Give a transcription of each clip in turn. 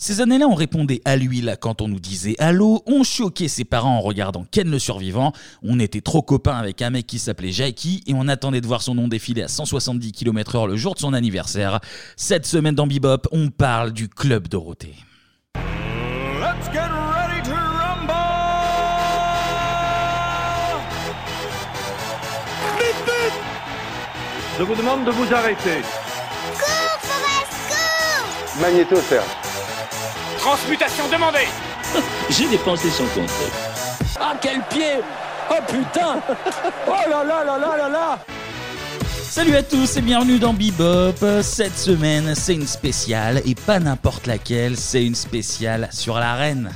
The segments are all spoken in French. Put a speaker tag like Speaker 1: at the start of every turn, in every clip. Speaker 1: Ces années-là, on répondait à lui là quand on nous disait allô, on choquait ses parents en regardant Ken le survivant, on était trop copains avec un mec qui s'appelait Jackie et on attendait de voir son nom défiler à 170 km/h le jour de son anniversaire. Cette semaine dans Bebop, on parle du Club Dorothée.
Speaker 2: Let's get ready to rumble!
Speaker 3: Je vous demande de vous arrêter.
Speaker 4: Magnéto, Serge.
Speaker 5: Transmutation demandée
Speaker 6: J'ai dépensé sans compter.
Speaker 5: Ah quel pied Oh putain Oh là là là là là là
Speaker 1: Salut à tous et bienvenue dans Bebop. Cette semaine, c'est une spéciale et pas n'importe laquelle, c'est une spéciale sur la reine.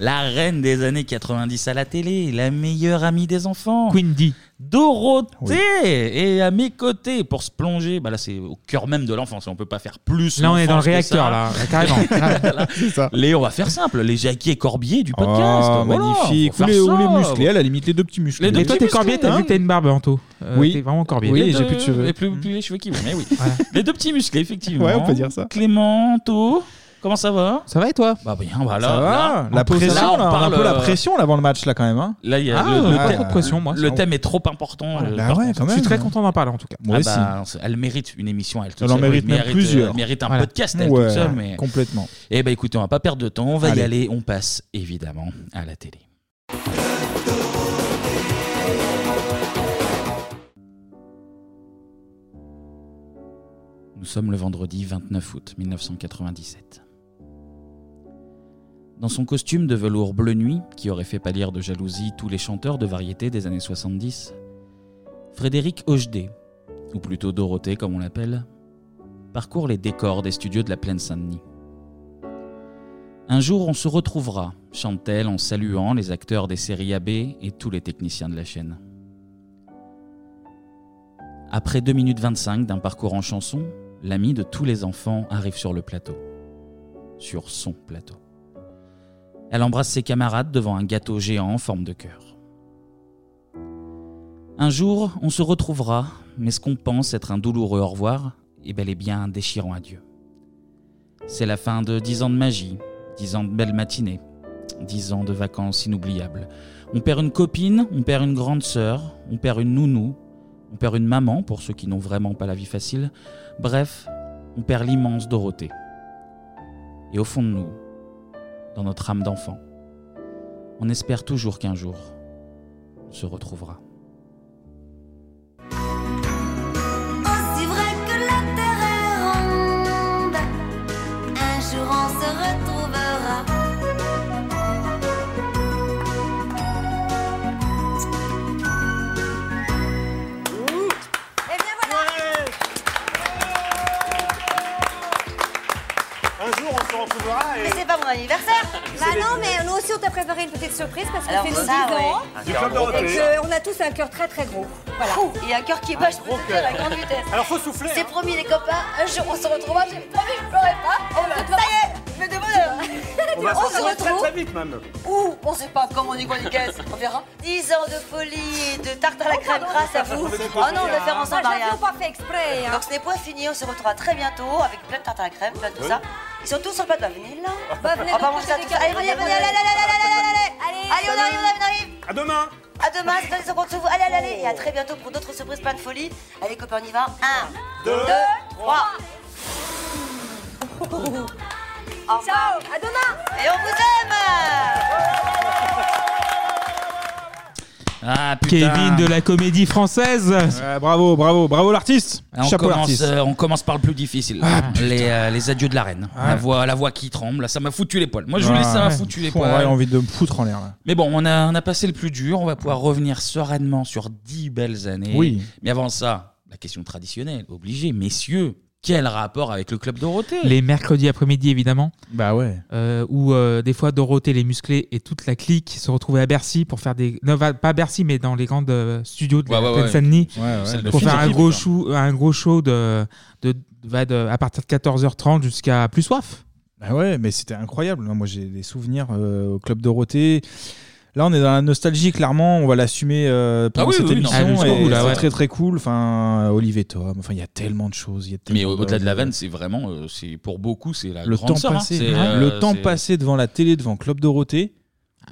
Speaker 1: La reine des années 90 à la télé, la meilleure amie des enfants. Quindy. Dorothée Et à mes côtés pour se plonger, bah là c'est au cœur même de l'enfance, on peut pas faire plus.
Speaker 7: Là, on est dans le
Speaker 1: l'enfance que
Speaker 7: réacteur,
Speaker 1: ça.
Speaker 7: là, carrément.
Speaker 1: Voilà. Les, on va faire simple, les Jackie et Corbier du podcast.
Speaker 7: Oh,
Speaker 1: Voilà,
Speaker 7: magnifique.
Speaker 1: faut
Speaker 7: Ou
Speaker 1: faire
Speaker 7: les- ou
Speaker 1: ça.
Speaker 7: les musclés, à la
Speaker 8: limite, les deux petits musclés.
Speaker 1: Les deux
Speaker 7: Et toi,
Speaker 1: petits
Speaker 7: t'es corbier,
Speaker 1: musclés,
Speaker 7: t'as vu
Speaker 1: hein.
Speaker 7: que t'as une barbe, Anto. Euh, T'es vraiment corbier.
Speaker 1: Les deux- Et plus,
Speaker 8: Mm.
Speaker 1: plus les cheveux qui vont, mais oui. Les deux petits musclés, effectivement.
Speaker 7: Ouais, on peut dire ça.
Speaker 1: Clément, Anto, comment ça va Ça va et toi Bah bien, bah là.
Speaker 8: Ça va
Speaker 1: là,
Speaker 8: La
Speaker 1: Anto,
Speaker 8: pression,
Speaker 1: là, on
Speaker 8: là, on a un
Speaker 1: parle,
Speaker 8: peu la
Speaker 1: euh,
Speaker 8: pression là, avant le match, là, quand même. hein.
Speaker 1: Là, il y a
Speaker 8: Ah,
Speaker 1: le, le
Speaker 8: ouais.
Speaker 1: thème,
Speaker 8: Pas de pression, moi,
Speaker 1: le
Speaker 8: ça
Speaker 1: thème est trop important. euh,
Speaker 8: Bah
Speaker 1: par
Speaker 8: ouais,
Speaker 1: contre.
Speaker 8: quand même. Je suis très
Speaker 7: content d'en parler en tout cas.
Speaker 8: Moi
Speaker 1: Ah
Speaker 8: aussi.
Speaker 1: bah, elle mérite une émission, elle, toute
Speaker 8: Elle en
Speaker 1: seule.
Speaker 8: mérite même
Speaker 1: euh,
Speaker 8: plusieurs.
Speaker 1: Elle mérite un
Speaker 8: Voilà.
Speaker 1: podcast, elle,
Speaker 8: Ouais,
Speaker 1: toute seule. Mais...
Speaker 8: complètement.
Speaker 1: Eh ben écoutez, on va pas perdre de temps, on va
Speaker 8: Allez.
Speaker 1: y aller. On passe évidemment à la télé. Nous sommes le vendredi 29 août 1997. Dans son costume de velours bleu nuit, qui aurait fait pâlir de jalousie tous les chanteurs de variété des années 70, Frédéric Hochdé, ou plutôt Dorothée comme on l'appelle, parcourt les décors des studios de la plaine Saint-Denis. Un jour, on se retrouvera, chante-t-elle en saluant les acteurs des séries AB et tous les techniciens de la chaîne. Après 2 minutes 25 d'un parcours en chanson, l'ami de tous les enfants arrive sur le plateau. Sur son plateau. Elle embrasse ses camarades devant un gâteau géant en forme de cœur. Un jour, on se retrouvera, mais ce qu'on pense être un douloureux au revoir est bel et bien un déchirant adieu. C'est la fin de 10 ans de magie, 10 ans de belles matinées, 10 ans de vacances inoubliables. On perd une copine, on perd une grande sœur, on perd une nounou, on perd une maman pour ceux qui n'ont vraiment pas la vie facile. Bref, on perd l'immense Dorothée. Et au fond de nous, dans notre âme d'enfant, on espère toujours qu'un jour, on se retrouvera.
Speaker 9: Aussi vrai que la terre est ronde, un jour on se retrouvera.
Speaker 10: Un jour, on se retrouvera
Speaker 11: Mais c'est pas mon anniversaire Bah non, mais nous aussi on t'a préparé une petite surprise parce que
Speaker 10: Alors,
Speaker 11: c'est nos 10
Speaker 10: ça, ouais.
Speaker 11: ans
Speaker 10: Un cœur gros
Speaker 11: et
Speaker 10: cœur.
Speaker 11: qu'on a tous un cœur très très gros. Voilà. Il y a un cœur qui bat, je peux te dire, à grande vitesse.
Speaker 10: Alors, faut souffler,
Speaker 11: C'est
Speaker 10: hein.
Speaker 11: promis les copains, un jour on se retrouvera, j'ai promis, je pleurerai pas. ça y est, mais de bonheur
Speaker 10: On va
Speaker 11: euh, On se
Speaker 10: sortir très
Speaker 11: retrouve
Speaker 10: très vite même.
Speaker 11: où On sait pas comment on est quoi les caisses, on verra. 10 ans de folie, de tarte à la crème grâce à vous. Oh non, on va faire ensemble,
Speaker 12: Ah,
Speaker 11: Maria.
Speaker 12: j'avoue,
Speaker 11: pas fait exprès. hein. Donc ce n'est point fini, on se retrouvera très bientôt avec plein de tarte à la crème, plein de tout
Speaker 12: Oui.
Speaker 11: ça. Ils sont tous sur le plateau, venez là.
Speaker 12: Bah, venez
Speaker 11: Ah, on va
Speaker 12: donc,
Speaker 11: manger
Speaker 12: tous
Speaker 11: ça
Speaker 12: les
Speaker 11: tout
Speaker 12: quatre.
Speaker 11: Allez, venez, venez, allez, allez, allez, allez, allez, allez, allez, on arrive, on arrive, on arrive.
Speaker 10: À demain.
Speaker 11: À demain, c'est dans les secondes sous vous. Allez, allez, allez. Et à très bientôt pour d'autres surprises plein de folie. Allez, copains, on y va. 1, 2, 3. Ciao, à demain. Et on vous aime.
Speaker 1: Ah,
Speaker 7: Kevin de la comédie française. bravo, bravo, bravo l'artiste.
Speaker 1: Ah, On
Speaker 7: Chapeau
Speaker 1: commence,
Speaker 7: l'artiste.
Speaker 1: euh, on commence par le plus difficile.
Speaker 8: Ah,
Speaker 1: les, euh, les adieux de la reine. La, voix, la voix qui tremble, ça m'a foutu les poils. Moi, je vous dis, ça m'a
Speaker 8: Ouais.
Speaker 1: foutu les
Speaker 8: Pff, ouais,
Speaker 1: poils.
Speaker 8: J'ai envie de me foutre en l'air là.
Speaker 1: Mais bon, on a, on a passé le plus dur. On va pouvoir revenir sereinement sur dix belles années.
Speaker 8: Oui.
Speaker 1: Mais avant ça, la question traditionnelle, obligée, messieurs, quel rapport avec le club Dorothée
Speaker 7: Les mercredis après-midi, évidemment.
Speaker 8: Bah ouais.
Speaker 7: où euh, des fois Dorothée, les musclés et toute la clique se retrouvaient à Bercy pour faire des. Non, va- pas à Bercy, mais dans les grandes euh, studios de
Speaker 8: Ouais,
Speaker 7: la
Speaker 8: ouais,
Speaker 7: plaine
Speaker 8: ouais.
Speaker 7: Saint-Denis.
Speaker 8: Ouais, ouais, Celle de
Speaker 7: Pour
Speaker 8: Philippe
Speaker 7: faire un
Speaker 8: Philippe,
Speaker 7: gros,
Speaker 8: hein.
Speaker 7: show, un gros show de, de, va de- à partir de 14h30 jusqu'à plus soif.
Speaker 8: Bah ouais, mais c'était incroyable. Moi, j'ai des souvenirs euh, au Club Dorothée. Là, on est dans la nostalgie, clairement. On va l'assumer euh, pendant
Speaker 1: Ah oui,
Speaker 8: cette
Speaker 1: oui, non,
Speaker 8: émission.
Speaker 1: jusqu'au
Speaker 8: et
Speaker 1: bout, là,
Speaker 8: c'est
Speaker 1: ouais.
Speaker 8: très très cool. Enfin, euh, Olivier Tom. Enfin, il y a tellement de choses. il y a
Speaker 1: Mais
Speaker 8: tellement
Speaker 1: au- au-delà de la vanne, c'est vraiment, euh, c'est pour beaucoup, c'est la
Speaker 8: le
Speaker 1: grande
Speaker 8: temps
Speaker 1: sœur, hein.
Speaker 8: passé,
Speaker 1: C'est,
Speaker 8: hein,
Speaker 1: euh,
Speaker 8: le temps
Speaker 1: c'est-
Speaker 8: passé devant la télé, devant Club Dorothée.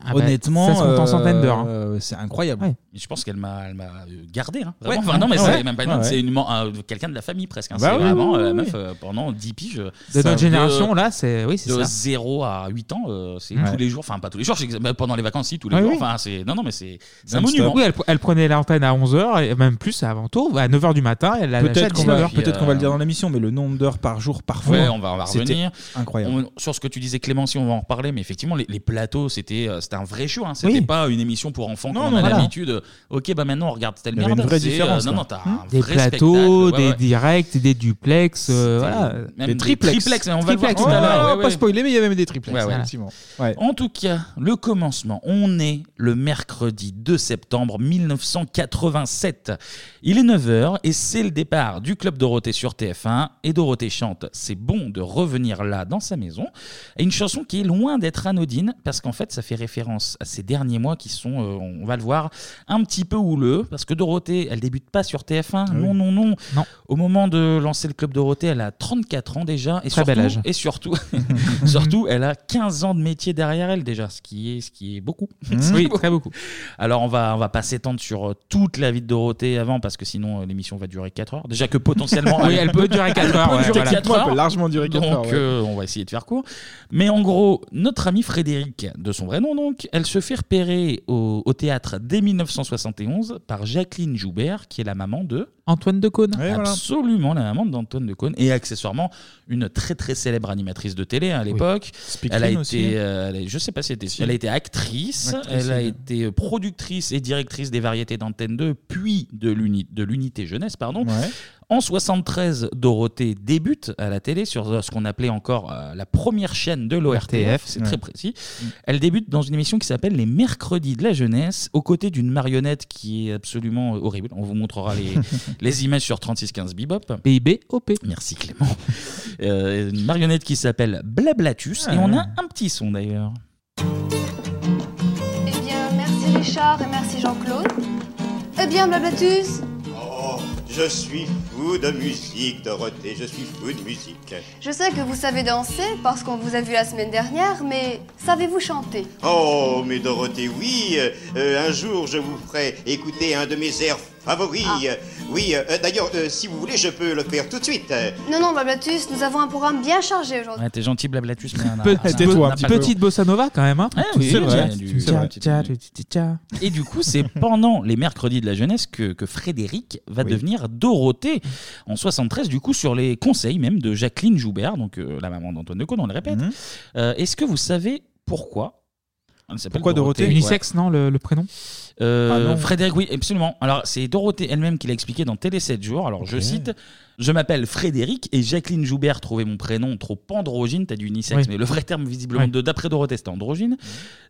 Speaker 1: Ah bah,
Speaker 8: honnêtement,
Speaker 1: ça se compte en
Speaker 8: euh,
Speaker 1: centaines d'heures, hein.
Speaker 8: euh, c'est incroyable.
Speaker 1: Mais Je pense qu'elle m'a, elle m'a euh, gardé. Hein,
Speaker 8: Ouais.
Speaker 1: vraiment. Enfin, non, mais
Speaker 8: Ah ouais.
Speaker 1: c'est même pas une
Speaker 8: Ah
Speaker 1: honte,
Speaker 8: ouais.
Speaker 1: c'est une man- un- quelqu'un de la famille presque. hein.
Speaker 7: Bah
Speaker 1: c'est
Speaker 7: oui,
Speaker 1: vraiment
Speaker 7: oui,
Speaker 1: euh, la
Speaker 7: oui,
Speaker 1: meuf
Speaker 7: oui.
Speaker 1: euh, pendant 10 piges. euh,
Speaker 7: De notre
Speaker 1: de-
Speaker 7: génération, là, c'est. Oui, c'est
Speaker 1: de
Speaker 7: ça.
Speaker 1: 0 à 8 ans, euh, c'est
Speaker 7: Ouais.
Speaker 1: tous les jours. Enfin, pas tous les jours, j'exa- bah, pendant les vacances, si, tous les
Speaker 7: Ah
Speaker 1: jours.
Speaker 7: oui.
Speaker 1: Enfin, c'est, non, non, mais c'est, c'est un
Speaker 7: Non-stop.
Speaker 1: monument.
Speaker 7: Oui, elle, elle prenait l'antenne à 11h, et même plus avant tôt, à 9h du matin, elle la lâchait à
Speaker 8: Peut-être qu'on va,
Speaker 7: 19h.
Speaker 8: peut-être qu'on va le dire dans l'émission, mais le nombre d'heures par jour, parfois.
Speaker 1: Ouais, on va, on va
Speaker 8: c'était
Speaker 1: revenir.
Speaker 8: Incroyable.
Speaker 1: On- sur ce que tu disais, Clément, si on va en reparler, mais effectivement, les, les plateaux, c'était euh, c'était un vrai show. Hein. C'était
Speaker 7: Oui.
Speaker 1: pas une émission pour enfants
Speaker 7: Non,
Speaker 1: qu'on
Speaker 7: non,
Speaker 1: a
Speaker 7: voilà.
Speaker 1: l'habitude. euh, Ok, bah maintenant on regarde telle
Speaker 7: Il y avait
Speaker 1: merde.
Speaker 7: une vraie
Speaker 1: C'est, euh,
Speaker 7: différence,
Speaker 1: non,
Speaker 7: là.
Speaker 1: non, t'as
Speaker 7: Hmm.
Speaker 1: un
Speaker 7: Des
Speaker 1: vrai
Speaker 7: plateaux,
Speaker 1: spectacle, ouais,
Speaker 7: des
Speaker 1: ouais.
Speaker 7: directs, des duplex, euh, voilà.
Speaker 1: Même des triplex, on va le voir
Speaker 7: Triplex,
Speaker 1: tout à
Speaker 7: ouais,
Speaker 1: l'heure,
Speaker 7: ouais,
Speaker 1: ouais,
Speaker 7: on va
Speaker 1: ouais.
Speaker 7: pas spoiler, mais il y avait même des triplex.
Speaker 1: Ouais, ouais.
Speaker 7: voilà.
Speaker 1: En tout cas, le commencement. On est le mercredi 2 septembre 1987. Il est 9h et c'est le départ du Club Dorothée sur TF1. Et Dorothée chante C'est bon de revenir là dans sa maison. Et une chanson qui est loin d'être anodine parce qu'en fait, ça fait référence à ces derniers mois qui sont, euh, on va le voir, un petit peu houleux. Parce que Dorothée, elle débute pas sur TF1.
Speaker 7: Ah Oui.
Speaker 1: Non, non, non, Au moment de lancer le Club Dorothée, elle a 34 ans déjà. Et
Speaker 7: Très
Speaker 1: surtout,
Speaker 7: bel âge.
Speaker 1: et surtout, surtout, elle a 15 ans de métier derrière elle déjà, ce qui est, ce qui est beaucoup.
Speaker 7: Mmh.
Speaker 1: Ce qui est
Speaker 7: Oui,
Speaker 1: beaucoup.
Speaker 7: très beaucoup.
Speaker 1: Alors, on va, on va pas s'étendre sur euh, toute la vie de Dorothée avant, parce que sinon, euh, l'émission va durer 4 heures. Déjà que potentiellement.
Speaker 7: Oui, elle peut durer 4 heures,
Speaker 1: peut
Speaker 7: ouais,
Speaker 1: durer
Speaker 7: voilà.
Speaker 1: 4
Speaker 7: Moi, elle
Speaker 1: heures.
Speaker 7: peut largement durer 4
Speaker 1: Donc,
Speaker 7: heures, ouais.
Speaker 1: euh, on va essayer de faire court. Mais en gros, notre amie Frédéric, de son vrai nom donc, elle se fait repérer au, au théâtre dès 1971 par Jacqueline Joubert, qui est la maman de.
Speaker 7: Antoine Decaune.
Speaker 1: Absolument, la maman d'Antoine Decaune et accessoirement une très très célèbre animanimatrice de télé hein, à l'époque. Elle a été,
Speaker 7: aussi.
Speaker 1: euh, elle est- je sais pas si elle était, elle a été actrice,
Speaker 7: Actrice,
Speaker 1: elle a
Speaker 7: oui.
Speaker 1: été productrice et directrice des variétés d'Antenne 2, puis de l'uni- de l'unité jeunesse, pardon. En 73, Dorothée débute à la télé sur euh, ce qu'on appelait encore euh, la première chaîne de l'ORTF,
Speaker 7: RTF,
Speaker 1: c'est
Speaker 7: ouais.
Speaker 1: très précis. Elle débute dans une émission qui s'appelle Les Mercredis de la Jeunesse, aux côtés d'une marionnette qui est absolument euh, horrible. On vous montrera les, les images sur 3615 Bebop.
Speaker 7: B-I-B-O-P.
Speaker 1: Merci Clément. Euh, une marionnette qui s'appelle Blablatus. Et on a
Speaker 7: Ah.
Speaker 1: un petit son d'ailleurs.
Speaker 13: Eh bien, merci Richard et merci Jean-Claude. Eh bien, Blablatus,
Speaker 14: Oh, je suis fou de musique, Dorothée, je suis fou de musique.
Speaker 13: je sais que vous savez danser parce qu'on vous a vu la semaine dernière, mais savez-vous chanter
Speaker 14: Oh, mais Dorothée, oui, euh, euh, un jour je vous ferai écouter un de mes airs favoris. Oui, euh, euh, d'ailleurs, euh, si vous voulez, je peux le faire tout de suite.
Speaker 13: Non, non, Blablatus, nous avons un programme bien chargé aujourd'hui.
Speaker 1: Ouais, T'es gentil Blablatus, mais on a- on a-
Speaker 7: Petite,
Speaker 1: on a pas le temps.
Speaker 7: petite bossa nova quand même. Hein.
Speaker 1: oui, C'est oui, vrai.
Speaker 7: Tcha,
Speaker 1: du-
Speaker 7: tcha,
Speaker 1: c'est
Speaker 7: tcha, tcha, tcha.
Speaker 1: Et du coup, c'est pendant les mercredis de la jeunesse que, que Frédéric va devenir Dorothée en 73, du coup, sur les conseils même de Jacqueline Joubert, donc euh, la maman d'Antoine Decaune, on le répète.
Speaker 7: Mhm.
Speaker 1: Euh, Est-ce que vous savez pourquoi elle s'appelle
Speaker 7: Pourquoi Dorothée Unisex, non, le, le prénom
Speaker 1: Euh,
Speaker 7: Ah non.
Speaker 1: Frédéric, oui, absolument. Alors, c'est Dorothée elle-même qui l'a expliqué dans Télé 7 jours. Alors, je
Speaker 7: Ok.
Speaker 1: cite Je m'appelle Frédéric et Jacqueline Joubert trouvait mon prénom trop androgyne. T'as du unisex,
Speaker 7: Oui.
Speaker 1: mais le vrai terme, visiblement,
Speaker 7: Oui.
Speaker 1: de d'après Dorothée, c'était androgyne.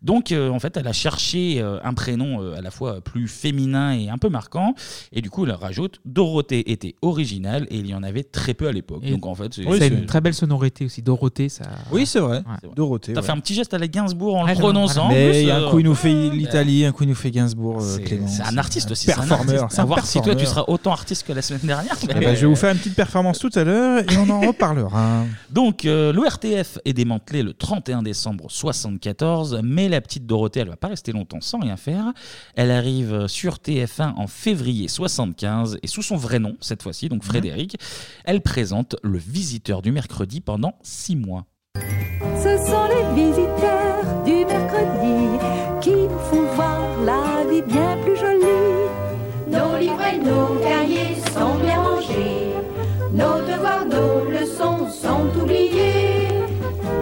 Speaker 1: Donc, euh, en fait, elle a cherché euh, un prénom euh, à la fois plus féminin et un peu marquant. Et du coup, elle rajoute Dorothée était originale et il y en avait très peu à l'époque.
Speaker 7: Et-
Speaker 1: Donc, en fait, c'est.
Speaker 7: Oui,
Speaker 1: c'est-
Speaker 7: c'est une très belle sonorité aussi. Dorothée, ça.
Speaker 8: Oui, c'est vrai. Dorothée.
Speaker 1: T'as
Speaker 8: ouais.
Speaker 1: fait un petit geste à la Gainsbourg en
Speaker 7: Ah,
Speaker 1: le
Speaker 7: non,
Speaker 1: prononçant. en plus,
Speaker 8: Mais un
Speaker 1: euh,
Speaker 8: coup il nous fait
Speaker 1: ouais.
Speaker 8: l'Italie, un coup il nous fait Gainsbourg, euh,
Speaker 1: C'est-
Speaker 8: Clément.
Speaker 1: C'est un artiste aussi. c'est un
Speaker 8: Performeur.
Speaker 1: artiste. Savoir si toi tu
Speaker 8: performeur.
Speaker 1: seras autant artiste que la semaine dernière.
Speaker 8: Ah bah, je vais vous faire une petite performance tout à l'heure et on en reparlera.
Speaker 1: Donc euh, l'ORTF est démantelé le 31 décembre 74, mais la petite Dorothée, elle va pas rester longtemps sans rien faire. Elle arrive sur TF1 en février 75 et sous son vrai nom cette fois-ci,
Speaker 8: Mmh.
Speaker 1: donc Frédéric, elle présente le visiteur du mercredi pendant six mois.
Speaker 15: Ce sont les visiteurs du mercredi qui nous font voir la vie bien plus jolie. Nos livres et nos cahiers sont bien rangés. Nos devoirs, nos leçons sont oubliés.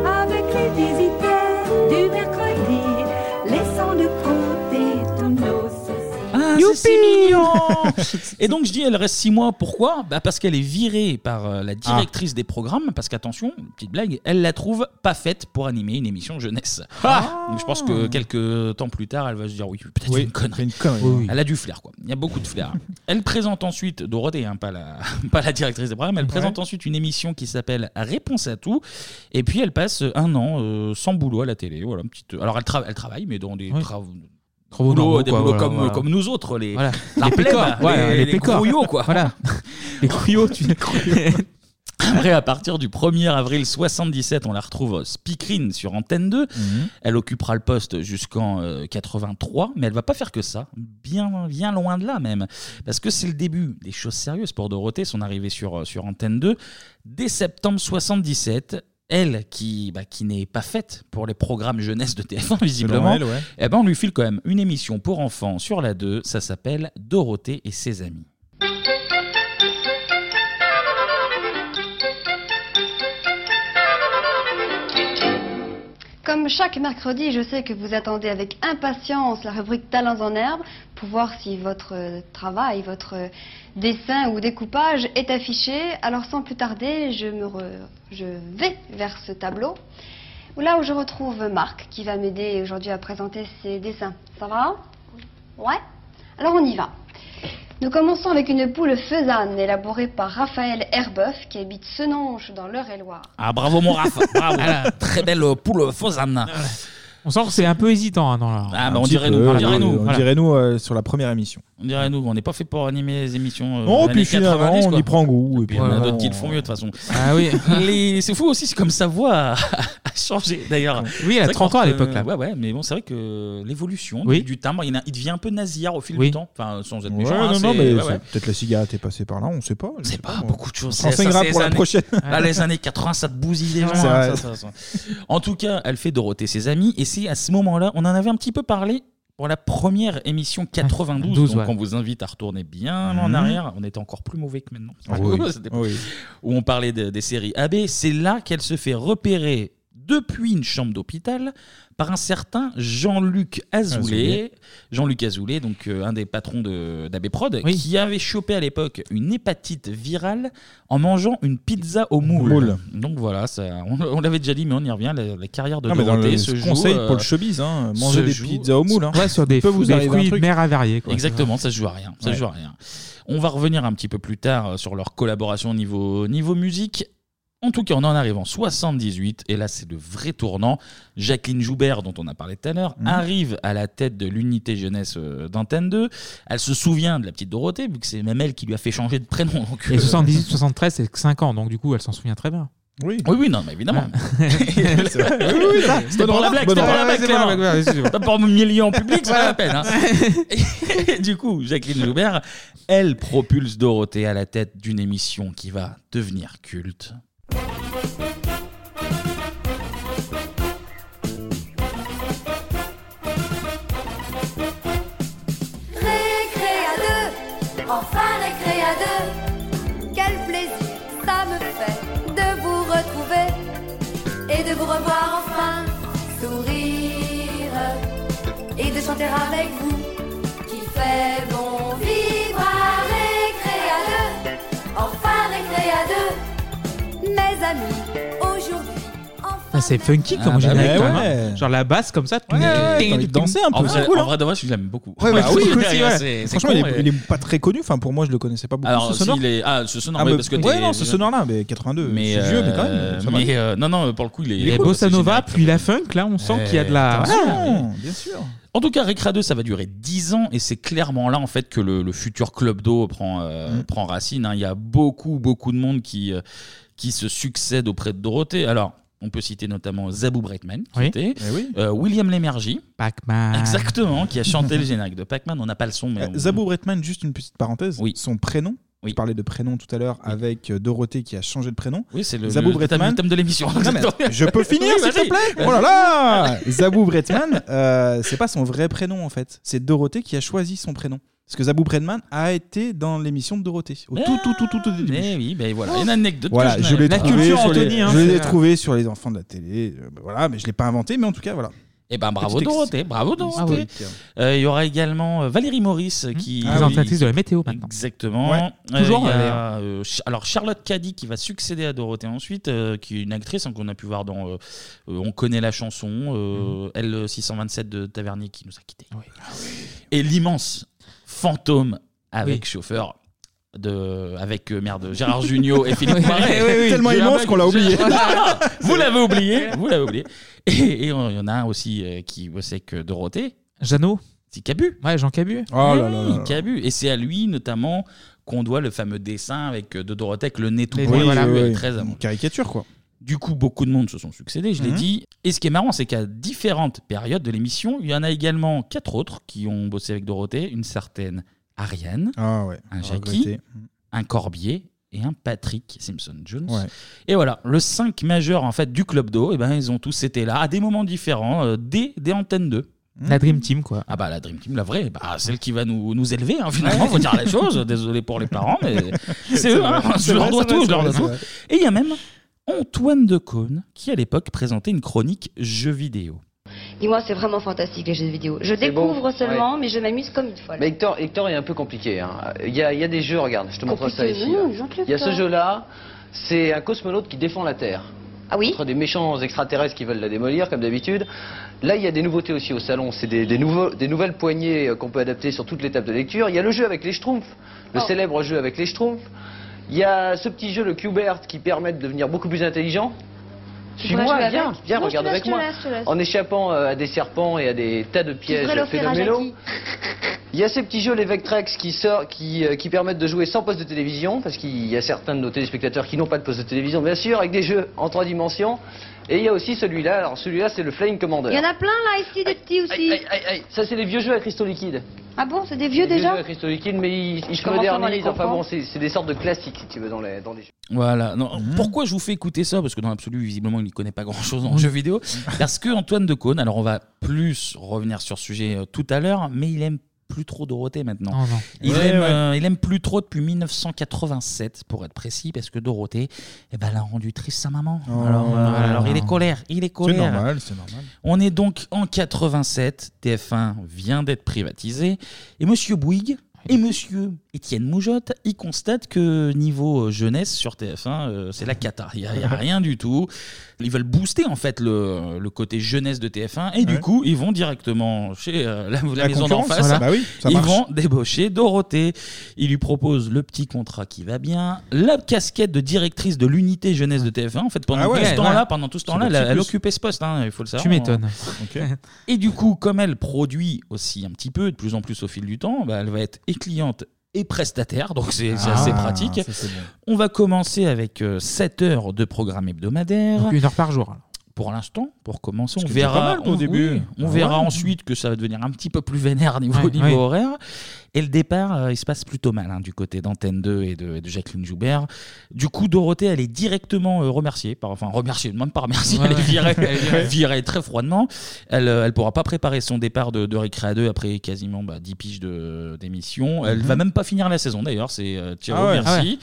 Speaker 15: Avec les visiteurs du mercredi, laissons de côté tous nos soucis.
Speaker 1: Ah, c'est si mignon Et donc je dis elle reste six mois, pourquoi bah Parce qu'elle est virée par euh, la directrice des programmes, parce qu'attention, une petite blague, elle la trouve pas faite pour animer une émission jeunesse. Donc je pense que quelques temps plus tard, elle va se dire Ah. oui, peut-être une connerie. Elle a du flair, quoi. Il y a beaucoup de flair. elle présente ensuite, Dorothée, hein, pas, la, pas la directrice des programmes, elle présente ensuite une émission qui s'appelle Réponse à tout, et puis elle passe un an euh, sans boulot à la télé. Voilà, une petite... Alors elle, tra- elle travaille, mais dans des travaux
Speaker 7: Trop beau,
Speaker 1: boulot,
Speaker 7: normaux,
Speaker 1: des
Speaker 7: quoi,
Speaker 1: boulots
Speaker 7: voilà,
Speaker 1: comme,
Speaker 7: voilà.
Speaker 1: comme nous autres, les,
Speaker 7: Voilà.
Speaker 1: la
Speaker 7: Les
Speaker 1: plèbe,
Speaker 7: pécores, ouais,
Speaker 1: les,
Speaker 7: les
Speaker 1: les
Speaker 7: pécores.
Speaker 1: crouillots, quoi.
Speaker 7: Voilà. Les crouillots, tu
Speaker 1: Après, à partir du 1er avril 77, on la retrouve speakerine sur Antenne 2.
Speaker 7: Mhm.
Speaker 1: Elle occupera le poste jusqu'en euh, 83, mais elle va pas faire que ça. Bien, bien loin de là même. Parce que c'est le début des choses sérieuses pour Dorothée, son arrivée sur, euh, sur Antenne 2. Dès septembre 77, elle, qui, bah, qui n'est pas faite pour les programmes jeunesse de TF1, visiblement,
Speaker 8: elle, ouais.
Speaker 1: eh ben, on lui file quand même une émission pour enfants sur la 2. Ça s'appelle Dorothée et ses amis.
Speaker 13: Comme chaque mercredi, je sais que vous attendez avec impatience la rubrique Talents en herbe pour voir si votre euh, travail, votre euh, dessin ou découpage est affiché. Alors sans plus tarder, je, me re- je vais vers ce tableau, là où je retrouve Marc qui va m'aider aujourd'hui à présenter ses dessins. Ça va Ouais Alors on y va. Nous commençons avec une poule faisane élaborée par Raphaël Herbeuf qui habite Senonches dans l'Eure-et-Loire.
Speaker 1: Ah, bravo mon Raph, bravo. Très belle euh, poule fausane.
Speaker 7: On sent que c'est un peu hésitant hein, dans la.
Speaker 1: Ah, bah,
Speaker 7: un
Speaker 1: on
Speaker 7: petit
Speaker 1: dirait
Speaker 7: peu,
Speaker 1: nous, on
Speaker 7: voilà.
Speaker 1: dirait nous.
Speaker 7: Voilà.
Speaker 1: Voilà.
Speaker 8: On dirait nous euh, sur la première émission.
Speaker 1: On dirait nous, on n'est pas fait pour animer les émissions. euh, des
Speaker 8: Non, Oh, puis
Speaker 1: années
Speaker 8: finalement,
Speaker 1: 90,
Speaker 8: on
Speaker 1: quoi.
Speaker 8: y prend goût. Et
Speaker 1: Puis
Speaker 8: puis
Speaker 1: il y en a
Speaker 8: maintenant,
Speaker 1: d'autres qui le
Speaker 8: on-
Speaker 1: font mieux de toute façon.
Speaker 8: Ah oui.
Speaker 1: Les- C'est fou aussi, c'est comme sa voix a, a changé d'ailleurs.
Speaker 7: Oui, elle a
Speaker 1: C'est vrai
Speaker 7: 30
Speaker 1: qu'on
Speaker 7: ans à
Speaker 1: re-
Speaker 7: l'époque, là.
Speaker 1: Ouais, ouais, mais bon, c'est vrai que l'évolution
Speaker 7: Oui.
Speaker 1: du, du timbre, il, y en a- il devient un peu nasillard au fil
Speaker 7: Oui.
Speaker 1: du temps. Enfin, sans être
Speaker 8: Ouais,
Speaker 1: méchant. hein,
Speaker 8: non, non,
Speaker 1: c'est-
Speaker 8: mais
Speaker 1: ouais,
Speaker 8: c'est-
Speaker 1: ouais.
Speaker 8: peut-être la cigarette est passée par là, on sait pas.
Speaker 1: C'est pas beaucoup de choses.
Speaker 8: On s'enseignera pour la prochaine.
Speaker 1: Là, Bah, les années 80, ça te bousille les gens.
Speaker 8: C'est
Speaker 1: hein,
Speaker 8: vrai.
Speaker 1: ça, ça, ça. En tout cas, elle fait Dorothée ses amis. Et c'est à ce moment-là, on en avait un petit peu parlé pour la première émission 92.
Speaker 7: 12,
Speaker 1: donc,
Speaker 7: Ah, ouais.
Speaker 1: on vous invite à retourner bien
Speaker 7: Mhm.
Speaker 1: en arrière. On était encore plus mauvais que maintenant.
Speaker 7: Ah oui.
Speaker 1: C'était-
Speaker 7: Oui.
Speaker 1: Où on parlait de- des séries AB. C'est là qu'elle se fait repérer depuis une chambre d'hôpital par un certain Jean-Luc Azoulay.
Speaker 7: Azoulay.
Speaker 1: Jean-Luc Azoulay, donc euh, un des patrons de- d'AB Prod, qui avait chopé à l'époque une hépatite virale en mangeant une pizza au moule.
Speaker 8: Moule.
Speaker 1: Donc voilà, ça, on, on l'avait déjà dit, mais on y revient. La, la carrière de
Speaker 8: Non, mais dans
Speaker 1: Dorothée
Speaker 8: le
Speaker 1: se joue,
Speaker 8: conseil
Speaker 1: euh,
Speaker 8: pour le showbiz, hein,
Speaker 1: se
Speaker 8: manger des
Speaker 1: joue-
Speaker 8: pizzas au moule. Hein.
Speaker 7: Ouais, sur des
Speaker 8: Peut vous
Speaker 7: fruits- des
Speaker 8: arriver un
Speaker 7: fruits
Speaker 8: truc.
Speaker 7: mer avariés, quoi.
Speaker 1: Exactement, ça se joue à rien. Ça se
Speaker 8: Ouais.
Speaker 1: joue à rien. On va revenir un petit peu plus tard euh, sur leur collaboration au niveau, niveau musique. En tout cas, on en arrive en 78, et là c'est le vrai tournant. Jacqueline Joubert, dont on a parlé tout à l'heure,
Speaker 8: Mhm.
Speaker 1: arrive à la tête de l'unité jeunesse euh, d'Antenne 2. Elle se souvient de la petite Dorothée, vu que c'est même elle qui lui a fait changer de prénom. donc,
Speaker 7: Et
Speaker 1: euh,
Speaker 7: 78, 73, c'est 5 ans, donc du coup, elle s'en souvient très bien.
Speaker 8: Oui.
Speaker 1: Oui, oui, non, mais évidemment.
Speaker 7: C'est vrai. Oui, oui, ça,
Speaker 1: C'était
Speaker 7: bonne
Speaker 1: pour la blague,
Speaker 7: remarque, bonne
Speaker 1: c'était pour la blague,
Speaker 7: remarque. Ouais, c'est vrai, ouais,
Speaker 1: Clément.
Speaker 7: excusez-moi.
Speaker 1: Pas pour m'humilier en public, ça
Speaker 7: Ouais.
Speaker 1: vaut la peine. hein. Et du coup, Jacqueline Joubert, elle propulse Dorothée à la tête d'une émission qui va devenir culte.
Speaker 9: Récré à deux, enfin récré à deux. Quel plaisir ça me fait de vous retrouver et de vous revoir enfin sourire et de chanter avec vous qui fait bon vivre à récré à deux, enfin récré à deux. Mes amis, aujourd'hui,
Speaker 7: Ah, c'est funky comme
Speaker 1: Ah, bah
Speaker 7: générique,
Speaker 1: ouais,
Speaker 7: quand même,
Speaker 1: ouais.
Speaker 7: hein. Genre la basse comme ça.
Speaker 1: ouais, t'as envie de danser un
Speaker 7: En
Speaker 1: peu,
Speaker 7: vrai-
Speaker 1: c'est cool,
Speaker 7: en
Speaker 1: hein. vrai de vrai, je l'aime beaucoup.
Speaker 8: Ouais, bah
Speaker 1: Ouais,
Speaker 8: oui,
Speaker 1: c'est-
Speaker 8: aussi,
Speaker 1: c'est-
Speaker 8: ouais.
Speaker 1: c'est
Speaker 8: Franchement,
Speaker 1: con,
Speaker 8: il, est,
Speaker 1: mais-
Speaker 8: il est pas très connu. Enfin, pour moi, je le connaissais pas beaucoup.
Speaker 1: Alors,
Speaker 8: ce sonore.
Speaker 1: s'il est- ah, ce sonore,
Speaker 8: Ah,
Speaker 1: oui,
Speaker 8: mais-
Speaker 1: parce que
Speaker 8: ouais,
Speaker 1: t'es-
Speaker 8: non, ce sonore-là, mais 82.
Speaker 1: Mais,
Speaker 8: c'est vieux, mais quand
Speaker 1: euh,
Speaker 8: même. ça va.
Speaker 1: mais, euh, non, non, pour le coup, il est.
Speaker 7: Il y a
Speaker 1: cool,
Speaker 7: bossa
Speaker 1: c'est
Speaker 7: nova,
Speaker 1: génial.
Speaker 7: puis la funk, là, on sent
Speaker 1: Eh,
Speaker 7: qu'il y a de la. Ah,
Speaker 1: attention.
Speaker 7: Voilà.
Speaker 8: Bien sûr.
Speaker 1: En tout cas, Récra 2, ça va durer 10 ans et c'est clairement là en fait que le, le futur club d'eau prend, euh,
Speaker 8: Mm.
Speaker 1: prend racine. hein. Il y a beaucoup, beaucoup de monde qui, euh, qui se succède auprès de Dorothée. Alors, on peut citer notamment Zabou Breitman, qui
Speaker 7: Oui.
Speaker 1: était,
Speaker 8: Eh
Speaker 1: euh, William Lémergie,
Speaker 7: Pac-Man.
Speaker 1: exactement, qui a chanté le générique de Pac-Man. On n'a pas le son, mais.
Speaker 8: Euh,
Speaker 1: on-
Speaker 8: Zabou Bretman, juste une petite parenthèse. Son prénom. Tu parlais de prénom tout à l'heure avec euh, Dorothée qui a changé de prénom.
Speaker 1: Oui, c'est le-
Speaker 8: Zabou
Speaker 1: le thème-
Speaker 8: Bretman.
Speaker 1: le thème de l'émission.
Speaker 8: Non, mais Je peux finir,
Speaker 1: Oui,
Speaker 8: s'il
Speaker 1: vas-y.
Speaker 8: te plaît Oh là là Zabou Bretman, euh, c'est pas son vrai prénom en fait. C'est Dorothée qui a choisi son prénom. Parce que Zabou Bretman a été dans l'émission de Dorothée. Au tout, tout, tout, tout, tout début.
Speaker 1: Eh oui, ben voilà, une anecdote.
Speaker 8: Oh. Voilà,
Speaker 1: que
Speaker 8: je l'ai
Speaker 1: n'avais pas.
Speaker 8: trouvé, sur les,
Speaker 1: hein,
Speaker 8: je l'ai trouvé sur les enfants de la télé. euh, ben Voilà, mais je l'ai pas inventé, mais en tout cas, voilà.
Speaker 1: Eh ben bravo
Speaker 8: Petit ex-
Speaker 1: Dorothée, bravo Dorothée.
Speaker 8: historique.
Speaker 1: Euh, Il y aura également euh, Valérie Maurice euh, qui
Speaker 7: Ah oui. Présentatrice de la météo, maintenant.
Speaker 1: Exactement.
Speaker 7: Ouais.
Speaker 1: Euh,
Speaker 7: Toujours,
Speaker 1: il y a,
Speaker 7: d'ailleurs.
Speaker 1: euh, Ch- alors Charlotte Caddy qui va succéder à Dorothée ensuite, euh, qui est une actrice hein, qu'on a pu voir dans euh, euh, On connaît la chanson, euh,
Speaker 7: Mm-hmm.
Speaker 1: L 627 de Tavernier qui nous a quittés. Et l'immense fantôme avec
Speaker 7: Oui.
Speaker 1: chauffeur. De, avec euh, merde Gérard Junior et Philippe
Speaker 7: Oui.
Speaker 1: Marais.
Speaker 7: Oui, oui, Tellement Gérard immense qu'on l'a oublié.
Speaker 1: vous l'avez oublié, vous l'avez oublié. Et et on- il y en a un aussi euh, qui bossait que euh, Dorothée.
Speaker 7: Jeannot
Speaker 1: C'est Cabu.
Speaker 7: Ouais, Jean Cabu. Hmm.
Speaker 8: Oh là là là là.
Speaker 1: Cabu. Et c'est à lui, notamment, qu'on doit le fameux dessin avec euh, de Dorothée, avec le nez tout
Speaker 8: Les
Speaker 1: brûlé,
Speaker 8: nez, voilà.
Speaker 1: le-
Speaker 8: Oui, oui.
Speaker 1: très
Speaker 8: Une caricature, quoi.
Speaker 1: Du coup, beaucoup de monde se sont succédés, je l'ai
Speaker 8: Mhm.
Speaker 1: dit. Et ce qui est marrant, c'est qu'à différentes périodes de l'émission, il y en a également quatre autres qui ont bossé avec Dorothée. Une certaine Ariane,
Speaker 12: Ah
Speaker 1: un Jackie,
Speaker 8: regretté.
Speaker 1: un Corbier et un Patrick Simpson Jones.
Speaker 8: Ouais.
Speaker 1: Et voilà, le 5 majeur en fait, du Club d'eau, et ben, ils ont tous été là à des moments différents, euh, dès, dès Antenne 2.
Speaker 12: Mhm.
Speaker 7: La Dream Team, quoi.
Speaker 1: Ah bah la Dream Team, la vraie, bah, celle qui va nous, nous élever, hein, finalement, faut dire les choses. Désolé pour les parents, mais c'est
Speaker 12: C'est
Speaker 1: eux,
Speaker 12: vrai,
Speaker 1: hein,
Speaker 12: c'est
Speaker 1: je leur
Speaker 12: vrai,
Speaker 1: dois
Speaker 12: c'est
Speaker 1: tout,
Speaker 12: vrai,
Speaker 1: je leur
Speaker 12: c'est
Speaker 1: dois tout.
Speaker 12: vrai,
Speaker 1: Et il y a même Antoine de Caunes, qui à l'époque présentait une chronique jeux vidéo.
Speaker 13: Dis-moi, c'est vraiment fantastique les jeux vidéo. Je
Speaker 16: C'est
Speaker 13: découvre
Speaker 16: bon,
Speaker 13: seulement,
Speaker 16: ouais.
Speaker 13: mais je m'amuse comme une folle.
Speaker 16: Mais Hector, Hector est un peu compliqué. hein. Il, y a, il y a des jeux, regarde, je te montre ça
Speaker 13: Compliqué,
Speaker 16: ici.
Speaker 13: non,
Speaker 16: là.
Speaker 13: Jean-Claude,
Speaker 16: Il y a ce
Speaker 13: toi.
Speaker 16: jeu-là, c'est un cosmonaute qui défend la Terre.
Speaker 13: Ah oui
Speaker 16: Contre des méchants extraterrestres qui veulent la démolir, comme d'habitude. Là, il y a des nouveautés aussi au salon. C'est des, des nouveaux- des nouvelles poignées euh, qu'on peut adapter sur toutes les tables de lecture. Il y a le jeu avec les schtroumpfs, le
Speaker 13: Oh.
Speaker 16: célèbre jeu avec les schtroumpfs. Il y a ce petit jeu, le Cubert, qui permet de devenir beaucoup plus intelligent.
Speaker 13: Tu pourrais
Speaker 16: Suis-moi,
Speaker 13: jouer
Speaker 16: viens,
Speaker 13: avec
Speaker 16: viens,
Speaker 13: Non, je te
Speaker 16: regarde
Speaker 13: laisse,
Speaker 16: avec
Speaker 13: je te
Speaker 16: moi.
Speaker 13: laisse, je te laisse.
Speaker 16: En échappant euh, à des serpents et à des tas de
Speaker 13: Tu
Speaker 16: pièges
Speaker 13: devrais l'offrir à
Speaker 16: phénoménaux.
Speaker 13: Jackie.
Speaker 16: Il y a ces petits jeux, les Vectrex, qui, sort- qui, euh, qui permettent de jouer sans poste de télévision, parce qu'il y a certains de nos téléspectateurs qui n'ont pas de poste de télévision, bien sûr, avec des jeux en trois dimensions. Et il y a aussi celui-là, alors celui-là c'est le Flying Commander.
Speaker 13: Il y en a plein là, ici, des petits aussi.
Speaker 16: Ça c'est les vieux jeux à cristaux liquides.
Speaker 13: Ah bon, c'est des vieux
Speaker 16: les
Speaker 13: déjà
Speaker 16: jeux à cristaux liquides, mais ils, ils se
Speaker 13: Comment ça, on va les
Speaker 16: modernisent, enfin bon,
Speaker 13: comprendre
Speaker 16: c'est c'est des sortes de classiques si tu veux dans les, dans les jeux.
Speaker 1: Voilà. Non,
Speaker 12: Mmh.
Speaker 1: Pourquoi je vous fais écouter ça Parce que dans l'absolu, visiblement, il n'y connaît pas grand-chose
Speaker 12: Mmh.
Speaker 1: en jeux vidéo. Parce que Antoine de Caunes, alors on va plus revenir sur ce sujet euh, tout à l'heure, mais il aime plus trop Dorothée maintenant.
Speaker 7: Oh non.
Speaker 1: il,
Speaker 7: Ouais,
Speaker 1: aime,
Speaker 7: ouais.
Speaker 1: euh, il aime plus trop depuis 1987, pour être précis, parce que Dorothée, eh ben, elle a rendu triste sa maman.
Speaker 12: Oh.
Speaker 1: alors, euh, alors, il est colère, il est colère.
Speaker 12: normal, c'est normal.
Speaker 1: On est donc en 87, TF1 vient d'être privatisé, et Monsieur Bouygues et Monsieur Étienne Moujotte, ils constatent que niveau euh, jeunesse sur TF1, euh, c'est la cata, il n'y a, il y a rien du tout. Ils veulent booster en fait le, le côté jeunesse de TF1, et du
Speaker 12: Ouais.
Speaker 1: coup ils vont directement chez euh, la, la
Speaker 12: La
Speaker 1: maison d'en
Speaker 12: concurrence,
Speaker 1: face,
Speaker 12: voilà. Bah oui, ça
Speaker 1: ils
Speaker 12: marche.
Speaker 1: vont débaucher Dorothée, ils lui proposent le petit contrat qui va bien, la casquette de directrice de l'unité jeunesse de TF1, en fait pendant
Speaker 12: Ah ouais,
Speaker 1: tout ce
Speaker 12: ouais.
Speaker 1: temps-là, pendant tout ce
Speaker 12: C'est
Speaker 1: temps-là,
Speaker 12: le
Speaker 1: elle,
Speaker 12: petit
Speaker 1: elle
Speaker 12: plus.
Speaker 1: occupait ce poste, hein, il faut le savoir.
Speaker 7: Tu m'étonnes.
Speaker 1: Et du coup, comme elle produit aussi un petit peu, de plus en plus au fil du temps, bah, elle va être et cliente et prestataire, donc c'est c'est
Speaker 12: Ah,
Speaker 1: assez pratique.
Speaker 12: ça, c'est bon.
Speaker 1: On va commencer avec 7 heures de programme hebdomadaire.
Speaker 7: Donc, une heure par jour.
Speaker 1: Pour l'instant, pour commencer, on
Speaker 12: qui était pas
Speaker 1: verra,
Speaker 12: mal pour le
Speaker 1: on-
Speaker 12: début. Ah
Speaker 1: oui, on
Speaker 7: Ah
Speaker 12: Ouais.
Speaker 1: verra ensuite que ça va devenir un petit peu plus vénère niveau,
Speaker 12: Ouais,
Speaker 1: niveau
Speaker 12: ouais.
Speaker 1: horaire. Et le départ, euh, il se passe plutôt mal hein, du côté d'Antenne 2 et de, et de Jacqueline Joubert. Du coup, Dorothée, elle est directement euh, remerciée, par, enfin remerciée, même pas remerciée,
Speaker 12: Ouais,
Speaker 1: elle est virée,
Speaker 12: ouais. Elle est virée.
Speaker 1: virée très froidement. Elle ne pourra pas préparer son départ de, de Récré à 2 après quasiment bah, 10 piges de- d'émission. Elle
Speaker 12: Mhm.
Speaker 1: va même pas finir la saison d'ailleurs, c'est euh, ciao,
Speaker 12: Ah ouais.
Speaker 1: merci.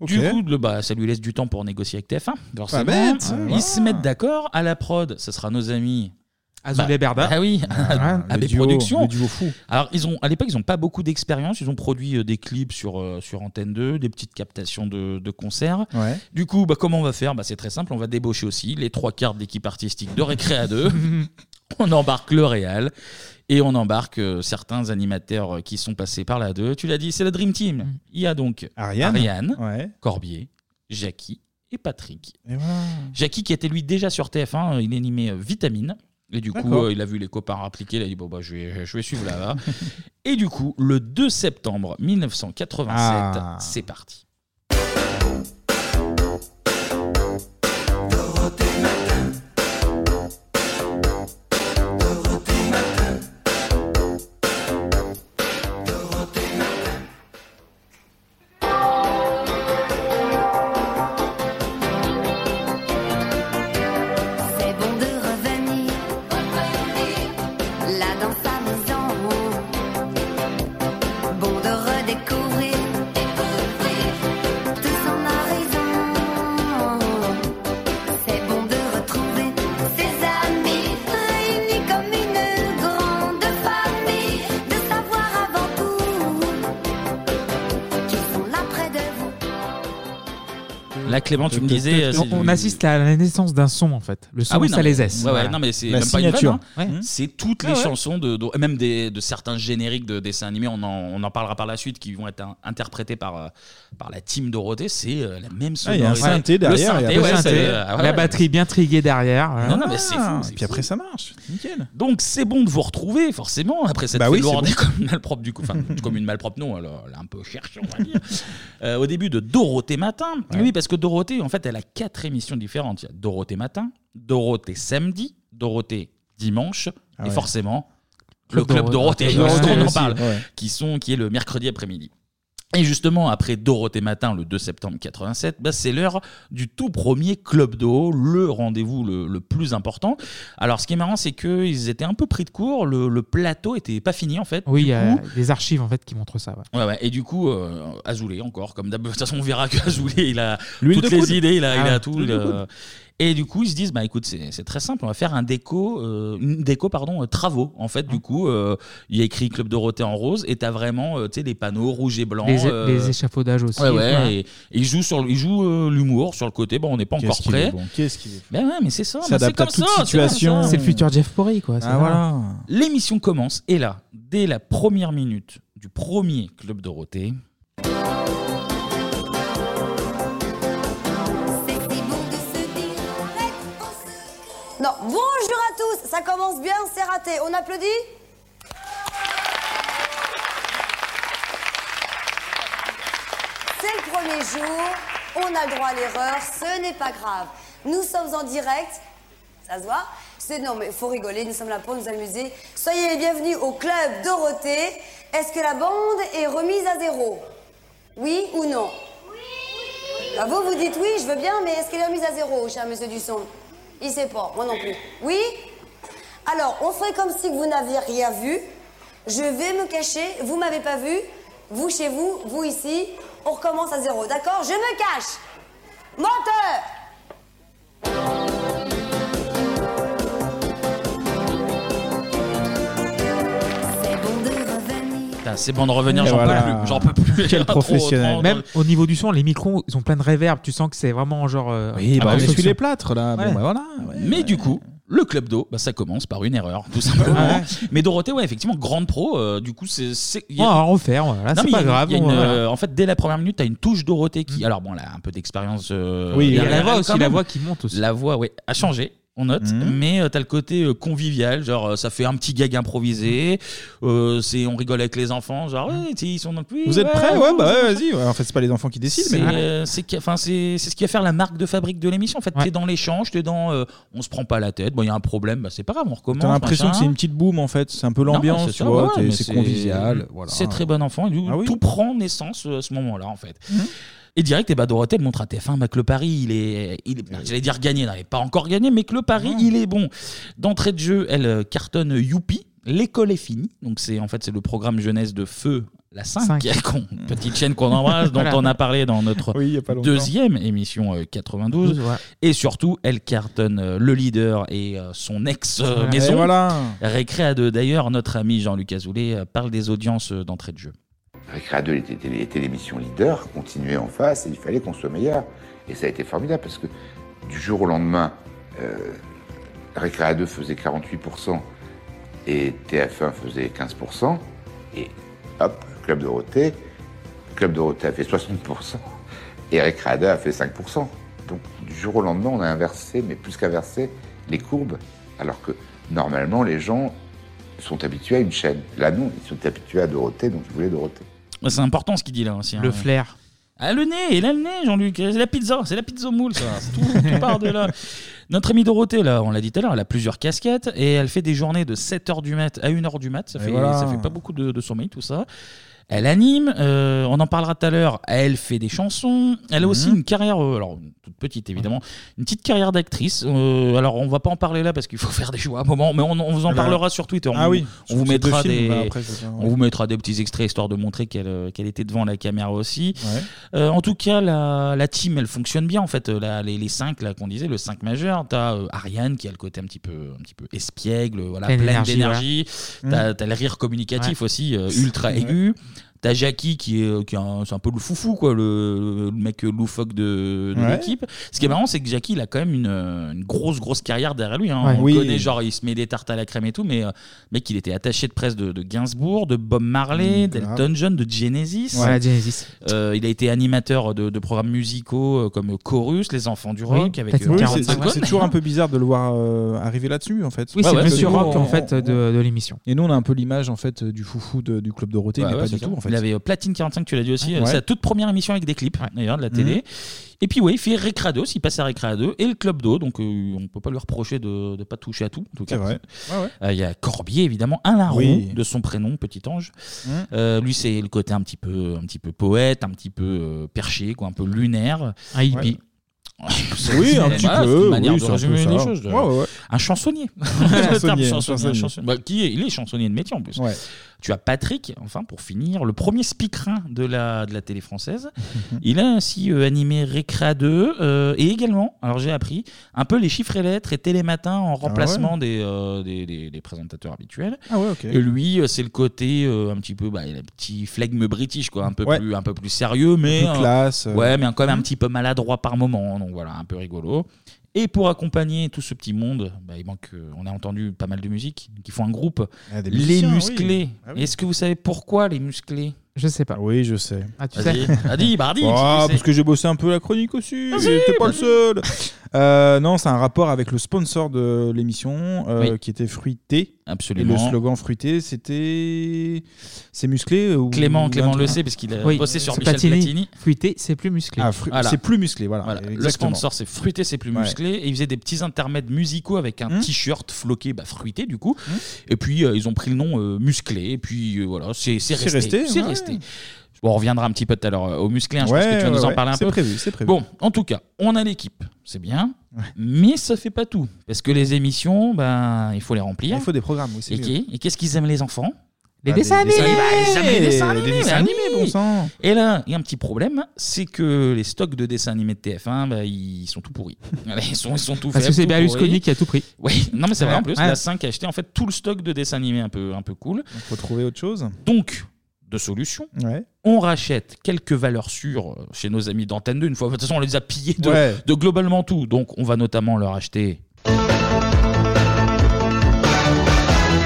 Speaker 12: Ok.
Speaker 1: Du coup, le- bah, ça lui laisse du temps pour négocier avec TF1. forcément.
Speaker 7: Bah,
Speaker 12: bête,
Speaker 7: hein,
Speaker 1: Ils
Speaker 12: ouais.
Speaker 1: se mettent d'accord. À la prod, ce sera nos amis.
Speaker 7: Azoulay
Speaker 1: Bah,
Speaker 7: Berda.
Speaker 1: Ah oui,
Speaker 7: Ah,
Speaker 1: AB
Speaker 7: le duo,
Speaker 1: Productions.
Speaker 7: le duo fou.
Speaker 1: Alors, ils ont, à l'époque, ils n'ont pas beaucoup d'expérience. Ils ont produit euh, des clips sur, euh, sur Antenne 2, des petites captations de, de concerts.
Speaker 8: Ouais.
Speaker 1: Du coup, bah, comment on va faire bah, C'est très simple. On va débaucher aussi les trois quarts de l'équipe artistique de Récré à 2. on embarque le Real et on embarque euh, certains animateurs euh, qui sont passés par la 2. Tu l'as dit, c'est la Dream Team.
Speaker 7: Mm.
Speaker 1: Il y a donc Ariane, Corbier, Jackie et Patrick.
Speaker 8: Et voilà.
Speaker 1: Jackie qui était lui déjà sur TF1, euh, il animait euh, Vitamine. Et du coup,
Speaker 12: D'accord.
Speaker 1: euh, il a vu les copains appliquer, il a dit bon bah je vais, je vais suivre là-bas. et du coup, le 2 septembre 1987,
Speaker 12: Ah.
Speaker 1: c'est parti.
Speaker 9: C'est bon de revenir là dans sa maison. Bon de redécouvrir
Speaker 1: Là, Clément, tu me disais. euh,
Speaker 7: on,
Speaker 1: c'est
Speaker 7: on
Speaker 1: du-
Speaker 7: assiste à la naissance d'un son en fait. Le son
Speaker 1: Ah oui, non,
Speaker 7: ça les
Speaker 1: mais-
Speaker 7: aise.
Speaker 1: ouais, ouais, non, mais c'est même pas une vanne, hein. C'est toutes
Speaker 8: Ah
Speaker 1: les
Speaker 7: Ouais, ouais.
Speaker 1: chansons de, de- même des, de certains génériques de dessins animés. On en, on en parlera par la suite, qui vont être un- interprétés par euh, par la team Dorothée. C'est euh, la même
Speaker 8: Ah, il y a un
Speaker 1: sonorité.
Speaker 8: synthé
Speaker 1: Le
Speaker 8: derrière, il y a
Speaker 1: synthé,
Speaker 8: pas de
Speaker 1: ouais,
Speaker 8: synthé. Ah,
Speaker 1: c'est, euh, ah ouais,
Speaker 7: La
Speaker 1: ouais.
Speaker 7: batterie bien triguée derrière.
Speaker 1: Non, non, mais c'est fou.
Speaker 7: Et puis
Speaker 8: après, ça marche. Nickel.
Speaker 1: Donc c'est bon de vous retrouver, forcément, après cette
Speaker 8: Bah
Speaker 1: bah
Speaker 8: oui, c'est bon.
Speaker 1: comme une malpropre du coup. Enfin, comme une malpropre, non, elle, a- elle a un peu cherché, on va dire. Euh, au début de Dorothée Matin. Oui, parce que Dorothée, en fait, elle a quatre émissions différentes. Il y a Dorothée Matin, Dorothée Samedi, Dorothée Dimanche,
Speaker 12: Ah
Speaker 1: et
Speaker 12: ouais.
Speaker 1: forcément,
Speaker 12: Club
Speaker 1: le Club
Speaker 12: Dorothée.
Speaker 1: Dorothée,
Speaker 12: Club
Speaker 1: dont
Speaker 12: Dorothée
Speaker 1: on en
Speaker 12: aussi,
Speaker 1: parle,
Speaker 12: ouais.
Speaker 1: qui, sont, qui est le mercredi après-midi. Et justement, après Dorothée Matin, le 2 septembre 87, bah, c'est l'heure du tout premier Club d'eau, le rendez-vous le, le plus important. Alors, ce qui est marrant, c'est qu'ils étaient un peu pris de court. Le, le plateau était pas fini, en fait.
Speaker 7: Oui, euh, il
Speaker 1: Du
Speaker 7: y a
Speaker 1: coup,
Speaker 7: des archives en fait qui montrent ça. ouais.
Speaker 1: Ouais, ouais. Et du coup, euh, Azoulay encore, comme d'hab. De toute façon, on verra que Azoulay, il a
Speaker 7: L'huile
Speaker 1: toutes
Speaker 7: de
Speaker 1: les
Speaker 7: coude.
Speaker 1: idées, il a, il
Speaker 7: Ah,
Speaker 1: a tout.
Speaker 7: l'huile de
Speaker 1: il a-
Speaker 7: coude.
Speaker 1: Et du coup, ils se disent, bah écoute, c'est c'est très simple, on va faire un déco, euh, une déco, pardon, euh, travaux. En fait,
Speaker 7: Ah.
Speaker 1: du coup, euh, il y a écrit Club Dorothée en rose, et t'as vraiment, euh, tu sais, les panneaux rouges et blancs.
Speaker 7: Les-
Speaker 1: euh,
Speaker 7: les échafaudages aussi,
Speaker 1: Ouais, ouais,
Speaker 7: ouais.
Speaker 1: Et, et ils jouent sur, ils jouent euh, l'humour sur le côté. Bon, on n'est pas encore
Speaker 8: Qu'est-ce qu'il
Speaker 1: prêt.
Speaker 8: est bon, qu'est-ce qu'il est bon.
Speaker 1: Ben ouais, mais c'est ça.
Speaker 8: Ça
Speaker 1: ben c'est
Speaker 8: adapte à
Speaker 1: comme
Speaker 8: toute
Speaker 1: ça, c'est comme
Speaker 8: situation.
Speaker 1: ça.
Speaker 7: C'est le futur Jeff Porry quoi. c'est
Speaker 8: Ah,
Speaker 7: ça.
Speaker 8: voilà.
Speaker 1: L'émission commence et là, dès la première minute du premier Club Dorothée.
Speaker 11: Non, bonjour à tous, ça commence bien, c'est raté. On applaudit C'est le premier jour, on a le droit à l'erreur, ce n'est pas grave. Nous sommes en direct, ça se voit C'est non mais faut rigoler, nous sommes là pour nous amuser. Soyez les bienvenus au club Dorothée. Est-ce que la bande est remise à zéro Oui ou non ah, vous, vous dites oui, je veux bien, mais est-ce qu'elle est remise à zéro, cher monsieur Dusson Il sait pas, moi non plus. Oui Alors, on ferait comme si vous n'aviez rien vu. Je vais me cacher, vous m'avez pas vu. Vous chez vous, vous ici. On recommence à zéro, d'accord Je me cache Menteur
Speaker 1: Putain, C'est bon de revenir,
Speaker 7: Et
Speaker 1: j'en
Speaker 7: voilà.
Speaker 1: peux plus. J'en peux plus. Trop, trop, trop.
Speaker 7: Même au niveau du son, les micros, ils ont plein de réverb. Tu sens que c'est vraiment genre. euh,
Speaker 1: Oui,
Speaker 7: un
Speaker 1: bah, on
Speaker 7: construction.
Speaker 1: essuie les plâtres, là. Bon,
Speaker 7: Ouais.
Speaker 1: bah, voilà. Mais du coup, le club d'eau, bah, ça commence par une erreur, tout simplement.
Speaker 7: Ah
Speaker 1: Mais Dorothée, ouais, effectivement, grande pro. euh, du coup, c'est. c'est- il y a-
Speaker 7: Bon, Ah, à refaire, voilà,
Speaker 1: Non,
Speaker 7: c'est
Speaker 1: mais
Speaker 7: pas
Speaker 1: il y a-
Speaker 7: grave.
Speaker 1: il y a
Speaker 7: on-
Speaker 1: une,
Speaker 7: voilà.
Speaker 1: euh, en fait, dès la première minute, t'as une touche Dorothée qui. Alors, bon, elle a un peu d'expérience. euh, derrière
Speaker 7: Oui, il y a la
Speaker 1: elle,
Speaker 7: voix aussi,
Speaker 1: quand
Speaker 7: la
Speaker 1: même.
Speaker 7: voix qui monte aussi. Mm.
Speaker 1: La voix, ouais, a changé. On note, mais euh, t'as le côté euh, convivial, genre euh, ça fait un petit gag improvisé, euh, c'est on rigole avec les enfants, genre
Speaker 7: Mm.
Speaker 1: ouais, tu sais, ils sont donc oui,
Speaker 8: Vous êtes
Speaker 1: ouais,
Speaker 8: prêts Ouais, bah
Speaker 1: ouais,
Speaker 8: ouais, vas-y. Ouais, En fait, c'est pas les enfants qui décident,
Speaker 1: C'est
Speaker 8: mais.
Speaker 1: euh, c'est qui- enfin, c'est- c'est ce qui va faire la marque de fabrique de l'émission. En fait, t'es dans l'échange, t'es dans euh, on se prend pas la tête, bon, il y a un problème, bah, c'est pas grave, on recommence.
Speaker 8: T'as l'impression que
Speaker 1: machin.
Speaker 8: c'est une petite boum en fait, c'est un peu
Speaker 1: Non,
Speaker 8: l'ambiance,
Speaker 1: c'est
Speaker 8: tu
Speaker 1: ça,
Speaker 8: vois,
Speaker 1: ouais,
Speaker 8: t'es-
Speaker 1: mais
Speaker 8: c'est convivial. voilà. Ah
Speaker 1: C'est très bon enfant, et du coup,
Speaker 12: Ah
Speaker 1: tout prend naissance euh, à ce moment-là, en fait.
Speaker 12: Mhm.
Speaker 1: Et direct, et bah, Dorothée elle montre à TF1 bah, que le pari, il est. Il
Speaker 12: Ah
Speaker 1: est- J'allais dire gagné, non, il n'est pas encore gagné, mais que le pari, il est bon. D'entrée de jeu, elle euh, cartonne Youpi. L'école est finie. Donc, c'est en fait, c'est le programme jeunesse de Feu, la 5,
Speaker 12: Cinq.
Speaker 1: qu'on- petite chaîne qu'on embrasse, dont
Speaker 12: Voilà.
Speaker 1: on a parlé dans notre
Speaker 12: Oui, il y a pas longtemps.
Speaker 1: deuxième émission euh, 92.
Speaker 12: Douze, ouais.
Speaker 1: Et surtout, elle cartonne euh, le leader et euh, son
Speaker 12: Voilà.
Speaker 1: ex-maison.
Speaker 12: Et voilà.
Speaker 1: Récré à deux. D'ailleurs, notre ami Jean-Luc Azoulay euh, parle des audiences euh, d'entrée de jeu.
Speaker 17: Récréa 2 était, était- était l'émission leader, continuait en face et il fallait qu'on soit meilleur. Et ça a été formidable parce que du jour au lendemain, euh, Récréa 2 faisait 48% et TF1 faisait 15%. Et hop, Club Dorothée, Club Dorothée a fait 60% et Récréa 2 a fait 5%. Donc du jour au lendemain, on a inversé, mais plus qu'inversé, les courbes. Alors que normalement, les gens sont habitués à une chaîne. Là, non, ils sont habitués à Dorothée, donc ils voulaient Dorothée.
Speaker 1: Ouais, C'est important ce qu'il dit là aussi. hein.
Speaker 17: Le
Speaker 7: flair.
Speaker 1: Ah, le nez, il a le nez, Jean-Luc. C'est la pizza, c'est la pizza moule, ça. C'est Tout, tout part de là. Notre amie Dorothée, là, on l'a dit tout à l'heure, elle a plusieurs casquettes et elle fait des journées de 7h du mat à 1h du mat. Ça
Speaker 12: Et
Speaker 1: fait,
Speaker 12: voilà.
Speaker 1: ça fait pas beaucoup de, de sommeil, tout ça. Elle anime, euh, on en parlera tout à l'heure. Elle fait des chansons. Elle a aussi une carrière, euh, alors toute petite évidemment, une petite carrière d'actrice. Euh, alors on va pas en parler là parce qu'il faut faire des choix à un moment, mais on, on vous en
Speaker 12: Là.
Speaker 8: Eh ben,
Speaker 1: parlera sur Twitter. On,
Speaker 12: Eh Ah oui,
Speaker 1: on vous
Speaker 12: sur ces deux
Speaker 1: mettra
Speaker 12: films,
Speaker 1: des,
Speaker 12: bah, après, c'est ça, ouais.
Speaker 1: on vous mettra des petits extraits histoire de montrer qu'elle euh, qu'elle était devant la caméra aussi. Euh, en tout cas, la, la team, elle fonctionne bien en fait. Euh, la- les, les cinq là qu'on disait, le 5 majeur, t'as euh, Ariane qui a le côté un petit peu, un petit peu espiègle, euh, voilà,
Speaker 12: Pleine
Speaker 1: pleine
Speaker 12: d'énergie,
Speaker 1: d'énergie.
Speaker 12: ouais. Mmh.
Speaker 1: T'as t'as le rire communicatif
Speaker 12: Ouais.
Speaker 1: aussi, euh, ultra
Speaker 12: Ouais.
Speaker 1: aigu. T'as Jackie qui est, euh, qui est un, c'est un peu le foufou, quoi, le, le mec loufoque de, de
Speaker 18: Ouais.
Speaker 1: l'équipe. Ce qui est marrant, c'est que Jackie, il a quand même une, euh, une grosse, grosse carrière derrière lui. hein.
Speaker 18: Ouais.
Speaker 1: On
Speaker 18: Oui.
Speaker 1: le connaît, genre, il se met des tartes à la crème et tout, mais euh, mec, il était attaché de presse de, de Gainsbourg, de Bob Marley,
Speaker 18: Mm, grave.
Speaker 1: d'Elton John, de Genesis.
Speaker 18: Ouais, Genesis.
Speaker 1: Euh, il a été animateur de, de programmes musicaux euh, comme Chorus, Les Enfants du
Speaker 7: Oui,
Speaker 1: Rock, avec
Speaker 7: Patrick
Speaker 1: euh,
Speaker 7: Carr.
Speaker 8: C'est-
Speaker 1: 45
Speaker 8: C'est c'est
Speaker 1: tonnes.
Speaker 8: toujours un peu bizarre de le voir euh, arriver là-dessus, en fait.
Speaker 7: Oui, c'est le monsieur rock, en fait, de, de l'émission.
Speaker 8: Et nous, on a un peu l'image en fait du foufou de- du club Dorothée,
Speaker 1: Ouais,
Speaker 8: mais
Speaker 1: ouais,
Speaker 8: pas
Speaker 1: c'est
Speaker 8: du
Speaker 1: ça.
Speaker 8: tout, en fait.
Speaker 1: Il avait euh, Platine 45, tu l'as dit aussi, euh,
Speaker 8: Ouais.
Speaker 1: sa toute première émission avec des clips, d'ailleurs, de la télé.
Speaker 8: Mhm.
Speaker 1: Et puis, ouais, il fait Récra 2, il passe à Récra 2 et le Club d'eau, donc euh, on peut pas lui reprocher de ne pas toucher à tout, en tout cas.
Speaker 8: C'est vrai.
Speaker 1: Euh, Il y a Corbier, évidemment, Alain
Speaker 8: Oui.
Speaker 1: Roux, de son prénom, Petit Ange.
Speaker 8: Mhm.
Speaker 1: Euh, lui, c'est le côté un petit peu, un petit peu poète, un petit peu euh, perché, quoi, un peu lunaire.
Speaker 8: Ah,
Speaker 7: Un hippie.
Speaker 1: C'est- voilà, c'est une manière de résumer les choses. de- Un chansonnier. Le terme
Speaker 18: Chansonnier,
Speaker 1: chansonnier,
Speaker 18: chansonnier.
Speaker 1: chansonnier. Bah, qui est, il est chansonnier de métier en plus. Tu as Patrick, enfin pour finir, le premier speakerin de la, de la télé française. il a ainsi euh, animé Récréa 2 euh, et également, alors j'ai appris, un peu les chiffres et lettres et télématin en remplacement des, euh, des, des- des présentateurs habituels.
Speaker 8: Ah ouais, ok.
Speaker 1: Et lui, euh, c'est le côté euh, un petit peu, bah, le petit flegme british, quoi, un peu, plus, un peu plus sérieux, mais.
Speaker 8: plus classe, euh.
Speaker 1: Ouais, mais quand même un petit peu maladroit par moment, hein, donc voilà, un peu rigolo. Et pour accompagner tout ce petit monde, bah, il manque, euh, on a entendu pas mal de musique, qui font un groupe,
Speaker 8: Ah, des
Speaker 1: Les
Speaker 8: musiciens, oui.
Speaker 1: Musclés.
Speaker 8: Ah oui.
Speaker 1: Est-ce que vous savez pourquoi Les Musclés
Speaker 7: Je sais pas.
Speaker 8: Oui, je sais.
Speaker 7: Ah, tu
Speaker 1: Vas-y. sais Vas-y, bah, dis,
Speaker 8: Ah,
Speaker 1: tu sais.
Speaker 8: parce que j'ai bossé un peu la chronique aussi.
Speaker 1: Vas-y,
Speaker 8: J'étais pas le
Speaker 1: vas-y.
Speaker 8: seul. Euh, non, c'est un rapport avec le sponsor de l'émission euh,
Speaker 1: Oui.
Speaker 8: qui était Fruité.
Speaker 1: Absolument.
Speaker 8: Et le slogan Fruité, c'était. C'est musclé ou...
Speaker 1: Clément, Clément
Speaker 8: ou un
Speaker 1: le
Speaker 8: truc-
Speaker 1: sait, parce qu'il a Oui, bossé sur c'est Michel Platini. Platini.
Speaker 7: Fruité, c'est plus musclé.
Speaker 8: Ah, fru-
Speaker 1: Voilà.
Speaker 8: C'est plus musclé, voilà.
Speaker 1: Voilà. Le
Speaker 8: exactement.
Speaker 1: sponsor, c'est fruité, c'est plus
Speaker 8: Ouais. Mmh.
Speaker 1: musclé. Et ils faisaient des petits intermèdes musicaux avec un t-shirt floqué, bah, fruité du coup. Et puis euh, ils ont pris le nom euh, musclé. Et puis euh, voilà, c'est c'est
Speaker 8: C'est
Speaker 1: resté.
Speaker 8: resté,
Speaker 1: c'est
Speaker 8: ouais.
Speaker 1: resté. Bon, on reviendra un petit peu tout à l'heure euh, au musclé. hein. je
Speaker 8: Ouais,
Speaker 1: pense que tu vas
Speaker 8: ouais,
Speaker 1: nous en
Speaker 8: ouais.
Speaker 1: parler un
Speaker 8: C'est
Speaker 1: peu.
Speaker 8: prévu, c'est prévu.
Speaker 1: Bon, en tout cas, on a l'équipe, c'est bien. Mais ça fait pas tout. Parce que les émissions, ben, il faut les remplir.
Speaker 8: Il faut des programmes aussi.
Speaker 1: Et qui- et qu'est-ce qu'ils aiment les enfants
Speaker 8: Les dessins
Speaker 1: des-
Speaker 8: animés
Speaker 1: bah, ils aiment les dessins
Speaker 8: Les
Speaker 1: animés,
Speaker 8: dessins
Speaker 1: bah
Speaker 8: animés,
Speaker 1: oui.
Speaker 8: bon sang.
Speaker 1: Et là, il y a un petit problème, c'est que les stocks de dessins animés de TF1, bah, ils sont tout pourris. ils, sont, ils sont tout
Speaker 7: Parce
Speaker 1: faibles,
Speaker 7: que c'est
Speaker 1: tout
Speaker 7: Berlusconi
Speaker 1: pourris.
Speaker 7: qui a tout pris.
Speaker 1: Oui, non mais c'est vrai
Speaker 7: Ouais.
Speaker 1: en plus,
Speaker 7: Ouais.
Speaker 1: la 5 a acheté en fait tout le stock de dessins animés un peu, un peu cool.
Speaker 8: Il faut trouver autre chose.
Speaker 1: Donc, de solution,
Speaker 8: Ouais.
Speaker 1: on rachète quelques valeurs sûres euh, chez nos amis d'Antenne 2. Une fois, de toute façon, on les a pillés de,
Speaker 8: Ouais.
Speaker 1: de globalement tout. Donc, on va notamment leur acheter
Speaker 15: Que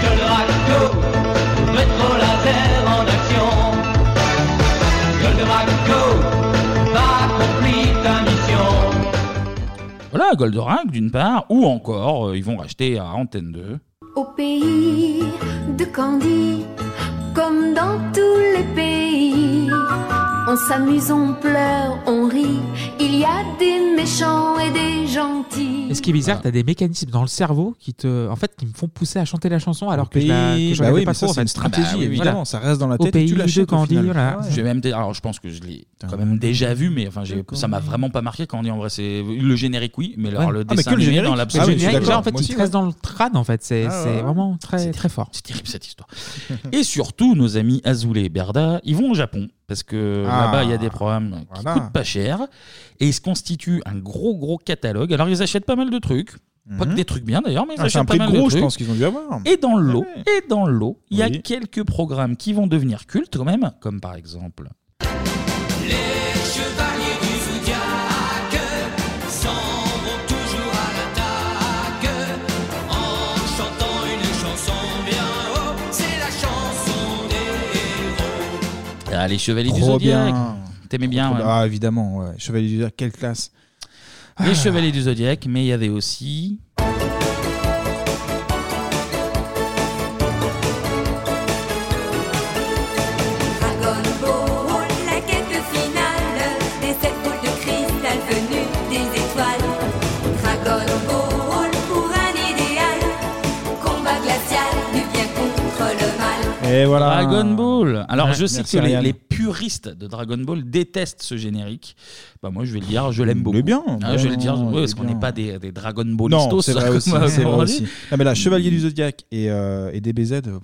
Speaker 15: le raco mettra la terre en action. Que le raco va accomplir ta mission.
Speaker 1: voilà, Goldorak d'une part, ou encore, euh, ils vont racheter à Antenne 2.
Speaker 9: Au pays de Candy, comme dans tous les pays, on s'amuse, on pleure, on rit. Il y a des méchants et des gentils.
Speaker 7: Et ce qui est bizarre, t'as des mécanismes dans le cerveau qui te, en fait, qui me font pousser à chanter la chanson alors que je la,
Speaker 8: pays,
Speaker 7: que je
Speaker 8: bah
Speaker 7: la connais
Speaker 8: oui,
Speaker 7: pas
Speaker 8: mais ça,
Speaker 7: trop. en
Speaker 8: c'est une
Speaker 7: fait. Ah bah
Speaker 8: stratégie,
Speaker 7: Voilà.
Speaker 8: évidemment, ça reste dans la
Speaker 7: Au
Speaker 8: tête et tu
Speaker 7: pays
Speaker 8: l'achètes
Speaker 7: de
Speaker 8: au
Speaker 7: Candy,
Speaker 8: final.
Speaker 7: voilà.
Speaker 8: Ah ouais.
Speaker 1: J'ai même dé- alors je pense que je l'ai quand même déjà vu, mais enfin j'ai- ça m'a vraiment pas marqué quand on dit en vrai c'est le générique oui, mais alors
Speaker 7: Ouais.
Speaker 1: le
Speaker 7: Ah, mais
Speaker 1: dessin
Speaker 7: que le
Speaker 1: animé
Speaker 7: générique.
Speaker 1: dans l'absolu.
Speaker 7: Mais le
Speaker 1: je suis
Speaker 7: générique,
Speaker 1: d'accord.
Speaker 7: là, en fait,
Speaker 1: Moi
Speaker 7: il
Speaker 1: aussi,
Speaker 7: te
Speaker 1: ouais.
Speaker 7: reste dans le crâne, en fait. C'est
Speaker 1: Ah,
Speaker 7: c'est
Speaker 1: ouais, ouais.
Speaker 7: vraiment très, très fort.
Speaker 1: C'est terrible cette histoire. Et surtout, nos amis Azoulay et Berda, ils vont au Japon parce que
Speaker 18: Ah,
Speaker 1: là-bas, il y a des programmes qui
Speaker 18: voilà.
Speaker 1: coûtent pas cher et ils se constituent un gros, gros catalogue. Alors, ils achètent pas mal de trucs. Pas que des trucs bien d'ailleurs, mais ils
Speaker 8: Mhm. Ah, c'est
Speaker 1: achètent
Speaker 8: un prix
Speaker 1: pas mal
Speaker 8: gros,
Speaker 1: de
Speaker 8: je
Speaker 1: trucs.
Speaker 8: pense qu'ils ont dû avoir.
Speaker 1: Et dans le
Speaker 8: Eh
Speaker 1: lot, et dans le lot, il y a quelques programmes qui vont devenir cultes quand même, comme par exemple
Speaker 15: Les chevaliers du Zodiac s'en vont toujours à l'attaque en chantant une chanson bien haut. C'est la chanson des héros.
Speaker 1: ah, les Chevaliers du
Speaker 8: Trop
Speaker 1: Zodiac.
Speaker 8: bien.
Speaker 1: T'aimais bien
Speaker 8: Trop-
Speaker 1: ouais.
Speaker 8: Ah, évidemment, ouais. Chevalier du Zodiac, quelle classe. Ah.
Speaker 1: les Chevaliers du Zodiac, mais il y avait aussi
Speaker 19: Dragon Ball, la quête finale des sept boules de cristal venues des étoiles. Dragon Ball pour un idéal, combat glacial du bien contre le mal.
Speaker 8: Ah, Et voilà.
Speaker 1: Dragon Ball. Alors
Speaker 8: Ouais,
Speaker 1: je sais
Speaker 8: merci,
Speaker 1: que les,
Speaker 8: Ariane.
Speaker 1: les puristes de Dragon Ball détestent ce générique. Bah moi je vais le dire, je l'aime beaucoup.
Speaker 8: bien,
Speaker 1: Ah,
Speaker 8: vraiment,
Speaker 1: je vais le dire, ouais,
Speaker 8: il est
Speaker 1: parce qu'on n'est pas des, des Dragon Ballistos.
Speaker 8: Non, c'est vrai
Speaker 1: comme
Speaker 8: aussi.
Speaker 1: on
Speaker 8: c'est vrai
Speaker 1: dit.
Speaker 8: aussi. Ah, mais là, Chevalier du Zodiac et, euh, et DBZ. euh, pff,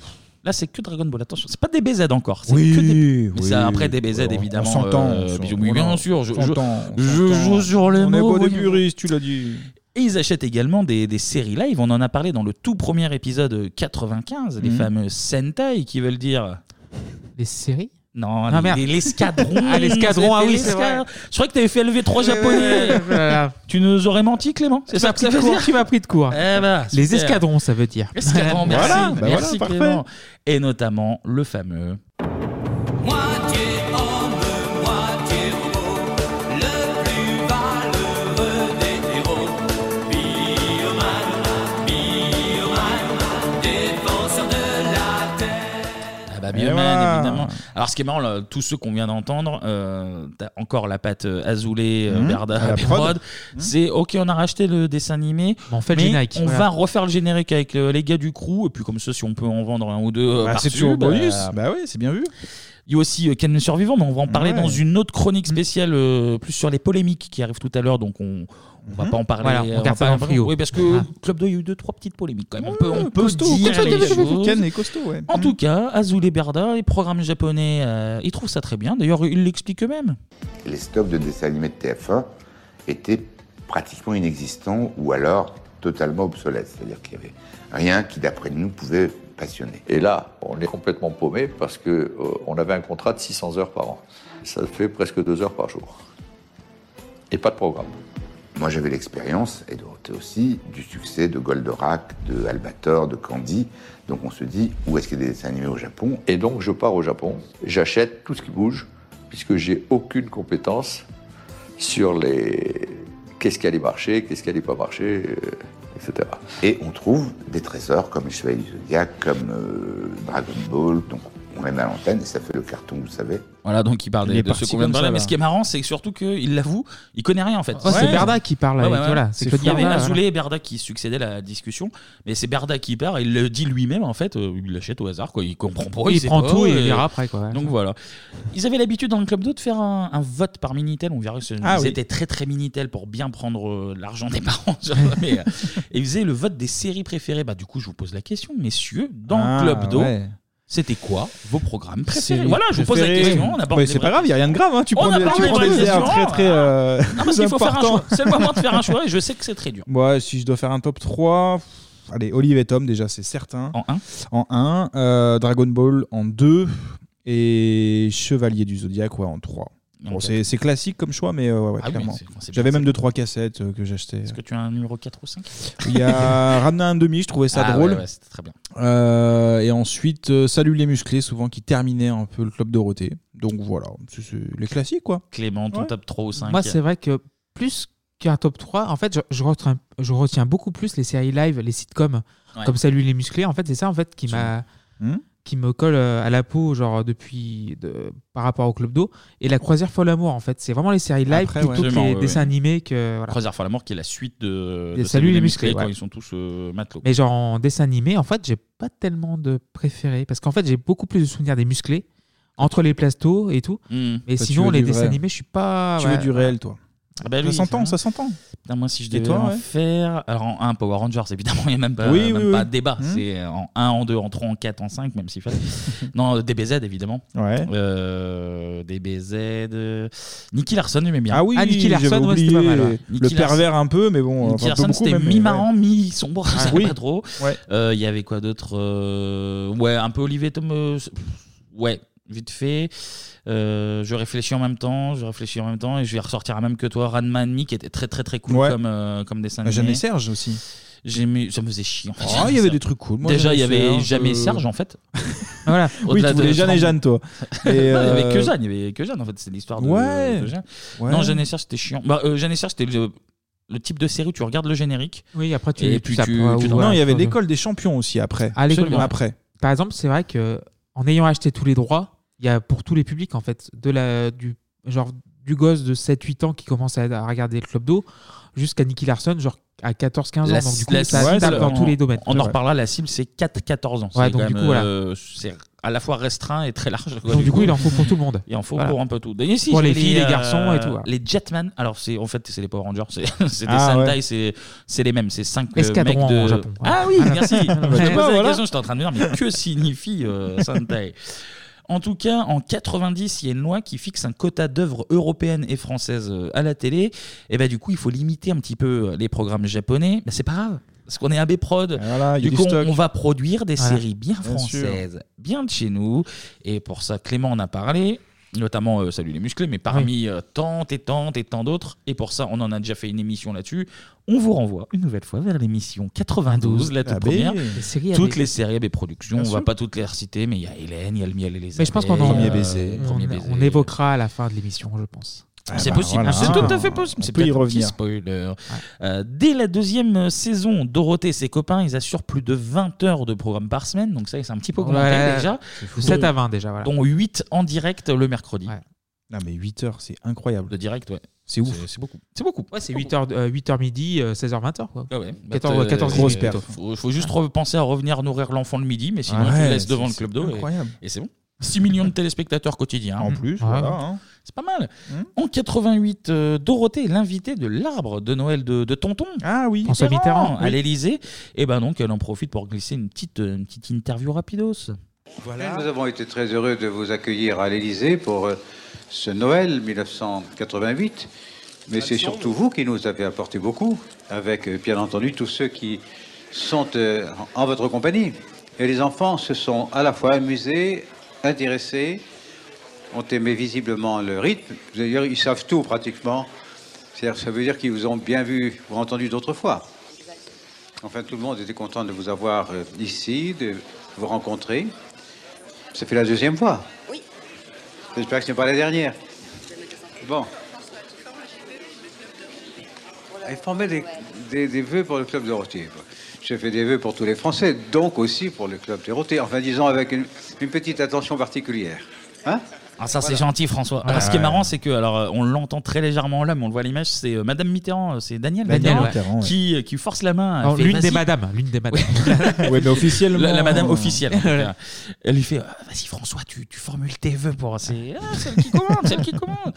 Speaker 1: Là c'est que Dragon Ball. Attention, c'est pas des BZ encore. c'est
Speaker 8: Oui,
Speaker 1: que des-
Speaker 8: oui,
Speaker 1: c'est après des
Speaker 8: on-
Speaker 1: BZ
Speaker 8: on
Speaker 1: évidemment.
Speaker 8: s'entend,
Speaker 1: euh,
Speaker 8: on s'en-
Speaker 1: bien- oui, bien sûr. Je,
Speaker 8: on s'entend,
Speaker 1: je- je joue sur les
Speaker 8: on
Speaker 1: mots.
Speaker 8: est pas des
Speaker 1: voyons.
Speaker 8: puristes, tu l'as dit.
Speaker 1: Et ils achètent également des, des séries live. On en a parlé dans le tout premier épisode 95, les
Speaker 8: Mhm.
Speaker 1: fameux Sentai qui veulent dire.
Speaker 7: Les séries
Speaker 1: Non,
Speaker 7: Ah,
Speaker 1: les-
Speaker 7: merde.
Speaker 1: les- l'escadron.
Speaker 7: Ah, l'escadron, ah oui, c'est
Speaker 1: l'escadron.
Speaker 7: vrai.
Speaker 1: Je croyais que t'avais fait lever trois
Speaker 7: Oui, oui,
Speaker 1: japonais.
Speaker 7: oui, voilà.
Speaker 1: Tu nous aurais menti, Clément
Speaker 7: Tu
Speaker 1: C'est ça
Speaker 7: m'as
Speaker 1: que ça
Speaker 7: pris de
Speaker 1: veut
Speaker 7: court,
Speaker 1: dire
Speaker 7: tu m'as pris de court.
Speaker 1: Eh ben,
Speaker 7: Les
Speaker 1: super.
Speaker 7: escadrons, ça veut dire.
Speaker 1: Escadron, merci.
Speaker 7: Voilà, bah
Speaker 1: merci
Speaker 7: voilà, parfait.
Speaker 1: Clément. Et notamment le fameux.
Speaker 15: Moitié homme, moitié robot, le plus valeureux des héros. Bioman, bioman, défenseur de la
Speaker 1: Ah bah,
Speaker 15: Eh
Speaker 1: Bioman,
Speaker 15: ouais.
Speaker 1: évidemment. Alors, ce qui est marrant, là, tous ceux qu'on vient d'entendre, euh, t'as encore la patte euh, Azoulay,
Speaker 8: Hmm.
Speaker 1: euh,
Speaker 7: Mhm.
Speaker 1: Berda,
Speaker 7: À la
Speaker 1: Berrod.
Speaker 7: prod.
Speaker 1: C'est OK, on a racheté le dessin animé.
Speaker 7: on fait le générique,
Speaker 1: On
Speaker 7: voilà.
Speaker 1: va refaire le générique avec euh, les gars du crew. Et puis, comme ça, si on peut en vendre un ou deux. euh,
Speaker 8: Bah,
Speaker 1: par-dessus,
Speaker 8: c'est toujours
Speaker 1: bah,
Speaker 8: bonus. Bah oui, c'est bien vu.
Speaker 1: Il y a aussi euh, Ken le survivant, mais on va en parler
Speaker 8: Ouais. Hmm.
Speaker 1: dans une autre chronique spéciale, euh, plus sur les polémiques qui arrivent tout à l'heure. Donc, on. On va
Speaker 7: Mhm.
Speaker 8: Hmm.
Speaker 1: pas en parler.
Speaker 7: Voilà, on
Speaker 1: euh,
Speaker 7: garde
Speaker 1: va
Speaker 7: ça
Speaker 1: pas
Speaker 7: dans
Speaker 1: en
Speaker 7: le frigo.
Speaker 1: Oui, parce que
Speaker 7: Ah.
Speaker 1: Club 2, il y a eu deux, trois petites polémiques quand même. On peut, on peut
Speaker 8: costaud,
Speaker 1: dire
Speaker 8: costaud,
Speaker 1: les
Speaker 8: costaud,
Speaker 1: choses.
Speaker 8: Ken est costaud, ouais.
Speaker 1: En tout cas, Azule Berda et programme japonais, euh, ils trouvent ça très bien. D'ailleurs, ils l'expliquent eux-mêmes.
Speaker 17: Les stocks de dessins animés de TF1 étaient pratiquement inexistants ou alors totalement obsolètes. C'est-à-dire qu'il n'y avait rien qui, d'après nous, pouvait passionner.
Speaker 20: Et là, on est complètement paumé parce que euh, on avait un contrat de 600 heures par an. Ça fait presque deux heures par jour. Et pas de programme.
Speaker 17: Moi, j'avais l'expérience, et Dorothée aussi, du succès de Goldorak, de Albator, de Candy. Donc on se dit, où est-ce qu'il y a des dessins animés au Japon
Speaker 20: Et donc, je pars au Japon, j'achète tout ce qui bouge, puisque j'ai aucune compétence sur les. Qu'est-ce qui allait marcher, qu'est-ce qui allait pas marcher, euh, etc.
Speaker 17: Et on trouve des trésors comme les Chevaliers du Zodiac, comme euh, Dragon Ball. Donc on les met à l'antenne et ça fait le carton, vous savez.
Speaker 1: Voilà, donc il parle
Speaker 17: Il est
Speaker 1: des- de
Speaker 17: parti
Speaker 1: ce qu'on vient de
Speaker 17: comme ça,
Speaker 1: parler. Mais
Speaker 17: là.
Speaker 1: ce qui est marrant, c'est surtout qu'il l'avoue, il connaît rien en fait.
Speaker 7: Ouais, c'est Berda qui parle avec- voilà, c'est
Speaker 1: c'est
Speaker 7: Claude
Speaker 1: fou. Il y avait
Speaker 7: Berda,
Speaker 1: Azoulay et Berda qui succédaient à la discussion, mais c'est Berda qui part, et il le dit lui-même en fait, euh, il l'achète au hasard, quoi. il comprend pas.
Speaker 7: Il
Speaker 1: sait
Speaker 7: prend
Speaker 1: pas, euh,
Speaker 7: tout et il verra après, quoi, ouais.
Speaker 1: Donc voilà. Ils avaient l'habitude dans le club 2 de faire un, un vote par Minitel, on verra que
Speaker 7: Ah
Speaker 1: ils
Speaker 7: oui.
Speaker 1: étaient très très Minitel pour bien prendre euh, l'argent des parents. sur- mais, euh, et ils faisaient le vote des séries préférées. Bah, du coup, je vous pose la question, messieurs, dans
Speaker 8: Ah,
Speaker 1: le club 2,
Speaker 8: ouais.
Speaker 1: c'était quoi vos programmes préférés
Speaker 8: Série
Speaker 1: Voilà, je vous pose la
Speaker 8: préférée.
Speaker 1: question. On aborde
Speaker 8: Mais
Speaker 1: des
Speaker 8: c'est
Speaker 1: vrais-
Speaker 8: pas grave, il n'y a rien de grave. hein. Tu
Speaker 1: On
Speaker 8: prends des,
Speaker 1: aborde
Speaker 8: tu
Speaker 1: des
Speaker 8: prends
Speaker 1: vraies
Speaker 8: des airs
Speaker 1: questions.
Speaker 8: très très. euh,
Speaker 1: Non, parce qu'il faut faire un
Speaker 8: importants.
Speaker 1: choix. C'est le moment de faire un choix et je sais que c'est très dur.
Speaker 8: Moi, si je dois faire un top 3, pff, allez, Olive et Tom, déjà, c'est certain.
Speaker 1: En 1
Speaker 8: En 1. Dragon Ball en 2. Et Chevalier du Zodiac, ouais, en 3.
Speaker 1: En
Speaker 8: Bon,
Speaker 1: quatre.
Speaker 8: c'est c'est classique comme choix, mais euh, ouais, ouais,
Speaker 1: Ah oui,
Speaker 8: clairement.
Speaker 1: c'est- c'est bien,
Speaker 8: J'avais même
Speaker 1: c'est-
Speaker 8: 2-3 cassettes euh, que j'achetais.
Speaker 1: Est-ce que tu as un numéro 4 ou 5
Speaker 8: Il y a ramené un demi, je trouvais ça
Speaker 1: Ah
Speaker 8: drôle.
Speaker 1: ouais, ouais, c'était très bien.
Speaker 8: Euh, et ensuite, euh, Salut les musclés, souvent qui terminait un peu le club Dorothée. Donc voilà, c'est c'est les classiques quoi.
Speaker 1: Clément, ton
Speaker 8: Ouais.
Speaker 1: top 3 ou 5
Speaker 7: Moi, c'est vrai que plus qu'un top 3, en fait, je, je retiens, je retiens beaucoup plus les séries live, les sitcoms,
Speaker 1: Ouais. Hmm
Speaker 7: comme Salut les musclés. En fait, c'est ça en fait qui m'a
Speaker 8: Hum.
Speaker 7: qui me colle euh, à la peau genre depuis de- par rapport au club d'eau et la croisière folle amour en fait c'est vraiment les séries live
Speaker 1: Après, ouais.
Speaker 7: plutôt que
Speaker 1: Absolument,
Speaker 7: les
Speaker 1: ouais,
Speaker 7: dessins
Speaker 1: ouais.
Speaker 7: animés que voilà.
Speaker 1: Croisière fois la mort qui est la suite de,
Speaker 7: Des
Speaker 1: de
Speaker 7: Salut les musclés,
Speaker 1: quand
Speaker 7: ouais.
Speaker 1: ils sont tous euh, matelots.
Speaker 7: mais genre en dessin animé en fait j'ai pas tellement de préférés parce qu'en fait j'ai beaucoup plus de souvenirs des musclés entre les plastos et tout
Speaker 1: Hum.
Speaker 7: mais
Speaker 1: Toi, tu
Speaker 7: sinon
Speaker 1: veux
Speaker 7: les
Speaker 1: du
Speaker 7: dessins
Speaker 1: vrai.
Speaker 7: animés je suis pas
Speaker 1: Tu
Speaker 7: ouais,
Speaker 1: veux du
Speaker 7: voilà.
Speaker 1: réel, toi. Ah bah
Speaker 8: Ça
Speaker 1: oui,
Speaker 8: s'entend,
Speaker 1: c'est vrai.
Speaker 8: ça s'entôt.
Speaker 1: Putain, moi, si je
Speaker 8: Et
Speaker 1: devais
Speaker 8: toi,
Speaker 1: en
Speaker 8: ouais
Speaker 1: faire. Alors, en 1, Power Rangers, évidemment, il n'y a même pas,
Speaker 8: Oui,
Speaker 1: même
Speaker 8: oui,
Speaker 1: pas
Speaker 8: oui.
Speaker 1: de débat.
Speaker 8: Mhm.
Speaker 1: C'est en 1, en 2, en 3, en 4, en 5, même s'il fallait. non, euh, DBZ, évidemment.
Speaker 8: Ouais.
Speaker 1: Euh, DBZ. euh, Nicky Larson, j'aimais bien.
Speaker 8: Ah oui, j'avais oublié le
Speaker 1: Nicky Larson-
Speaker 8: pervers un peu, mais bon,
Speaker 1: Nicky
Speaker 8: enfin, un peu
Speaker 1: Larson,
Speaker 8: beaucoup
Speaker 1: c'était
Speaker 8: même. mais
Speaker 1: mi-marrant,
Speaker 8: ouais.
Speaker 1: mi-sombre,
Speaker 8: Ah,
Speaker 1: je savais
Speaker 8: oui.
Speaker 1: pas trop. Euh, Il y avait quoi d'autre Euh, Ouais, un peu Olivier Tom. euh, c'est- pff, ouais, vite fait. Euh, je réfléchis en même temps, je réfléchis en même temps, et je vais ressortir la même que toi, Ranma Annie, qui était très très très cool
Speaker 8: Ouais.
Speaker 1: comme, euh, comme dessin
Speaker 8: Ah,
Speaker 1: animé.
Speaker 8: Jamais Serge aussi.
Speaker 1: J'aimais, ça me faisait chier. en fait.
Speaker 8: Oh,
Speaker 1: Jamais
Speaker 8: il y avait
Speaker 1: Serge.
Speaker 8: des trucs cool. Moi,
Speaker 1: Déjà, il y
Speaker 8: Jamais
Speaker 1: avait
Speaker 8: Serge,
Speaker 1: jamais
Speaker 8: euh,
Speaker 1: Serge en fait.
Speaker 7: Voilà.
Speaker 8: Oui,
Speaker 1: Au-delà
Speaker 8: tu voulais
Speaker 1: de
Speaker 8: Jeanne et
Speaker 1: Franck-
Speaker 8: Jeanne, toi. Et,
Speaker 1: Non, Il y avait
Speaker 8: euh,
Speaker 1: que Jeanne, il y avait que Jeanne en fait, c'est l'histoire de,
Speaker 8: Ouais.
Speaker 1: de Jeanne.
Speaker 8: Ouais.
Speaker 1: Non, Jeanne et Serge, c'était chiant. Bah, euh, Jeanne et Serge, c'était le, le type de série où tu regardes le générique.
Speaker 7: Oui, après, tu-
Speaker 1: et
Speaker 7: tu
Speaker 1: puis
Speaker 7: tapes,
Speaker 1: tu-
Speaker 7: ouais,
Speaker 1: tu-
Speaker 7: ou-
Speaker 8: Non, il y avait
Speaker 7: Absolument.
Speaker 8: l'école des champions aussi après.
Speaker 7: À l'école, ouais.
Speaker 8: après.
Speaker 7: Par exemple, c'est vrai que en ayant acheté tous les droits, il y a pour tous les publics en fait, de la du genre du gosse de 7 8 ans qui commence à, à regarder le club d'eau jusqu'à Nicky Larson genre à 14 15 ans. Donc du coup, ça
Speaker 1: cible,
Speaker 7: tape dans
Speaker 1: on-
Speaker 7: tous les domaines.
Speaker 1: On en
Speaker 7: Ouais.
Speaker 1: reparlera, la cible c'est 4-14 ans.
Speaker 7: Ouais,
Speaker 1: C'est
Speaker 7: donc
Speaker 1: quand
Speaker 7: du
Speaker 1: même,
Speaker 7: coup, voilà.
Speaker 1: euh, c'est à la fois restreint et très large. quoi,
Speaker 7: Donc du coup, il en faut pour tout le monde.
Speaker 1: Il en faut
Speaker 7: Voilà.
Speaker 1: pour un peu tout. Et si,
Speaker 7: Pour
Speaker 1: j'ai euh,
Speaker 7: les filles, les garçons et tout, voilà.
Speaker 1: Les Jetman, alors c'est en fait c'est les Power Rangers, c'est c'est des
Speaker 7: Ah,
Speaker 1: Sentai,
Speaker 7: ouais.
Speaker 1: c'est c'est les mêmes, c'est 5
Speaker 7: Escadron
Speaker 1: mecs de
Speaker 7: en Japon.
Speaker 1: Ah oui,
Speaker 7: Voilà.
Speaker 1: merci.
Speaker 7: Bah,
Speaker 1: Je me
Speaker 7: tu
Speaker 1: posais
Speaker 7: vois,
Speaker 1: la
Speaker 7: voilà.
Speaker 1: question, j'étais en train de me dire mais que signifie euh, Sentai en tout cas, en 90, il y a une loi qui fixe un quota d'œuvres européennes et bah, françaises euh, à la télé. Et ben du coup, il faut limiter un petit peu les programmes euh, japonais. Ben, c'est pas grave. Parce qu'on est AB Prod.
Speaker 8: Ah, Voilà, il y
Speaker 1: du
Speaker 8: a du
Speaker 1: coup, on-
Speaker 8: stock.
Speaker 1: on va produire des
Speaker 8: Voilà.
Speaker 1: séries bien
Speaker 8: Bien sûr.
Speaker 1: françaises, bien de chez nous. Et pour ça, Clément en a parlé, notamment euh, Salut les musclés, mais parmi euh, tant et tant et tant d'autres. Et pour ça, on en a déjà fait une émission là-dessus. On vous renvoie une nouvelle fois vers l'émission 92,
Speaker 8: Ah
Speaker 1: la toute
Speaker 8: bah
Speaker 12: AB.
Speaker 1: première.
Speaker 12: Les séries AB.
Speaker 1: toutes les séries AB Productions.
Speaker 12: Bien
Speaker 1: on va
Speaker 12: sûr.
Speaker 1: pas toutes les reciter, mais il y a Hélène, il y a le miel et les
Speaker 7: Mais je pense qu'on
Speaker 1: abeilles,
Speaker 7: en
Speaker 1: il y a,
Speaker 7: on,
Speaker 1: euh, Premier baiser. Ah ben
Speaker 7: on évoquera à la fin de l'émission, je pense. Ah bah
Speaker 1: C'est possible, c'est tout à fait possible. C'est peut-être un petit spoiler. Euh, dès la deuxième euh, saison, Dorothée et ses copains, ils assurent plus de 20 heures de programme par semaine. Donc ça, c'est un petit peu
Speaker 7: Ouais,
Speaker 1: augmenté
Speaker 7: ouais,
Speaker 1: déjà.
Speaker 7: c'est fou. Sept à 20 déjà, voilà.
Speaker 1: Dont 8 en direct le mercredi.
Speaker 8: Non, mais 8 heures, c'est incroyable.
Speaker 1: De direct, ouais.
Speaker 8: C'est ouf.
Speaker 1: C'est beaucoup. C'est beaucoup.
Speaker 7: Ouais, c'est 8h, 8h euh, midi, 16h, 20h. Quoi.
Speaker 1: Ah ouais, bah,
Speaker 7: 14,
Speaker 1: t'as-
Speaker 7: 14
Speaker 1: grosse
Speaker 7: minutes,
Speaker 1: perf.
Speaker 7: plutôt.
Speaker 1: Faut, faut juste penser à revenir nourrir l'enfant le midi, mais sinon
Speaker 7: Ouais,
Speaker 1: tu le laisses
Speaker 7: c'est-
Speaker 1: devant le
Speaker 7: c'est
Speaker 1: club d'eau. et-
Speaker 7: incroyable. Mmh. Ah
Speaker 1: Et, c'est bon. 6 millions de téléspectateurs quotidiens. En
Speaker 8: plus,
Speaker 7: voilà,
Speaker 8: hein.
Speaker 1: C'est pas mal.
Speaker 7: Mmh.
Speaker 1: En 88, euh, Dorothée est l'invitée de l'arbre de Noël de, de Tonton.
Speaker 8: Ah oui,
Speaker 7: François Mitterrand,
Speaker 1: à
Speaker 7: oui.
Speaker 1: l'Elysée. Et ben donc, elle en profite pour glisser une petite, euh, une petite interview rapidos.
Speaker 21: Nous avons été très heureux de vous accueillir à l'Élysée pour euh, ce Noël 1988. Mais c'est surtout vous qui nous avez apporté beaucoup, avec euh, bien entendu tous ceux qui sont euh, en en votre compagnie. Et les enfants se sont à la fois amusés, intéressés, ont aimé visiblement le rythme. D'ailleurs, ils savent tout pratiquement. C'est-à-dire, ça veut dire qu'ils vous ont bien vu ou entendu d'autres fois. Enfin, tout le monde était content de vous avoir euh, ici, de vous rencontrer. Ça fait la deuxième fois.
Speaker 11: Oui.
Speaker 21: J'espère que ce n'est pas la dernière. Bon. Elle formait des, des- des vœux pour le club Dorothée. J'ai fait des vœux pour tous les Français, donc aussi pour le club Dorothée. Enfin, disons avec une, une petite attention particulière. Hein
Speaker 1: Ah, ça, c'est
Speaker 21: Voilà.
Speaker 1: gentil, François.
Speaker 21: Ouais,
Speaker 1: Alors, ce qui est
Speaker 21: ouais.
Speaker 1: marrant, c'est que, alors, euh, on l'entend très légèrement là, mais on le voit à l'image, c'est euh, Madame Mitterrand, euh, c'est Daniel,
Speaker 7: Daniel
Speaker 1: Mitterrand,
Speaker 7: Mitterrand, ouais.
Speaker 1: qui, euh, qui force la main. elle
Speaker 7: Alors,
Speaker 1: fait,
Speaker 7: L'une des
Speaker 1: vas-y.
Speaker 7: madames. hein, L'une des madames.
Speaker 1: Ouais, mais officiellement- La- la madame officielle, en tout cas. Elle lui fait, euh,
Speaker 12: vas-y
Speaker 1: François, tu, tu formules tes vœux pour. C'est ah, celle qui commande, celle qui commande.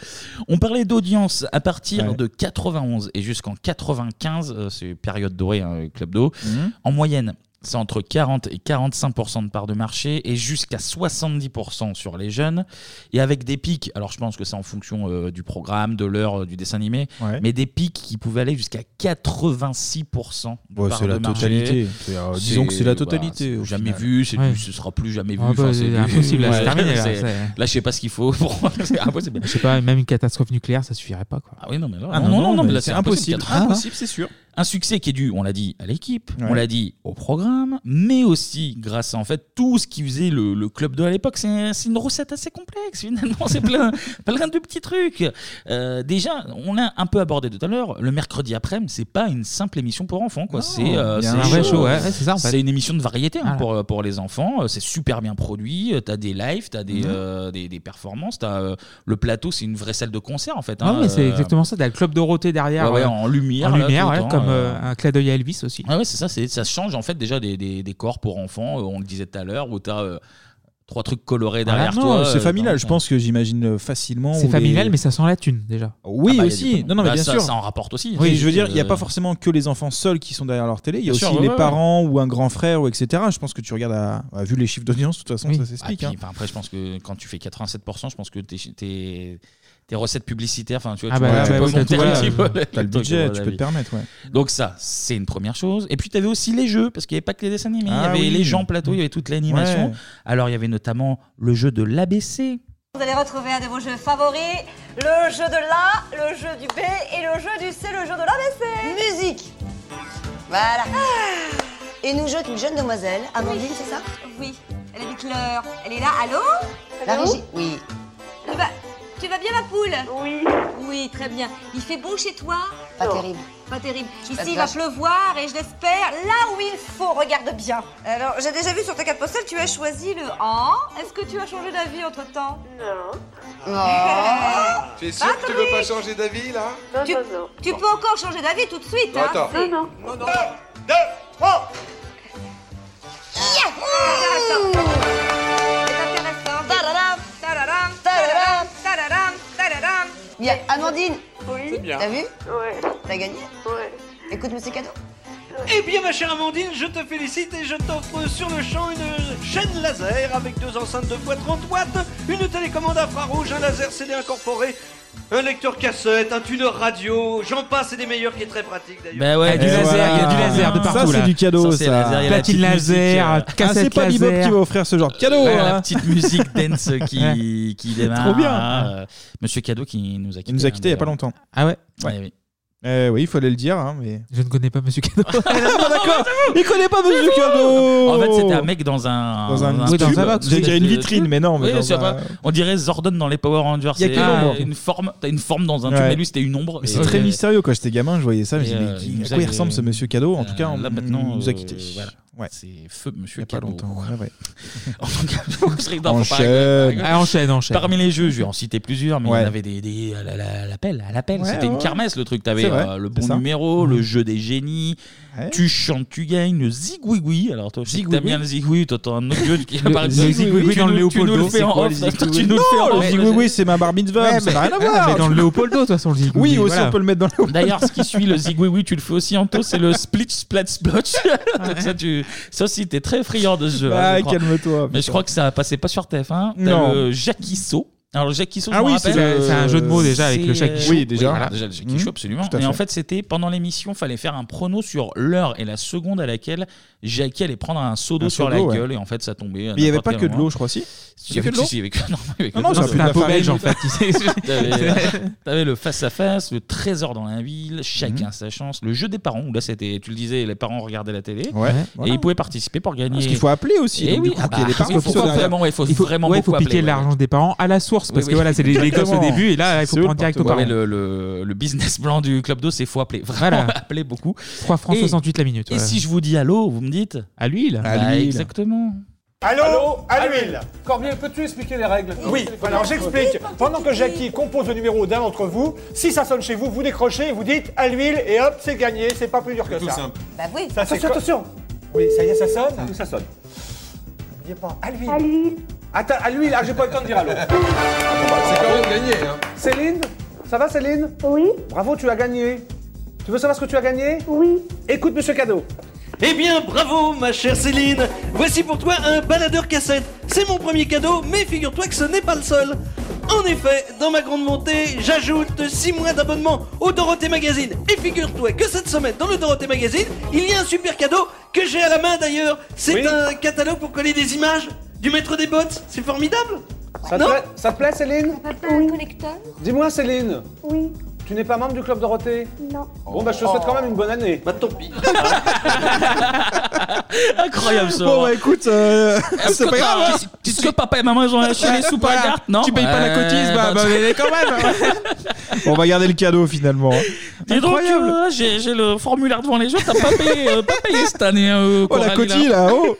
Speaker 1: On parlait d'audience à partir
Speaker 12: Ouais.
Speaker 1: de 91 et jusqu'en 95, euh, c'est période dorée, hein, le Club d'eau.
Speaker 7: Mm.
Speaker 8: Mhm.
Speaker 1: En moyenne, c'est entre 40 et 45 de part de marché et jusqu'à 70 sur les jeunes. Et avec des pics, alors je pense que c'est en fonction euh, du programme, de l'heure, euh, du dessin animé,
Speaker 8: Ouais.
Speaker 1: mais des pics qui pouvaient aller jusqu'à 86 de
Speaker 8: Ouais,
Speaker 1: part
Speaker 8: c'est
Speaker 1: de
Speaker 8: la
Speaker 1: marché. bah,
Speaker 8: totalité. C'est, euh, disons que c'est la totalité,
Speaker 1: c'est
Speaker 8: au
Speaker 1: jamais
Speaker 8: final.
Speaker 1: vu, c'est
Speaker 8: Ouais.
Speaker 1: du- ce sera plus jamais vu.
Speaker 7: Ah bah,
Speaker 1: enfin,
Speaker 7: c'est
Speaker 1: du-
Speaker 7: impossible, là, c'est
Speaker 1: Ouais,
Speaker 7: terminé, là,
Speaker 1: c'est-
Speaker 7: c'est-
Speaker 1: Là, je sais pas ce qu'il faut. Pour... c'est impossible.
Speaker 7: Je sais pas, même une catastrophe nucléaire, ça suffirait pas. Quoi.
Speaker 1: Ah oui, non, mais là,
Speaker 7: Ah
Speaker 1: non,
Speaker 7: non,
Speaker 1: non,
Speaker 7: non,
Speaker 1: non,
Speaker 7: mais
Speaker 1: mais là,
Speaker 7: c'est
Speaker 1: c'est
Speaker 7: impossible. Ah,
Speaker 1: impossible. d'être rare,
Speaker 7: Impossible,
Speaker 1: hein.
Speaker 8: c'est sûr.
Speaker 1: Un succès qui est dû, on l'a dit, à l'équipe, on
Speaker 8: Ouais.
Speaker 1: l'a dit au programme, mais aussi grâce à en fait tout ce qui faisait le, le club de à l'époque. C'est c'est une recette assez complexe finalement. C'est plein, plein de petits trucs. Euh, déjà, on l'a un peu abordé tout à l'heure. Le mercredi après, c'est pas une simple émission pour enfants. quoi. C'est euh,
Speaker 7: il y a
Speaker 1: c'est
Speaker 7: un vrai
Speaker 1: chaud.
Speaker 7: show, ouais, ouais, c'est ça, en fait.
Speaker 1: C'est une émission de variété hein,
Speaker 7: Voilà.
Speaker 1: pour, euh, pour les enfants. Euh, C'est super bien produit. Euh, T'as des lives, t'as des,
Speaker 7: Mhm.
Speaker 1: euh, des, des performances. T'as euh, le plateau, c'est une vraie salle de concert en fait.
Speaker 7: Ah
Speaker 1: hein.
Speaker 7: ouais, c'est
Speaker 1: Euh,
Speaker 7: exactement ça. T'as le club Dorothée derrière.
Speaker 1: Ouais, ouais,
Speaker 7: euh,
Speaker 1: en lumière,
Speaker 7: En
Speaker 1: là,
Speaker 7: lumière,
Speaker 1: tout le
Speaker 7: ouais,
Speaker 1: temps,
Speaker 7: comme
Speaker 1: euh.
Speaker 7: euh, un clin d'œil à Elvis aussi.
Speaker 1: Ah ouais, c'est ça, c'est- ça change en fait déjà des, des, des corps pour enfants, euh, on le disait tout à l'heure, où t'as euh, trois trucs colorés derrière
Speaker 8: Ah, non,
Speaker 1: toi.
Speaker 8: c'est
Speaker 1: euh,
Speaker 8: familial.
Speaker 1: dans-
Speaker 8: Je pense que j'imagine euh, facilement.
Speaker 7: C'est
Speaker 8: où
Speaker 7: familial,
Speaker 8: les-
Speaker 7: mais ça sent la thune déjà.
Speaker 8: Oui,
Speaker 1: Ah bah, il y a
Speaker 8: aussi.
Speaker 1: du-
Speaker 8: Non, non, mais
Speaker 1: Bah,
Speaker 8: bien
Speaker 1: ça-
Speaker 8: sûr.
Speaker 1: ça en rapporte aussi.
Speaker 8: Oui,
Speaker 1: C'est-
Speaker 8: je veux dire, il n'y a
Speaker 1: euh,
Speaker 8: pas forcément que les enfants seuls qui sont derrière leur télé. Il y
Speaker 1: Bien
Speaker 8: a aussi
Speaker 1: sûr, ouais,
Speaker 8: les
Speaker 1: ouais.
Speaker 8: parents ou un grand frère ou etc. Je pense que tu regardes à, à- vu les chiffres d'audience, de toute façon, ça s'explique.
Speaker 1: Ah,
Speaker 8: hein.
Speaker 1: puis, enfin, après, je pense que quand tu fais 87%, je pense que tes, tes, tes recettes publicitaires, enfin, tu vois,
Speaker 8: Ah
Speaker 1: tu,
Speaker 8: bah,
Speaker 1: vois, tu
Speaker 8: ouais,
Speaker 1: peux
Speaker 8: ouais, t'as
Speaker 1: monter
Speaker 8: tout,
Speaker 1: un
Speaker 8: ouais.
Speaker 1: petit peu
Speaker 8: T'as le
Speaker 1: truc,
Speaker 8: budget,
Speaker 1: à mon
Speaker 8: tu peux te
Speaker 1: avis.
Speaker 8: permettre, ouais.
Speaker 1: Donc ça, c'est une première chose. Et puis, tu avais aussi les jeux, parce qu'il n'y avait pas que les dessins animés,
Speaker 8: Ah
Speaker 1: il y avait
Speaker 8: oui.
Speaker 1: les gens plateau, il y avait toute l'animation.
Speaker 8: Ouais.
Speaker 1: Alors, il y avait notamment le jeu de l'ABC.
Speaker 22: Vous allez retrouver un de vos jeux favoris, le jeu de l'A, le jeu du B et le jeu du C, le jeu de l'ABC. Musique
Speaker 11: Voilà. Et nous jouons avec une jeune demoiselle, Amandine,
Speaker 22: Oui.
Speaker 11: c'est ça
Speaker 22: Oui, elle habite l'heure. Elle est là, allô
Speaker 11: La
Speaker 22: Allô
Speaker 11: régie Oui.
Speaker 22: Tu vas- Tu vas bien ma poule Oui. Oui, très bien. Il fait beau chez toi
Speaker 11: Pas terrible.
Speaker 22: Pas terrible.
Speaker 11: pas
Speaker 22: Ici,
Speaker 11: de
Speaker 22: il va
Speaker 11: vache.
Speaker 22: pleuvoir et je l'espère là où il faut. Regarde bien. Alors, j'ai déjà vu sur ta carte postale, tu as choisi le en. Est-ce que tu as changé d'avis entre-temps Non.
Speaker 23: Tu es sûr que tu veux pas changer d'avis là
Speaker 22: tu, tu peux encore changer d'avis tout de suite,
Speaker 23: Non,
Speaker 22: hein
Speaker 23: attends.
Speaker 22: c'est-
Speaker 23: Non, non. Non, non.
Speaker 22: Deux, trois. Yeah
Speaker 23: Ah.
Speaker 22: C'est intéressant. C'est intéressant.
Speaker 11: Tadadam.
Speaker 22: Tadadam,
Speaker 11: Tadadam.
Speaker 22: tadadam, tadadam.
Speaker 11: Bien. Amandine
Speaker 22: Oui.
Speaker 11: T'as vu Ouais. T'as gagné Ouais. Écoute, monsieur cadeau.
Speaker 24: Eh bien, ma chère Amandine, je te félicite et je t'offre sur le champ une chaîne laser avec deux enceintes de fois 30 watts, une télécommande infrarouge, un laser CD incorporé, un lecteur cassette, un tuneur radio, j'en passe, c'est des meilleurs qui est très pratique d'ailleurs.
Speaker 1: Bah ouais,
Speaker 7: Il y a Ben du
Speaker 1: euh,
Speaker 7: laser,
Speaker 1: voilà.
Speaker 8: Ah,
Speaker 7: il y a du laser de
Speaker 1: Ça,
Speaker 7: partout.
Speaker 1: c'est
Speaker 7: là.
Speaker 1: du cadeau, Ça, c'est ça. laser, il y a la
Speaker 7: Platine
Speaker 1: petite musique, euh.
Speaker 7: laser,
Speaker 1: Ah,
Speaker 7: cassette
Speaker 1: c'est pas Bebop
Speaker 7: laser.
Speaker 1: qui va offrir ce genre de cadeau,
Speaker 7: Ouais,
Speaker 1: la petite musique dance qui, qui démarre.
Speaker 8: hein. Trop bien.
Speaker 1: Euh, Monsieur Cadeau qui nous a hein, quitté.
Speaker 8: Il nous a quitté il y a pas longtemps.
Speaker 7: Ah ouais
Speaker 1: oui.
Speaker 8: Euh, oui, il fallait le dire, hein, mais.
Speaker 7: Je ne connais pas Monsieur Cadeau.
Speaker 8: Ah, bah,
Speaker 7: Ah, bah,
Speaker 8: D'accord, il connaît pas Monsieur Cadeau.
Speaker 1: En fait, c'était un mec dans un.
Speaker 8: Dans un
Speaker 1: tube.
Speaker 8: dans un box. J'allais dire une
Speaker 1: de-
Speaker 8: vitrine, mais non, mais
Speaker 1: Oui,
Speaker 8: dans
Speaker 1: c'est
Speaker 8: un-
Speaker 1: pas- On dirait Zordon dans les Power Rangers.
Speaker 8: Il y a
Speaker 1: C'est
Speaker 8: que l'ombre.
Speaker 1: une forme. T'as une forme dans un tube,
Speaker 8: Ouais.
Speaker 1: mais lui, c'était une ombre.
Speaker 8: Mais
Speaker 1: Et-
Speaker 8: c'est très
Speaker 1: euh,
Speaker 8: mystérieux quand j'étais gamin, je voyais ça, je me
Speaker 1: Et,
Speaker 8: disais,
Speaker 1: euh, il
Speaker 8: mais qui-
Speaker 1: nous
Speaker 8: à
Speaker 1: a-
Speaker 8: quoi il ressemble ce monsieur cadeau En tout cas, on
Speaker 1: là maintenant,
Speaker 8: il nous
Speaker 1: euh,
Speaker 8: a quittés.
Speaker 1: voilà.
Speaker 8: Ouais.
Speaker 1: C'est feu, monsieur
Speaker 8: Il y a pas
Speaker 1: Cadeau.
Speaker 8: longtemps, ouais, ouais.
Speaker 1: En tout cas, on serait dans-
Speaker 8: Enchaîne.
Speaker 1: par exemple.
Speaker 8: Ah, enchaîne, enchaîne.
Speaker 1: Parmi les jeux, je vais en citer plusieurs, mais
Speaker 8: Ouais.
Speaker 1: il y en avait des, des- à la- la- à l'appel, à l'appel.
Speaker 8: Ouais,
Speaker 1: C'était une
Speaker 8: ouais.
Speaker 1: kermesse le truc. T'avais
Speaker 8: C'est vrai,
Speaker 1: euh, le
Speaker 8: c'est
Speaker 1: bon
Speaker 8: ça. Mmh.
Speaker 1: numéro, le jeu des génies.
Speaker 8: Ouais.
Speaker 1: Tu chantes, tu gagnes. Le zigouigoui. Alors toi, je sais que t'aimes bien le zigouigoui. Toi, t'as un autre jeu qui
Speaker 8: Le-
Speaker 1: apparaît.
Speaker 8: le
Speaker 1: Zigouigoui,
Speaker 8: zigouigoui
Speaker 1: tu
Speaker 8: dans
Speaker 1: nous-
Speaker 8: le
Speaker 1: Tu nous le
Speaker 8: Léopoldo,
Speaker 1: fais
Speaker 8: c'est
Speaker 1: en
Speaker 8: quoi, le
Speaker 1: off. toi, Tu
Speaker 8: zigouigoui
Speaker 1: nous le fais en
Speaker 8: Non,
Speaker 1: off.
Speaker 8: le zigouigoui, c'est ma bar mitzvah,
Speaker 1: Ouais,
Speaker 8: ça
Speaker 1: mais-
Speaker 8: n'a rien à
Speaker 1: ouais,
Speaker 8: voir.
Speaker 1: mais dans le
Speaker 7: Léopoldo, de toute façon, le zigouigoui,
Speaker 8: Oui, aussi,
Speaker 7: voilà.
Speaker 8: on peut le mettre dans le Léopoldo.
Speaker 1: D'ailleurs, ce qui suit le zigouigoui, tu le fais aussi en taux, c'est le split splat splotch. ça, tu... ça aussi, t'es très friand de ce jeu. hein,
Speaker 8: Ah,
Speaker 1: je crois.
Speaker 8: calme-toi,
Speaker 1: Mais je crois que ça passait pas sur TF1. T'as
Speaker 8: Non.
Speaker 1: le Jaquisso. Alors, Jaquisso,
Speaker 8: Ah oui, c'est le- c'est un jeu de mots, déjà, avec le Jackie Show.
Speaker 1: euh, Oui, déjà.
Speaker 8: Oui, voilà.
Speaker 1: déjà le Jackie Show,
Speaker 8: Mhm.
Speaker 1: absolument.
Speaker 8: Tout à
Speaker 1: Et en
Speaker 8: fait.
Speaker 1: fait, c'était pendant l'émission, fallait faire un prono sur l'heure et la seconde à laquelle Jackie allait prendre un seau d'eau
Speaker 8: Un
Speaker 1: sur
Speaker 8: seau d'eau,
Speaker 1: la
Speaker 8: ouais.
Speaker 1: gueule. Et en fait, ça tombait. à
Speaker 8: Mais il y avait
Speaker 1: n'importe
Speaker 8: pas
Speaker 1: quel
Speaker 8: que de
Speaker 1: moment.
Speaker 8: l'eau, je crois, si
Speaker 1: Il y avait que de l'eau. Si, il y avait que- non, il y avait que
Speaker 8: Ah Non,
Speaker 1: de
Speaker 8: non, ça
Speaker 1: l'eau.
Speaker 8: a pris de la farine.
Speaker 1: T'avais- T'avais le face-à-face, le trésor dans la ville, chacun sa chance, le jeu des parents, où là c'était, tu le disais, les parents regardaient la télé,
Speaker 8: Ouais,
Speaker 1: et
Speaker 8: voilà.
Speaker 1: ils pouvaient participer pour gagner.
Speaker 8: Parce qu'il faut appeler aussi,
Speaker 1: Et
Speaker 8: donc,
Speaker 1: oui,
Speaker 8: du coup,
Speaker 1: ah
Speaker 8: qu'il y ait
Speaker 1: bah,
Speaker 8: des parents
Speaker 1: il
Speaker 8: qui
Speaker 1: faut
Speaker 8: sont derrière.
Speaker 1: vraiment, il faut
Speaker 7: Il faut,
Speaker 1: vraiment
Speaker 7: ouais, il faut
Speaker 1: beaucoup
Speaker 7: piquer
Speaker 1: appeler, ouais.
Speaker 7: l'argent des parents à la source parce
Speaker 1: Oui, oui.
Speaker 7: que voilà, c'est les, les gosses au
Speaker 1: Exactement.
Speaker 7: début et là, il
Speaker 1: C'est
Speaker 7: faut
Speaker 1: eux
Speaker 7: prendre direct au
Speaker 1: porte-voix.
Speaker 7: parents.
Speaker 1: Ouais, le, le- le business plan du club d'eau, c'est faut appeler. Vraiment
Speaker 7: Voilà.
Speaker 1: appeler beaucoup.
Speaker 7: 3 francs 68 la minute,
Speaker 1: Et
Speaker 7: ouais. Ah,
Speaker 1: si je vous dis allô, vous me dites
Speaker 7: À l'huile.
Speaker 1: Bah, Exactement.
Speaker 2: Allô, à l'huile Cormier, peux-tu expliquer les règles Oui, alors j'explique. Pendant que Jackie compose le numéro d'un d'entre vous, si ça sonne chez vous, vous décrochez, vous dites à l'huile et hop, c'est gagné, c'est pas plus dur que ça.
Speaker 11: Bah oui.
Speaker 2: Ça, c'est
Speaker 11: attention,
Speaker 2: co-
Speaker 11: attention.
Speaker 2: Oui, ça y est, ça sonne Ça sonne. N'oubliez pas, à l'huile. À l'huile. Attends, à l'huile, ah, j'ai pas le temps de dire allô. bah, C'est quand même gagné, hein. Céline Ça va, Céline Oui. Bravo, tu as gagné. Tu veux savoir ce que tu as gagné Oui. Écoute, monsieur Cadeau.
Speaker 24: Eh bien, bravo, ma chère Céline Voici pour toi un baladeur cassette. C'est mon premier cadeau, mais figure-toi que ce n'est pas le seul. En effet, dans ma grande montée, j'ajoute 6 mois d'abonnement au Dorothée Magazine. Et figure-toi que cette semaine, dans le Dorothée Magazine, il y a un super cadeau que j'ai à la main d'ailleurs. C'est un catalogue pour coller des images du maître des bottes. C'est formidable
Speaker 2: Ça te
Speaker 24: Non
Speaker 2: plaît, ça te plaît, Céline
Speaker 11: Un connecteur
Speaker 2: Dis-moi, Céline. Oui. Tu n'es pas membre du club Dorothée Non. Bon, bah, je te souhaite quand même une bonne année. Bah, tant pis.
Speaker 1: Incroyable ça.
Speaker 2: Bon, bah,
Speaker 8: écoute, euh,
Speaker 1: c'est pas grave. Euh, ah, Tu sais que papa et maman ils ont lâché les sous par la carte, non Euh,
Speaker 8: Tu payes pas la cotise, bah, bah, mais quand
Speaker 1: même.
Speaker 8: On va garder le cadeau finalement.
Speaker 1: Dis donc, euh, j'ai j'ai le formulaire devant les yeux, t'as pas payé, euh, pas payé cette année. euh,
Speaker 8: Oh la
Speaker 1: Coralie,
Speaker 8: cotille là, oh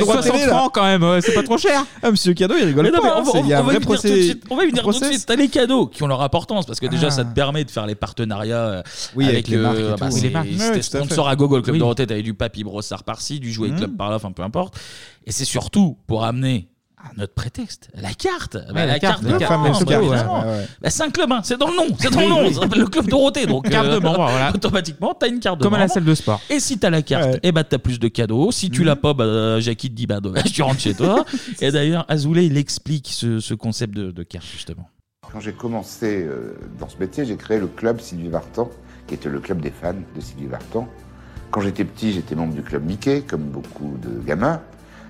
Speaker 8: Droit
Speaker 1: 60
Speaker 8: télé, là.
Speaker 1: francs, quand même, euh, c'est pas trop cher.
Speaker 8: Ah, monsieur Cadeau, il rigole
Speaker 1: Mais non, mais
Speaker 8: pas. hein,
Speaker 1: on, va-
Speaker 8: c'est- il y a un
Speaker 1: on va
Speaker 8: vrai
Speaker 1: y venir tout de
Speaker 8: procès.
Speaker 1: suite. On va y venir tout de
Speaker 8: process.
Speaker 1: suite. T'as les cadeaux qui ont leur importance parce que déjà
Speaker 8: Ah.
Speaker 1: ça te permet de faire les partenariats euh,
Speaker 8: Oui, avec les
Speaker 1: euh,
Speaker 8: marques et
Speaker 1: bah,
Speaker 8: tout.
Speaker 1: c'est-
Speaker 8: Oui, les marques.
Speaker 1: c'était
Speaker 8: Ouais, tout à
Speaker 1: sponsor
Speaker 8: fait.
Speaker 1: à Google Club
Speaker 8: Oui.
Speaker 1: Dorothée. T'avais du papy brossard par-ci, du jouet
Speaker 8: Mhm.
Speaker 1: club par-là, enfin peu importe. Et c'est surtout pour amener à notre prétexte la carte. Bah,
Speaker 7: la carte, la
Speaker 1: de
Speaker 7: carte,
Speaker 1: membre,
Speaker 7: la carte, ouais,
Speaker 1: évidemment.
Speaker 7: ouais, ouais.
Speaker 1: Bah, c'est un club, hein, c'est dans le nom, c'est dans le
Speaker 7: Oui,
Speaker 1: nom.
Speaker 7: oui.
Speaker 1: Ça s'appelle le club Dorothée, donc euh,
Speaker 7: Carte de membre, voilà.
Speaker 1: Automatiquement, t'as une carte de
Speaker 7: Comme à la
Speaker 1: membre.
Speaker 7: salle de sport. Mm.
Speaker 1: Et si t'as la carte, et bah t'as plus de cadeaux. Si tu l'as pas, bah Jackie te dit bah dommage, tu rentres chez toi. Et d'ailleurs, Azoulay il explique ce, ce concept de, de carte justement.
Speaker 17: Quand j'ai commencé euh, dans ce métier, j'ai créé le club Sylvie Vartan, qui était le club des fans de Sylvie Vartan. Quand j'étais petit, j'étais membre du club Mickey, comme beaucoup de gamins.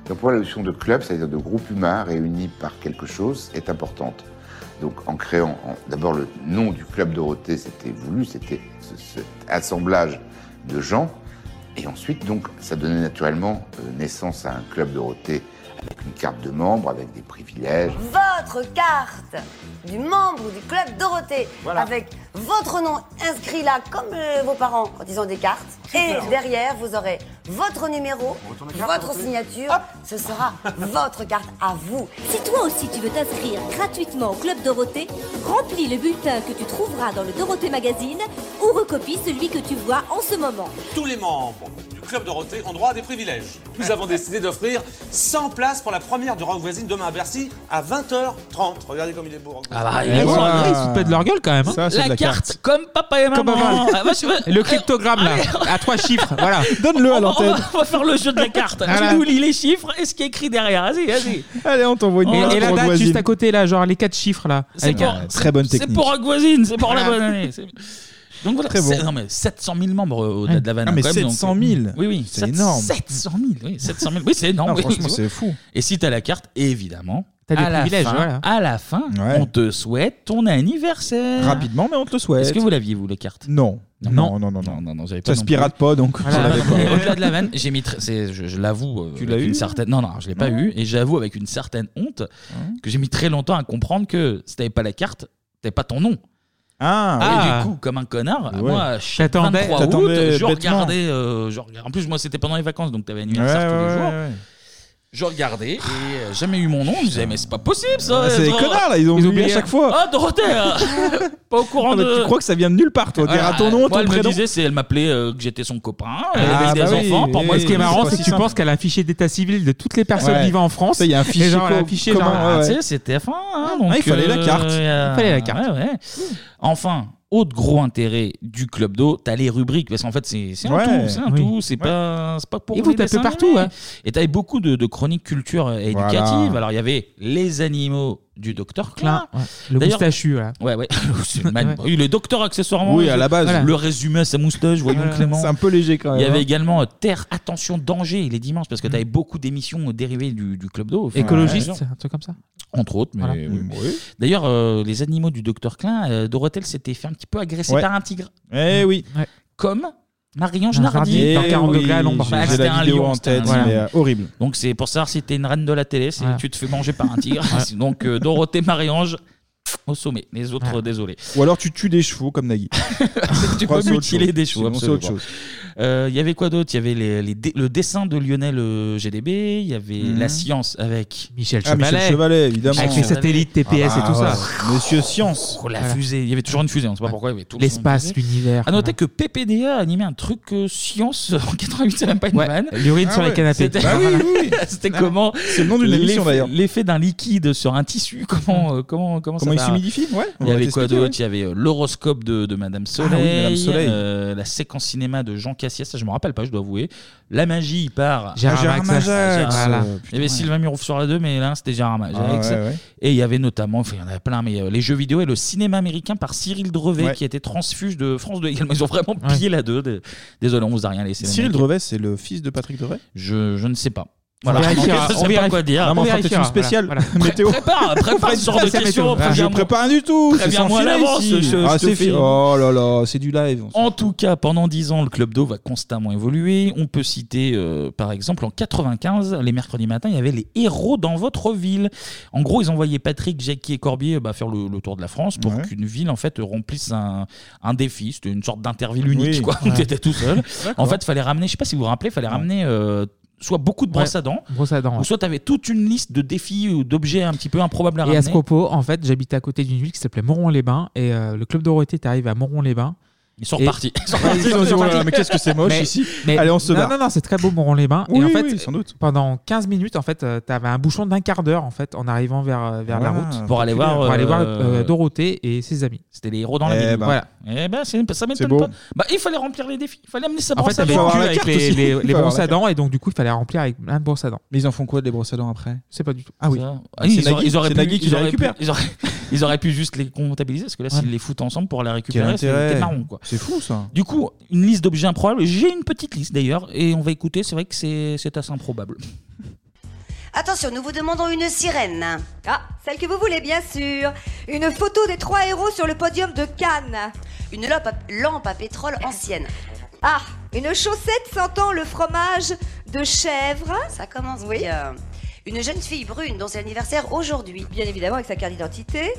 Speaker 17: Donc pour moi, la notion de club, c'est-à-dire de groupe humain réuni par quelque chose, est importante. Donc en créant, en- d'abord le nom du club Dorothée, c'était voulu, c'était ce- cet assemblage de gens. Et ensuite, donc, ça donnait naturellement euh, naissance à un club Dorothée avec une carte de membre, avec des privilèges.
Speaker 11: Votre carte du membre du club Dorothée avec votre nom inscrit là comme euh, vos parents quand ils ont des cartes. Et
Speaker 2: Super.
Speaker 11: derrière, vous aurez votre numéro, votre signature. Ce sera votre carte à vous.
Speaker 3: Si toi aussi tu veux t'inscrire gratuitement au Club Dorothée, remplis le bulletin que tu trouveras dans le Dorothée Magazine ou recopie celui que tu vois en ce moment.
Speaker 25: Tous les membres du club
Speaker 2: Club Dorothée ont droit à des privilèges. Nous avons décidé d'offrir 100 places pour la première du Rock Voisine demain à Bercy à 20h30. Regardez comme il est beau. hein. Rock
Speaker 7: Ah
Speaker 2: Voisine.
Speaker 7: bah, ils, sont- ils se pètent leur gueule quand même. hein.
Speaker 8: Ça, c'est
Speaker 2: La de la carte
Speaker 8: carte.
Speaker 1: comme papa et
Speaker 7: Comme
Speaker 1: maman.
Speaker 7: maman.
Speaker 1: Ah, moi, je veux-
Speaker 7: Le cryptogramme là, à trois chiffres, voilà.
Speaker 8: Donne-le à
Speaker 1: On va,
Speaker 8: l'antenne.
Speaker 1: on va faire le jeu de la carte.
Speaker 7: Voilà.
Speaker 1: Tu nous lis les chiffres et ce qui est écrit derrière. Vas-y, vas-y.
Speaker 8: Allez, on t'envoie une
Speaker 7: Et, et la
Speaker 8: pour
Speaker 7: date
Speaker 8: voisine.
Speaker 7: juste à côté là, genre les quatre chiffres là.
Speaker 1: C'est
Speaker 7: Avec
Speaker 1: pour-
Speaker 7: un-
Speaker 1: c'est- C'est pour Rock Voisine, c'est pour la bonne année. C'est- Donc voilà,
Speaker 7: Très bon.
Speaker 1: c'est- non, mais 700 000 membres euh, au-delà de la vanne.
Speaker 8: Ah, mais
Speaker 1: quand même, donc-
Speaker 8: 700 000.
Speaker 1: Oui, oui,
Speaker 8: C'est
Speaker 1: sept-
Speaker 8: énorme.
Speaker 1: 700 000, oui, 700 000. Oui, c'est énorme.
Speaker 8: Non,
Speaker 1: oui,
Speaker 8: franchement,
Speaker 1: oui.
Speaker 8: c'est fou.
Speaker 1: Et si t'as la carte, évidemment.
Speaker 8: T'as des
Speaker 1: à la
Speaker 8: privilèges,
Speaker 1: fin-
Speaker 8: voilà.
Speaker 1: À la fin, on te souhaite ton anniversaire.
Speaker 8: Rapidement, mais on te le souhaite.
Speaker 1: Est-ce que vous l'aviez, vous, les cartes
Speaker 8: Non. Non, non, non, non.
Speaker 1: pas
Speaker 8: ça se
Speaker 1: non plus.
Speaker 8: pirate pas, donc.
Speaker 1: Voilà,
Speaker 8: on l'avait
Speaker 1: non, mais
Speaker 8: pas.
Speaker 1: Au-delà de la vanne, j'ai mis, tr- c'est- je, je l'avoue, euh,
Speaker 8: Tu
Speaker 1: avec
Speaker 8: l'as
Speaker 1: une
Speaker 8: eu
Speaker 1: certaine, non, non, je l'ai pas
Speaker 8: Non.
Speaker 1: eu, et j'avoue avec une certaine honte que j'ai mis très longtemps à comprendre que si t'avais pas la carte, t'avais pas ton nom.
Speaker 8: Ah,
Speaker 1: et
Speaker 8: oui.
Speaker 1: du coup, comme un connard,
Speaker 8: Ouais.
Speaker 1: moi, chaque
Speaker 8: T'attendais-
Speaker 1: 23 août,
Speaker 8: t'attendais
Speaker 1: je
Speaker 8: bêtement.
Speaker 1: regardais, euh, je regardais- en plus, moi, c'était pendant les vacances, donc t'avais anniversaire
Speaker 8: Ouais,
Speaker 1: tous
Speaker 8: ouais,
Speaker 1: les jours.
Speaker 8: ouais, ouais.
Speaker 1: Je regardais et euh, jamais eu mon nom. Je me disais, mais c'est pas possible ça!
Speaker 8: Ah, c'est
Speaker 1: euh,
Speaker 8: des connards, là, ils ont oublié à chaque fois.
Speaker 1: Ah, Dorothée! euh, pas au courant
Speaker 8: Non, mais
Speaker 1: de.
Speaker 8: Tu crois que ça vient de nulle part, toi.
Speaker 1: Voilà,
Speaker 8: Derrière ton nom,
Speaker 1: moi,
Speaker 8: ton
Speaker 1: elle me
Speaker 8: prénom.
Speaker 1: disait, c'est, elle m'appelait euh, que j'étais son copain, elle
Speaker 8: Ah,
Speaker 1: avait des
Speaker 8: bah oui,
Speaker 1: enfants. Pour moi,
Speaker 7: ce qui est marrant, c'est que tu
Speaker 1: penses
Speaker 7: penses qu'elle a un fichier d'état civil de toutes les personnes
Speaker 1: Ouais.
Speaker 7: vivant en France.
Speaker 1: Ça, il y a un fichier
Speaker 7: Et genre, elle a un
Speaker 1: co-
Speaker 7: fichier
Speaker 1: commun,
Speaker 7: genre,
Speaker 1: ouais,
Speaker 7: ah,
Speaker 1: ouais.
Speaker 7: tu sais,
Speaker 1: c'est TF1. hein,
Speaker 7: donc,
Speaker 1: donc, euh, euh,
Speaker 7: Il fallait la carte.
Speaker 1: ouais, ouais. Enfin, autre gros intérêt du club d'eau, t'as les rubriques, parce qu'en fait, c'est c'est un
Speaker 7: Ouais,
Speaker 1: tout, c'est un
Speaker 7: oui.
Speaker 1: tout, c'est pas, c'est pas pour
Speaker 7: Et vous
Speaker 1: les
Speaker 7: tapez
Speaker 1: dessins
Speaker 7: partout,
Speaker 1: animés.
Speaker 7: hein.
Speaker 1: Et t'avais beaucoup de, de chroniques culture et
Speaker 7: Voilà.
Speaker 1: éducatives. Alors, il y avait les animaux du docteur Klein.
Speaker 7: Klein, ouais. Le
Speaker 1: D'ailleurs-
Speaker 7: moustachu, là.
Speaker 1: Ouais, ouais. C'est une man- Il est docteur accessoirement.
Speaker 7: Oui,
Speaker 1: je-
Speaker 7: à la base. Voilà.
Speaker 1: Le résumé à sa moustache, voyons
Speaker 7: Voilà.
Speaker 1: Clément.
Speaker 7: C'est un peu léger, quand même,
Speaker 1: Il y avait
Speaker 7: hein. Mm.
Speaker 1: également euh, Terre, attention, danger les dimanches, parce que t'avais beaucoup d'émissions euh, dérivées du, du club d'eau. Enfin,
Speaker 7: Écologiste,
Speaker 1: euh,
Speaker 7: un truc comme ça.
Speaker 1: entre autres, mais
Speaker 7: Voilà.
Speaker 1: oui. D'ailleurs, euh, les animaux du docteur Klein, euh, Dorothée s'était fait un petit peu agresser
Speaker 7: Ouais.
Speaker 1: par un tigre.
Speaker 8: Eh oui.
Speaker 1: Comme Marie-Ange
Speaker 7: Un
Speaker 1: Nardi.
Speaker 7: Nardi, dans 40 degrés à l'ombre.
Speaker 1: Bah,
Speaker 7: J'ai
Speaker 1: c'était
Speaker 7: la
Speaker 1: un
Speaker 7: vidéo
Speaker 1: lion,
Speaker 7: en
Speaker 1: c'était un
Speaker 7: tête,
Speaker 1: lion.
Speaker 7: mais, euh,
Speaker 8: horrible.
Speaker 1: Donc c'est pour savoir si t'es une reine de la télé, c'est
Speaker 7: Voilà.
Speaker 1: tu te fais manger par un tigre. C'est Donc euh, Dorothée, Marie-Ange, au sommet. Les autres, euh, désolé.
Speaker 8: Ou alors tu tues des chevaux comme Nagui.
Speaker 1: tu
Speaker 8: Crois,
Speaker 1: peux
Speaker 8: c'est autre
Speaker 1: mutiler
Speaker 8: chose.
Speaker 1: des choses.
Speaker 8: Sinon, c'est autre
Speaker 1: absolument.
Speaker 8: chose.
Speaker 1: Euh, Il y avait quoi d'autre Il y avait les- les dé- le dessin de Lionel euh, GDB, il y avait
Speaker 8: Mhm.
Speaker 1: la science avec
Speaker 7: Michel
Speaker 8: Ah, Michel Chevalet, évidemment.
Speaker 1: Michel Chevalet.
Speaker 8: Ah, ouais. Monsieur Science. Ah.
Speaker 1: Oh, la fusée, il y avait toujours une fusée, on ne sait pas pourquoi. il y avait tout le temps une
Speaker 7: L'espace,
Speaker 1: fusée.
Speaker 7: l'univers.
Speaker 1: À noter que PPDA a animé un truc euh, science en 88, c'est même pas une vanne.
Speaker 7: l'urine Ah sur les ouais. canapés.
Speaker 1: C'était
Speaker 7: Bah oui,
Speaker 1: C'était comment
Speaker 8: C'est le nom d'une
Speaker 1: L'effet-
Speaker 8: émission, d'ailleurs.
Speaker 1: L'effet d'un liquide sur un tissu, comment, euh, comment, comment,
Speaker 8: Comment il
Speaker 1: ça va-
Speaker 8: s'humidifie Ouais, on
Speaker 1: Il y
Speaker 8: va
Speaker 1: avait quoi
Speaker 8: t'expliquer,
Speaker 1: d'autre
Speaker 8: ouais.
Speaker 1: Il y avait euh, l'horoscope de, de Madame
Speaker 8: Ah oui,
Speaker 1: Soleil,
Speaker 8: Madame Soleil.
Speaker 1: euh, la séquence cinéma de Jean Cassias, ça je me rappelle pas, je dois avouer. La magie par
Speaker 7: Gérard Ah, Gérard Majax. Majax.
Speaker 1: Gérard-
Speaker 7: Voilà.
Speaker 1: Il y avait Sylvain Mirouf sur la 2, mais là c'était Gérard Majax.
Speaker 7: Ah, ouais, ouais.
Speaker 1: Et il y avait notamment, enfin, il y en avait plein, mais euh, les jeux vidéo et le cinéma américain par Cyril Drevet
Speaker 8: Ouais.
Speaker 1: qui était transfuge de France 2 également. Ils ont vraiment pillé la 2. de- Désolé, on vous a rien laissé. les
Speaker 8: Cyril
Speaker 1: mecs.
Speaker 8: Drevet, c'est le fils de Patrick Drevet
Speaker 1: Je, je ne sais pas.
Speaker 8: On
Speaker 1: Voilà,
Speaker 8: vérifiera,
Speaker 1: je sais
Speaker 8: on
Speaker 1: pas
Speaker 8: vérifiera.
Speaker 1: quoi dire.
Speaker 8: Non, mais on fera peut-être une spéciale météo.
Speaker 1: Prépare, prépare ce genre de questions.
Speaker 8: Je
Speaker 1: préviens-moi.
Speaker 8: prépare rien du tout. C'est sans
Speaker 1: Préviens-moi à
Speaker 8: filet
Speaker 1: l'avance,
Speaker 8: ici.
Speaker 1: je-
Speaker 8: Ah,
Speaker 1: je te
Speaker 8: c'est
Speaker 1: fais-
Speaker 8: fi- Oh là là, c'est du live.
Speaker 1: En tout cas, pendant 10 ans, le club d'eau va constamment évoluer. On peut citer, euh, par exemple, en 95, les mercredis matins, il y avait les héros dans votre ville. En gros, ils envoyaient Patrick, Jackie et Corbier bah, faire le, le tour de la France pour
Speaker 8: Ouais.
Speaker 1: qu'une ville en fait remplisse un, un défi. C'était une sorte d'interville unique.
Speaker 8: Oui.
Speaker 1: Quoi.
Speaker 8: Ouais.
Speaker 1: On était tout seul.
Speaker 8: D'accord.
Speaker 1: en fait, fallait ramener, je sais pas si vous vous rappelez, fallait ramener. euh, soit beaucoup de brosses
Speaker 7: Ouais,
Speaker 1: à dents,
Speaker 7: brosses à dents,
Speaker 1: ou
Speaker 7: ouais.
Speaker 1: soit tu avais toute une liste de défis ou d'objets un petit peu improbables à
Speaker 7: Et
Speaker 1: ramener.
Speaker 7: à ce propos, en fait, j'habitais à côté d'une ville qui s'appelait Moron-les-Bains et euh, le club Dorothée est arrivé à Moron-les-Bains.
Speaker 1: Ils sont
Speaker 7: Et-
Speaker 1: repartis. Ils sont
Speaker 7: Ouais,
Speaker 1: repartis.
Speaker 7: ils ont dit,
Speaker 1: Ouais,
Speaker 7: ouais,
Speaker 1: mais qu'est-ce que c'est moche ici. Allez, on se
Speaker 7: non,
Speaker 1: barre.
Speaker 7: Non, non, c'est très beau Moron-les-Bains. et
Speaker 1: Oui,
Speaker 7: en fait,
Speaker 1: oui,
Speaker 7: pendant 15 minutes, en fait, euh, t'avais un bouchon d'un quart d'heure en fait en arrivant vers, euh, vers la
Speaker 1: Ah,
Speaker 7: route
Speaker 1: pour aller voir,
Speaker 7: pour aller voir
Speaker 1: euh,
Speaker 7: euh, Dorothée et ses amis.
Speaker 1: C'était les héros dans la
Speaker 7: Eh
Speaker 1: ville.
Speaker 7: ben.
Speaker 1: Voilà. Eh ben, c'est- ça
Speaker 7: C'est
Speaker 1: m'étonne
Speaker 7: beau.
Speaker 1: pas. Bah, il fallait remplir les défis. Il fallait amener sa
Speaker 7: En fait,
Speaker 1: brosse à
Speaker 7: t'avais
Speaker 1: dents.
Speaker 7: le cul avec les, les, les brosses à dents et donc du coup, il fallait remplir avec plein de brosses à dents.
Speaker 8: Mais ils en font quoi des brosses à dents après
Speaker 7: C'est pas du tout.
Speaker 8: Ah oui.
Speaker 1: Ça- Ah, ils, auraient- ils auraient
Speaker 8: C'est
Speaker 1: pu,
Speaker 8: Nagui qui
Speaker 1: ils
Speaker 8: les
Speaker 1: auraient pu-
Speaker 8: récupère.
Speaker 1: ils auraient- ils auraient pu juste les comptabiliser parce que là, s'ils les foutent ensemble pour la
Speaker 8: Quel
Speaker 1: récupérer, c'est
Speaker 8: intérêt
Speaker 1: c'est marron. Quoi.
Speaker 8: C'est fou ça.
Speaker 1: Du coup, une liste d'objets improbables. J'ai une petite liste d'ailleurs et on va écouter. C'est vrai que c'est c'est assez improbable.
Speaker 9: Attention, nous vous demandons une sirène. Ah, celle que vous voulez, bien sûr. Une photo des trois héros sur le podium de Cannes.
Speaker 11: Une lampe à, lampe à pétrole ancienne.
Speaker 9: Ah, une chaussette sentant le fromage de chèvre. Ça commence oui.
Speaker 11: bien. Une jeune fille brune dont c'est l'anniversaire aujourd'hui.
Speaker 9: Bien évidemment, avec sa carte d'identité.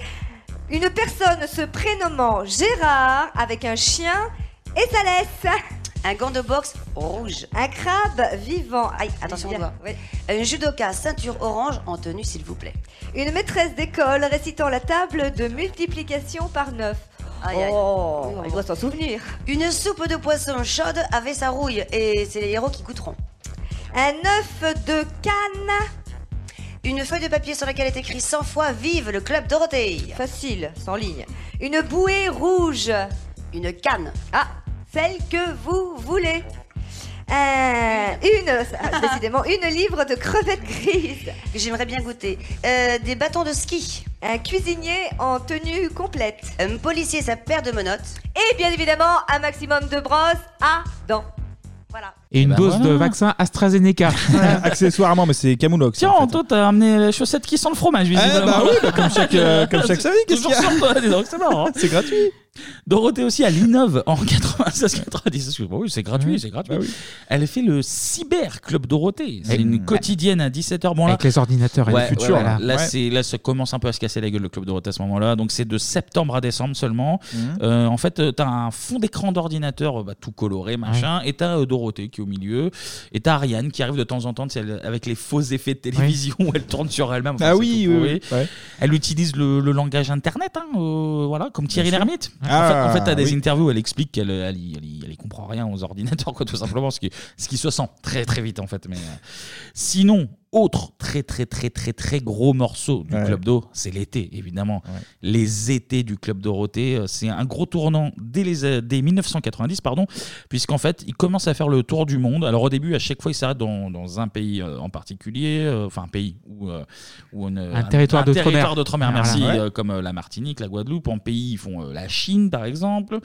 Speaker 9: Une personne se prénommant Gérard avec un chien et sa laisse. Un gant de boxe rouge. Un crabe vivant. Aïe,
Speaker 11: attention
Speaker 9: bien.
Speaker 11: aux doigts.
Speaker 9: Oui.
Speaker 11: Une judoka ceinture orange en tenue, s'il vous plaît.
Speaker 9: Une maîtresse d'école récitant la table de multiplication par 9.
Speaker 13: Aïe, aïe.
Speaker 11: Oh, il doit s'en souvenir.
Speaker 13: Une soupe de poisson chaude avait sa rouille et c'est les héros qui coûteront.
Speaker 11: Un œuf de canne.
Speaker 13: Une feuille de papier sur laquelle est écrit 100 fois Vive le club Dorothée.
Speaker 11: Facile, sans ligne. Une bouée rouge.
Speaker 13: Une canne.
Speaker 11: Ah, celle que vous voulez. Euh, une, ça, décidément, une livre de crevettes grises.
Speaker 13: Que J'aimerais bien goûter. Euh, des bâtons de ski.
Speaker 11: Un cuisinier en tenue complète.
Speaker 13: Un policier et sa paire de menottes.
Speaker 11: Et bien évidemment, un maximum de brosses à dents. Voilà.
Speaker 8: Eh
Speaker 7: Et une dose de vaccin AstraZeneca.
Speaker 8: ben Accessoirement, mais c'est Camoulox.
Speaker 1: Tiens, toi, t'as amené les chaussettes qui sentent le fromage, visiblement.
Speaker 8: bah oui, bah comme chaque, euh, comme chaque samedi, qu'est-ce qu'il y a
Speaker 1: Toujours sur toi, dis donc, c'est marrant. hein.
Speaker 8: C'est gratuit.
Speaker 1: Dorothée aussi, elle innove en 96-90. Excuse-moi, oui, c'est gratuit, c'est
Speaker 8: Bah
Speaker 1: gratuit. Elle fait le Cyber Club Dorothée. C'est une quotidienne à 17h. Bon, là,
Speaker 7: Avec les ordinateurs et
Speaker 1: Ouais,
Speaker 7: le futur.
Speaker 1: ouais,
Speaker 7: là.
Speaker 1: Là, c'est- là, ça commence un peu à se casser la gueule le club Dorothée à ce moment-là. Donc, c'est de septembre à décembre seulement.
Speaker 8: Mhm.
Speaker 1: Euh, en fait, tu as un fond d'écran d'ordinateur euh, bah, tout coloré, machin, et tu as Dorothée qui est au milieu, et tu Ariane qui arrive de temps en temps tu sais, elle- avec les faux effets de télévision où elle tourne sur elle-même. Enfin,
Speaker 8: Ah
Speaker 1: c'est
Speaker 8: oui,
Speaker 1: tout
Speaker 8: oui,
Speaker 1: pourri.
Speaker 8: oui, ouais.
Speaker 1: Elle utilise le, le langage Internet, hein, euh, voilà, comme Thierry
Speaker 8: Bien sûr.
Speaker 1: Lhermitte.
Speaker 8: Ah,
Speaker 1: en fait, en fait, t'as des
Speaker 8: oui.
Speaker 1: interviews où elle explique qu'elle euh, elle, y- elle, y- elle y comprend rien aux ordinateurs, quoi, tout simplement, ce qui, ce qui se sent très très vite en fait. Mais, euh, sinon, autre très très très très très gros morceau du
Speaker 8: Ouais.
Speaker 1: Club Do, c'est l'été évidemment. Les étés du Club Dorothée, euh, c'est un gros tournant dès, les, euh, dès 1990, pardon, puisqu'en fait, ils commencent à faire le tour du monde. Alors au début, à chaque fois, ils s'arrêtent dans, dans un pays euh, en particulier, euh, enfin un pays ou euh, ou une-
Speaker 7: Un territoire d'outre-mer. Ah,
Speaker 1: territoire d'outre-mer,
Speaker 7: Voilà.
Speaker 1: merci,
Speaker 7: Ouais.
Speaker 1: euh, comme euh, la Martinique, la Guadeloupe. En pays, ils font euh, la Chine, par exemple.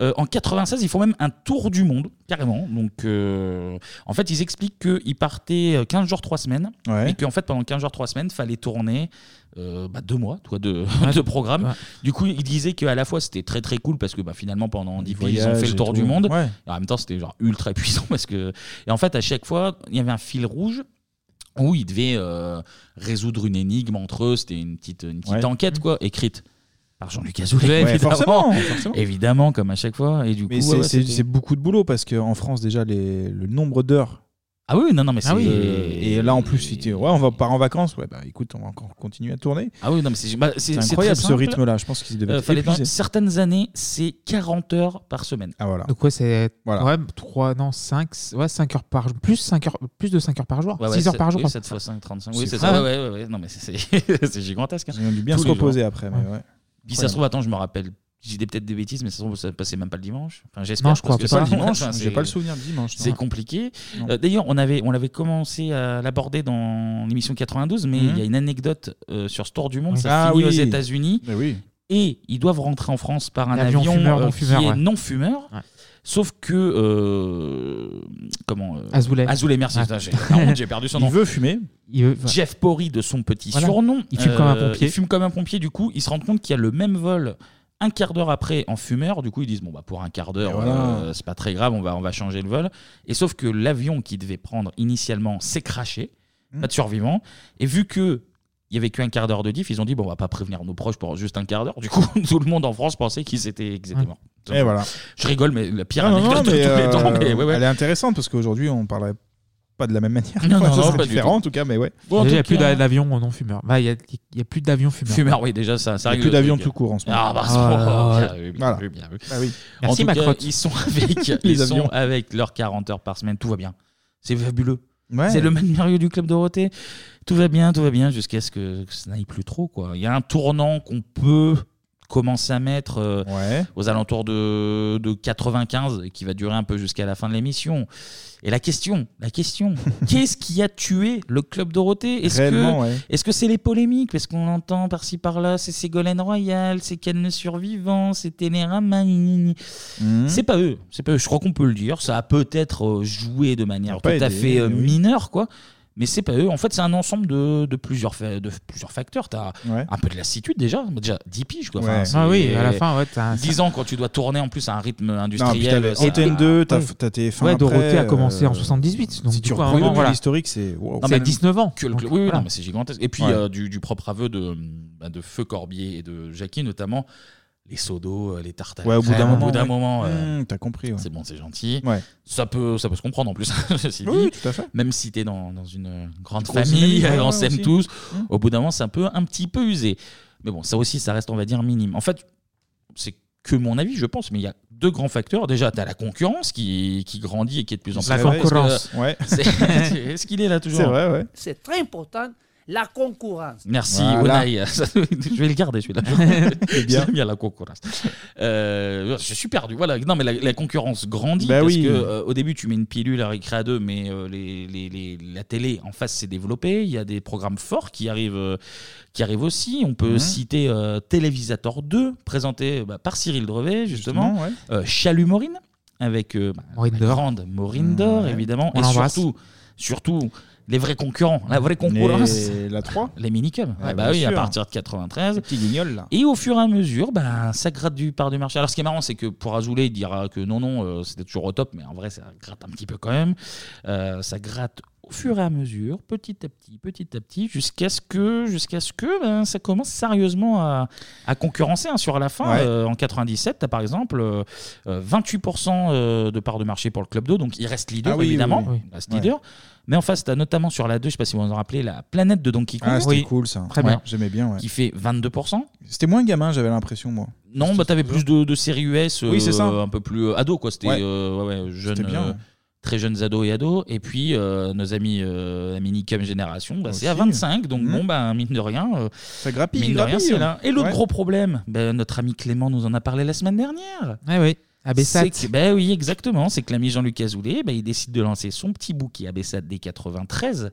Speaker 1: Euh, en 96, ils font même un tour du monde, carrément. Donc, euh, en fait, ils expliquent qu'ils partaient euh, 15 jours, 3 semaines.
Speaker 8: Ouais.
Speaker 1: Et qu'en fait, pendant 15 jours, 3 semaines, fallait tourner euh, bah, deux mois toi, de, de programme. Du coup, ils disaient qu'à la fois, c'était très, très cool parce que bah, finalement, pendant 10 pays, ils ont
Speaker 8: voyages
Speaker 1: fait le
Speaker 8: et
Speaker 1: tour du
Speaker 8: tout.
Speaker 1: monde.
Speaker 8: Ouais.
Speaker 1: Et en même temps, c'était genre ultra puissant parce que. Et en fait, à chaque fois, il y avait un fil rouge où ils devaient euh, résoudre une énigme entre eux. C'était une petite, une petite
Speaker 8: Ouais. Mmh.
Speaker 1: enquête, quoi, écrite par Jean-Luc Azoulay.
Speaker 8: Ouais,
Speaker 1: évidemment.
Speaker 8: forcément, forcément.
Speaker 1: Évidemment, comme à chaque fois. Et du
Speaker 8: Mais
Speaker 1: coup,
Speaker 8: c'est-
Speaker 1: ouais,
Speaker 8: c'est
Speaker 1: c'était-
Speaker 8: c'est beaucoup de boulot parce qu'en France, déjà, les- le nombre d'heures.
Speaker 1: Ah oui, non, non, mais c'est-
Speaker 8: Euh, et là, en plus, si tu. Ouais, on va part en vacances. Ouais, bah écoute, on va encore continuer à tourner.
Speaker 1: Ah oui, non, mais c'est bah, c'est-
Speaker 8: C'est
Speaker 1: c'est
Speaker 8: incroyable
Speaker 1: très
Speaker 8: ce
Speaker 1: simple.
Speaker 8: rythme-là. Je pense qu'il devait
Speaker 1: Euh,
Speaker 8: être
Speaker 1: fallait-
Speaker 8: épuisé.
Speaker 1: Certaines années, c'est 40 heures par semaine.
Speaker 8: Ah voilà.
Speaker 7: Donc ouais, c'est
Speaker 8: Voilà.
Speaker 7: ouais, 3, non, 5, ouais, 5 heures par jour, plus, 5 heures, plus de 5 heures par jour,
Speaker 1: Ouais, ouais,
Speaker 7: 6 heures
Speaker 1: c'est-
Speaker 7: par jour.
Speaker 1: Oui, 7 fois 5, 35. Oui,
Speaker 8: C'est
Speaker 1: c'est
Speaker 8: fou,
Speaker 1: ça.
Speaker 8: hein.
Speaker 1: Ouais, ouais, ouais, ouais. Non, mais c'est- c'est c'est gigantesque. hein.
Speaker 8: Ils ont dû bien
Speaker 1: Tous
Speaker 8: se
Speaker 1: les jours.
Speaker 8: reposer après, mais ouais.
Speaker 1: Puis ça se trouve, attends, je me rappelle. J'ai dit peut-être des bêtises, mais ça se trouve, ça passait même pas le dimanche. Enfin, j'espère.
Speaker 8: Non,
Speaker 1: parce
Speaker 8: je crois
Speaker 1: que
Speaker 8: pas.
Speaker 1: sinon,
Speaker 8: Dimanche,
Speaker 1: enfin,
Speaker 8: j'ai
Speaker 1: c'est-
Speaker 8: pas le souvenir de dimanche, non.
Speaker 1: C'est compliqué.
Speaker 8: Non.
Speaker 1: Euh, D'ailleurs, on avait, on l'avait commencé à l'aborder dans l'émission 92, mais il
Speaker 8: Mhm.
Speaker 1: y a une anecdote euh, sur ce tour du monde. Ça
Speaker 8: Ah
Speaker 1: finit
Speaker 8: oui.
Speaker 1: aux États-Unis.
Speaker 8: Mais oui.
Speaker 1: Et ils doivent rentrer en France par un
Speaker 7: L'avion
Speaker 1: avion,
Speaker 7: fumeur,
Speaker 1: euh,
Speaker 7: non fumeur,
Speaker 1: qui est
Speaker 7: ouais.
Speaker 1: non fumeur. Sauf que euh, comment euh,
Speaker 7: Azoulay.
Speaker 1: merci.
Speaker 7: Ah.
Speaker 1: Putain, j'ai- la honte, J'ai perdu son
Speaker 7: Il
Speaker 1: nom.
Speaker 7: veut fumer. Il veut-
Speaker 1: Jeff Porry de son petit
Speaker 7: Voilà.
Speaker 1: surnom. euh,
Speaker 7: Il fume comme un pompier.
Speaker 1: Il fume comme un pompier. Du coup, ils se rendent compte qu'il y a le même vol un quart d'heure après en fumeur. Du coup, ils disent bon bah pour un quart d'heure,
Speaker 8: Et voilà.
Speaker 1: euh, c'est pas très grave, on va on va changer le vol. Et sauf que l'avion qui devait prendre initialement s'est craché,
Speaker 8: Mm.
Speaker 7: Hmm.
Speaker 1: pas de survivants. Et vu que il y avait qu'un quart d'heure de diff, ils ont dit bon on va pas prévenir nos proches pour juste un quart d'heure. Du coup, tout le monde en France pensait qu'ils étaient qu'ils étaient morts.
Speaker 8: Et voilà.
Speaker 1: Je rigole, mais la pire
Speaker 8: Non, non,
Speaker 1: anecdote
Speaker 8: non,
Speaker 1: de tous
Speaker 8: mais,
Speaker 1: les temps.
Speaker 8: euh,
Speaker 1: mais ouais, ouais.
Speaker 8: Elle est intéressante parce qu'aujourd'hui, on parlerait pas de la même manière.
Speaker 1: Non,
Speaker 8: Enfin,
Speaker 1: non,
Speaker 8: ça
Speaker 1: non,
Speaker 8: serait
Speaker 1: pas du
Speaker 8: différent
Speaker 1: tout.
Speaker 8: en tout cas, mais ouais.
Speaker 1: Bon, en
Speaker 7: Déjà, il n'y a
Speaker 1: tout
Speaker 7: plus
Speaker 1: cas-
Speaker 7: d'avions non fumeurs. Bah, il n'y a, il y a plus d'avions fumeurs.
Speaker 1: Fumeur, oui, déjà, ça, ça
Speaker 8: Il y a
Speaker 1: règle
Speaker 8: plus
Speaker 1: le
Speaker 8: d'avions
Speaker 1: truc.
Speaker 8: tout court en ce moment.
Speaker 1: Ah, bah, c'est
Speaker 8: Ah,
Speaker 1: bon.
Speaker 8: ouais.
Speaker 1: Bien vu, bien
Speaker 8: Voilà.
Speaker 1: vu, bien vu.
Speaker 8: Bah oui.
Speaker 1: En
Speaker 8: Merci,
Speaker 1: tout cas,
Speaker 8: Macrotte.
Speaker 1: ils sont avec,
Speaker 8: Les
Speaker 1: ils sont
Speaker 8: avions.
Speaker 1: avec leurs 40 heures par semaine. Tout va bien. C'est fabuleux.
Speaker 8: Ouais.
Speaker 1: C'est le merveilleux du Club Dorothée. Tout va bien, tout va bien, jusqu'à ce que que ça n'aille plus trop. quoi. Il y a un tournant qu'on peut commencer à mettre euh, aux alentours de, de 95 et qui va durer un peu jusqu'à la fin de l'émission. Et la question, la question, qu'est-ce qui a tué le Club Dorothée Est-ce
Speaker 8: Réellement,
Speaker 1: que
Speaker 8: ouais.
Speaker 1: est-ce que c'est les polémiques Parce qu'on entend par-ci par-là, c'est Ségolène Royal, c'est Ken le Survivant, c'est Télérama. gni, gni, gni.
Speaker 8: Mhm.
Speaker 1: C'est pas eux, c'est pas eux. Je crois qu'on peut le dire. Ça a peut-être euh, joué de manière tout
Speaker 8: pas
Speaker 1: à
Speaker 8: aidé,
Speaker 1: fait euh,
Speaker 8: oui.
Speaker 1: mineure, quoi. Mais c'est pas eux. En fait, c'est un ensemble de, de plusieurs, fa- de plusieurs facteurs. T'as un peu de lassitude déjà. Déjà 10 piges, quoi.
Speaker 8: Ouais.
Speaker 1: c'est-
Speaker 7: Ah oui, à la fin, ouais, t'as un-
Speaker 1: 10 ans quand tu dois tourner en plus à un rythme
Speaker 8: Non, puis t'as
Speaker 1: industriel.
Speaker 8: le
Speaker 1: ça-
Speaker 8: Antenne 2, t'as t'as tes fins
Speaker 7: Ouais, Dorothée
Speaker 8: après,
Speaker 7: a commencé en
Speaker 8: euh,
Speaker 7: 78. Donc,
Speaker 8: Si tu
Speaker 7: du coup, à un
Speaker 8: reprends
Speaker 7: moment,
Speaker 8: depuis
Speaker 7: voilà.
Speaker 8: l'historique, c'est. wow.
Speaker 1: Non,
Speaker 7: C'est
Speaker 1: mais-
Speaker 7: 19 ans.
Speaker 1: que le-
Speaker 7: Donc,
Speaker 1: oui,
Speaker 7: voilà.
Speaker 1: non, mais c'est gigantesque. Et puis,
Speaker 7: Ouais.
Speaker 1: euh, du, du propre aveu de, bah, de Feu Corbier et de Jackie, notamment, les seaux d'eau, euh, les tartes à la
Speaker 8: Ouais, au bout d'un
Speaker 1: crème,
Speaker 8: moment, ouais.
Speaker 1: moment, euh,
Speaker 8: Hmm, T'as compris, ouais.
Speaker 1: C'est bon, c'est gentil.
Speaker 8: Ouais.
Speaker 1: Ça, peut, ça peut se comprendre en plus. ceci
Speaker 8: Oui,
Speaker 1: dit.
Speaker 8: tout à fait.
Speaker 1: Même si t'es dans, dans une euh, grande
Speaker 8: Grosse
Speaker 1: famille,
Speaker 8: famille, ouais,
Speaker 1: on
Speaker 8: ouais,
Speaker 1: s'aime
Speaker 8: aussi.
Speaker 1: tous,
Speaker 8: Hmm.
Speaker 1: au bout d'un moment, c'est un peu un petit peu usé. Mais bon, ça aussi, ça reste, on va dire, minime. En fait, c'est que mon avis, je pense, mais il y a deux grands facteurs. Déjà, tu as la concurrence qui, qui grandit et qui est de plus en plus
Speaker 8: La
Speaker 1: forte. Parce
Speaker 8: concurrence,
Speaker 1: que-
Speaker 8: ouais.
Speaker 1: C'est- Est-ce qu'il est là toujours
Speaker 8: C'est vrai, ouais.
Speaker 2: C'est très important, la concurrence.
Speaker 1: Merci,
Speaker 8: Voilà.
Speaker 23: Euh,
Speaker 1: Unai. Ça, je vais le garder celui-là.
Speaker 8: C'est bien.
Speaker 1: J'aime bien la concurrence. Euh, je suis perdu. Voilà. Non, mais la, la concurrence grandit
Speaker 8: Bah
Speaker 1: parce
Speaker 8: oui.
Speaker 1: que euh, au début tu mets une pilule à récré à deux, mais euh, les, les- les- la télé en face s'est développée. Il y a des programmes forts qui arrivent, euh, qui arrivent aussi. On peut
Speaker 8: Mhm.
Speaker 1: citer euh, Télévisator 2, présenté bah, par Cyril Drevet justement.
Speaker 8: Justement, ouais.
Speaker 1: Euh, Chalut Morine avec euh, bah, la grande Maureen Dor évidemment,
Speaker 8: On
Speaker 1: et
Speaker 8: l'embrasse.
Speaker 1: surtout, surtout les vrais concurrents, la vraie concurrence.
Speaker 8: Les- la 3
Speaker 1: Les minicubs. Ah,
Speaker 8: Ah,
Speaker 1: bah
Speaker 8: bien
Speaker 1: oui, à
Speaker 8: sûr.
Speaker 1: partir de 93.
Speaker 8: Petit guignol, là.
Speaker 1: Et au fur et à mesure, ben, ça gratte du part du marché. Alors, ce qui est marrant, c'est que pour Azoulay, il dira que non, non, euh, c'était toujours au top, mais en vrai, ça gratte un petit peu quand même. Euh, ça gratte au fur et à mesure, petit à petit, petit à petit, jusqu'à ce que, jusqu'à ce que ben, ça commence sérieusement à, à concurrencer. hein. sur la fin,
Speaker 8: Ouais.
Speaker 1: euh, en 97, tu as par exemple euh, euh, 28% euh, de part de marché pour le Club d'eau, donc il reste leader,
Speaker 8: Ah oui,
Speaker 1: évidemment.
Speaker 8: oui, oui.
Speaker 1: Il reste leader. Mais en face, tu as notamment sur la 2, je sais pas si vous vous en rappelez, la planète de Donkey Kong.
Speaker 8: Ah, c'était cool ça.
Speaker 1: Très bien.
Speaker 8: Ouais, J'aimais bien, ouais.
Speaker 1: Qui fait 22%.
Speaker 8: C'était moins gamin, j'avais l'impression, moi.
Speaker 1: Non, bah t'avais plus de, de séries US, euh,
Speaker 8: Oui, c'est ça.
Speaker 1: un peu plus euh, ado quoi. C'était
Speaker 8: Ouais.
Speaker 1: euh, ouais, ouais, jeune,
Speaker 8: C'était bien,
Speaker 1: euh,
Speaker 8: ouais.
Speaker 1: très jeunes ados et ados. Et puis euh, nos amis, euh, la minicam génération, bah, c'est à
Speaker 8: Aussi.
Speaker 1: 25, donc
Speaker 8: Mhm.
Speaker 1: bon bah mine de rien, euh,
Speaker 8: Ça grappille,
Speaker 1: mine de rien,
Speaker 8: grappille.
Speaker 1: c'est là. Et l'autre
Speaker 8: Ouais.
Speaker 1: gros problème, bah, notre ami Clément nous en a parlé la semaine dernière.
Speaker 7: Ah oui, à Bessat.
Speaker 1: C'est que- ben oui, exactement. C'est que l'ami Jean-Luc Azoulay, ben, il décide de lancer son petit bouquet ABSAT dès 93.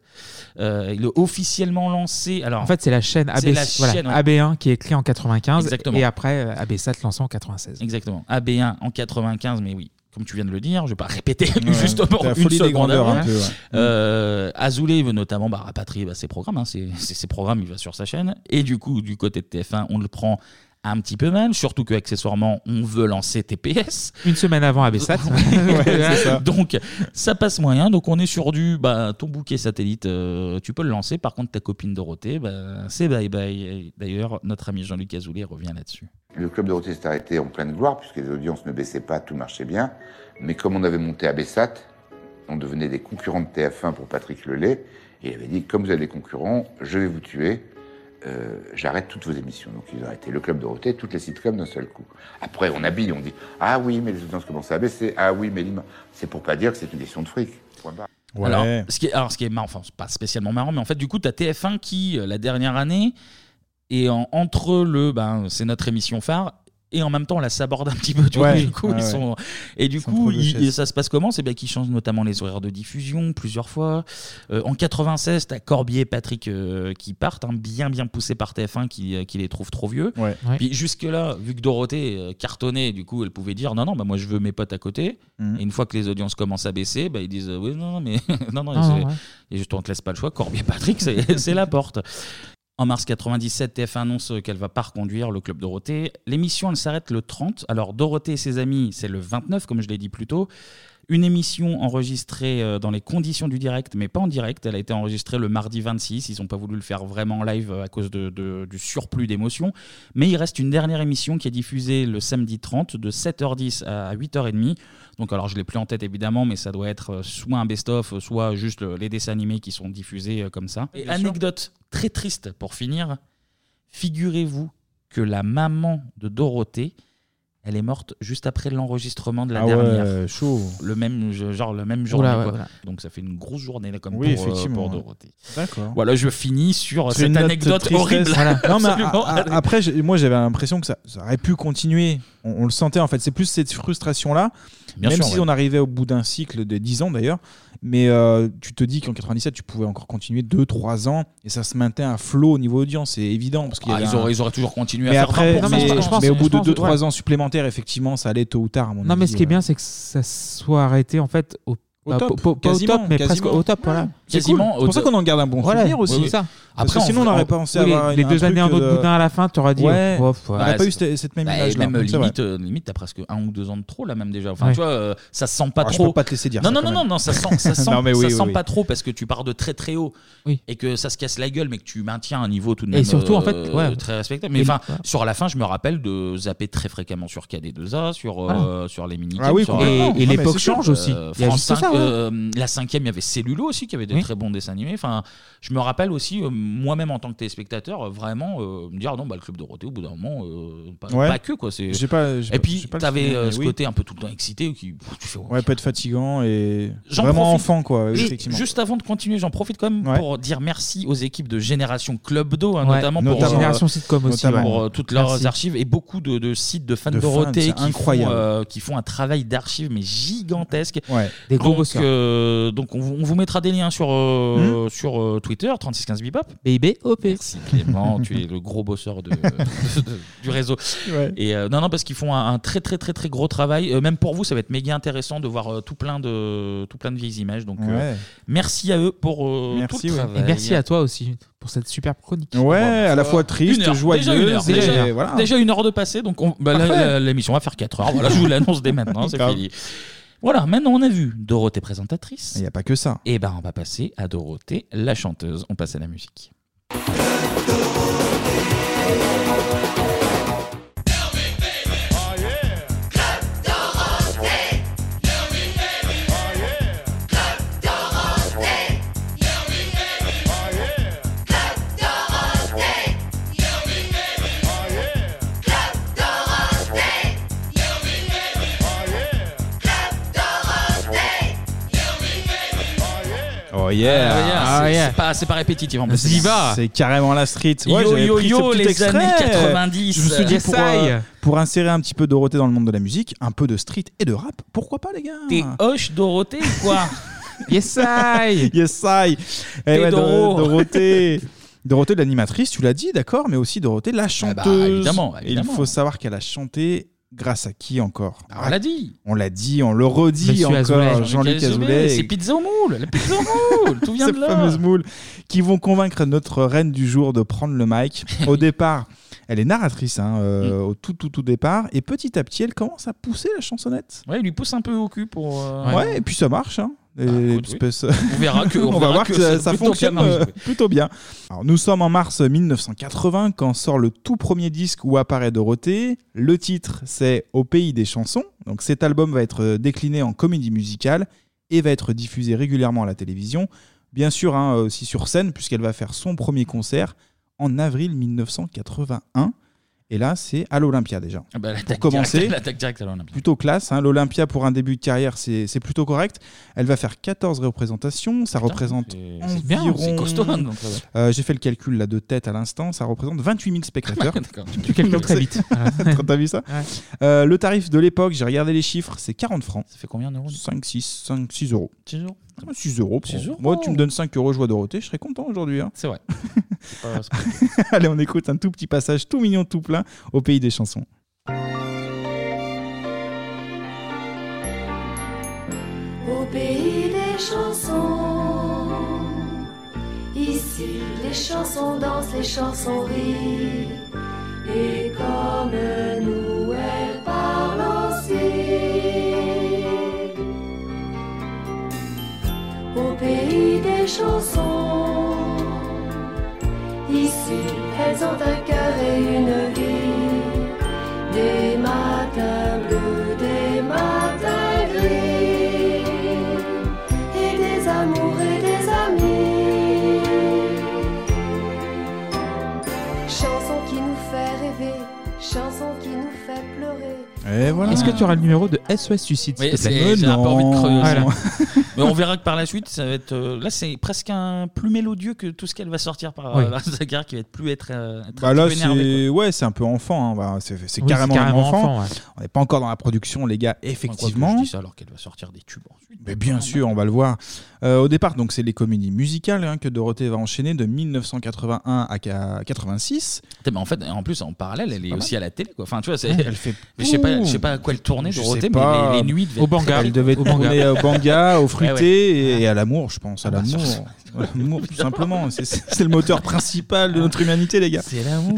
Speaker 1: Euh, il l'a officiellement lancé. Alors,
Speaker 7: En fait, c'est la chaîne, AB,
Speaker 1: c'est la
Speaker 7: voilà,
Speaker 1: chaîne, ouais.
Speaker 7: AB1 qui est créée en 95
Speaker 1: Exactement.
Speaker 7: et après euh, AB7 lancé en 96.
Speaker 1: Exactement. AB1 en 95, mais oui. Comme tu viens de le dire, je ne vais pas répéter
Speaker 7: Ouais,
Speaker 1: justement
Speaker 7: la
Speaker 1: une
Speaker 7: folie
Speaker 1: seule
Speaker 7: des
Speaker 1: grande
Speaker 7: grandeurs,
Speaker 1: œuvre.
Speaker 7: un peu, ouais.
Speaker 1: Euh, Azoulay veut notamment bah, rapatrier bah, ses programmes. hein. C'est- c'est ses programmes, il va sur sa chaîne. Et du coup, du côté de TF1, on le prend un petit peu mal, surtout que accessoirement, on veut lancer TPS.
Speaker 7: Une semaine avant AB7.
Speaker 1: donc ça passe moyen. Donc on est sur du bah, ton bouquet satellite, euh, tu peux le lancer. Par contre, ta copine Dorothée, bah, c'est bye bye. Et D'ailleurs, notre ami Jean-Luc Azoulay revient là-dessus.
Speaker 17: Le club Dorothée s'est arrêté en pleine gloire, puisque les audiences ne baissaient pas, tout marchait bien. Mais comme on avait monté à Bessat, on devenait des concurrents de TF1 pour Patrick Lelay. Et il avait dit Comme vous avez des concurrents, je vais vous tuer, euh, j'arrête toutes vos émissions. Donc ils ont arrêté le club Dorothée, toutes les sitcoms d'un seul coup. Après, on habille, on dit Ah oui, mais les audiences commençaient à baisser. Ah oui, mais l'image. C'est pour pas dire que c'est une question de fric. Point barre.
Speaker 1: Alors, ce qui est, alors, ce qui est marrant, enfin, c'est pas spécialement marrant, mais en fait, du coup, tu as TF1 qui, euh, la dernière année, est en- entre le ben, c'est notre émission phare. Et en même temps, on la saborde un petit peu. Tu vois,
Speaker 8: Ouais,
Speaker 1: du coup,
Speaker 8: ouais,
Speaker 1: ils
Speaker 8: ouais.
Speaker 1: sont. Et du
Speaker 8: Ils sont
Speaker 1: coup,
Speaker 8: entre deux
Speaker 1: ils-
Speaker 8: chaises.
Speaker 1: et ça se passe comment C'est bien qu'ils changent notamment les horaires de diffusion plusieurs fois. Euh, en 96, t'as Corbier et Patrick euh, qui partent, hein, bien bien poussés par TF1 qui, euh, qui les trouve trop vieux.
Speaker 8: Ouais.
Speaker 7: Ouais.
Speaker 1: Puis jusque-là, vu que Dorothée euh, cartonnait, du coup, elle pouvait dire non, non, bah, moi je veux mes potes à côté.
Speaker 8: Mhm.
Speaker 1: Et une fois que les audiences commencent à baisser, bah, ils disent euh, oui, non, non, mais non, non,
Speaker 7: Non,
Speaker 1: c'est-
Speaker 7: non, ouais.
Speaker 1: et juste on te laisse pas le choix, Corbier Patrick, c'est c'est la porte. En mars 97, TF1 annonce qu'elle va pas reconduire le club Dorothée. L'émission, elle s'arrête le 30. Alors, Dorothée et ses amis, c'est le 29, comme je l'ai dit plus tôt. Une émission enregistrée euh, dans les conditions du direct, mais pas en direct. Elle a été enregistrée le mardi 26. Ils n'ont pas voulu le faire vraiment en live euh, à cause de- de- du surplus d'émotions. Mais il reste une dernière émission qui est diffusée le samedi 30 de 7h10 à 8h30. Donc, alors, je ne l'ai plus en tête évidemment, mais ça doit être euh, soit un best-of, soit juste le- les dessins animés qui sont diffusés euh, comme ça. Et
Speaker 8: Bien sûr.
Speaker 1: anecdote très triste pour finir. Figurez-vous que la maman de Dorothée, elle est morte juste après l'enregistrement de la
Speaker 8: Ah ouais,
Speaker 1: dernière.
Speaker 8: chaud.
Speaker 1: Le même, genre le même journée.
Speaker 8: Oula, ouais,
Speaker 1: quoi.
Speaker 8: voilà.
Speaker 1: Donc ça fait une grosse journée là, comme
Speaker 8: Oui,
Speaker 1: pour, euh,
Speaker 8: effectivement,
Speaker 1: pour
Speaker 8: ouais.
Speaker 1: Dorothée.
Speaker 8: D'accord.
Speaker 1: Voilà, je finis sur
Speaker 8: C'est une
Speaker 1: cette
Speaker 8: note
Speaker 1: anecdote
Speaker 8: tristesse.
Speaker 1: horrible.
Speaker 8: Voilà. Non, mais
Speaker 1: Absolument.
Speaker 8: a- a- après, j'ai- moi, j'avais l'impression que ça, ça aurait pu continuer. On, on le sentait, en fait. C'est plus cette frustration-là.
Speaker 1: Bien
Speaker 8: Même
Speaker 1: sûr,
Speaker 8: si
Speaker 1: ouais.
Speaker 8: on arrivait au bout d'un cycle de 10 ans, d'ailleurs. Mais euh, tu te dis qu'en 97, tu pouvais encore continuer 2-3 ans et ça se maintient à flot au niveau audience. C'est évident. Parce qu'il y
Speaker 1: Ah,
Speaker 8: avait
Speaker 1: ils
Speaker 8: un-
Speaker 1: auraient- ils auraient toujours continué à
Speaker 8: mais
Speaker 1: faire
Speaker 8: après,
Speaker 1: 20%,
Speaker 8: mais,
Speaker 1: je pense,
Speaker 8: mais au
Speaker 1: je
Speaker 8: bout de
Speaker 1: pense,
Speaker 8: 2-3
Speaker 1: ouais.
Speaker 8: ans supplémentaires, effectivement, ça allait tôt ou tard, à mon
Speaker 7: Non, mais
Speaker 8: avis,
Speaker 7: ce qui est
Speaker 8: euh.
Speaker 7: bien, c'est que ça soit arrêté en fait au,
Speaker 8: Au
Speaker 7: bah,
Speaker 8: top,
Speaker 7: po- po- pas au
Speaker 8: quasiment,
Speaker 7: top, mais presque
Speaker 8: quasiment.
Speaker 7: au top.
Speaker 8: Ouais.
Speaker 7: Voilà.
Speaker 8: C'est Quasiment cool. au C'est pour ça top. qu'on en garde un bon
Speaker 7: Voilà.
Speaker 8: souvenir aussi.
Speaker 7: Oui, oui.
Speaker 8: Ça. Parce que
Speaker 7: Après,
Speaker 8: sinon, on aurait pensé
Speaker 7: oui,
Speaker 8: avoir
Speaker 7: Les
Speaker 8: un
Speaker 7: deux
Speaker 8: truc
Speaker 7: années en
Speaker 8: de-
Speaker 7: autre boudin à la fin, t'aurais dit.
Speaker 8: Ouais.
Speaker 7: bof,
Speaker 8: On
Speaker 7: ouais.
Speaker 8: aurait pas
Speaker 1: c'est-
Speaker 8: eu cette- cette même
Speaker 1: Bah,
Speaker 8: image-là.
Speaker 1: Même
Speaker 8: C'est vrai.
Speaker 1: limite, euh, limite t'as presque un ou deux ans de trop là même déjà. Enfin,
Speaker 8: Ouais.
Speaker 1: tu vois, euh, ça sent pas
Speaker 8: Ah, je
Speaker 1: trop.
Speaker 8: peux pas te laisser dire
Speaker 1: Non,
Speaker 8: ça,
Speaker 1: non,
Speaker 8: quand
Speaker 1: non, non,
Speaker 8: même.
Speaker 1: non, ça sent, ça sent,
Speaker 8: Non, mais oui,
Speaker 1: ça
Speaker 8: oui,
Speaker 1: sent
Speaker 8: oui.
Speaker 1: pas trop parce que tu pars de très très haut et que ça se casse la gueule, mais que tu maintiens un niveau tout de
Speaker 7: Et
Speaker 1: même
Speaker 7: surtout, en fait,
Speaker 1: euh,
Speaker 7: ouais.
Speaker 1: très respectable. Mais
Speaker 7: Et-
Speaker 1: enfin, sur la fin, je me rappelle de zapper très fréquemment sur KD2A, sur euh, sur les mini
Speaker 7: Ah oui,
Speaker 1: sur-
Speaker 7: complètement. Et- et Non, mais l'époque c'est sûr. change aussi.
Speaker 1: Euh,
Speaker 7: Il y a
Speaker 1: France
Speaker 7: juste ça, hein.
Speaker 1: 5,
Speaker 7: ouais.
Speaker 1: euh, la cinquième, il y avait Cellulo aussi qui avait des de très bons dessins animés. Enfin, je me rappelle aussi, euh, moi-même en tant que téléspectateur, euh, vraiment euh, me dire non, bah, le Club Dorothée, au bout d'un moment, euh, pas,
Speaker 8: Ouais.
Speaker 1: pas que quoi. c'est-
Speaker 8: J'ai pas- j'ai
Speaker 1: Et
Speaker 8: pas-
Speaker 1: puis,
Speaker 8: j'ai pas le
Speaker 1: t'avais
Speaker 8: souvenir,
Speaker 1: euh,
Speaker 8: mais
Speaker 1: ce
Speaker 8: oui.
Speaker 1: côté un peu tout le temps excité qui. pff, tu fais,
Speaker 8: Ouais, peut être fatigant et
Speaker 1: J'en
Speaker 8: vraiment
Speaker 1: profite.
Speaker 8: enfant, quoi. oui,
Speaker 1: Et
Speaker 8: effectivement.
Speaker 1: juste avant de continuer, j'en profite quand même pour dire merci aux équipes de Génération Club Do, hein,
Speaker 7: Ouais,
Speaker 1: notamment, pour,
Speaker 7: notamment. Génération Sitcom aussi,
Speaker 1: notamment
Speaker 7: ouais.
Speaker 1: pour euh, toutes
Speaker 7: Merci.
Speaker 1: leurs archives et beaucoup de, de sites de fans
Speaker 7: De
Speaker 1: de
Speaker 7: fans,
Speaker 1: Dorothée
Speaker 7: c'est
Speaker 1: qui, font,
Speaker 7: incroyable.
Speaker 1: euh, qui font un travail d'archives mais gigantesque.
Speaker 7: Des gros
Speaker 1: donc,
Speaker 7: bosseurs. Hmm.
Speaker 1: euh, donc on, vous- on vous mettra des liens sur, euh, sur euh, Twitter, 3615 Bipop. BIBOP. Merci Clément, tu es le gros bosseur de, de- de- du réseau.
Speaker 8: Ouais.
Speaker 1: Et euh, non, non, parce qu'ils font un, un très, très, très, très gros travail. Euh, même pour vous, ça va être méga intéressant de voir euh, tout, plein de, tout plein de vieilles images. Donc, euh,
Speaker 7: Ouais.
Speaker 1: merci à eux pour euh, tout
Speaker 7: Merci,
Speaker 1: le travail.
Speaker 7: Et merci à toi aussi pour cette super chronique.
Speaker 8: Ouais, à la fois
Speaker 1: Une
Speaker 8: triste,
Speaker 1: heure, déjà une heure,
Speaker 8: joyeuse.
Speaker 1: déjà,
Speaker 8: et voilà.
Speaker 1: déjà une heure de passé, donc on- bah, là,
Speaker 8: Parfait.
Speaker 1: la- l'émission va faire 4 heures. Voilà, je vous l'annonce dès maintenant, c'est
Speaker 8: Grave.
Speaker 1: fini. Voilà, maintenant on a vu Dorothée présentatrice. Il
Speaker 8: n'y a pas que ça.
Speaker 1: Et ben on va passer à Dorothée la chanteuse. On passe à la musique.
Speaker 11: Ah,
Speaker 8: Oh yeah.
Speaker 1: Ah,
Speaker 8: Ah
Speaker 1: c'est-
Speaker 8: yeah.
Speaker 1: c'est pas, c'est pas répétitif en plus.
Speaker 8: C'est carrément la street. Ouais,
Speaker 1: Yo,
Speaker 8: j'avais
Speaker 1: yo,
Speaker 8: pris ce
Speaker 1: yo,
Speaker 8: petit
Speaker 1: les
Speaker 8: extrait.
Speaker 1: années 90.
Speaker 8: Je me suis dit, pour,
Speaker 1: Yesai.
Speaker 8: euh, pour insérer un petit peu Dorothée dans le monde de la musique, un peu de street et de rap, pourquoi pas, les gars
Speaker 1: T'es hoche Dorothée ou quoi
Speaker 8: Yes, I Yes, I Eh
Speaker 1: T'es
Speaker 8: ouais,
Speaker 1: Doro.
Speaker 8: Dor- Dorothée Dorothée, l'animatrice, tu l'as dit, d'accord, mais aussi Dorothée, la chanteuse.
Speaker 1: Ah bah, évidemment,
Speaker 8: Et
Speaker 1: évidemment. Ah,
Speaker 8: Il faut savoir qu'elle a chanté grâce à qui encore
Speaker 1: on l'a dit.
Speaker 8: On l'a dit, on le redit
Speaker 1: Monsieur
Speaker 8: encore,
Speaker 1: Azoulay.
Speaker 8: Jean-Luc Azoulay.
Speaker 1: C'est
Speaker 8: Et-
Speaker 1: pizza au moule, la pizza au moule, tout vient
Speaker 8: ces
Speaker 1: de là.
Speaker 8: fameuses moules qui vont convaincre notre reine du jour de prendre le mic. Au départ, elle est narratrice hein, euh,
Speaker 1: Mm.
Speaker 8: au tout, tout, tout départ. Et petit à petit, elle commence à pousser la chansonnette.
Speaker 1: Ouais, il lui pousse un peu au cul pour. euh,
Speaker 8: Ouais, et puis ça marche. hein. Et l'espèce-
Speaker 1: Bah, On verra que-
Speaker 8: on,
Speaker 1: on
Speaker 8: va
Speaker 1: verra
Speaker 8: voir que,
Speaker 1: que
Speaker 8: ça,
Speaker 1: c'est
Speaker 8: ça
Speaker 1: plutôt
Speaker 8: fonctionne
Speaker 1: bien marché,
Speaker 8: euh,
Speaker 1: oui.
Speaker 8: plutôt bien. Alors, nous sommes en mars 1980 quand sort le tout premier disque où apparaît Dorothée. Le titre, c'est Au pays des chansons. Donc cet album va être euh, décliné en comédie musicale et va être diffusé régulièrement à la télévision. Bien sûr, hein, aussi sur scène, puisqu'elle va faire son premier concert en avril 1981. Et là, c'est à l'Olympia déjà.
Speaker 1: Ah bah, l'attaque
Speaker 8: Pour commencer,
Speaker 1: directe- l'attaque directe à l'Olympia.
Speaker 8: plutôt classe. hein. L'Olympia, pour un début de carrière, c'est c'est plutôt correct. Elle va faire 14 représentations. Ça représente
Speaker 1: c'est bien,
Speaker 8: environ-
Speaker 1: c'est costaud, hein, donc, euh.
Speaker 8: Euh, J'ai fait le calcul là de tête à l'instant. Ça représente 28 000 spectateurs.
Speaker 1: D'accord. Tu calcules
Speaker 8: Donc,
Speaker 1: très
Speaker 8: c'est-
Speaker 1: vite.
Speaker 8: T'as vu ça
Speaker 1: Ouais.
Speaker 8: Euh, Le tarif de l'époque, j'ai regardé les chiffres, c'est 40 francs.
Speaker 1: Ça fait combien d'euros
Speaker 8: 5, 6, 5, 6 euros.
Speaker 1: 6 euros
Speaker 8: 6 euros. pour-
Speaker 1: 6 euros. Oh.
Speaker 8: Moi, tu me donnes 5 euros, je vois Dorothée, je serais content aujourd'hui. hein.
Speaker 1: C'est vrai.
Speaker 8: Allez, on écoute un tout petit passage tout mignon, tout plein au pays des chansons.
Speaker 26: Au pays des chansons, ici les chansons dansent, les chansons rient. Et comme nous, elles parlent aussi. Au pays des chansons, ici elles ont un cœur et une vie. Des matins bleus, des matins gris, et des amours et des amis.
Speaker 9: Chanson qui nous fait rêver, chanson qui nous fait pleurer.
Speaker 8: Et voilà.
Speaker 7: Est-ce que tu auras le numéro de SOS Suicide
Speaker 1: euh, Oui,
Speaker 7: s'il te plaît
Speaker 1: c'est- j'ai un peu envie de creuser.
Speaker 7: Voilà.
Speaker 1: Mais on verra que par la suite, ça va être. euh, là, c'est presque un plus mélodieux que tout ce qu'elle va sortir par
Speaker 8: Oui.
Speaker 1: euh, la guerre qui va être plus être. euh, être
Speaker 8: Bah
Speaker 1: un
Speaker 8: là,
Speaker 1: petit peu énervé,
Speaker 8: c'est ouais, c'est un peu enfant. hein. Bah, c'est c'est
Speaker 1: Oui,
Speaker 8: carrément,
Speaker 1: c'est carrément
Speaker 8: un enfant.
Speaker 1: enfant, ouais.
Speaker 8: On n'est pas encore dans la production, les gars, effectivement.
Speaker 1: Je dis ça alors qu'elle va sortir des tubes.
Speaker 8: Mais bien sûr, on va le voir. Euh, au départ, donc c'est les comédies musicales hein, que Dorothée va enchaîner de 1981 à ca- 86.
Speaker 1: Putain, mais en fait, en plus, en parallèle, elle est,
Speaker 8: mal.
Speaker 1: aussi à la télé. Quoi. Enfin, tu vois, c'est-
Speaker 8: Ouais, elle fait-
Speaker 1: Mais je sais pas,
Speaker 8: Ouh.
Speaker 1: je sais pas à quoi elle tournait,
Speaker 8: Je
Speaker 1: Dorothée,
Speaker 8: sais
Speaker 1: mais
Speaker 8: pas.
Speaker 1: les, les nuits devaient
Speaker 8: Au
Speaker 1: être très
Speaker 8: banga. Elle
Speaker 1: belles.
Speaker 8: devait être tournée au banga, au fruité
Speaker 1: Ouais, ouais.
Speaker 8: et à l'amour, je pense. À
Speaker 1: bah,
Speaker 8: l'amour.
Speaker 1: sur-
Speaker 8: À l'amour, tout simplement. C'est- C'est c'est le moteur principal
Speaker 1: Ah.
Speaker 8: de notre humanité, les gars.
Speaker 1: C'est l'amour.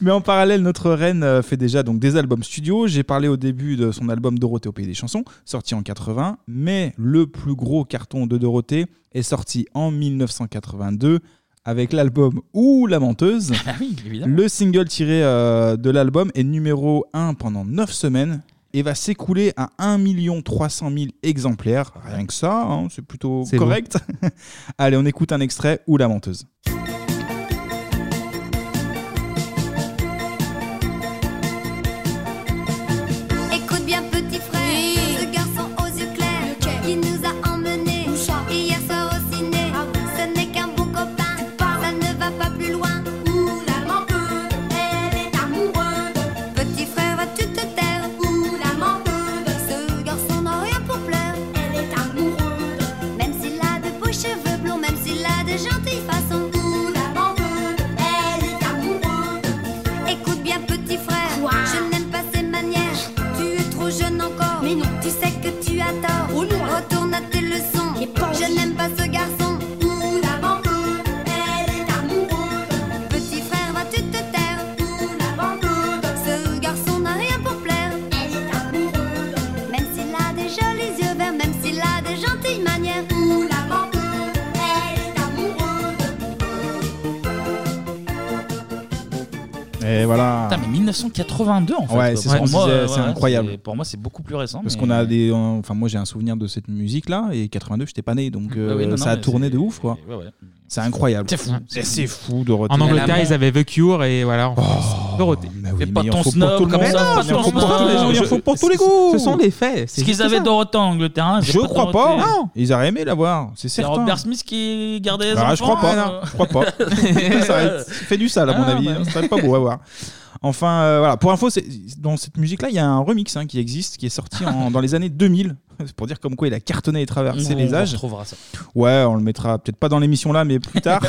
Speaker 8: Mais en parallèle, notre reine euh, fait déjà donc des albums studio. J'ai parlé au début de son album Dorothée au pays des chansons, sorti en 80, mais le plus gros carton de Dorothée est sorti en 1982 avec l'album Ouh la menteuse.
Speaker 1: oui, évidemment.
Speaker 8: le single tiré euh, de l'album est numéro 1 pendant 9 semaines. et va s'écouler à 1 300 000 exemplaires. Rien que ça, hein, c'est plutôt
Speaker 12: C'est
Speaker 8: correct. Allez, on écoute un extrait ou la menteuse.
Speaker 9: Écoute bien petit frère, ce garçon aux yeux clairs qui nous a emmenés hier soir au ciné. Ce n'est qu'un bon copain, ça ne va Ah pas plus loin. Ouh la menteuse, elle est amoureuse. Petit frère, vas-tu te taire Ouh la menteuse, ce garçon n'a rien pour plaire. Elle est amoureuse, même s'il a de beaux cheveux blonds, même s'il a de gentilles façons. Ouh la menteuse, elle est amoureuse. Écoute bien petit frère, je n'aime pas ces manières. Tu es trop jeune encore, mais non, tu sais que tu as tort. Retourne à tes leçons, je n'aime pas ce garçon. Ouh la vendeuse, elle est amoureuse. Petit frère, vas-tu te taire Ouh la vendeuse, ce garçon n'a rien pour plaire. Elle est amoureuse, même s'il a des jolis yeux verts, même s'il a des gentilles manières. Ouh la vendeuse, elle est amoureuse.
Speaker 8: Et voilà.
Speaker 1: Putain, mais 1982 en fait.
Speaker 8: Ouais,
Speaker 1: quoi.
Speaker 8: c'est ce qu'on
Speaker 1: Pour moi,
Speaker 8: disait,
Speaker 1: euh,
Speaker 8: c'est
Speaker 1: voilà,
Speaker 8: incroyable.
Speaker 1: c'est- Pour moi, c'est beaucoup plus récent.
Speaker 8: Parce
Speaker 1: mais-
Speaker 8: qu'on a des. on- Enfin, moi j'ai un souvenir de cette musique là, et 82, j'étais pas né, donc euh,
Speaker 1: oui, non, non,
Speaker 8: ça a
Speaker 1: mais
Speaker 8: tourné
Speaker 1: c'est-
Speaker 8: de ouf quoi.
Speaker 1: ouais, ouais.
Speaker 8: C'est incroyable.
Speaker 1: C'est fou.
Speaker 8: C'est c'est fou de
Speaker 7: En Angleterre, ils avaient The Cure et voilà, en France,
Speaker 8: Oh,
Speaker 7: Dorothée.
Speaker 8: Fais
Speaker 1: pas ton snob comme
Speaker 7: Mais
Speaker 1: ça,
Speaker 7: non,
Speaker 1: pas
Speaker 7: il
Speaker 1: ton
Speaker 7: en faut pour
Speaker 1: snob.
Speaker 7: tous les gens, il en
Speaker 1: Je-
Speaker 7: faut pour tous les
Speaker 1: ce-
Speaker 7: goûts.
Speaker 1: ce
Speaker 7: Ce
Speaker 1: sont
Speaker 7: sont
Speaker 1: des
Speaker 7: les faits.
Speaker 1: Ce qu'ils avaient Dorothée en Angleterre, hein, c'est
Speaker 8: Je crois pas.
Speaker 1: Dorothée.
Speaker 8: Ils auraient aimé l'avoir, c'est
Speaker 1: C'est
Speaker 8: certain.
Speaker 1: Robert Smith qui gardait les
Speaker 8: Ah, je
Speaker 1: enfants,
Speaker 8: crois pas,
Speaker 1: euh.
Speaker 8: non, je crois pas. ça aurait été- fait du sale à mon
Speaker 1: Ah,
Speaker 8: avis,
Speaker 1: bah.
Speaker 8: hein, ça serait pas beau à voir. Enfin euh, voilà, pour info, c'est- dans cette musique là, il y a un remix hein, qui existe, qui est sorti en- dans les années 2000. C'est pour dire comme quoi il a cartonné et traversé
Speaker 1: On-
Speaker 8: les
Speaker 1: on
Speaker 8: âges.
Speaker 1: retrouvera ça.
Speaker 8: Ouais, on le mettra peut-être pas dans l'émission là, mais plus tard,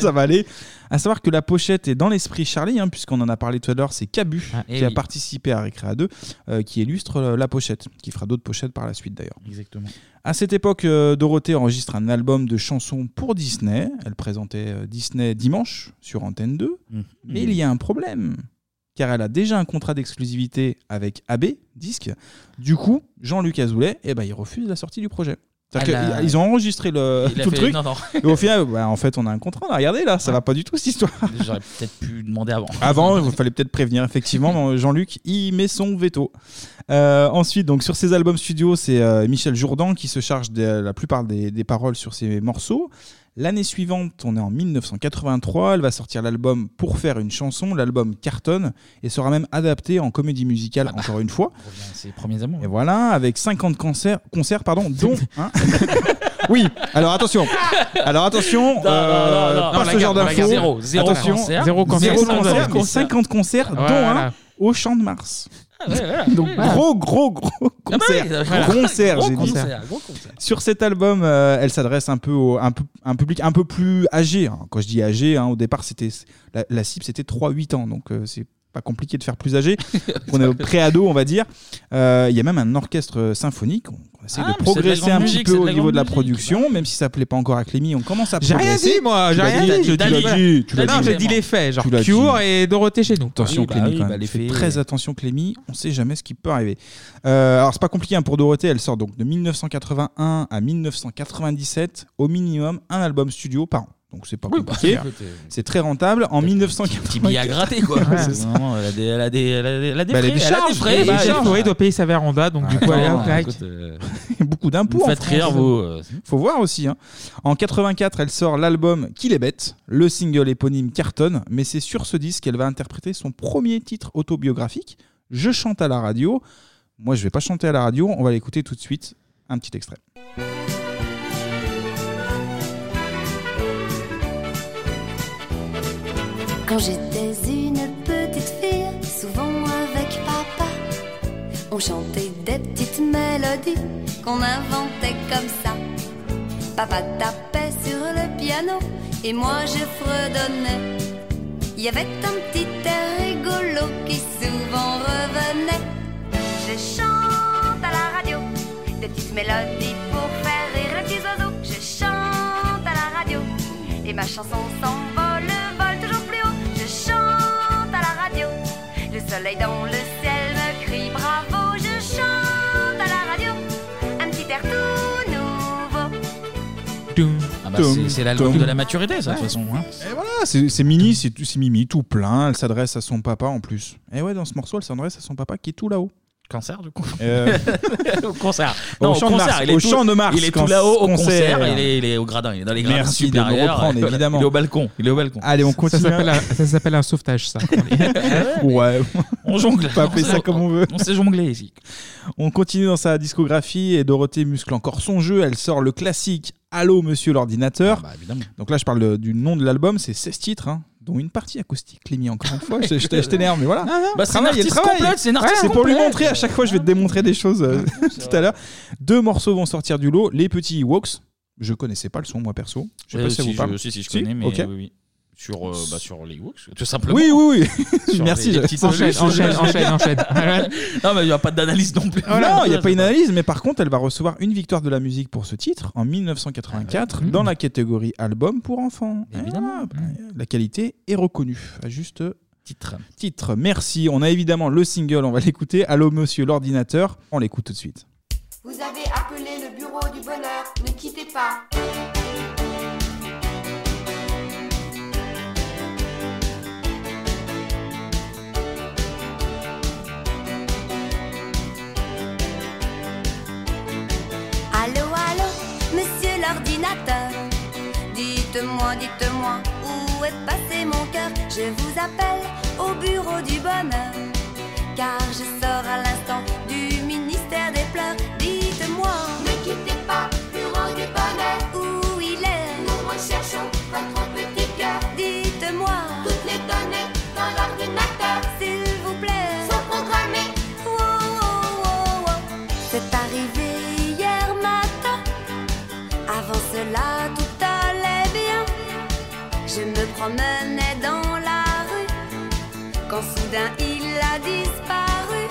Speaker 8: ça va aller. À savoir que la pochette est dans l'esprit Charlie, hein, puisqu'on en a parlé tout à l'heure, c'est Cabu
Speaker 1: et
Speaker 8: qui a
Speaker 1: Ah, eh oui.
Speaker 8: participé à Récréa 2, euh, qui illustre euh, la pochette, qui fera d'autres pochettes par la suite d'ailleurs.
Speaker 1: Exactement.
Speaker 8: À cette époque, euh, Dorothée enregistre un album de chansons pour Disney. Elle présentait euh, Disney dimanche sur Antenne 2.
Speaker 1: Mmh.
Speaker 8: Mais il y a un problème, car elle a déjà un contrat d'exclusivité avec AB Disque. Du coup, Jean-Luc Azoulay, eh ben, il refuse la sortie du projet. C'est-à-dire
Speaker 1: Elle
Speaker 8: que
Speaker 1: a-
Speaker 8: ils ont enregistré le,
Speaker 1: Il a
Speaker 8: tout le
Speaker 1: fait,
Speaker 8: truc.
Speaker 1: non, non.
Speaker 8: Et au final, bah, en fait, on a un contrat. là. Regardez là, ça va pas du tout cette histoire.
Speaker 1: J'aurais peut-être pu demander avant.
Speaker 8: Avant, il fallait peut-être prévenir, effectivement. mais Jean-Luc, il met son veto. Euh, ensuite, donc, sur ses albums studio, c'est euh, Michel Jourdan qui se charge de la plupart des, des paroles sur ses morceaux. L'année suivante, on est en 1983, elle va sortir l'album Pour faire une chanson, l'album cartonne, et sera même adapté en comédie musicale,
Speaker 1: Ah bah.
Speaker 8: encore une fois.
Speaker 1: C'est les premiers amours.
Speaker 8: Et voilà, avec 50 concerts, concerts pardon, dont... hein. oui, alors attention. Alors attention,
Speaker 1: Non,
Speaker 8: euh,
Speaker 1: non, non, non,
Speaker 8: pas
Speaker 1: on la
Speaker 8: ce genre
Speaker 1: garde, on la
Speaker 8: d'infos.
Speaker 1: garde. Zéro, zéro
Speaker 8: Attention,
Speaker 1: concert.
Speaker 8: Zéro concert,
Speaker 1: Zéro
Speaker 8: mais
Speaker 1: concert.
Speaker 8: 50 concerts, dont
Speaker 1: Voilà. Ah,
Speaker 8: un au Champ de Mars.
Speaker 1: voilà.
Speaker 8: Donc
Speaker 1: Voilà.
Speaker 8: gros, gros, gros
Speaker 1: Ah bah oui,
Speaker 8: concert.
Speaker 1: voilà.
Speaker 8: Concert,
Speaker 1: Gros
Speaker 8: j'ai dit.
Speaker 1: concert, gros concert.
Speaker 8: Sur cet album, euh, elle s'adresse un peu au, un, peu- un public un peu plus âgé. hein. Quand je dis âgé, hein, au départ, c'était la, la cible, c'était 3-8 ans, donc euh, c'est pas compliqué de faire plus âgé. on est au pré-ado, on va dire. Euh, Il y a même un orchestre euh, symphonique. On, on essaie
Speaker 1: Ah, mais c'est de
Speaker 8: de
Speaker 1: la
Speaker 8: progresser
Speaker 1: grande
Speaker 8: un
Speaker 1: musique,
Speaker 8: petit peu
Speaker 1: c'est de
Speaker 8: au
Speaker 1: la
Speaker 8: niveau de la
Speaker 1: grande
Speaker 8: production, même si ça plaît pas encore à Clémy, on commence à
Speaker 7: J'ai rien
Speaker 8: progresser.
Speaker 7: dit, moi,
Speaker 8: Tu
Speaker 7: j'ai
Speaker 8: l'as
Speaker 7: rien dit.
Speaker 8: tu l'as dit, tu l'as
Speaker 7: Non,
Speaker 8: dit.
Speaker 7: j'ai dit les faits, genre
Speaker 8: Tu l'as dit.
Speaker 7: Cure et Dorothée chez nous.
Speaker 8: Attention
Speaker 7: Oui, bah
Speaker 8: Clémy
Speaker 7: oui,
Speaker 8: quand
Speaker 7: bah
Speaker 8: même.
Speaker 7: les
Speaker 8: Fais
Speaker 7: faits.
Speaker 8: très attention Clémy, on sait jamais ce qui peut arriver. Euh, alors c'est pas compliqué hein, pour Dorothée, elle sort donc de 1981 à 1997 au minimum un album studio par an. Donc c'est pas
Speaker 1: Oui, bah,
Speaker 8: compliqué.
Speaker 1: écoutez.
Speaker 8: c'est très rentable en 1980.
Speaker 1: Petit billet à gratter, quoi.
Speaker 8: Ouais, c'est ça.
Speaker 1: Vraiment, elle a des, elle a des, elle a des, elle a des
Speaker 8: Bah,
Speaker 1: frais. elle
Speaker 8: elle a des
Speaker 1: a des
Speaker 8: charges,
Speaker 1: frais.
Speaker 8: elle a des
Speaker 1: bah,
Speaker 8: charges.
Speaker 1: elle a des
Speaker 7: Chloé doit payer sa véranda, donc du coup, elle est en claque.
Speaker 8: beaucoup d'impôts.
Speaker 1: euh, Vous
Speaker 8: en
Speaker 1: faites
Speaker 8: France.
Speaker 1: rire, vous, euh.
Speaker 8: Faut voir aussi. hein. En 84, elle sort l'album Qu'il est bête. Le single éponyme cartonne, mais c'est sur ce disque qu'elle va interpréter son premier titre autobiographique, Je chante à la radio. Moi, je vais pas chanter à la radio, on va l'écouter tout de suite. Un petit extrait.
Speaker 9: Quand j'étais une petite fille, souvent avec papa, on chantait des petites mélodies qu'on inventait comme ça. Papa tapait sur le piano et moi je fredonnais. Il y avait un petit air rigolo qui souvent revenait. Je chante à la radio des petites mélodies pour faire rire les petits oiseaux. Je chante à la radio et ma chanson s'envole, vole toujours plus haut. Je chante à la radio, le soleil dans le ciel me crie bravo. Je chante à la radio, un petit air tout nouveau.
Speaker 1: Ah bah, c'est- c'est l'album
Speaker 8: Tom.
Speaker 1: de la maturité, ça, de toute façon. hein.
Speaker 8: Ah, c'est c'est mini, c'est tout- c'est mimi tout plein. Elle s'adresse à son papa en plus. Et ouais, dans ce morceau, elle s'adresse à son papa qui est tout là-haut.
Speaker 1: Cancer, du coup
Speaker 8: Euh,
Speaker 1: Au concert.
Speaker 8: Au
Speaker 1: Non, au
Speaker 8: Champ de
Speaker 1: concert.
Speaker 8: Mars.
Speaker 1: Il est
Speaker 8: Au
Speaker 1: tout,
Speaker 8: Champ de Mars,
Speaker 1: Il est tout
Speaker 8: quand-
Speaker 1: là-haut, au
Speaker 8: concert.
Speaker 1: concert. Il, est, il est au gradin. Il est dans les gradins
Speaker 8: Merci de me
Speaker 1: supérieurs.
Speaker 8: reprendre,
Speaker 1: Voilà.
Speaker 8: évidemment.
Speaker 1: Il est au balcon. Il est au balcon.
Speaker 8: Allez, on
Speaker 7: Ça
Speaker 8: continue.
Speaker 7: s'appelle un- ça s'appelle un sauvetage, ça.
Speaker 8: ouais.
Speaker 1: On jongle.
Speaker 8: On peut appeler ça comme on veut.
Speaker 1: On sait jongler ici.
Speaker 8: On continue dans sa discographie et Dorothée muscle encore son jeu. Elle sort le classique Allô, monsieur l'ordinateur. Donc là, je parle de- du nom de l'album, c'est 16 titres, hein, dont une partie acoustique. Clémy, encore une fois, je, je t'ai- je t'énerve, mais voilà.
Speaker 1: Non, non. Bah, c'est un
Speaker 8: Travaille,
Speaker 1: artiste
Speaker 8: travaille.
Speaker 1: complet, c'est un artiste
Speaker 8: C'est pour lui
Speaker 1: complet.
Speaker 8: montrer, à chaque fois, je vais te démontrer des choses euh, tout à l'heure. Deux morceaux vont sortir du lot Les petits Walks. Je connaissais pas le son, moi perso. Je sais
Speaker 1: Euh,
Speaker 8: pas si ça
Speaker 1: si,
Speaker 8: vous parle.
Speaker 1: je- si, si, je connais, mais
Speaker 8: Ok.
Speaker 1: oui, oui. Sur, euh, bah, sur les Wooks, tout simplement.
Speaker 8: Oui, oui, oui.
Speaker 1: Sur
Speaker 8: Merci.
Speaker 1: les- les
Speaker 8: je-
Speaker 1: petites peluches. non, mais il n'y a pas d'analyse non plus.
Speaker 8: non, il n'y a pas une analyse, mais par contre, elle va recevoir une victoire de la musique pour ce titre en
Speaker 1: Ah
Speaker 8: 1984 dans
Speaker 1: Mmh.
Speaker 8: la catégorie album pour enfants. Évidemment. la qualité est reconnue à juste
Speaker 1: titre.
Speaker 8: Titre. Merci. On a évidemment le single, on va l'écouter. Allô, monsieur l'ordinateur. On l'écoute tout de suite.
Speaker 11: Vous avez appelé le bureau du bonheur, ne quittez pas.
Speaker 9: Allô, allô, monsieur l'ordinateur. Dites-moi, dites-moi, où est passé mon cœur Je vous appelle au bureau du bonheur, car je sors à l'instant du ministère des pleurs. Dites-moi, ne quittez pas, bureau du bonheur. Où il est Nous recherchons votre petit cœur. Dites-moi, toutes les données dans l'ordinateur. S'il vous plaît, sont programmées. Oh, oh, oh, oh. C'est arrivé hier matin. Avant cela, tout allait bien. Je me promenais dans la rue. Quand soudain, il a disparu.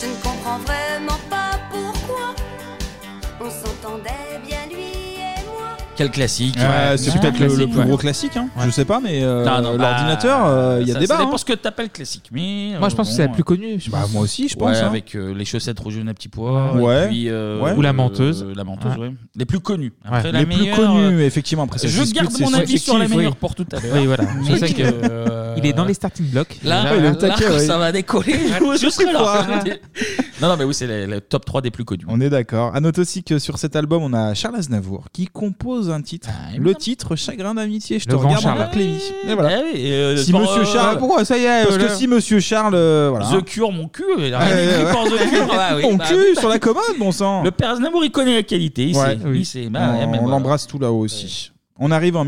Speaker 9: Je ne comprends vraiment pas pourquoi. On s'entendait bien, lui et moi.
Speaker 1: Quel classique.
Speaker 8: Ouais, Euh, c'est
Speaker 1: Ouais.
Speaker 8: peut-être le, le
Speaker 1: Classique,
Speaker 8: plus
Speaker 1: ouais.
Speaker 8: gros classique. hein. Je sais pas, mais euh,
Speaker 1: Non, non, bah,
Speaker 8: l'ordinateur, euh, il y a
Speaker 1: ça-
Speaker 8: des
Speaker 1: Ça
Speaker 8: barres.
Speaker 1: dépend ce que tu appelles classique. Mais, euh,
Speaker 7: Moi, je pense que c'est la plus connue, je
Speaker 8: Bah, pense. moi aussi, je pense,
Speaker 1: Ouais,
Speaker 8: hein.
Speaker 1: Avec euh, les chaussettes rouges jeunes à petit pois.
Speaker 8: Ouais.
Speaker 1: et puis, euh,
Speaker 8: Ouais.
Speaker 1: euh,
Speaker 8: Ou la menteuse.
Speaker 1: la menteuse,
Speaker 8: Ouais.
Speaker 1: ouais. Les plus connues. Après,
Speaker 8: Ouais.
Speaker 1: la
Speaker 8: Les plus
Speaker 1: meilleure,
Speaker 8: connues,
Speaker 1: euh,
Speaker 8: effectivement. Après, ça se
Speaker 1: je
Speaker 8: discute,
Speaker 1: garde
Speaker 8: c'est
Speaker 1: mon avis sur la
Speaker 8: subjectif,
Speaker 1: meilleure
Speaker 8: oui.
Speaker 1: pour tout à l'heure.
Speaker 7: Oui, voilà. C'est
Speaker 1: Mais
Speaker 7: ça que-
Speaker 1: euh,
Speaker 7: Il est dans les starting blocks.
Speaker 1: Là,
Speaker 7: Déjà.
Speaker 1: là, ça va décoller.
Speaker 7: Ouais.
Speaker 1: je serai là.
Speaker 7: Ouais.
Speaker 1: Non, non, mais oui, c'est le, le top 3 des plus connus.
Speaker 8: On est d'accord. À note aussi que sur cet album, on a Charles Aznavour qui compose un titre. le titre Chagrin d'amitié. Je
Speaker 1: Le
Speaker 8: te
Speaker 1: grand
Speaker 8: regarde
Speaker 1: Charles.
Speaker 8: en Clémy. Et voilà.
Speaker 1: Ah, Eh oui, et, euh,
Speaker 8: si
Speaker 1: quand,
Speaker 8: Monsieur
Speaker 1: euh,
Speaker 8: Charles. Pourquoi ça y est Parce
Speaker 1: euh,
Speaker 8: que
Speaker 1: là-
Speaker 8: si Monsieur Charles. euh, voilà.
Speaker 1: The Cure, mon cul. Ah, Il a rien
Speaker 8: Ouais,
Speaker 1: écrit
Speaker 8: ouais.
Speaker 1: pour The Cure. Ah oui,
Speaker 8: Mon
Speaker 1: bah,
Speaker 8: cul
Speaker 1: putain.
Speaker 8: sur la commode, bon sang.
Speaker 1: Le père Aznavour, il connaît la qualité. Il
Speaker 8: Ouais,
Speaker 1: sait.
Speaker 8: oui.
Speaker 1: Il sait. Bah, ouais,
Speaker 8: on
Speaker 1: mais
Speaker 8: on
Speaker 1: voilà.
Speaker 8: l'embrasse tout là-haut aussi. On arrive en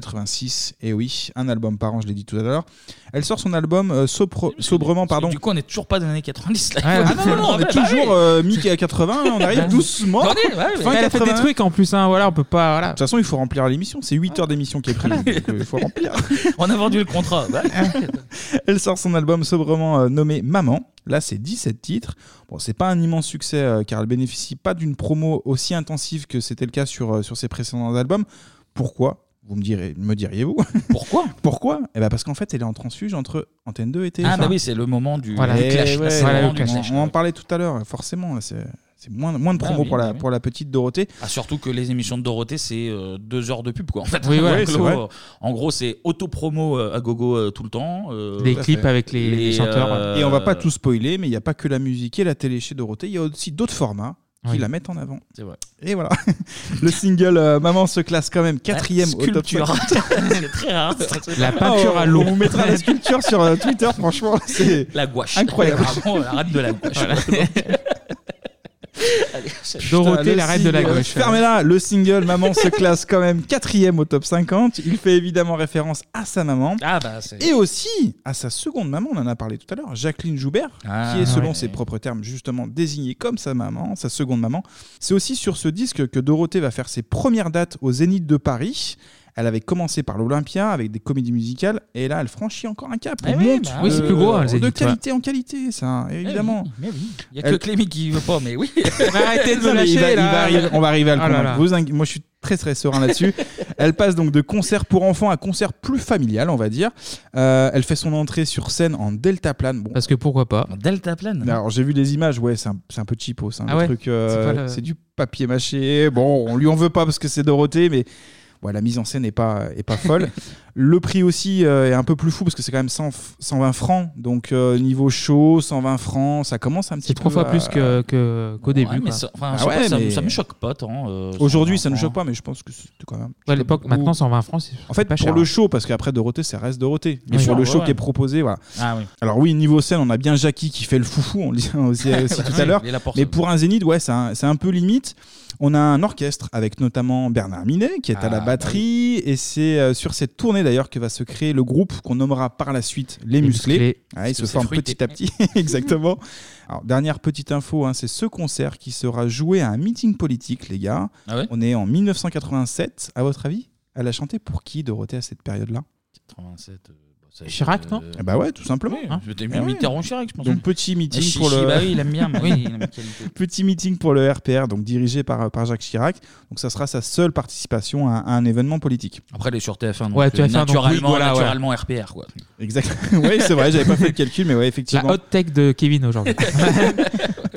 Speaker 8: 1986, et oui, un album par an, je l'ai dit tout à l'heure. Elle sort son album euh, Sopro- sobrement, pardon.
Speaker 1: Du coup, on est toujours pas dans les années 90. Là.
Speaker 8: Ah non, non, Bah non, on est
Speaker 1: bah,
Speaker 8: toujours euh, mi-80, on arrive doucement.
Speaker 1: On est, ouais,
Speaker 8: Fin
Speaker 1: ouais.
Speaker 7: Elle a fait des
Speaker 8: 80.
Speaker 7: trucs en plus, hein, voilà, on peut pas. Voilà.
Speaker 8: De toute façon, il faut remplir l'émission. C'est 8 heures d'émission qui est prise. donc, euh, il faut remplir.
Speaker 1: On a vendu le contrat. bah.
Speaker 8: Ah, Elle sort son album sobrement euh, nommé Maman. Là, c'est 17 titres. Bon, c'est pas un immense succès euh, car elle bénéficie pas d'une promo aussi intensive que c'était le cas sur, euh, sur ses précédents albums. Pourquoi Vous me, direz, me diriez-vous
Speaker 1: Pourquoi
Speaker 8: Pourquoi Eh ben parce qu'en fait, elle est en transfuge entre Antenne 2 et TF1.
Speaker 1: Ah, bah oui, c'est le moment du
Speaker 8: Voilà.
Speaker 1: du
Speaker 8: Eh
Speaker 1: clash. là,
Speaker 8: ouais,
Speaker 1: c'est le
Speaker 8: voilà,
Speaker 1: moment
Speaker 8: le
Speaker 1: du
Speaker 8: clash.
Speaker 1: clash.
Speaker 8: On en parlait tout à l'heure, forcément. là, C'est c'est moins, moins de
Speaker 1: Ah
Speaker 8: promo
Speaker 1: oui,
Speaker 8: pour, la,
Speaker 1: oui.
Speaker 8: pour la petite Dorothée.
Speaker 1: Ah, surtout que les émissions de Dorothée, c'est euh, deux heures de pub, quoi. En fait,
Speaker 8: Oui, ouais,
Speaker 1: En
Speaker 8: c'est
Speaker 1: gros,
Speaker 8: vrai.
Speaker 1: euh, en gros, c'est auto-promo euh, à gogo euh, tout le temps. euh,
Speaker 7: Des
Speaker 1: tout à
Speaker 7: clips
Speaker 1: fait.
Speaker 7: avec les- les chanteurs,
Speaker 1: euh,
Speaker 8: Et on va pas tout spoiler, mais il n'y a pas que la musique et la télé chez Dorothée. Il y a aussi d'autres formats qui
Speaker 1: Oui.
Speaker 8: la mettent en avant.
Speaker 1: C'est vrai.
Speaker 8: Et voilà. Le single euh, Maman se classe quand même quatrième
Speaker 1: Ouais,
Speaker 8: au top
Speaker 1: sculpture.
Speaker 8: 50.
Speaker 1: c'est très rare.
Speaker 8: Ah, on- On vous mettra la sculpture sur euh, Twitter, franchement. C'est
Speaker 1: La gouache.
Speaker 8: Incroyable.
Speaker 1: Vraiment, la reine de la gouache. Allez, ça-
Speaker 7: Dorothée,
Speaker 8: Putain,
Speaker 7: la
Speaker 8: le
Speaker 7: reine de la
Speaker 8: single-
Speaker 7: gauche.
Speaker 8: Fermez-la, le single Maman se classe quand même quatrième au top 50. Il fait évidemment référence à sa maman.
Speaker 1: Ah bah, c'est-
Speaker 8: Et aussi à sa seconde maman, on en a parlé tout à l'heure, Jacqueline Joubert,
Speaker 1: Ah,
Speaker 8: qui est selon
Speaker 1: ouais.
Speaker 8: ses propres termes justement désignée comme sa maman, sa seconde maman. C'est aussi sur ce disque que Dorothée va faire ses premières dates au Zénith de Paris. Elle avait commencé par l'Olympia avec des comédies musicales et là elle franchit encore un cap.
Speaker 1: Eh
Speaker 8: Elle
Speaker 1: oui,
Speaker 8: monte
Speaker 1: bah
Speaker 8: de-
Speaker 1: oui, c'est plus gros, hein, le
Speaker 8: euh, de
Speaker 1: Zénith, ouais.
Speaker 8: qualité en qualité, ça
Speaker 7: Eh
Speaker 8: évidemment.
Speaker 1: Mais oui, il n'y a
Speaker 8: Elle-
Speaker 1: que Clémy qui veut pas, mais oui.
Speaker 7: Arrêtez de me
Speaker 8: Non, mais il
Speaker 7: lâcher,
Speaker 8: va- il
Speaker 7: là.
Speaker 8: va arriver- on va arriver à le
Speaker 7: Oh là
Speaker 8: convaincre.
Speaker 7: là.
Speaker 8: Vous inqui- Moi, je suis très très serein là-dessus. elle passe donc de concert pour enfants à concert plus familial, on va dire. Euh, elle fait son entrée sur scène en deltaplane. Bon,
Speaker 7: Parce que pourquoi pas
Speaker 1: Deltaplane.
Speaker 8: alors j'ai vu les images, ouais, c'est un, c'est un peu cheapo, c'est un
Speaker 7: Ah ouais
Speaker 8: truc,
Speaker 7: C'est
Speaker 8: euh,
Speaker 7: pas le-
Speaker 8: c'est du papier mâché. Bon, on lui en veut pas parce que c'est Dorothée, mais ouais, la mise en scène n'est pas, est pas folle. Le prix aussi euh, est un peu plus fou parce que c'est quand même 100 f- 120 francs. Donc euh, niveau show, 120 francs, ça commence un petit
Speaker 7: C'est trois
Speaker 8: peu
Speaker 7: fois
Speaker 8: à-
Speaker 7: plus que- que- qu'au début.
Speaker 8: Ah Ouais,
Speaker 7: quoi.
Speaker 8: mais
Speaker 1: ça-
Speaker 8: enfin, je sais pas, ça me- ça me
Speaker 1: choque pas tant. euh,
Speaker 8: Aujourd'hui, ça ne choque pas, mais je pense que c'est quand même.
Speaker 7: Ouais, à l'époque, maintenant, 120 francs, c'est
Speaker 8: En fait,
Speaker 7: pas
Speaker 8: pour
Speaker 7: cher. hein.
Speaker 8: le show, parce qu'après Dorothée, ça reste Dorothée. Mais
Speaker 7: Oui.
Speaker 8: pour le
Speaker 7: Ouais,
Speaker 8: show
Speaker 7: ouais.
Speaker 8: qui est proposé, voilà.
Speaker 1: Ah oui.
Speaker 8: Alors oui, niveau scène, on a bien Jackie qui fait le foufou, on le disait aussi, aussi tout à
Speaker 1: Oui,
Speaker 8: l'heure.
Speaker 1: il est là pour
Speaker 8: Mais
Speaker 1: ça.
Speaker 8: pour un zénith, ouais, c'est un, c'est un peu limite. On a un orchestre avec notamment Bernard Minet qui est
Speaker 1: Ah,
Speaker 8: à la
Speaker 1: bah
Speaker 8: batterie. Et c'est euh, sur cette tournée d'ailleurs que va se créer le groupe qu'on nommera par la suite Les, Musclés.
Speaker 7: Musclés.
Speaker 8: Ouais,
Speaker 7: Parce
Speaker 8: ils
Speaker 7: que
Speaker 8: se
Speaker 7: c'est
Speaker 8: forment
Speaker 7: fruité.
Speaker 8: petit à petit. Exactement. Alors, dernière petite info, hein, c'est ce concert qui sera joué à un meeting politique, les gars.
Speaker 1: Ah ouais
Speaker 8: on est en 1987. À votre avis, elle a chanté pour qui, Dorothée, à cette période-là
Speaker 1: 87, euh, bon, ça a été,
Speaker 8: Chirac, non
Speaker 1: euh,
Speaker 8: Eh Bah ouais, tout simplement.
Speaker 1: Oui,
Speaker 8: Hein.
Speaker 1: C'était
Speaker 8: Eh ouais.
Speaker 1: Mitterrand Chirac, je pense.
Speaker 8: Donc petit meeting
Speaker 1: Et Chichi,
Speaker 8: pour le.
Speaker 1: bah oui, il aime bien. Oui, il aime bien qualité.
Speaker 8: petit meeting pour le RPR, donc dirigé par, par Jacques Chirac. Donc ça sera sa seule participation à, à un événement politique.
Speaker 1: Après, elle est sur TF1. Donc
Speaker 8: Ouais,
Speaker 1: euh,
Speaker 8: TF1, donc oui,
Speaker 1: naturellement,
Speaker 8: voilà, ouais.
Speaker 1: naturellement RPR. Quoi.
Speaker 8: Exact. oui, c'est vrai, j'avais pas fait le calcul, mais ouais, effectivement.
Speaker 7: La hot tech de Kevin aujourd'hui.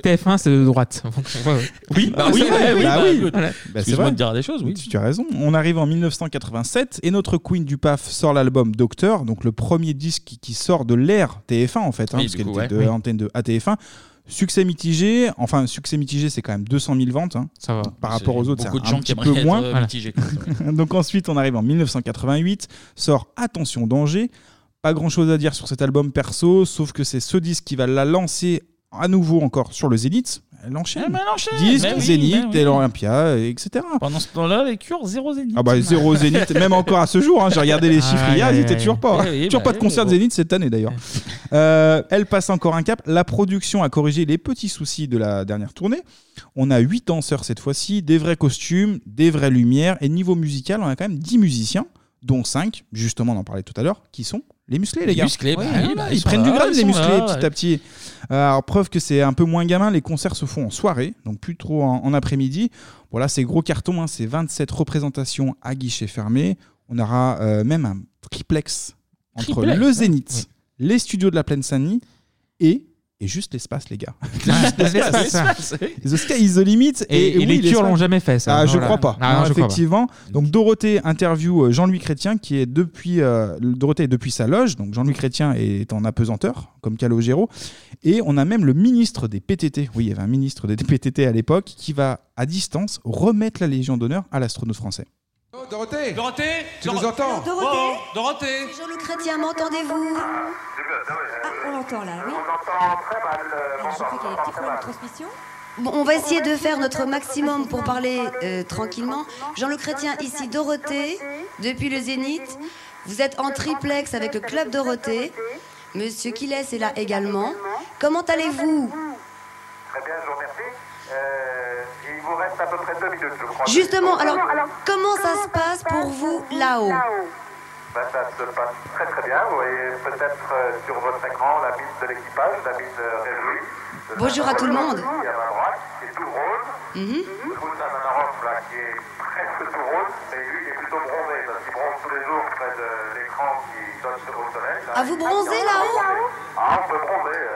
Speaker 7: TF1, c'est de droite. Ouais, ouais.
Speaker 1: Oui,
Speaker 8: Ah, c'est vrai, oui, bah, écoute,
Speaker 7: Voilà.
Speaker 8: bah, c'est
Speaker 1: Excuse-moi
Speaker 8: vrai.
Speaker 1: de dire des choses, oui.
Speaker 8: Tu, tu as raison. On arrive en 1987 et notre Queen du PAF sort l'album Docteur, donc le premier disque qui, qui sort de l'ère TF1 en fait, hein,
Speaker 1: Oui,
Speaker 8: parce
Speaker 1: du
Speaker 8: qu'elle
Speaker 1: coup,
Speaker 8: était
Speaker 1: ouais.
Speaker 8: de
Speaker 1: Oui.
Speaker 8: antenne de ATF1. Succès mitigé, enfin succès mitigé, c'est quand même 200 000 ventes. hein.
Speaker 7: Ça va.
Speaker 8: Par
Speaker 1: C'est
Speaker 8: rapport aux autres, c'est
Speaker 1: beaucoup de
Speaker 8: un
Speaker 1: gens
Speaker 8: petit
Speaker 1: qui
Speaker 8: peu
Speaker 1: aimeraient
Speaker 8: moins.
Speaker 1: être, euh,
Speaker 8: Voilà.
Speaker 1: mitigés, quoi.
Speaker 8: Donc ensuite, on arrive en 1988, sort Attention danger. Pas grand chose à dire sur cet album perso, sauf que c'est ce disque qui va la lancer à nouveau encore sur le Zénith. Elle enchaîne.
Speaker 1: Eh ben, elle enchaîne.
Speaker 8: Disque,
Speaker 1: Ben oui,
Speaker 8: Zénith,
Speaker 1: ben oui.
Speaker 8: Télé Olympia, etc.
Speaker 1: Pendant ce temps-là, les cures, zéro zénith.
Speaker 8: Ah bah zéro Zénith, même encore à ce jour, hein, j'ai regardé les chiffres
Speaker 1: Ah,
Speaker 8: hier,
Speaker 1: ouais,
Speaker 8: ils étaient
Speaker 1: ouais.
Speaker 8: toujours pas.
Speaker 1: Eh oui,
Speaker 8: toujours
Speaker 1: bah
Speaker 8: pas de
Speaker 1: oui,
Speaker 8: concert de
Speaker 1: bon.
Speaker 8: Zénith cette année d'ailleurs. Euh, elle passe encore un cap, la production a corrigé les petits soucis de la dernière tournée. On a 8 danseurs cette fois-ci, des vrais costumes, des vraies lumières, et niveau musical, on a quand même 10 musiciens, dont 5, justement on en parlait tout à l'heure, qui sont les musclés les
Speaker 1: Les
Speaker 8: gars.
Speaker 1: musclés, bah
Speaker 8: Ouais,
Speaker 1: oui,
Speaker 8: voilà,
Speaker 1: bah, ils
Speaker 8: ils
Speaker 1: sont
Speaker 8: prennent
Speaker 1: là,
Speaker 8: du grade
Speaker 1: ils
Speaker 8: les
Speaker 1: sont
Speaker 8: musclés
Speaker 1: là,
Speaker 8: petit
Speaker 1: ouais.
Speaker 8: à petit. Euh, Alors, preuve que c'est un peu moins gamin, les concerts se font en soirée, donc plus trop en, en après-midi. Voilà, c'est gros carton, hein, c'est 27 représentations à guichet fermé. On aura euh, même un triplex entre
Speaker 1: Triplex,
Speaker 8: le
Speaker 1: ouais.
Speaker 8: Zénith, les studios de la Plaine Saint-Denis et, et juste l'espace, les gars. Juste l'espace.
Speaker 7: l'espace, oui.
Speaker 8: Les Oscars, ils se limitent.
Speaker 7: Et- et les
Speaker 8: oui,
Speaker 7: Cures
Speaker 8: l'espace.
Speaker 7: l'ont jamais fait, ça.
Speaker 8: Ah, je
Speaker 7: Voilà.
Speaker 8: crois pas.
Speaker 7: Ah,
Speaker 8: Non,
Speaker 7: je crois pas.
Speaker 8: effectivement. Donc Dorothée interview euh, Jean-Louis Chrétien qui est depuis euh, Dorothée est depuis sa loge. Donc Jean-Louis Chrétien est en apesanteur comme Calogero et on a même le ministre des PTT. Oui, il y avait un ministre des PTT à l'époque qui va à distance remettre la Légion d'honneur à l'astronaute français.
Speaker 23: Oh, Dorothée Dorothée Tu Doro- nous entends
Speaker 2: Oh,
Speaker 11: Dorothée
Speaker 23: Bon, Dorothée
Speaker 11: Bonjour le chrétien, m'entendez-vous Ah, on l'entend là, oui. Alors, je crois qu'il y a des petits problèmes de transmission. Bon, on va essayer de faire notre maximum pour parler euh, tranquillement. Jean le Chrétien, ici Dorothée, depuis le Zénith. Vous êtes en triplex avec le club Dorothée. Monsieur Kilès est là également. Comment allez-vous
Speaker 5: Très bien, je vous remercie. Euh, il vous reste à peu près deux minutes, je crois.
Speaker 11: Justement, alors, comment ça se passe pour vous là-haut
Speaker 5: Ben, ça se passe très très bien. Vous voyez peut-être euh, sur votre écran la mise de l'équipage, la mise euh, réjouie.
Speaker 11: Bonjour à tout le monde.
Speaker 5: Qui est à ma droite, qui est tout rose.
Speaker 11: Mhm.
Speaker 5: Vous avez un robe là qui est presque tout rose, mais lui il est plutôt bronzé, parce qu'il bronze tous les jours près de l'écran qui donne sur le soleil. là.
Speaker 11: Ah, vous bronzez là-haut
Speaker 5: Ah, on peut bronzer. euh.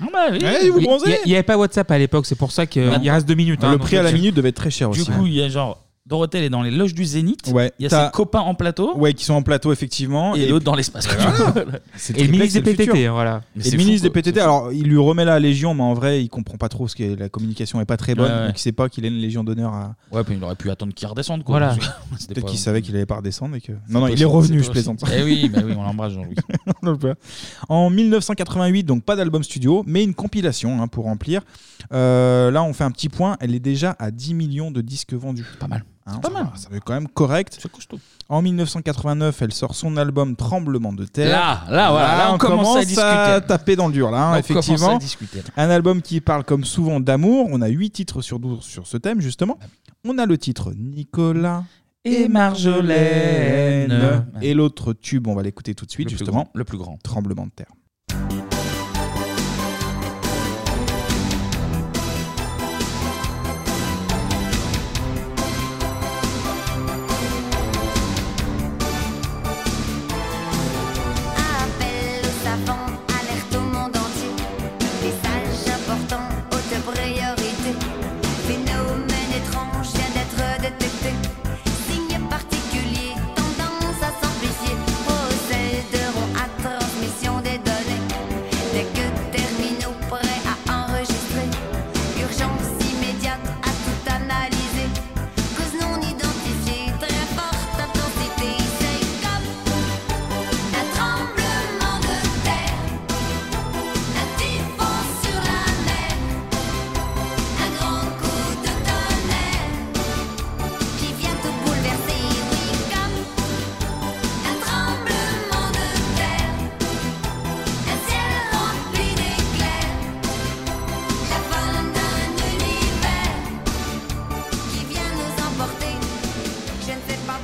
Speaker 1: Eh, vous bronzez
Speaker 7: Ah bah Il n'y avait pas WhatsApp à l'époque, c'est pour ça qu'il reste deux minutes. hein, donc, euh,
Speaker 8: devait être très cher
Speaker 1: du
Speaker 8: aussi, hein.
Speaker 1: coup, il y a genre. Dorothée, elle est dans les loges du Zénith.
Speaker 8: Ouais,
Speaker 1: Il y a
Speaker 8: t'as-
Speaker 1: ses copains en plateau.
Speaker 8: Ouais, qui sont en plateau effectivement.
Speaker 1: Et, l'autre dans l'espace.
Speaker 8: C'est
Speaker 7: Et le
Speaker 8: triplex,
Speaker 7: ministre
Speaker 8: c'est
Speaker 7: des PTT,
Speaker 8: futur.
Speaker 7: voilà.
Speaker 1: Mais
Speaker 8: et
Speaker 1: c'est
Speaker 8: le
Speaker 1: fou,
Speaker 8: ministre des
Speaker 1: quoi.
Speaker 8: PTT, alors il lui remet la Légion, mais en vrai, il comprend pas trop ce que la communication est pas très bonne,
Speaker 1: Ouais, ouais.
Speaker 8: donc il sait pas qu'il a une Légion d'honneur à.
Speaker 1: Ouais, puis il aurait pu attendre qu'il redescende. Quoi,
Speaker 8: Voilà.
Speaker 1: Parce que c'était
Speaker 8: Peut-être
Speaker 1: pas-
Speaker 8: qu'il savait qu'il allait pas redescendre et que.
Speaker 1: C'est
Speaker 8: Non, non, il est
Speaker 1: possible, c'est
Speaker 8: revenu, je
Speaker 1: possible.
Speaker 8: plaisante.
Speaker 1: Eh oui, bah oui, on l'embrasse, Jean-Louis.
Speaker 8: On le peut. en 1988, donc pas d'album studio, mais une compilation hein, pour remplir. Euh, là, on fait un petit point. Elle est déjà à 10 millions de disques vendus. Pas
Speaker 1: mal.
Speaker 8: pas mal. Ça veut quand même correct.
Speaker 1: C'est costaud.
Speaker 8: En 1989, elle sort son album Tremblement de terre.
Speaker 1: Là, là, voilà, là, on commence à discuter.
Speaker 8: taper dans le dur, là, hein,
Speaker 1: On commence à
Speaker 8: effectivement.
Speaker 1: discuter, là.
Speaker 8: Un album qui parle comme souvent d'amour. On a 8 titres sur 12 sur ce thème, justement. On a le titre Nicolas
Speaker 1: Et Marjolaine.
Speaker 8: Et l'autre tube, on va l'écouter tout de suite,
Speaker 1: Le plus
Speaker 8: justement.
Speaker 1: grand- le plus grand.
Speaker 8: Tremblement de terre.
Speaker 9: Appel aux savants, alerte au monde entier. Message important, haute priorité. Phénomène étrange vient d'être détecté. Signe particulier.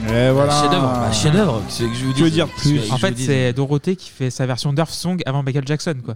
Speaker 8: Et voilà.
Speaker 1: Chef-d'œuvre, bah, chef-d'œuvre, c'est que je vous
Speaker 8: Tu veux
Speaker 1: dise.
Speaker 8: dire
Speaker 1: C'est que
Speaker 8: plus
Speaker 1: je
Speaker 7: En
Speaker 1: vous
Speaker 7: fait,
Speaker 1: dise.
Speaker 7: c'est Dorothée qui fait sa version d'Earth Song avant Michael Jackson, quoi.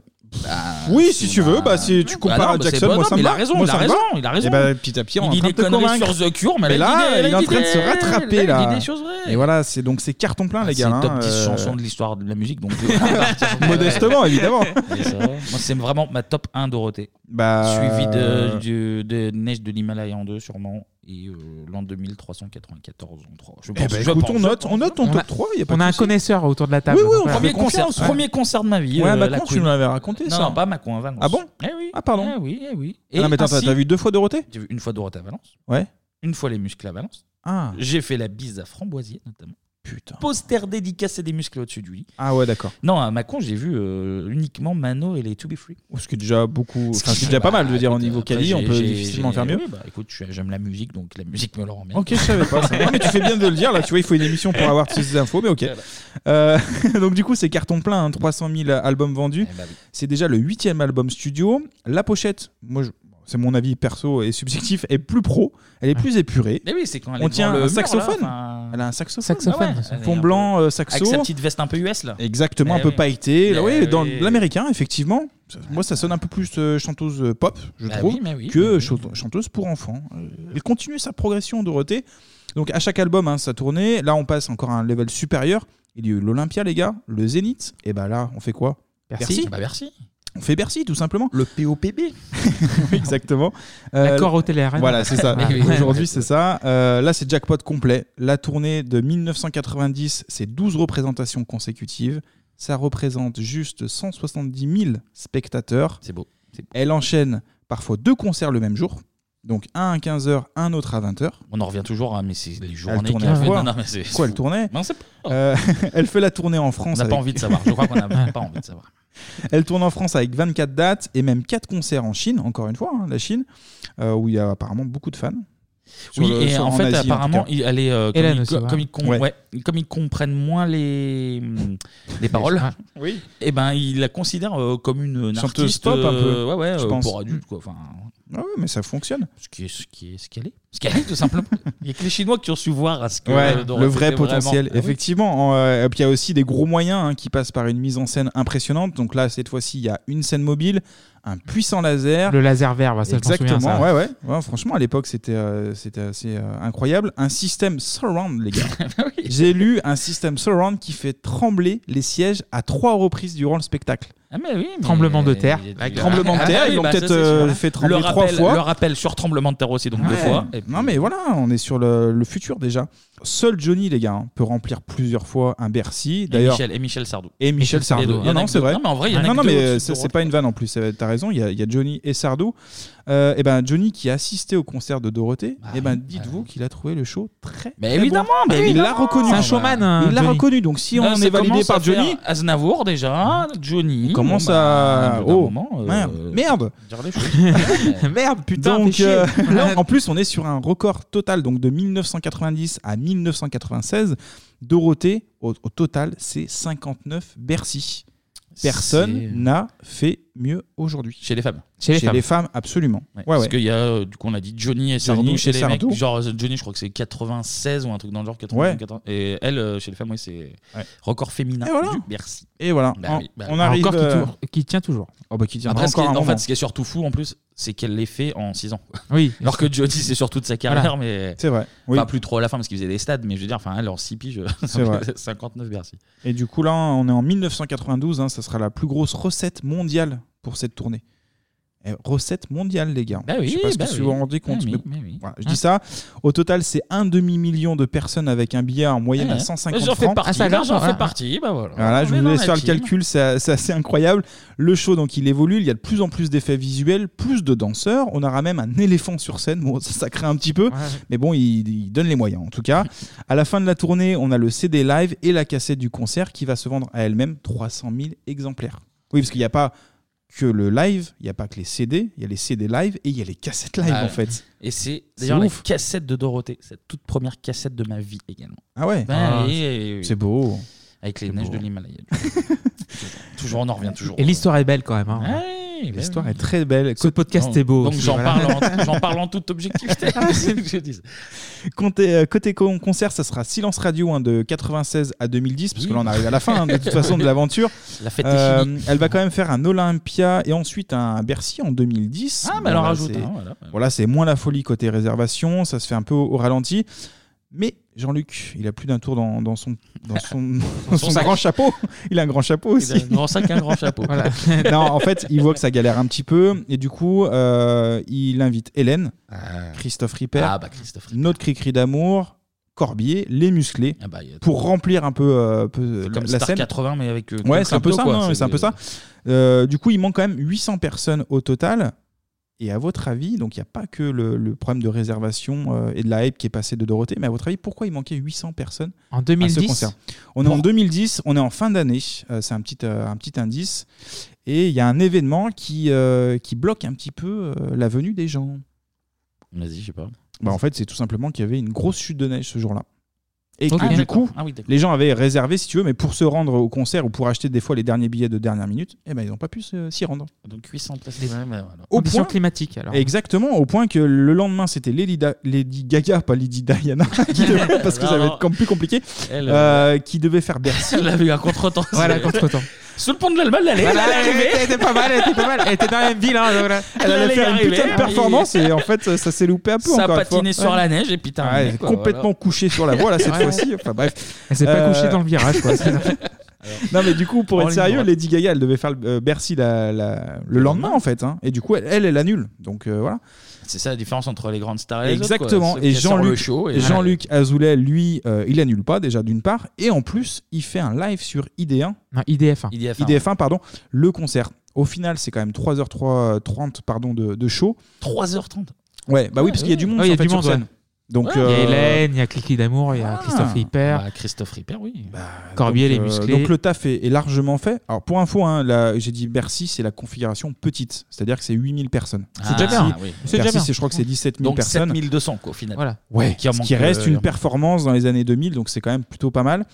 Speaker 8: Oui, si tu veux, bah si tu
Speaker 7: Bah
Speaker 8: compares
Speaker 7: non,
Speaker 8: à
Speaker 7: bah, c'est
Speaker 8: Jackson,
Speaker 7: pas
Speaker 8: moi
Speaker 7: grave,
Speaker 8: ça me
Speaker 7: mais il a
Speaker 8: va.
Speaker 7: raison,
Speaker 8: Moi,
Speaker 7: il a
Speaker 8: ça me va.
Speaker 7: raison, il a raison.
Speaker 8: Et bah, petit à petit, on est
Speaker 7: Il
Speaker 8: en
Speaker 7: dit
Speaker 8: train
Speaker 7: des
Speaker 8: de te
Speaker 7: conneries
Speaker 8: convaincre.
Speaker 7: sur The Cure, mais elle a
Speaker 8: là,
Speaker 7: dit des- elle
Speaker 8: il est
Speaker 7: a
Speaker 8: en
Speaker 7: dit
Speaker 8: train de
Speaker 7: des-
Speaker 8: se rattraper
Speaker 7: elle a
Speaker 8: là.
Speaker 7: dit des choses vraies. Ah,
Speaker 8: Et voilà, c'est donc c'est carton plein les
Speaker 1: C'est
Speaker 8: gars.
Speaker 1: les top
Speaker 8: hein,
Speaker 1: 10
Speaker 8: euh,
Speaker 1: chansons de l'histoire de la musique, donc. je-
Speaker 8: Modestement, évidemment.
Speaker 1: Mais c'est vrai. Moi, c'est vraiment ma top 1 Dorothée.
Speaker 8: Bah,
Speaker 1: Suivi de,
Speaker 8: euh,
Speaker 1: du- de Neige de l'Himalaya en 2, sûrement. Et euh, l'an 2394 en 3. Je
Speaker 8: Eh ben, écoute, on note, on note ton
Speaker 1: On
Speaker 8: top
Speaker 1: a-
Speaker 8: 3, y a pas
Speaker 7: On
Speaker 8: de
Speaker 7: a un
Speaker 8: souci.
Speaker 7: connaisseur autour de la table.
Speaker 8: Oui, oui,
Speaker 7: donc
Speaker 8: on
Speaker 7: voilà.
Speaker 8: fait
Speaker 1: Premier concert,
Speaker 8: confiance,
Speaker 1: premier
Speaker 8: ouais.
Speaker 1: concert de ma vie.
Speaker 8: Ouais,
Speaker 1: euh,
Speaker 8: Macron,
Speaker 1: la
Speaker 8: tu
Speaker 1: Queen.
Speaker 8: nous l'avais raconté,
Speaker 1: non,
Speaker 8: ça.
Speaker 1: Non, pas Macron, à Valence.
Speaker 8: Ah bon
Speaker 1: Eh oui.
Speaker 8: Ah, pardon.
Speaker 1: Eh oui, eh oui.
Speaker 8: Ah non, mais attends, t'as-
Speaker 1: ainsi-
Speaker 8: t'as vu deux fois Dorothée
Speaker 1: J'ai vu une fois Dorothée à Valence.
Speaker 8: Ouais.
Speaker 1: Une fois les muscles à Valence.
Speaker 8: Ah.
Speaker 1: J'ai fait la bise à Framboisier, notamment.
Speaker 8: Putain.
Speaker 1: Poster dédicacé des muscles au-dessus du lit.
Speaker 8: Ah ouais, d'accord.
Speaker 1: Non, à Macron, j'ai vu euh, uniquement Mano et les To Be Free.
Speaker 8: Ce qui est déjà beaucoup, enfin, ce qui est déjà pas
Speaker 1: Bah,
Speaker 8: mal, je veux dire, en
Speaker 1: euh,
Speaker 8: niveau quali, on peut difficilement faire mieux.
Speaker 1: écoute, je- j'aime la musique, donc la musique me le rend bien.
Speaker 8: Ok, je savais pas ça. Non, mais tu fais bien de le dire, là, tu vois, il faut une émission pour avoir toutes ces infos, mais ok. Euh, donc, du coup, c'est carton plein, hein, 300 000 albums vendus.
Speaker 1: Eh ben
Speaker 8: C'est déjà le huitième album studio. La pochette, moi, je- c'est mon avis perso et subjectif, est plus pro, elle est plus épurée.
Speaker 1: Mais Eh oui, c'est quand elle est
Speaker 8: On tient
Speaker 1: devant le
Speaker 8: un
Speaker 1: mur, là,
Speaker 8: saxophone.
Speaker 1: enfin.
Speaker 8: Elle a un saxophone.
Speaker 1: Saxophone.
Speaker 8: Ah ouais.
Speaker 1: Elle est un
Speaker 8: Fond
Speaker 1: peu-
Speaker 8: blanc, euh, saxo.
Speaker 1: Avec sa petite veste un peu US, là.
Speaker 8: Exactement,
Speaker 1: Eh
Speaker 8: un peu
Speaker 1: oui.
Speaker 8: pailleté. Là,
Speaker 1: Eh
Speaker 8: oui,
Speaker 1: oui. Ah,
Speaker 8: dans l'américain, effectivement. Ça- Moi, ça sonne un peu plus euh, chanteuse euh, pop, je
Speaker 1: Bah
Speaker 8: trouve,
Speaker 1: oui, mais oui,
Speaker 8: que chante- chanteuse pour enfants. Euh, Elle continue sa progression, Dorothée. Donc, à chaque album, hein, ça tournait. Là, on passe encore à un level supérieur. Il y a eu l'Olympia, les gars, le Zénith. Et bah là, on fait quoi
Speaker 1: Bah, merci.
Speaker 8: On fait Bercy, tout simplement.
Speaker 1: Le POPB.
Speaker 8: Exactement. Euh,
Speaker 7: L'accord au Télé Arena.
Speaker 8: Voilà, c'est ça.
Speaker 7: Ah oui.
Speaker 8: Aujourd'hui, c'est ça. Euh, là, c'est jackpot complet. La tournée de 1990, c'est 12 représentations consécutives. Ça représente juste 170 000 spectateurs.
Speaker 1: C'est beau.
Speaker 8: Elle enchaîne parfois deux concerts le même jour. Donc un à 15h, un autre à 20h.
Speaker 1: On en revient toujours à mais c'est les
Speaker 8: Elle
Speaker 1: journées
Speaker 8: tournait
Speaker 1: qu'elle
Speaker 8: à
Speaker 1: fait.
Speaker 8: quoi
Speaker 1: Non, non, mais c'est-
Speaker 8: Quoi, elle tournait Euh, Elle fait la tournée en France.
Speaker 1: On n'a pas
Speaker 8: avec-
Speaker 1: envie de savoir. Je crois qu'on n'a pas envie de savoir.
Speaker 8: Elle tourne en France avec 24 dates et même 4 concerts en Chine, encore une fois, hein, la Chine, euh, où il y a apparemment beaucoup de fans. Sur
Speaker 1: oui,
Speaker 8: le-
Speaker 1: et
Speaker 8: sur-
Speaker 1: en fait,
Speaker 8: Asie, tout
Speaker 1: apparemment,
Speaker 8: cas.
Speaker 1: il- elle est, euh, comme,
Speaker 8: Hélène
Speaker 1: ils,
Speaker 8: aussi,
Speaker 1: co-
Speaker 8: ouais.
Speaker 1: comme ils com-
Speaker 8: Ouais.
Speaker 1: ouais, comme ils comprennent moins les, les paroles,
Speaker 8: Oui.
Speaker 1: et ben ils la considèrent euh, comme une, une
Speaker 8: Chanteuse
Speaker 1: artiste
Speaker 8: pop, un peu,
Speaker 1: euh, ouais, ouais,
Speaker 8: je
Speaker 1: euh,
Speaker 8: pense.
Speaker 1: pour adulte quoi. Enfin,
Speaker 8: Ah ouais, mais ça fonctionne.
Speaker 1: ce qui est ce qui est ce qu'elle est, ce qu'elle est tout simplement. Il y a que les Chinois qui ont su voir à ce que
Speaker 8: Ouais,
Speaker 1: euh, Dorothée
Speaker 8: le vrai
Speaker 1: était vraiment.
Speaker 8: potentiel,
Speaker 1: Ah oui.
Speaker 8: effectivement. En, euh, et puis il y a aussi des gros moyens hein, qui passent par une mise en scène impressionnante. Donc là, cette fois-ci, il y a une scène mobile, un puissant laser.
Speaker 7: Le laser vert, ouais, ça, je m'en
Speaker 8: Exactement,
Speaker 7: souviens, ça.
Speaker 8: ouais, ouais, Ouais, Franchement, à l'époque, c'était euh, c'était assez euh, incroyable. Un système surround, les gars. J'ai lu un système surround qui fait trembler les sièges à trois reprises durant le spectacle.
Speaker 1: Ah, mais oui, mais-
Speaker 7: Tremblement de terre.
Speaker 1: Ah,
Speaker 8: Tremblement de
Speaker 1: ah,
Speaker 8: terre,
Speaker 1: oui,
Speaker 8: ils l'ont
Speaker 1: bah,
Speaker 8: peut-être
Speaker 1: ça, c'est-
Speaker 8: euh,
Speaker 1: voilà.
Speaker 8: fait trembler
Speaker 1: Le
Speaker 8: trois
Speaker 1: rappel-
Speaker 8: fois.
Speaker 1: Le rappel sur tremblement de terre aussi, donc deux
Speaker 8: Ouais.
Speaker 1: fois.
Speaker 8: Non mais voilà, on est sur le, le futur déjà. Seul Johnny, les gars, hein, peut remplir plusieurs fois un Bercy.
Speaker 1: Et
Speaker 8: D'ailleurs,
Speaker 1: Michel, et Michel Sardou.
Speaker 8: et Michel
Speaker 1: Les deux.
Speaker 8: Sardou. Ah
Speaker 1: Il y
Speaker 8: Non,
Speaker 1: en a
Speaker 8: non,
Speaker 1: que
Speaker 8: c'est
Speaker 1: deux.
Speaker 8: vrai. Ah
Speaker 1: Non, mais en vrai, il y en a
Speaker 8: non,
Speaker 1: que
Speaker 8: non,
Speaker 1: deux
Speaker 8: mais euh,
Speaker 1: au-dessus de
Speaker 8: c'est c'est
Speaker 1: Dorothée.
Speaker 8: pas une vanne en plus. euh, T'as raison. Il y, a- il y a Johnny et Sardou. Euh, et ben Johnny qui a assisté au concert de Dorothée.
Speaker 1: Bah
Speaker 8: et ben dites-vous qu'il a trouvé le show très.
Speaker 1: Mais
Speaker 8: très
Speaker 1: évidemment,
Speaker 8: bon. Ah
Speaker 1: mais
Speaker 8: il l'a
Speaker 1: évidemment.
Speaker 8: reconnu.
Speaker 1: C'est un showman, hein,
Speaker 8: Il l'a
Speaker 1: Johnny.
Speaker 8: reconnu. Donc si
Speaker 1: Là,
Speaker 8: on
Speaker 1: ça
Speaker 8: est validé
Speaker 1: commence à
Speaker 8: par
Speaker 1: faire
Speaker 8: Johnny,
Speaker 1: Aznavour déjà, Johnny.
Speaker 8: on commence
Speaker 1: Bon, bah,
Speaker 8: à.
Speaker 1: bout d'un
Speaker 8: Oh
Speaker 1: moment, euh,
Speaker 8: merde, merde.
Speaker 1: dire les choses.
Speaker 7: Merde, putain, fais
Speaker 8: Donc
Speaker 7: chier.
Speaker 8: euh, là, en plus, on est sur un record total. Donc de 1990 à 1996, Dorothée, au, au total, c'est 59 Bercy.
Speaker 1: C'est-
Speaker 8: Personne n'a fait mieux aujourd'hui.
Speaker 1: Chez les femmes.
Speaker 8: Chez les, femmes. absolument.
Speaker 1: Ouais,
Speaker 8: Ouais,
Speaker 1: parce
Speaker 8: ouais.
Speaker 1: qu'il y a, euh, du coup, on a dit Johnny et Sardou
Speaker 8: Johnny
Speaker 1: chez
Speaker 8: et
Speaker 1: les
Speaker 8: Sardou.
Speaker 1: mecs. Genre, euh, Johnny, je crois que c'est 96 ou un truc dans le genre. 80,
Speaker 8: Ouais.
Speaker 1: 80. et elle, euh, chez les femmes, oui, c'est record féminin.
Speaker 8: Et voilà.
Speaker 1: du Bercy.
Speaker 8: Et voilà.
Speaker 1: Bah
Speaker 8: En-
Speaker 1: oui, bah
Speaker 8: on
Speaker 1: oui.
Speaker 8: arrive.
Speaker 7: Encore qui,
Speaker 8: euh,
Speaker 7: tourne- qui tient toujours.
Speaker 8: Oh bah qui tiendra
Speaker 1: Après, ce qui est-
Speaker 8: encore un
Speaker 1: en
Speaker 8: moment.
Speaker 1: fait, ce qui est surtout fou en plus, c'est qu'elle l'ait fait en 6 ans.
Speaker 7: Oui.
Speaker 1: Alors que Johnny, c'est sur toute sa carrière,
Speaker 7: Voilà.
Speaker 1: mais.
Speaker 8: C'est vrai,
Speaker 1: Pas plus trop à la fin parce qu'il faisait des stades, mais je veux dire, enfin, elle en 6 piges.
Speaker 8: C'est vrai.
Speaker 1: 59 Bercy.
Speaker 8: Et du coup, là, on est en 1992. hein, ça sera la plus grosse recette mondiale pour cette tournée. Eh, recette mondiale, les gars.
Speaker 1: Bah oui,
Speaker 8: je sais pas ce
Speaker 1: bah
Speaker 8: que
Speaker 1: oui.
Speaker 8: vous vous rendez compte.
Speaker 1: Bah oui,
Speaker 8: mais
Speaker 1: bah oui.
Speaker 8: voilà, je dis ça. Au total, c'est un demi-million de personnes avec un billet en moyenne à 150
Speaker 1: J'en fais
Speaker 8: francs.
Speaker 7: Ah,
Speaker 1: partie. là, j'en
Speaker 7: hein.
Speaker 1: fais partie. Bah voilà.
Speaker 8: Voilà, je
Speaker 1: On est
Speaker 8: vous
Speaker 1: dans
Speaker 8: laisse
Speaker 1: la
Speaker 8: faire le
Speaker 1: team.
Speaker 8: calcul, c'est a- c'est assez incroyable. Le show, donc, il évolue, il y a de plus en plus d'effets visuels, plus de danseurs. On aura même un éléphant sur scène, bon, ça, ça craint un petit peu, mais bon, il, il donne les moyens en tout cas. à la fin de la tournée, on a le CD live et la cassette du concert qui va se vendre à elle-même 300 000 exemplaires. Oui, parce qu'il n'y a pas que le live, il n'y a pas que les CD, il y a les CD live et il y a les cassettes live
Speaker 1: Ah
Speaker 8: en
Speaker 1: ouais.
Speaker 8: fait.
Speaker 1: Et c'est
Speaker 8: C'est
Speaker 1: d'ailleurs la
Speaker 8: ouf.
Speaker 1: cassette de Dorothée, cette toute première cassette de ma vie également.
Speaker 8: Ah ouais,
Speaker 1: Ben,
Speaker 8: Ah,
Speaker 1: et-
Speaker 8: c'est-
Speaker 1: et-
Speaker 8: c'est beau. hein.
Speaker 1: Avec les neiges de l'Himalaya. toujours, toujours, on en revient toujours.
Speaker 7: Et l'histoire est belle quand même. hein.
Speaker 1: Ouais, ben Oui,
Speaker 8: L'histoire est très belle. Ce podcast
Speaker 1: Donc-
Speaker 8: est beau.
Speaker 1: Donc
Speaker 8: aussi,
Speaker 1: j'en
Speaker 8: voilà. Ah,
Speaker 1: parle, en- j'en parle en toute objectivité. Je dis-
Speaker 8: Côté, euh, côté con- concert, ça sera Silence Radio hein, de 96 à 2010, parce que là on arrive à la fin hein, de toute façon de l'aventure. Euh,
Speaker 1: La fête est finie.
Speaker 8: Elle va quand même faire un Olympia et ensuite un Bercy en 2010.
Speaker 1: Ah, mais elle en
Speaker 8: Voilà,
Speaker 1: rajoute,
Speaker 8: c'est-
Speaker 1: hein, voilà.
Speaker 8: Voilà, c'est moins la folie côté réservation, ça se fait un peu au, au ralenti. Mais Jean-Luc, il a plus d'un tour dans, dans son, dans son, dans son
Speaker 1: sac.
Speaker 8: grand chapeau. Il a un grand chapeau aussi.
Speaker 1: Il a un grand sac et un grand chapeau.
Speaker 8: Voilà. non, en fait, il voit que ça galère un petit peu. Et du coup, euh, il invite Hélène, Christophe Ripper,
Speaker 1: Ah, bah, Christophe Ah,
Speaker 8: notre cri-cri d'amour, Corbier, les musclés,
Speaker 1: bah,
Speaker 8: pour remplir un peu, euh, peu
Speaker 1: Comme
Speaker 8: la
Speaker 1: Star
Speaker 8: scène.
Speaker 1: 80, mais avec. euh,
Speaker 8: Ouais,
Speaker 1: Tom
Speaker 8: c'est un peu
Speaker 1: Clancy,
Speaker 8: ça.
Speaker 1: quoi.
Speaker 8: non,
Speaker 1: C'est-
Speaker 8: c'est un peu ça. Euh, du coup, il manque quand même 800 personnes au total. Et à votre avis, donc il n'y a pas que le, le problème de réservation euh, et de la hype qui est passé de Dorothée, mais à votre avis, pourquoi il manquait 800 personnes
Speaker 7: En 2010?
Speaker 8: à ce concert On est en 2010, on est en fin d'année, euh, c'est un petit, euh, un petit indice. Et il y a un événement qui, euh, qui bloque un petit peu euh, la venue des gens.
Speaker 1: Vas-y, je sais pas.
Speaker 8: Bah, en fait, c'est tout simplement qu'il y avait une grosse chute de neige ce jour-là. Et que,
Speaker 1: Ok. Ah,
Speaker 8: du
Speaker 1: d'accord.
Speaker 8: coup,
Speaker 1: Ah oui, d'accord.
Speaker 8: les gens avaient réservé, si tu veux, mais pour se rendre au concert ou pour acheter des fois les derniers billets de dernière minute, eh ben, ils n'ont pas pu se- s'y rendre.
Speaker 1: Donc 800 places. Ouais, mais voilà.
Speaker 8: Au
Speaker 7: Ambition
Speaker 8: point
Speaker 7: climatique, alors.
Speaker 8: Exactement, au point que le lendemain, c'était Lady, Da- Lady Gaga, pas Lady Diana, qui devait- parce que ça va être com- plus compliqué,
Speaker 1: Elle,
Speaker 8: euh, qui devait faire Bercy.
Speaker 1: Elle avait eu un contretemps.
Speaker 8: Voilà, contre-temps.
Speaker 1: Sous le pont de l'Allemagne, elle allait.
Speaker 7: Voilà,
Speaker 1: elle allait
Speaker 7: elle
Speaker 1: arriver.
Speaker 7: était- elle était pas mal, elle était pas mal. Elle était dans la même ville. hein, donc voilà.
Speaker 8: Elle allait faire une
Speaker 1: arriver,
Speaker 8: putain de
Speaker 1: hein,
Speaker 8: performance et en fait ça, ça s'est loupé un peu
Speaker 1: Ça a
Speaker 8: encore une
Speaker 1: patiné
Speaker 8: fois.
Speaker 1: sur la neige et puis t'as
Speaker 8: Ouais,
Speaker 1: remis, quoi,
Speaker 8: complètement
Speaker 1: voilà.
Speaker 8: couché sur la voie là cette
Speaker 1: Ouais.
Speaker 8: fois-ci enfin bref Euh,
Speaker 7: Elle s'est pas couchée dans le virage, quoi. C'est normal.
Speaker 8: non mais du coup
Speaker 1: Oh,
Speaker 8: pour
Speaker 7: En
Speaker 8: être
Speaker 7: ligne
Speaker 8: sérieux
Speaker 7: droite.
Speaker 8: Lady Gaga elle devait faire euh, Bercy la- la- le lendemain en fait hein. et du coup elle elle, elle annule donc euh, voilà
Speaker 1: C'est ça la différence entre les grandes stars et les autres, quoi.
Speaker 8: Exactement.
Speaker 1: Ceux
Speaker 8: Et
Speaker 1: qui assurent le
Speaker 8: Jean-Luc
Speaker 1: show.
Speaker 8: et Jean-Luc Azoulay, lui, euh, il annule pas déjà d'une part, et en plus, il fait un live sur ID1.
Speaker 7: Non, IDF1.
Speaker 1: IDF1,
Speaker 8: IDF1, pardon, le concert. Au final, c'est quand même 3h30 pardon, de, de show.
Speaker 1: 3h30.
Speaker 8: Ouais, bah oui, parce qu'il y a du monde
Speaker 7: Ouais, il y
Speaker 8: en
Speaker 7: a
Speaker 8: fait,
Speaker 7: du
Speaker 8: sur
Speaker 7: monde,
Speaker 8: scène.
Speaker 7: ouais.
Speaker 8: Donc,
Speaker 7: il y a
Speaker 8: euh,
Speaker 7: Hélène, il y a Clicky d'amour, il y a
Speaker 8: Ah.
Speaker 7: Christophe Ripper.
Speaker 1: Bah, Christophe Ripper, oui.
Speaker 7: Corbier,
Speaker 8: Donc,
Speaker 7: les
Speaker 8: euh,
Speaker 7: musclés.
Speaker 8: Donc le taf est, est largement fait. Alors pour info, hein, la- j'ai dit Bercy, c'est la configuration petite, c'est-à-dire que c'est 8000 personnes.
Speaker 1: C'est déjà bien.
Speaker 8: Bercy,
Speaker 1: Ah, oui.
Speaker 8: Bercy, c'est- je crois que c'est 17 000
Speaker 1: Donc
Speaker 8: personnes.
Speaker 1: 7200 quoi au final.
Speaker 7: Voilà.
Speaker 8: Ouais,
Speaker 1: Qui en
Speaker 8: ce
Speaker 1: manque,
Speaker 8: qui reste
Speaker 1: euh,
Speaker 8: une
Speaker 1: leur-
Speaker 8: performance dans les années 2000, donc c'est quand même plutôt pas mal.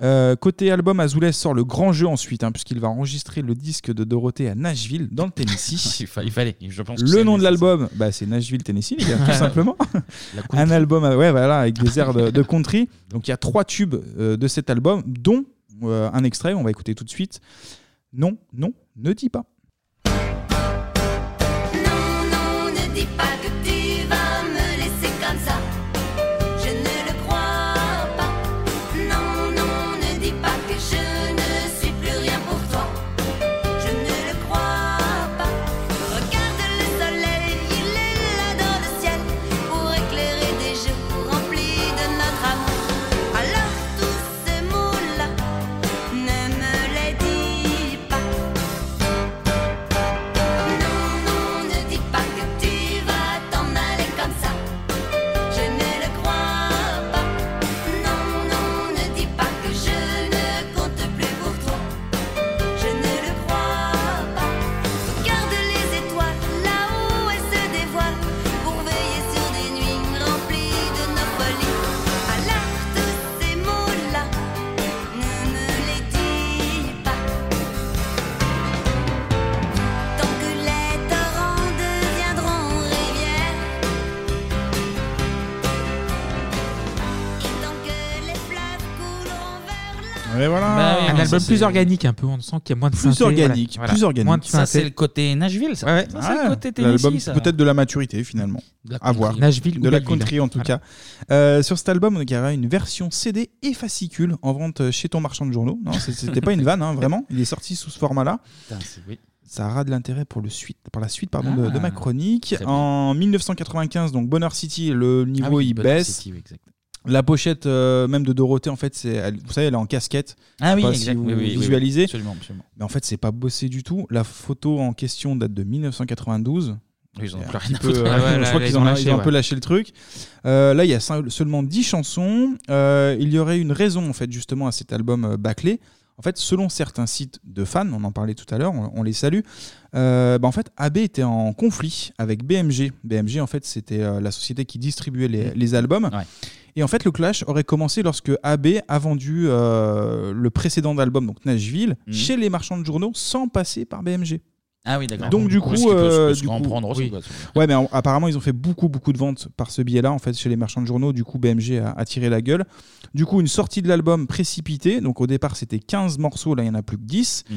Speaker 8: Euh, côté album, Azoulay sort le grand jeu ensuite, hein, puisqu'il va enregistrer le disque de Dorothée à Nashville, dans le Tennessee.
Speaker 1: Il fa- il fallait, je pense. que
Speaker 8: le
Speaker 1: c'est-
Speaker 8: nom de l'album, bah, c'est Nashville, Tennessee, les gars, tout simplement.
Speaker 1: La country.
Speaker 8: Un album euh, ouais, voilà, avec des airs de, de country. Donc il y a trois tubes euh, de cet album, dont euh, un extrait, on va écouter tout de suite. Non, non, ne dis pas.
Speaker 9: Non, ne dis pas que tu vas me laisser comme ça. Je ne le crois pas. Non, non, ne dis pas que je ne suis plus rien pour toi. Je ne le crois pas. Regarde le soleil, il est là dans le ciel pour éclairer des jours remplis de notre amour. Alors tous ces mots-là, ne me les dis pas. Non, ne dis pas que tu vas t'en aller comme ça. Je ne le crois pas. Non, non, ne dis pas que je ne compte plus pour toi. Je ne le crois pas. Regarde les étoiles là-haut, elles se dévoilent pour veiller sur des nuits remplies de nos folies. Alors tous ces mots-là, ne me les dis pas. Tant que les torrents deviendront rivières Et tant que les fleuves couleront
Speaker 8: Et voilà.
Speaker 1: Bah oui,
Speaker 7: un
Speaker 1: mais ça,
Speaker 7: album
Speaker 1: c'est-
Speaker 7: plus organique un peu, on sent qu'il y a moins de
Speaker 8: Plus
Speaker 7: synthé, voilà.
Speaker 8: organique,
Speaker 7: Voilà.
Speaker 8: plus organique.
Speaker 7: Moins de
Speaker 1: Ça
Speaker 7: synthé.
Speaker 1: c'est le côté Nashville ça. Ça, c'est
Speaker 8: Ah.
Speaker 1: le côté
Speaker 8: L'album,
Speaker 1: Tennessee ça.
Speaker 8: peut-être de la maturité finalement.
Speaker 1: De la
Speaker 8: à
Speaker 1: country.
Speaker 8: voir.
Speaker 1: Nashville
Speaker 8: de
Speaker 1: ou
Speaker 8: la
Speaker 1: Belleville.
Speaker 8: country en tout cas. Euh, sur cet album, donc, il y aura une version CD et fascicule en vente chez ton marchand de journaux. Non, c'est- c'était pas une vanne, hein, vraiment. Il est sorti sous ce format-là.
Speaker 1: Putain, c'est- oui.
Speaker 8: Ça aura de l'intérêt pour, le suite, pour la suite pardon, de,
Speaker 1: Ah.
Speaker 8: de ma chronique.
Speaker 1: Très bien. Ah
Speaker 8: En 1995, donc Bonheur City, le niveau
Speaker 1: oui,
Speaker 8: il
Speaker 1: Bonheur
Speaker 8: baisse.
Speaker 1: City, oui, exact.
Speaker 8: la pochette euh, même de Dorothée, en fait, c'est, elle- vous savez, elle est en casquette.
Speaker 1: Ah oui,
Speaker 8: Je sais pas
Speaker 1: exact.
Speaker 8: si vous
Speaker 1: Oui, oui, oui, oui.
Speaker 8: visualisez.
Speaker 1: Absolument, absolument.
Speaker 8: Mais en fait, c'est pas bossé du tout. La photo en question date de 1992.
Speaker 1: Ils en ont
Speaker 8: C'est
Speaker 1: plus rien à
Speaker 8: un petit peu,
Speaker 1: foutre.
Speaker 8: euh,
Speaker 1: Ah ouais,
Speaker 8: je
Speaker 1: là,
Speaker 8: crois
Speaker 1: là,
Speaker 8: qu'ils
Speaker 1: ils
Speaker 8: ont,
Speaker 1: ont
Speaker 8: ils
Speaker 1: lâché,
Speaker 8: ont un peu
Speaker 1: ouais.
Speaker 8: lâché le truc. Euh, là, il y a cin- seulement 10 chansons. Euh, il y aurait une raison, en fait, justement, à cet album euh, bâclé. En fait, selon certains sites de fans, on en parlait tout à l'heure, on, on les salue, euh, bah, en fait, AB était en conflit avec BMG. BMG, en fait, c'était euh, la société qui distribuait les, les albums. Et en fait, le clash aurait commencé lorsque AB a vendu euh, le précédent album, donc Nashville, chez les marchands de journaux sans passer par BMG.
Speaker 1: Ah oui, d'accord.
Speaker 8: Donc du coup,
Speaker 1: Parce qu'il peut se-
Speaker 8: euh,
Speaker 1: peut se
Speaker 8: du coup,
Speaker 1: comprendre aussi,
Speaker 8: oui. Mm.
Speaker 1: quoi.
Speaker 8: ouais, mais en- apparemment ils ont fait beaucoup beaucoup de ventes par ce biais-là en fait chez les marchands de journaux. Du coup, BMG a, a tiré la gueule. Du coup, une sortie de l'album précipitée. Donc au départ c'était 15 morceaux, là il y en a plus que 10.
Speaker 1: Mm.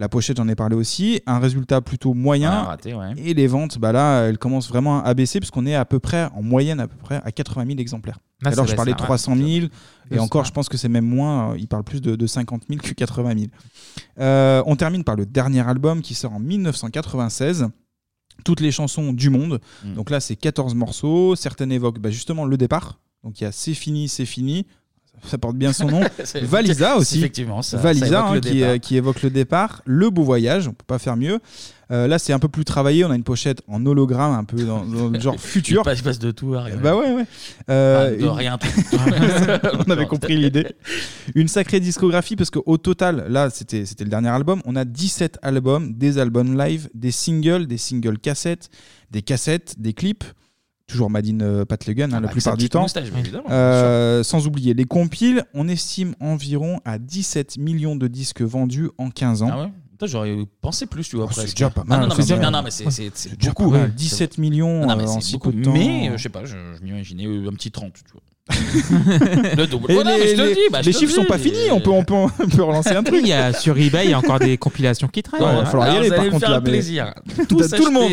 Speaker 8: La pochette, j'en ai parlé aussi. Un résultat plutôt moyen.
Speaker 1: Ouais, raté, ouais.
Speaker 8: Et les ventes, bah là, elles commencent vraiment à baisser parce qu'on est à peu près, en moyenne, à peu près à 80 000 exemplaires.
Speaker 7: Ah, ça
Speaker 8: Alors je
Speaker 7: baisse,
Speaker 8: parlais
Speaker 7: ça,
Speaker 8: de 300 000 et
Speaker 7: Ouais,
Speaker 8: encore,
Speaker 7: ça.
Speaker 8: je pense que c'est même moins. euh, Ils parlent plus de, de 50 000 que 80 000. Euh, on termine par le dernier album qui sort en 1996. Toutes les chansons du monde.
Speaker 1: Mm.
Speaker 8: Donc là, c'est 14 morceaux. Certaines évoquent bah, justement le départ. Donc il y a C'est fini, c'est fini. Ça porte bien son nom.
Speaker 1: C'est-
Speaker 8: Valisa aussi.
Speaker 1: Effectivement, ça- ça
Speaker 8: Valisa
Speaker 1: évoque
Speaker 8: hein,
Speaker 1: le
Speaker 8: qui,
Speaker 1: départ.
Speaker 8: euh, qui évoque le départ, le beau voyage, on peut pas faire mieux. Euh, là, c'est un peu plus travaillé, on a une pochette en hologramme, un peu dans, dans le genre futur.
Speaker 1: Il passe, il passe de tout à rien.
Speaker 8: Bah ouais, ouais.
Speaker 1: Ah,
Speaker 8: Euh,
Speaker 1: de
Speaker 8: une-
Speaker 1: rien.
Speaker 8: on avait compris l'idée. Une sacrée discographie parce qu'au total, là c'était c'était le dernier album, on a 17 albums, des albums live, des singles, des singles cassettes, des cassettes, des clips. Toujours Madine euh, Pat Legan, hein, la
Speaker 1: bah, avec sa
Speaker 8: plupart du
Speaker 1: petite
Speaker 8: temps.
Speaker 1: moustache, bien évidemment.
Speaker 8: Euh, sans oublier les compiles, on estime environ à 17 millions de disques vendus en 15 ans.
Speaker 1: Ah ouais Putain, J'aurais pensé plus, tu vois.
Speaker 8: Oh, c'est
Speaker 1: presque.
Speaker 8: déjà pas mal,
Speaker 1: Ah, non, non, mais
Speaker 8: c'est
Speaker 1: c'est-
Speaker 8: déjà-
Speaker 1: non, non, mais c'est- c'est
Speaker 8: c'est
Speaker 1: c'est
Speaker 8: déjà
Speaker 1: beaucoup.
Speaker 8: pas mal.
Speaker 1: ouais.
Speaker 8: 17 millions,
Speaker 1: Non, mais
Speaker 8: euh,
Speaker 1: c'est
Speaker 8: en si
Speaker 1: beaucoup.
Speaker 8: peu de temps.
Speaker 1: Mais euh, je sais pas, je, je m'imaginais euh, un petit 30, tu vois. le double.
Speaker 8: Et
Speaker 1: Ouais, non, mais je te le
Speaker 8: les-
Speaker 1: dis, bah, je
Speaker 8: les
Speaker 1: te le
Speaker 8: chiffres
Speaker 1: dis.
Speaker 8: sont pas finis, hein. on peut, on peut, on peut relancer un truc.
Speaker 7: Il y a sur eBay, il y a encore des compilations qui traînent.
Speaker 8: Ouais, hein. il va falloir y
Speaker 1: Alors,
Speaker 8: aller,
Speaker 1: vous
Speaker 8: par
Speaker 1: allez me
Speaker 8: contre,
Speaker 1: faire
Speaker 8: là,
Speaker 1: un
Speaker 8: mais-
Speaker 1: plaisir.
Speaker 8: T'as
Speaker 1: Tout,
Speaker 8: tout le monde.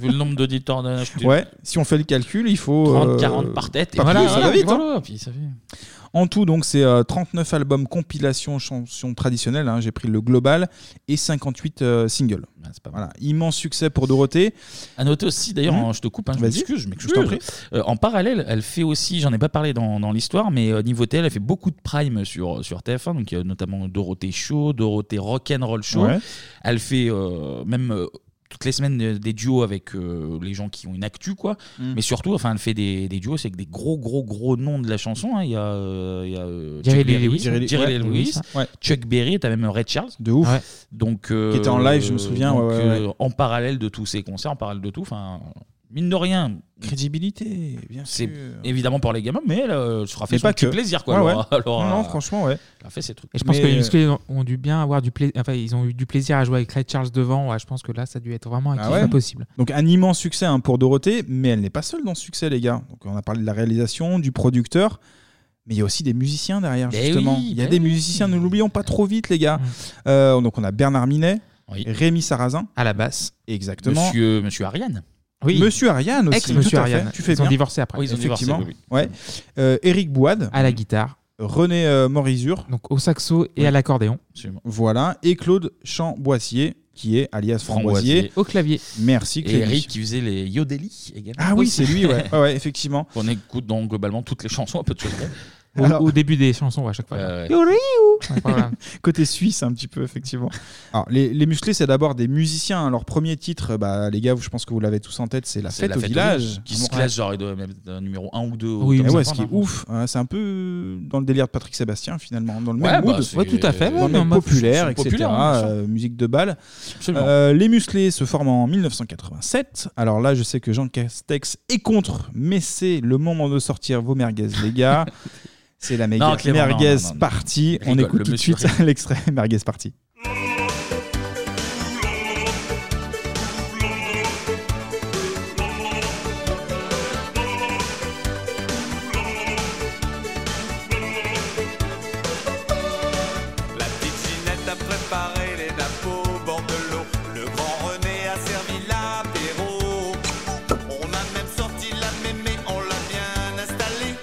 Speaker 1: Vu le nombre d'auditeurs d'un acheté.
Speaker 8: Ouais, si on fait le calcul, il faut euh,
Speaker 1: 30, 40 par tête, et
Speaker 8: pas
Speaker 1: voilà,
Speaker 8: plus, ça va
Speaker 1: voilà,
Speaker 8: vite.
Speaker 1: voilà,
Speaker 8: hein.
Speaker 1: puis ça fait-
Speaker 8: En tout, donc c'est euh, 39 albums compilation chansons traditionnelles. hein, J'ai pris le global et 58 euh, singles.
Speaker 1: Ah,
Speaker 8: Voilà, immense succès pour Dorothée. Mmh.
Speaker 1: À noter aussi, d'ailleurs, en- je te coupe, hein, je
Speaker 8: Vas-y.
Speaker 1: m'excuse, mais que je
Speaker 8: Oui,
Speaker 1: t'en
Speaker 8: vas-y.
Speaker 1: prie. Euh, en parallèle, elle fait aussi, j'en ai pas parlé dans, dans l'histoire, mais euh, niveau TL, elle fait beaucoup de prime sur, euh, sur TF1, donc il y a notamment Dorothée Show, Dorothée Rock'n'Roll Show.
Speaker 8: Ouais.
Speaker 1: Elle fait euh, même euh, toutes les semaines euh, des duos avec euh, les gens qui ont une actu, quoi.
Speaker 8: Mm.
Speaker 1: Mais surtout, enfin, elle fait des, des duos, c'est avec des gros, gros, gros noms de la chanson. hein. Il y a, euh, il y a euh,
Speaker 8: Jerry
Speaker 1: Chuck
Speaker 8: Lee
Speaker 1: Berry,
Speaker 8: Lewis. Jerry Lee-
Speaker 1: Jerry
Speaker 8: ouais,
Speaker 1: Lee
Speaker 8: Lewis,
Speaker 1: Lewis,
Speaker 8: ouais.
Speaker 1: Chuck Berry, t'as même Red Charles.
Speaker 8: De ouf.
Speaker 7: Ouais.
Speaker 1: Donc, euh,
Speaker 8: Qui était en live, je me souviens,
Speaker 1: donc,
Speaker 8: ouais, ouais, ouais.
Speaker 1: euh, en parallèle de tous ces concerts, en parallèle de tout, enfin, mine de rien.
Speaker 8: Crédibilité, bien
Speaker 1: sûr. C'est évidemment pour les gamins, mais elle euh, sera fait
Speaker 8: Mais
Speaker 1: son
Speaker 8: pas
Speaker 1: petit
Speaker 8: que.
Speaker 1: plaisir, quoi.
Speaker 8: Ouais,
Speaker 1: elle
Speaker 8: ouais.
Speaker 1: aura- elle aura-
Speaker 8: Non, non, franchement, ouais.
Speaker 1: Elle a fait ses trucs.
Speaker 7: Et je pense
Speaker 8: euh,
Speaker 1: Mais-
Speaker 7: que les musclés ont- ont dû bien avoir du plaisir. Enfin, ils ont eu du plaisir à jouer avec Clyde Charles devant. Ouais, je pense que là, ça a dû être vraiment un
Speaker 8: Ah
Speaker 7: kiff
Speaker 8: ouais
Speaker 7: pas possible.
Speaker 8: Donc un immense succès hein, pour Dorothée, mais elle n'est pas seule dans ce succès, les gars. Donc on a parlé de la réalisation, du producteur, mais il y a aussi des musiciens derrière,
Speaker 1: Ben
Speaker 8: justement.
Speaker 1: oui,
Speaker 8: il y a
Speaker 1: ben
Speaker 8: des
Speaker 1: oui.
Speaker 8: musiciens, ne l'oublions pas trop vite, les gars. Euh, donc on a Bernard Minet, Rémi Sarrazin.
Speaker 7: À la basse.
Speaker 8: Exactement.
Speaker 1: Monsieur, euh, monsieur Ariane.
Speaker 7: Oui.
Speaker 8: Monsieur Ariane aussi.
Speaker 7: Ex-Monsieur
Speaker 8: tout à fait.
Speaker 7: Ariane.
Speaker 8: Tu fais
Speaker 7: Ils ont
Speaker 8: bien.
Speaker 7: divorcé après.
Speaker 1: Oui, ils ont divorcé,
Speaker 8: Effectivement.
Speaker 1: oui,
Speaker 8: Ouais. Euh, Eric Boide.
Speaker 7: À la guitare.
Speaker 8: René euh, Morizur.
Speaker 7: Donc au saxo et à l'accordéon.
Speaker 8: Voilà. Et Claude Chamboissier, qui est alias Framboisier.
Speaker 1: Framboisier. Au clavier.
Speaker 8: Merci
Speaker 1: Et
Speaker 8: Clémy.
Speaker 1: Eric qui faisait les Yodeli également.
Speaker 8: Ah oui, c'est lui, ouais. Ouais, ouais, effectivement.
Speaker 1: On écoute donc globalement toutes les chansons, un peu de choses près. Euh,
Speaker 7: Au, au début des chansons, à chaque fois.
Speaker 1: Ouais, ouais.
Speaker 7: Ouais, voilà.
Speaker 8: Côté suisse, un petit peu, effectivement. Alors, les, les musclés, c'est d'abord des musiciens. hein. Leur premier titre, bah, les gars, vous- je pense que vous l'avez tous en tête, c'est La
Speaker 1: C'est
Speaker 8: fête, au village.
Speaker 1: Qui se
Speaker 8: Ouais.
Speaker 1: classe genre de- même d'un numéro 1 ou 2.
Speaker 8: Oui, ouais, ce qui est ouf, hein, c'est un peu dans le délire de Patrick Sébastien finalement, dans le
Speaker 1: Ouais,
Speaker 8: même
Speaker 1: bah,
Speaker 8: mood,
Speaker 1: c'est- Ouais, tout à fait,
Speaker 8: Dans le
Speaker 1: ouais,
Speaker 8: même
Speaker 1: mais en mode-
Speaker 8: populaire,
Speaker 1: c'est
Speaker 8: etc.
Speaker 1: populaire, hein, bien sûr.
Speaker 8: euh, musique de balle. Euh, les musclés se forment en 1987. Alors là, je sais que Jean Castex est contre, mais c'est le moment de sortir vos merguez, les gars. c'est la méga-
Speaker 1: Non, Clément, non,
Speaker 8: merguez
Speaker 1: non, non, non.
Speaker 8: partie. On
Speaker 1: Rigole,
Speaker 8: écoute
Speaker 1: le
Speaker 8: tout de
Speaker 1: monsieur
Speaker 8: suite
Speaker 1: rigole.
Speaker 8: l'extrait merguez partie.
Speaker 15: La petite Ginette a préparé les nappes au bord de l'eau. Le grand René a servi l'apéro. On a même sorti la mémé, on l'a bien installée.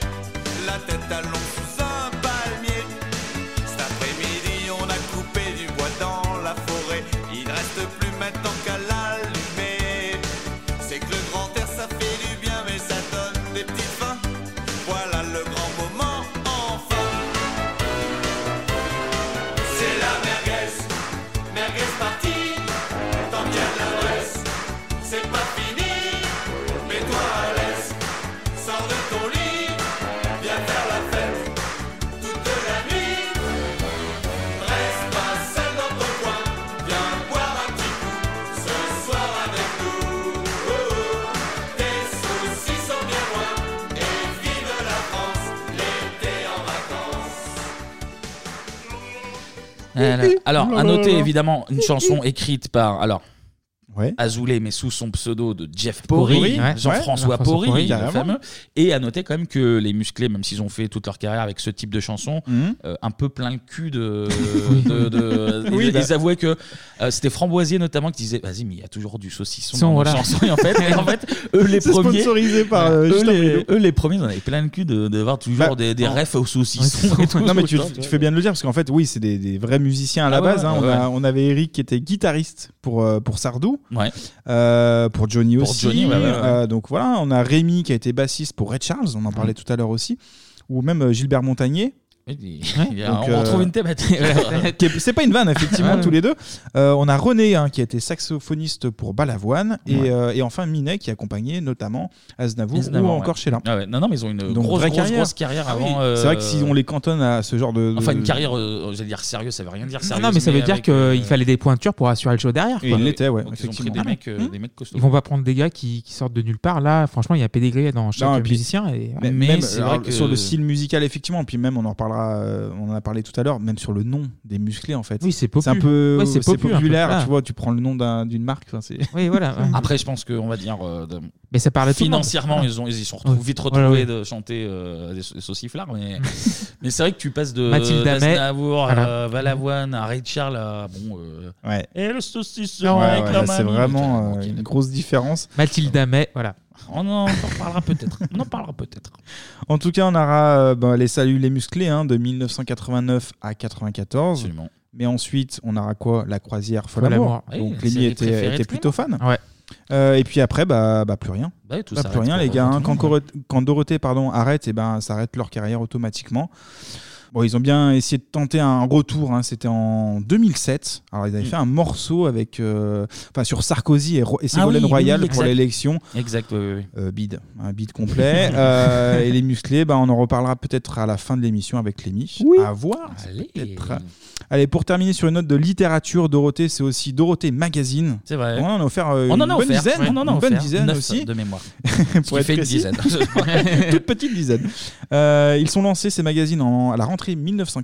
Speaker 15: La tête à l'ombre sous un palmier. Cet après-midi, on a coupé du bois dans la forêt. Il reste plus maintenant qu'à l'allumer. C'est que le grand air, ça fait du bien, mais ça donne des petites fins. Voilà le grand moment, enfin. C'est la merguez, merguez partie, tant bien l'adresse, c'est pas fini, mets-toi à l'aise, sors de ton lit, viens faire la fête, toute la nuit, reste pas seul dans ton coin, viens boire un petit coup, ce soir avec nous, Oh, oh. tes soucis sont bien loin, et vive la France, l'été en vacances.
Speaker 1: Voilà. Alors, à
Speaker 15: Ouh là
Speaker 1: noter
Speaker 15: là.
Speaker 1: évidemment une chanson écrite par alors
Speaker 8: Ouais.
Speaker 1: Azoulay, mais sous son pseudo de Jeff
Speaker 8: Porry,
Speaker 1: Porry,
Speaker 8: ouais,
Speaker 1: Jean-François
Speaker 8: ouais,
Speaker 1: Porry,
Speaker 8: Porry,
Speaker 1: le
Speaker 8: carrément.
Speaker 1: fameux. Et à noter quand même que les musclés, même s'ils ont fait toute leur carrière avec ce type de chansons, euh, un peu plein le cul de. de- de-
Speaker 8: Mhm. Oui,
Speaker 1: ils,
Speaker 8: bah.
Speaker 1: ils avouaient que euh, c'était Framboisier notamment qui disait Vas-y, mais il y a toujours du saucisson
Speaker 8: Son,
Speaker 1: dans
Speaker 8: voilà.
Speaker 1: nos chansons. Et en fait, et en fait, eux les
Speaker 8: C'est
Speaker 1: premiers.
Speaker 8: sponsorisé par, euh,
Speaker 1: eux,
Speaker 8: Justin
Speaker 1: les,
Speaker 8: Trudeau.
Speaker 1: eux, les premiers, ils en avaient plein le cul de, de voir toujours
Speaker 8: Bah,
Speaker 1: des, des
Speaker 8: en-
Speaker 1: refs aux saucissons. et tout.
Speaker 8: non mais tu, tu fais bien de le dire parce qu'en fait oui c'est des, des vrais musiciens à la
Speaker 1: Ah ouais,
Speaker 8: base. hein.
Speaker 1: ouais,
Speaker 8: on, a-
Speaker 1: ouais.
Speaker 8: on avait Eric qui était guitariste pour euh, pour Sardou,
Speaker 1: Ouais.
Speaker 8: Euh, pour Johnny
Speaker 1: Pour
Speaker 8: aussi.
Speaker 1: Johnny, ouais, ouais, ouais.
Speaker 8: Euh, donc voilà, on a Rémi qui a été bassiste pour Red Charles, on en parlait tout à l'heure aussi, ou même euh, Gilbert Montagnier.
Speaker 1: Oui, Mm. il-
Speaker 8: Ouais.
Speaker 1: il y a-
Speaker 8: Donc,
Speaker 1: on
Speaker 8: euh,
Speaker 1: retrouve une thématique.
Speaker 8: qui est- c'est pas une vanne effectivement
Speaker 1: Ouais.
Speaker 8: tous les deux. Euh, on a René hein, qui a été saxophoniste pour Balavoine et,
Speaker 1: Ouais.
Speaker 8: euh, et enfin Minet qui accompagnait notamment Aznavour,
Speaker 1: Aznavour,
Speaker 8: ou
Speaker 1: ouais.
Speaker 8: encore Sheila.
Speaker 1: Ah ouais, Non, non, mais ils ont une
Speaker 8: Donc,
Speaker 1: grosse,
Speaker 8: vraie
Speaker 1: grosse, grosse carrière
Speaker 8: Ah oui.
Speaker 1: avant. euh,
Speaker 8: C'est vrai que si on les cantonne à ce genre de.
Speaker 1: Enfin,
Speaker 8: de-
Speaker 1: une carrière, euh, j'allais dire sérieuse, ça veut rien dire
Speaker 7: Non,
Speaker 1: sérieuse.
Speaker 7: non, mais ça veut dire
Speaker 1: avec,
Speaker 7: qu'il
Speaker 1: euh,
Speaker 7: fallait des pointures pour assurer le show derrière.
Speaker 8: Et
Speaker 7: quoi. Ah,
Speaker 8: il l'était, ouais,
Speaker 1: donc ils ont pris
Speaker 8: effectivement.
Speaker 1: des mecs, euh, des mecs costauds.
Speaker 7: Ils vont pas prendre des gars qui, qui sortent de nulle part. Là, franchement, il y a pédigré dans chaque
Speaker 8: Non, et puis-
Speaker 7: musicien. Et,
Speaker 8: Mais,
Speaker 7: mais
Speaker 8: même, euh,
Speaker 7: c'est
Speaker 8: alors,
Speaker 7: vrai que
Speaker 8: sur le style musical effectivement, puis même on en reparlera, euh, on en a parlé tout à l'heure, même sur le nom des musclés en fait.
Speaker 7: Oui, c'est popu.
Speaker 8: un peu,
Speaker 7: Ouais, c'est
Speaker 8: c'est
Speaker 7: popu, un peu.
Speaker 8: populaire,
Speaker 7: Ah.
Speaker 8: tu vois, tu prends le nom d'un- d'une marque. enfin, c'est-
Speaker 7: Oui, voilà. ouais.
Speaker 1: Après, je pense qu'on va dire. euh, de-
Speaker 7: Mais ça parle à tout le monde.
Speaker 1: Financièrement,
Speaker 7: Ah.
Speaker 1: ils, ont, ils y sont retrouvés,
Speaker 7: Ouais.
Speaker 1: vite
Speaker 7: Voilà,
Speaker 1: retrouvés
Speaker 7: ouais.
Speaker 1: de chanter euh, des, sau- des sauciflards. Mais, mais c'est vrai que tu passes de
Speaker 7: Mathilde Amet.
Speaker 1: Aznavour,
Speaker 7: Voilà.
Speaker 1: euh, Valavoine, à Ray Charles, à. Bon, euh,
Speaker 8: Ouais.
Speaker 1: Et le saucisson
Speaker 8: Ouais,
Speaker 1: avec
Speaker 8: ouais,
Speaker 1: la
Speaker 8: là, c'est
Speaker 1: mamie.
Speaker 8: vraiment euh, une grosse différence.
Speaker 7: Mathilde Amet, Bah, voilà.
Speaker 1: On en on en parlera peut-être. On en parlera peut-être.
Speaker 8: En tout cas, on aura euh, bah, les saluts les musclés hein, de 1989 à 94.
Speaker 1: Absolument.
Speaker 8: Mais ensuite, on aura quoi La croisière Folle
Speaker 7: Folle
Speaker 8: Amour.
Speaker 7: Amour.
Speaker 8: Donc
Speaker 1: Eh,
Speaker 7: Oui,
Speaker 8: Clémy
Speaker 7: série
Speaker 8: était,
Speaker 7: préférée
Speaker 8: était
Speaker 7: de
Speaker 8: plutôt fan.
Speaker 7: Ouais.
Speaker 8: Euh, et puis après, bah, bah, plus rien.
Speaker 1: Bah oui, tout
Speaker 8: Bah, plus
Speaker 1: s'arrête
Speaker 8: rien,
Speaker 1: pour-
Speaker 8: les gars.
Speaker 1: pour
Speaker 8: hein.
Speaker 1: tout
Speaker 8: Quand,
Speaker 1: le monde,
Speaker 8: Coro- quand Dorothée pardon, arrête, et ben, ça arrête leur carrière automatiquement. Bon, ils ont bien essayé de tenter un retour. hein. C'était en 2007. Alors, ils avaient
Speaker 1: Mm.
Speaker 8: fait un morceau avec, euh, enfin, sur Sarkozy et, Ro- et Ségolène
Speaker 1: Ah oui, oui,
Speaker 8: Royal
Speaker 1: oui,
Speaker 8: pour
Speaker 1: exact.
Speaker 8: l'élection.
Speaker 1: Exact, oui, oui, oui.
Speaker 8: Euh, bide, un bide complet. Euh, et les musclés, bah, on en reparlera peut-être à la fin de l'émission avec Clémy. À voir.
Speaker 1: Allez.
Speaker 8: peut-être. Allez, pour terminer sur une note de littérature, Dorothée, c'est aussi Dorothée Magazine.
Speaker 1: C'est vrai.
Speaker 8: On en a offert euh,
Speaker 1: On en a
Speaker 8: une bonne
Speaker 1: offert,
Speaker 8: dizaine.
Speaker 1: ouais, on en a
Speaker 8: une bonne
Speaker 1: offert
Speaker 8: dizaine
Speaker 1: neuf
Speaker 8: aussi.
Speaker 1: de mémoire. Ce
Speaker 8: pour
Speaker 1: qui
Speaker 8: être
Speaker 1: fait une
Speaker 8: précis.
Speaker 1: dizaine.
Speaker 8: Toute petite dizaine. Euh, ils sont lancés, ces magazines, en- à la rentrée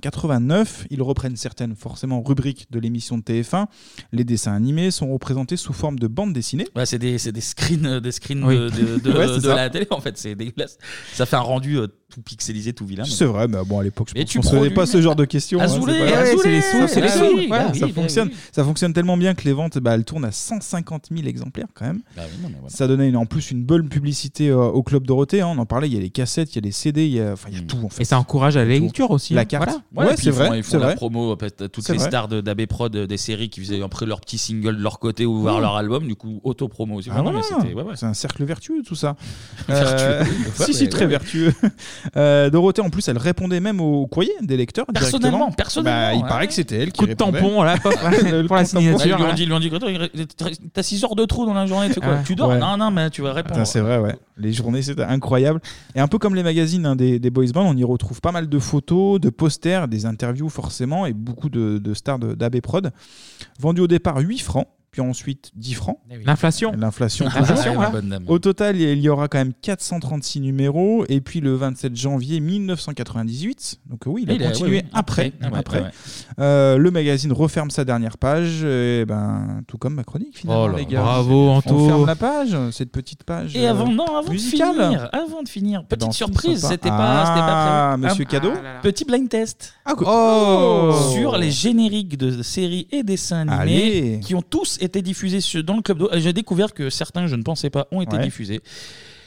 Speaker 8: 1989. Ils reprennent certaines, forcément, rubriques de l'émission de TF1. Les dessins animés sont représentés sous forme de bandes dessinées.
Speaker 1: Ouais, c'est des, c'est des screens, euh, des screens
Speaker 8: Oui.
Speaker 1: de, de- de-
Speaker 8: Ouais, c'est
Speaker 1: de
Speaker 8: ça.
Speaker 1: la télé, en fait. C'est dégueulasse. Ça fait un rendu euh, tout pixelisé, tout vilain. mais-
Speaker 8: C'est vrai, mais bon, à l'époque, je
Speaker 1: Ah, Mais
Speaker 8: pense
Speaker 1: tu
Speaker 8: qu'on se posait
Speaker 1: produis-
Speaker 8: pas ce genre de questions. hein,
Speaker 1: Azoulay,
Speaker 8: c'est pas grave.
Speaker 1: Azoulay,
Speaker 8: Ouais,
Speaker 1: Azoulay,
Speaker 8: c'est les sous,
Speaker 1: Azoulay,
Speaker 8: voilà,
Speaker 1: bah oui,
Speaker 8: ça
Speaker 1: bah
Speaker 8: fonctionne.
Speaker 1: oui.
Speaker 8: Ça fonctionne tellement bien que les ventes, bah, elles tournent à 150 000 exemplaires quand même.
Speaker 1: Bah oui, non, mais voilà.
Speaker 8: Ça donnait une- en plus une bonne publicité euh, au Club Dorothée. hein. On en parlait, il y a les cassettes, il y a les CD, il y a, enfin,
Speaker 1: Mm.
Speaker 8: il y a tout en fait.
Speaker 7: Et ça encourage à la lecture aussi.
Speaker 8: La
Speaker 7: hein.
Speaker 8: carte.
Speaker 7: Voilà.
Speaker 8: Ouais,
Speaker 1: et puis
Speaker 8: c'est
Speaker 1: ils font-
Speaker 8: vrai,
Speaker 1: Ils font
Speaker 8: c'est
Speaker 1: la
Speaker 8: vrai.
Speaker 1: promo, en fait, à toutes
Speaker 8: C'est
Speaker 1: les
Speaker 8: vrai.
Speaker 1: stars de- d'AB Prod euh, des séries qui faisaient après leur petit single de leur côté ou voir
Speaker 8: Mmh.
Speaker 1: leur album, du coup, auto-promo aussi.
Speaker 8: Ah
Speaker 1: Non, non, mais
Speaker 8: voilà.
Speaker 1: c'était- ouais, ouais.
Speaker 8: C'est un cercle vertueux tout ça. Euh,
Speaker 1: Vertueux.
Speaker 8: si, si,
Speaker 1: Ouais,
Speaker 8: très
Speaker 1: ouais.
Speaker 8: vertueux. Euh, Dorothée, en plus, elle répondait même au courrier des lecteurs.
Speaker 1: Personnellement,
Speaker 8: directement.
Speaker 1: personnellement,
Speaker 8: Bah, il
Speaker 1: ouais.
Speaker 8: paraît que c'était elle qui
Speaker 7: Coup de
Speaker 8: répondait.
Speaker 7: tampon, là, hop,
Speaker 8: Le
Speaker 7: pour la
Speaker 8: coup de tampon.
Speaker 1: Ouais, Bah, ils
Speaker 7: signature.
Speaker 1: lui ont
Speaker 7: voilà.
Speaker 1: dit, ils lui ont dit, Attends, t'as 6 heures de trou dans la journée, tu, fais quoi
Speaker 8: Ah ouais.
Speaker 1: tu dors
Speaker 8: Ouais.
Speaker 1: Non, non, mais tu vas
Speaker 8: Putain,
Speaker 1: répondre.
Speaker 8: c'est vrai, ouais. Les journées, c'était incroyable. Et un peu comme les magazines hein, des, des boys bands, on y retrouve pas mal de photos, de posters, des interviews forcément, et beaucoup de, de stars de- d'AB Prod. Vendu au départ 8 francs, puis ensuite 10 francs.
Speaker 1: Eh oui.
Speaker 7: L'inflation.
Speaker 8: L'inflation.
Speaker 7: L'inflation,
Speaker 8: Ah,
Speaker 7: voilà.
Speaker 1: bonne dame.
Speaker 8: Au total, il y aura quand même 436 numéros. Et puis le 27 janvier 1998, donc euh, oui, il a
Speaker 1: Il a-
Speaker 8: continué
Speaker 1: ouais, ouais.
Speaker 8: après.
Speaker 1: Après, ouais,
Speaker 8: après.
Speaker 1: ouais, ouais.
Speaker 8: Euh, le magazine referme sa dernière page, et ben, tout comme ma chronique finalement,
Speaker 1: Oh là,
Speaker 8: les gars.
Speaker 7: bravo,
Speaker 8: On
Speaker 7: Anto.
Speaker 8: ferme la page, cette petite page.
Speaker 1: Et
Speaker 8: euh,
Speaker 1: avant, non, avant
Speaker 8: musicale.
Speaker 1: de finir, Ah. avant de finir, petite
Speaker 8: dans
Speaker 1: surprise,
Speaker 8: Film Sympa.
Speaker 1: c'était pas, c'était
Speaker 8: Ah,
Speaker 1: pas prévu.
Speaker 8: monsieur Cadeau Ah,
Speaker 1: Petit blind test.
Speaker 8: Oh.
Speaker 1: Sur les génériques de séries et dessins animés
Speaker 8: Allez.
Speaker 1: qui ont tous été diffusés sur- dans le club. d'eau. J'ai découvert que certains, je ne pensais pas, ont été
Speaker 8: Ouais.
Speaker 1: diffusés.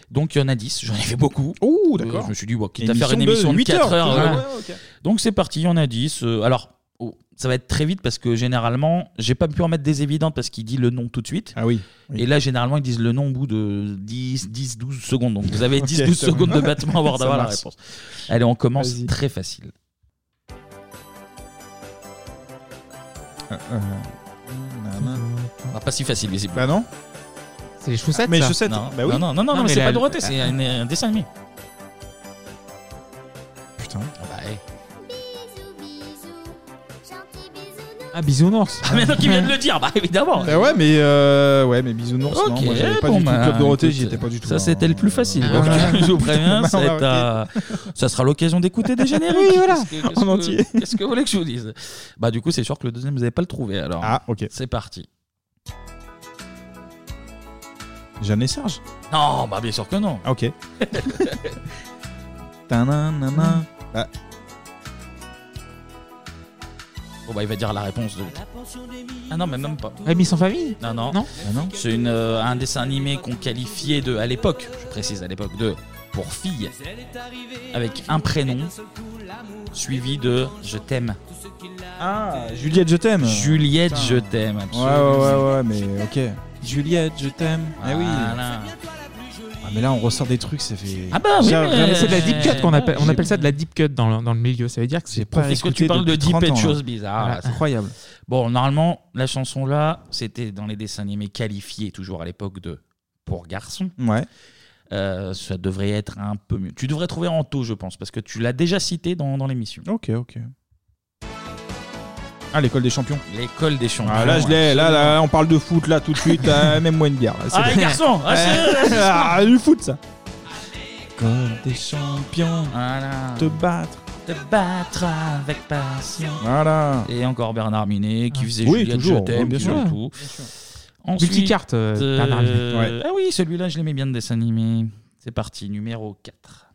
Speaker 1: Donc il y en a 10, j'en ai fait beaucoup.
Speaker 8: Oh,
Speaker 1: Euh,
Speaker 8: d'accord.
Speaker 1: je me suis dit, bon, quitte à
Speaker 8: Émission
Speaker 1: faire une
Speaker 8: de
Speaker 1: émission de,
Speaker 8: huit
Speaker 1: 4 heures.
Speaker 8: heures, tout à
Speaker 1: voilà.
Speaker 8: l'heure. Ouais, ok.
Speaker 1: Donc c'est parti, il y en a 10. Euh, alors, oh, ça va être très vite parce que généralement, j'ai pas pu en mettre des évidentes parce qu'il dit le nom tout de suite.
Speaker 8: Ah oui.
Speaker 1: Et là, généralement, ils disent le nom au bout de 10, 10 12 secondes. Donc vous avez
Speaker 8: Ok,
Speaker 1: 10, 12
Speaker 8: ça
Speaker 1: secondes
Speaker 8: marche.
Speaker 1: de battement avant
Speaker 8: Ça
Speaker 1: d'avoir la
Speaker 8: marche.
Speaker 1: réponse. Allez, on commence
Speaker 8: Vas-y.
Speaker 1: très facile.
Speaker 8: Euh, euh, nanana.
Speaker 1: Ah, pas si facile, visible.
Speaker 8: Bah non.
Speaker 7: C'est les chaussettes.
Speaker 8: Mais
Speaker 7: ça.
Speaker 8: chaussettes.
Speaker 1: Non,
Speaker 8: Bah oui.
Speaker 1: non, non, non, non,
Speaker 7: Non,
Speaker 1: mais,
Speaker 7: mais
Speaker 1: c'est
Speaker 7: la-
Speaker 1: pas Dorothée,
Speaker 8: Ah.
Speaker 1: c'est un, un dessin animé.
Speaker 8: Putain.
Speaker 1: Ah bah, eh.
Speaker 7: Ah, bisounours.
Speaker 1: Ah, mais donc il vient de le dire, bah évidemment.
Speaker 8: Bah ouais, mais euh, ouais, mais bisounours. non, moi, j'avais pas
Speaker 1: bon,
Speaker 8: du tout.
Speaker 1: bah,
Speaker 8: Club Dorothée,
Speaker 1: écoute,
Speaker 8: j'y étais pas du tout.
Speaker 1: Ça,
Speaker 8: hein.
Speaker 1: c'était le plus facile.
Speaker 8: Ah,
Speaker 1: Donc,
Speaker 8: ouais.
Speaker 1: je vous préviens,
Speaker 8: Putain,
Speaker 1: ça, va être, euh, ça sera l'occasion d'écouter des génériques.
Speaker 7: Oui, voilà.
Speaker 1: Qu'est-ce que- qu'est-ce
Speaker 7: En
Speaker 1: que-
Speaker 7: entier.
Speaker 1: Qu'est-ce que vous voulez que je vous dise Bah, du coup, c'est sûr que le deuxième, vous n'avez pas le trouvé. Alors,
Speaker 8: Ah, ok.
Speaker 1: c'est parti.
Speaker 8: Jeanne et Serge
Speaker 1: Non, bah bien sûr que non.
Speaker 8: Ah, ok. Tananana. Ah,
Speaker 1: Bon, bah il va dire la réponse de. Ah non, mais même pas.
Speaker 7: Rémi sans famille
Speaker 1: Non, non.
Speaker 7: Non,
Speaker 1: C'est une, euh, un dessin animé qu'on qualifiait de, à l'époque, je précise à l'époque, de pour fille, avec un prénom suivi de je t'aime.
Speaker 8: Ah, Juliette, je t'aime.
Speaker 1: Juliette,
Speaker 8: Putain.
Speaker 1: je t'aime.
Speaker 8: Ouais,
Speaker 1: absolument.
Speaker 8: ouais, ouais, ouais, mais ok. Juliette, je t'aime.
Speaker 1: Eh
Speaker 8: Ah oui.
Speaker 1: Voilà.
Speaker 8: Ah, mais là, on ressort des trucs, ça fait.
Speaker 1: Ah bah oui,
Speaker 8: J'ai
Speaker 1: mais-
Speaker 8: vraiment-
Speaker 7: C'est de la deep cut qu'on appelle. On
Speaker 8: J'ai
Speaker 7: appelle ça de la deep cut dans le, dans le milieu. Ça veut dire que c'est
Speaker 8: pas
Speaker 7: pas.
Speaker 1: Est-ce que
Speaker 8: écouté
Speaker 1: tu parles de
Speaker 8: depuis
Speaker 1: deep
Speaker 8: 30
Speaker 1: et de
Speaker 8: ans, hein.
Speaker 1: choses
Speaker 8: là.
Speaker 1: bizarres
Speaker 8: Voilà,
Speaker 1: là, c'est-
Speaker 8: incroyable.
Speaker 1: Bon, normalement, la chanson là, c'était dans les dessins animés qualifiés, toujours à l'époque de Pour garçons.
Speaker 8: Ouais.
Speaker 1: Euh, ça devrait être un peu mieux. Tu devrais trouver Anto, je pense, parce que tu l'as déjà cité dans, dans l'émission.
Speaker 8: Ok, ok. Ah, l'école des champions.
Speaker 1: L'école des champions.
Speaker 8: Ah, là, je l'ai. Là, là, on parle de foot, là, tout de suite. Ah, même moi une bière. là, c'est
Speaker 1: Ah,
Speaker 8: bon.
Speaker 1: les garçons, ah, c'est- c'est-
Speaker 8: Ah, du foot, ça.
Speaker 1: L'école des champions. Voilà.
Speaker 8: Te battre.
Speaker 1: Te battre avec passion.
Speaker 8: Voilà. Ah.
Speaker 1: Et encore Bernard Minet qui faisait
Speaker 8: Oui,
Speaker 1: Juliette
Speaker 8: toujours,
Speaker 1: Je t'aime,
Speaker 8: ouais, bien
Speaker 1: qui
Speaker 8: sûr.
Speaker 1: faisait tout. Ensuite,
Speaker 7: Multicarte, euh, Bernard Minet.
Speaker 1: euh,
Speaker 7: Ouais.
Speaker 1: Ah oui, celui-là, je l'aimais bien de dessin animé. C'est parti, numéro 4.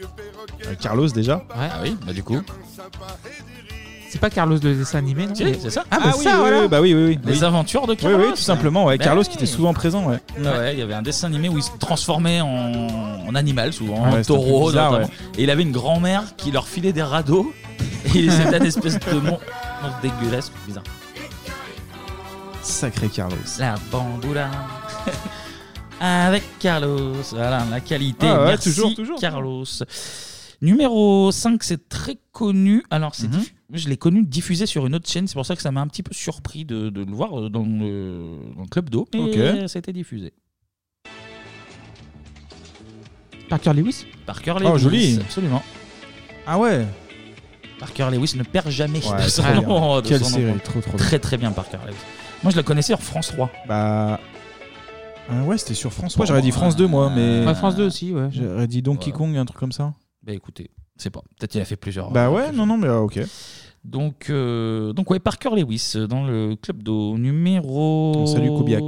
Speaker 8: Euh, Carlos, déjà.
Speaker 7: Ouais.
Speaker 1: Ah oui, bah du coup.
Speaker 7: C'est pas Carlos le dessin animé, non
Speaker 1: Si, c'est ça.
Speaker 7: Ah, bah
Speaker 8: Ah oui,
Speaker 7: ça,
Speaker 8: oui,
Speaker 7: voilà.
Speaker 8: oui, bah oui, oui, oui.
Speaker 1: Les
Speaker 8: Oui.
Speaker 1: aventures de Carlos.
Speaker 8: Oui, oui, tout simplement. Ouais.
Speaker 1: Ben
Speaker 8: Carlos
Speaker 1: oui.
Speaker 8: qui était souvent présent, ouais.
Speaker 1: Ouais, il y avait un dessin animé où il se transformait en, en animal, souvent,
Speaker 8: Ouais,
Speaker 1: en
Speaker 8: c'était un peu
Speaker 1: taureau.
Speaker 8: bizarre,
Speaker 1: notamment.
Speaker 8: ouais.
Speaker 1: Et il avait une grand-mère qui leur filait des radeaux. Et c'était une espèce de monstre dégueulasse, bizarre.
Speaker 8: Sacré Carlos.
Speaker 1: La bamboula. Avec Carlos. Voilà, la qualité.
Speaker 8: Ah ouais,
Speaker 1: Merci,
Speaker 8: toujours, toujours.
Speaker 1: Carlos. Numéro 5, c'est très connu. Alors, c'est
Speaker 8: Mhm.
Speaker 1: diff- je l'ai connu diffusé sur une autre chaîne. C'est pour ça que ça m'a un petit peu surpris de, de le voir euh, dans le, dans le club d'eau. Mais
Speaker 7: Ok.
Speaker 1: c'était diffusé.
Speaker 7: Parker Lewis
Speaker 1: Parker Lewis.
Speaker 7: Oh, joli.
Speaker 1: Absolument.
Speaker 8: Ah ouais
Speaker 1: Parker Lewis ne perd jamais
Speaker 8: Ouais,
Speaker 1: de son
Speaker 8: très bien.
Speaker 1: nom. de
Speaker 8: Quelle
Speaker 1: son nom.
Speaker 8: série, trop, trop bien.
Speaker 1: Très, très bien, Parker Lewis. Moi, je la connaissais en France 3.
Speaker 8: Bah. ah ouais, c'était sur France 3. J'aurais dit France 2, moi, mais.
Speaker 1: Oh, Ouais, France 2
Speaker 7: aussi, ouais.
Speaker 8: J'aurais dit Donkey
Speaker 1: Voilà.
Speaker 8: Kong, un truc comme ça.
Speaker 1: Bah écoutez, c'est pas. Peut-être qu'il a fait plusieurs.
Speaker 8: Bah ouais, non, non, mais euh, ok.
Speaker 1: Donc, euh, donc ouais, Parker Lewis euh, dans le club d'eau numéro.
Speaker 8: On salue Koubiak.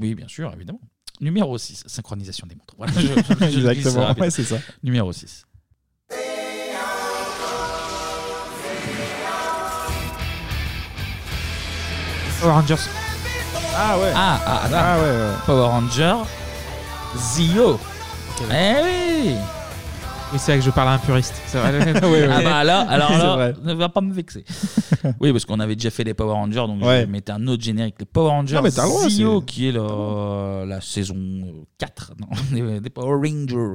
Speaker 1: Oui, bien sûr, évidemment. Numéro 6, synchronisation des montres. Voilà, je- je- je glisse
Speaker 8: Exactement,
Speaker 1: rapide.
Speaker 8: ouais, c'est ça.
Speaker 1: Numéro 6.
Speaker 7: Power Rangers.
Speaker 8: Ah ouais.
Speaker 1: Ah, ah, ah.
Speaker 8: ouais,
Speaker 1: Power Ranger. Zio. Eh oui
Speaker 7: Oui, c'est vrai que je parle à un puriste. C'est vrai.
Speaker 1: Ah bah là, alors
Speaker 7: C'est
Speaker 1: là,
Speaker 7: vrai.
Speaker 1: ne va pas me vexer. oui, parce qu'on avait déjà fait les Power Rangers, donc je
Speaker 7: Ouais.
Speaker 1: vais mettre un autre générique. Les Power Rangers
Speaker 8: Non, mais t'as le droit,
Speaker 1: Zio,
Speaker 8: c'est-
Speaker 1: qui est la, la saison euh, 4 non, des- des Power Rangers.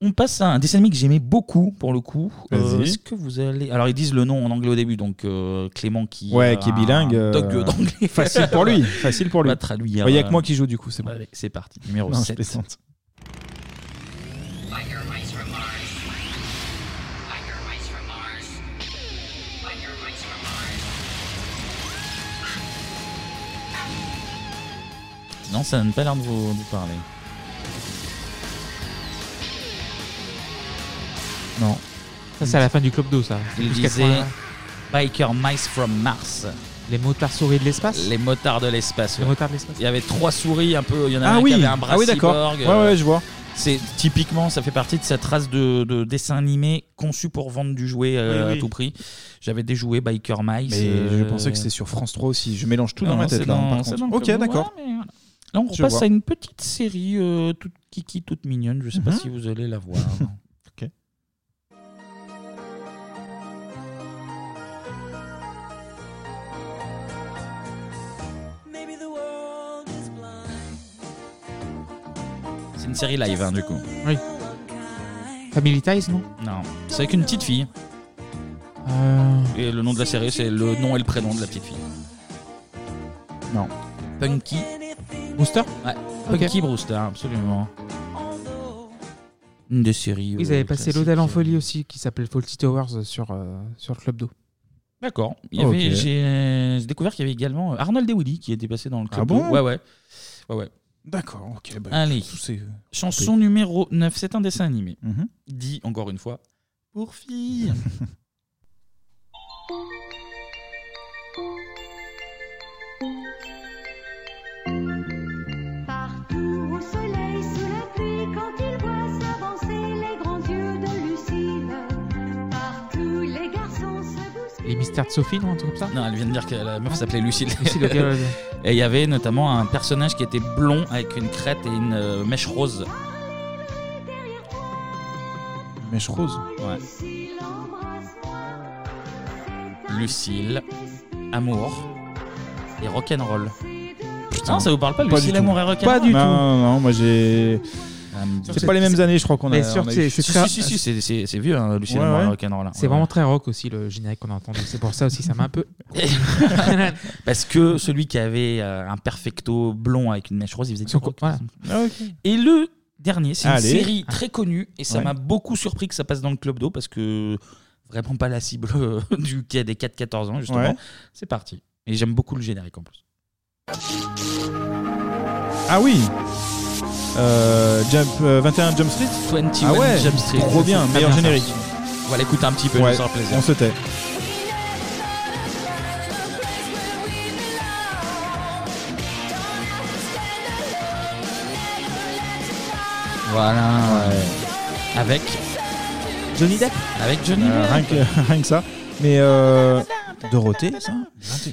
Speaker 1: On passe à un dessin animé que j'aimais beaucoup pour le coup. Euh,
Speaker 8: Vas-y.
Speaker 1: Est-ce que vous allez. Alors ils disent le nom en anglais au début, donc euh, Clément qui.
Speaker 8: Ouais,
Speaker 1: a
Speaker 8: qui est
Speaker 1: un
Speaker 8: bilingue. euh,
Speaker 1: dog d'anglais.
Speaker 8: Facile pour lui. Facile pour lui.
Speaker 1: Va traduire,
Speaker 8: Ouais, y a
Speaker 1: euh,
Speaker 8: que moi qui joue du coup, c'est bon.
Speaker 1: Allez, c'est parti. Numéro
Speaker 8: Non, je
Speaker 1: 7.
Speaker 8: plaisante.
Speaker 1: Non, ça n'a pas l'air de vous, de vous parler.
Speaker 8: Non.
Speaker 7: Ça, c'est à la fin du club d'eau, ça.
Speaker 1: Il
Speaker 7: Plus
Speaker 1: disait
Speaker 7: 80.
Speaker 1: Biker Mice from Mars.
Speaker 7: Les motards souris de l'espace
Speaker 1: Les motards de l'espace.
Speaker 7: Les
Speaker 1: ouais.
Speaker 7: motards de l'espace.
Speaker 1: Il y avait trois souris un peu. Il y en a
Speaker 7: Ah
Speaker 1: un
Speaker 7: oui.
Speaker 1: qui avait un bras
Speaker 7: Ah oui, d'accord.
Speaker 1: cyborg,
Speaker 7: Ouais,
Speaker 1: euh,
Speaker 7: ouais, je vois.
Speaker 1: C'est typiquement, ça fait partie de cette race de, de dessins animés conçus pour vendre du jouet euh,
Speaker 8: Oui, oui.
Speaker 1: à tout prix. J'avais des jouets Biker Mice. euh,
Speaker 8: Mais je pensais que c'était sur France 3 aussi. Je mélange tout dans
Speaker 1: Non,
Speaker 8: ma
Speaker 1: c'est
Speaker 8: tête là. hein,
Speaker 1: dans-
Speaker 8: par
Speaker 1: c'est
Speaker 8: contre.
Speaker 1: dans le
Speaker 8: Ok,
Speaker 1: club.
Speaker 8: d'accord.
Speaker 1: Ouais, mais voilà. Là, on
Speaker 8: Je
Speaker 1: passe
Speaker 8: vois.
Speaker 1: à une petite série euh, toute kiki, toute mignonne. Je sais pas
Speaker 8: Mhm.
Speaker 1: si vous allez la voir.
Speaker 8: Ok.
Speaker 1: C'est une série live, hein, du coup.
Speaker 7: Oui. Family Ties, non
Speaker 1: Non, c'est avec une petite fille.
Speaker 7: Euh,
Speaker 1: Et le nom de la série, c'est le nom et le prénom de la petite fille.
Speaker 8: Non.
Speaker 1: Punky.
Speaker 7: Brewster
Speaker 1: Ouais.
Speaker 7: Ok.
Speaker 1: Punky Brewster, absolument. Une des séries.
Speaker 7: Ils
Speaker 1: euh,
Speaker 7: avaient passé
Speaker 1: classiques.
Speaker 7: l'Hôtel en folie aussi, qui s'appelait Faulty Towers euh, sur, euh, sur le club d'eau.
Speaker 1: D'accord. Il y avait-
Speaker 7: Ok.
Speaker 1: J'ai euh, j'ai découvert qu'il y avait également euh, Arnold et Willy qui était passé dans le club.
Speaker 8: Ah bon
Speaker 1: d'eau. Ouais, ouais. ouais, ouais.
Speaker 8: D'accord, ok. bah,
Speaker 1: Allez.
Speaker 8: tout c'est-
Speaker 1: Chanson numéro 9, c'est un dessin animé.
Speaker 8: Mhm.
Speaker 1: Dit encore une fois, pour filles.
Speaker 7: Les mystères de Sophie, non, un truc comme ça
Speaker 1: Non, elle vient de dire que la meuf s'appelait Lucille.
Speaker 7: Lucille, ok, ouais, ouais.
Speaker 1: Et il y avait notamment un personnage qui était blond avec une crête et une euh, mèche rose.
Speaker 8: Mèche rose
Speaker 1: Ouais. Lucille, Amour et Rock'n'Roll. Putain, ça vous parle pas,
Speaker 8: Pas
Speaker 1: Lucille,
Speaker 8: du
Speaker 1: Amour
Speaker 8: tout.
Speaker 1: et Rock'n'Roll
Speaker 8: Pas du tout. Non, non, non, moi j'ai. C'est pas les mêmes années, je crois qu'on a.
Speaker 1: Mais sûr
Speaker 8: on a
Speaker 1: que
Speaker 8: eu-
Speaker 1: c'est- Si, si, si, si, c'est- c'est- c'est vieux, hein, Lucille
Speaker 8: Ouais,
Speaker 1: Amour et
Speaker 8: ouais.
Speaker 1: Rock'n'Roll.
Speaker 7: C'est vraiment très rock aussi le générique qu'on a entendu. C'est pour ça aussi ça m'a un peu.
Speaker 1: Parce que celui qui avait euh, un perfecto blond avec une mèche rose, il faisait du rock. Et le dernier,
Speaker 7: Ah,
Speaker 1: c'est une
Speaker 12: Allez.
Speaker 1: série très connue et ça
Speaker 12: Ouais.
Speaker 1: m'a beaucoup surpris que ça passe dans le club d'eau parce que vraiment pas la cible euh, du quai des 4-14 ans justement.
Speaker 8: Ouais.
Speaker 1: C'est parti. Et j'aime beaucoup le générique en plus.
Speaker 8: Ah oui Euh, Jump, euh, 21 Jump Street
Speaker 1: 21
Speaker 8: ah ouais,
Speaker 1: Jump Street.
Speaker 8: Trop bien,
Speaker 1: Très
Speaker 8: meilleur
Speaker 1: bien, ça.
Speaker 8: générique.
Speaker 1: On va l'écouter un petit peu,
Speaker 8: Ouais,
Speaker 1: ça sera plaisir.
Speaker 8: on se tait.
Speaker 1: Voilà. Avec
Speaker 7: Johnny Depp
Speaker 1: Avec Johnny
Speaker 8: Euh,
Speaker 1: Depp.
Speaker 8: rien, que, rien que ça. Mais euh, Dorothée, ça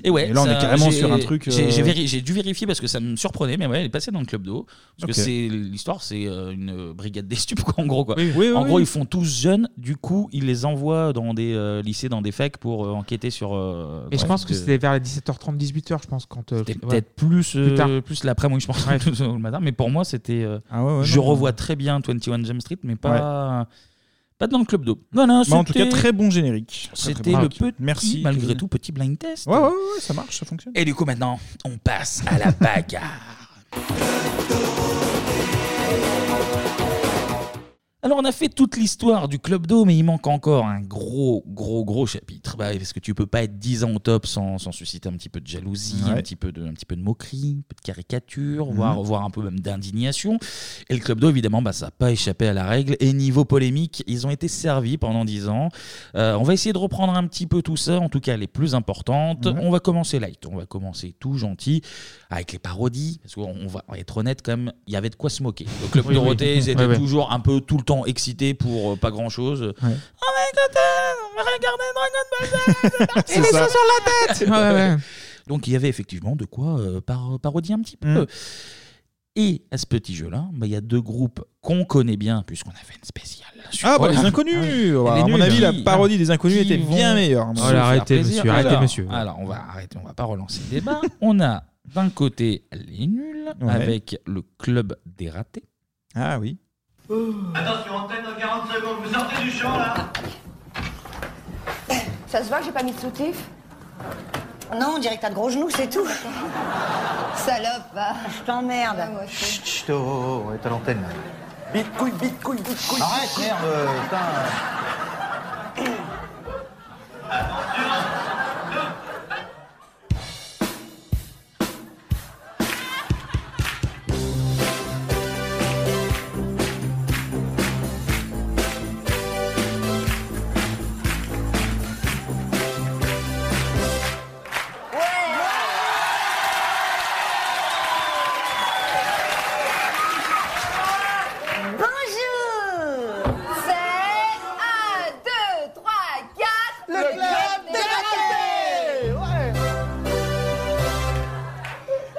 Speaker 1: Et ouais,
Speaker 8: là, on
Speaker 1: ça,
Speaker 8: est carrément
Speaker 1: j'ai-
Speaker 8: sur un truc. euh,
Speaker 1: J'ai j'ai véri- j'ai dû vérifier parce que ça me surprenait, mais ouais, elle est passée dans le club d'eau. Parce que
Speaker 8: Ok.
Speaker 1: c'est l'histoire, c'est euh, une brigade des stupes, quoi, en gros. Quoi.
Speaker 8: Oui, oui,
Speaker 1: en
Speaker 8: oui,
Speaker 1: gros,
Speaker 8: oui.
Speaker 1: ils font tous jeunes, du coup, ils les envoient dans des euh, lycées, dans des facs pour euh, enquêter sur. euh,
Speaker 7: Mais je
Speaker 1: ouais,
Speaker 7: pense que
Speaker 1: de-
Speaker 7: c'était vers les 17h30, 18h, je pense. quand euh,
Speaker 1: C'était
Speaker 7: ouais.
Speaker 1: peut-être plus, euh,
Speaker 7: tard.
Speaker 1: plus, l'après-midi, je pense,
Speaker 7: Ouais.
Speaker 1: tout le matin. Mais pour moi, c'était. euh,
Speaker 8: Ah ouais, ouais,
Speaker 1: je
Speaker 8: non,
Speaker 1: revois très bien 21 Jump Street, mais pas. Pas dans le club d'eau. Non, non,
Speaker 8: Mais Bah, en tout
Speaker 1: c'était-
Speaker 8: cas, très bon générique. Très, très
Speaker 1: C'était
Speaker 8: bon.
Speaker 1: le
Speaker 8: Ah,
Speaker 1: petit,
Speaker 8: Merci.
Speaker 1: malgré tout, petit blind test.
Speaker 8: Ouais, ouais, ouais, ça marche, ça fonctionne.
Speaker 1: Et du coup, maintenant, on passe à la bagarre. Alors, on a fait toute l'histoire du Club d'eau, mais il manque encore un gros, gros, gros chapitre. Bah, parce que tu peux pas être 10 ans au top sans, sans susciter un petit peu de jalousie, un,
Speaker 12: Ouais.
Speaker 1: petit peu de, un petit peu de moquerie, un peu de caricature,
Speaker 12: Mhm.
Speaker 1: voire, voire un peu même d'indignation. Et le Club d'eau, évidemment, bah, ça n'a pas échappé à la règle. Et niveau polémique, ils ont été servis pendant 10 ans. Euh, on va essayer de reprendre un petit peu tout ça, en tout cas les plus importantes.
Speaker 12: Mhm.
Speaker 1: On va commencer light, on va commencer tout gentil avec les parodies, parce qu'on on va être honnête quand même, il y avait de quoi se moquer. Le Club
Speaker 12: Oui,
Speaker 1: Dorothée,
Speaker 12: oui.
Speaker 1: ils étaient
Speaker 12: Ouais, ouais.
Speaker 1: toujours un peu tout le temps excités pour euh, pas grand chose.
Speaker 12: Ouais.
Speaker 1: Il met
Speaker 12: ça.
Speaker 1: ça sur la tête
Speaker 12: Ouais, ouais.
Speaker 1: Donc il y avait effectivement de quoi euh, par- parodier un petit
Speaker 8: Mm.
Speaker 1: peu. Et à ce petit jeu-là, bah, il y a deux groupes qu'on connaît bien, puisqu'on a fait une spéciale. sur-
Speaker 8: Ah, bah,
Speaker 1: Voilà.
Speaker 8: les inconnus Bah,
Speaker 1: Les
Speaker 8: À mon
Speaker 1: nuls.
Speaker 8: avis, la
Speaker 1: Qui-
Speaker 8: parodie des inconnus
Speaker 1: qui
Speaker 8: était bien
Speaker 1: vont
Speaker 8: meilleure.
Speaker 1: se
Speaker 8: moi.
Speaker 1: faire plaisir. Alors, Alors, on va arrêter, on va pas relancer le débat. on a d'un côté les nuls,
Speaker 8: Ouais.
Speaker 1: avec le club des ratés.
Speaker 8: Ah oui.
Speaker 1: Oh.
Speaker 15: Attention, antenne dans 40 secondes, vous sortez du champ là
Speaker 6: Ça se voit que j'ai pas mis de soutif
Speaker 11: Non, on dirait que t'as de gros genoux, c'est tout. Salope, hein. Ah va. Je t'emmerde.
Speaker 10: Chut, oh, oh, oh, est à l'antenne. Bite couille, bite couille, bite couille. Arrête, merde, euh, putain.
Speaker 11: Bonjour
Speaker 6: C'est 1, 2, 3, 4,
Speaker 11: Le club des ratés.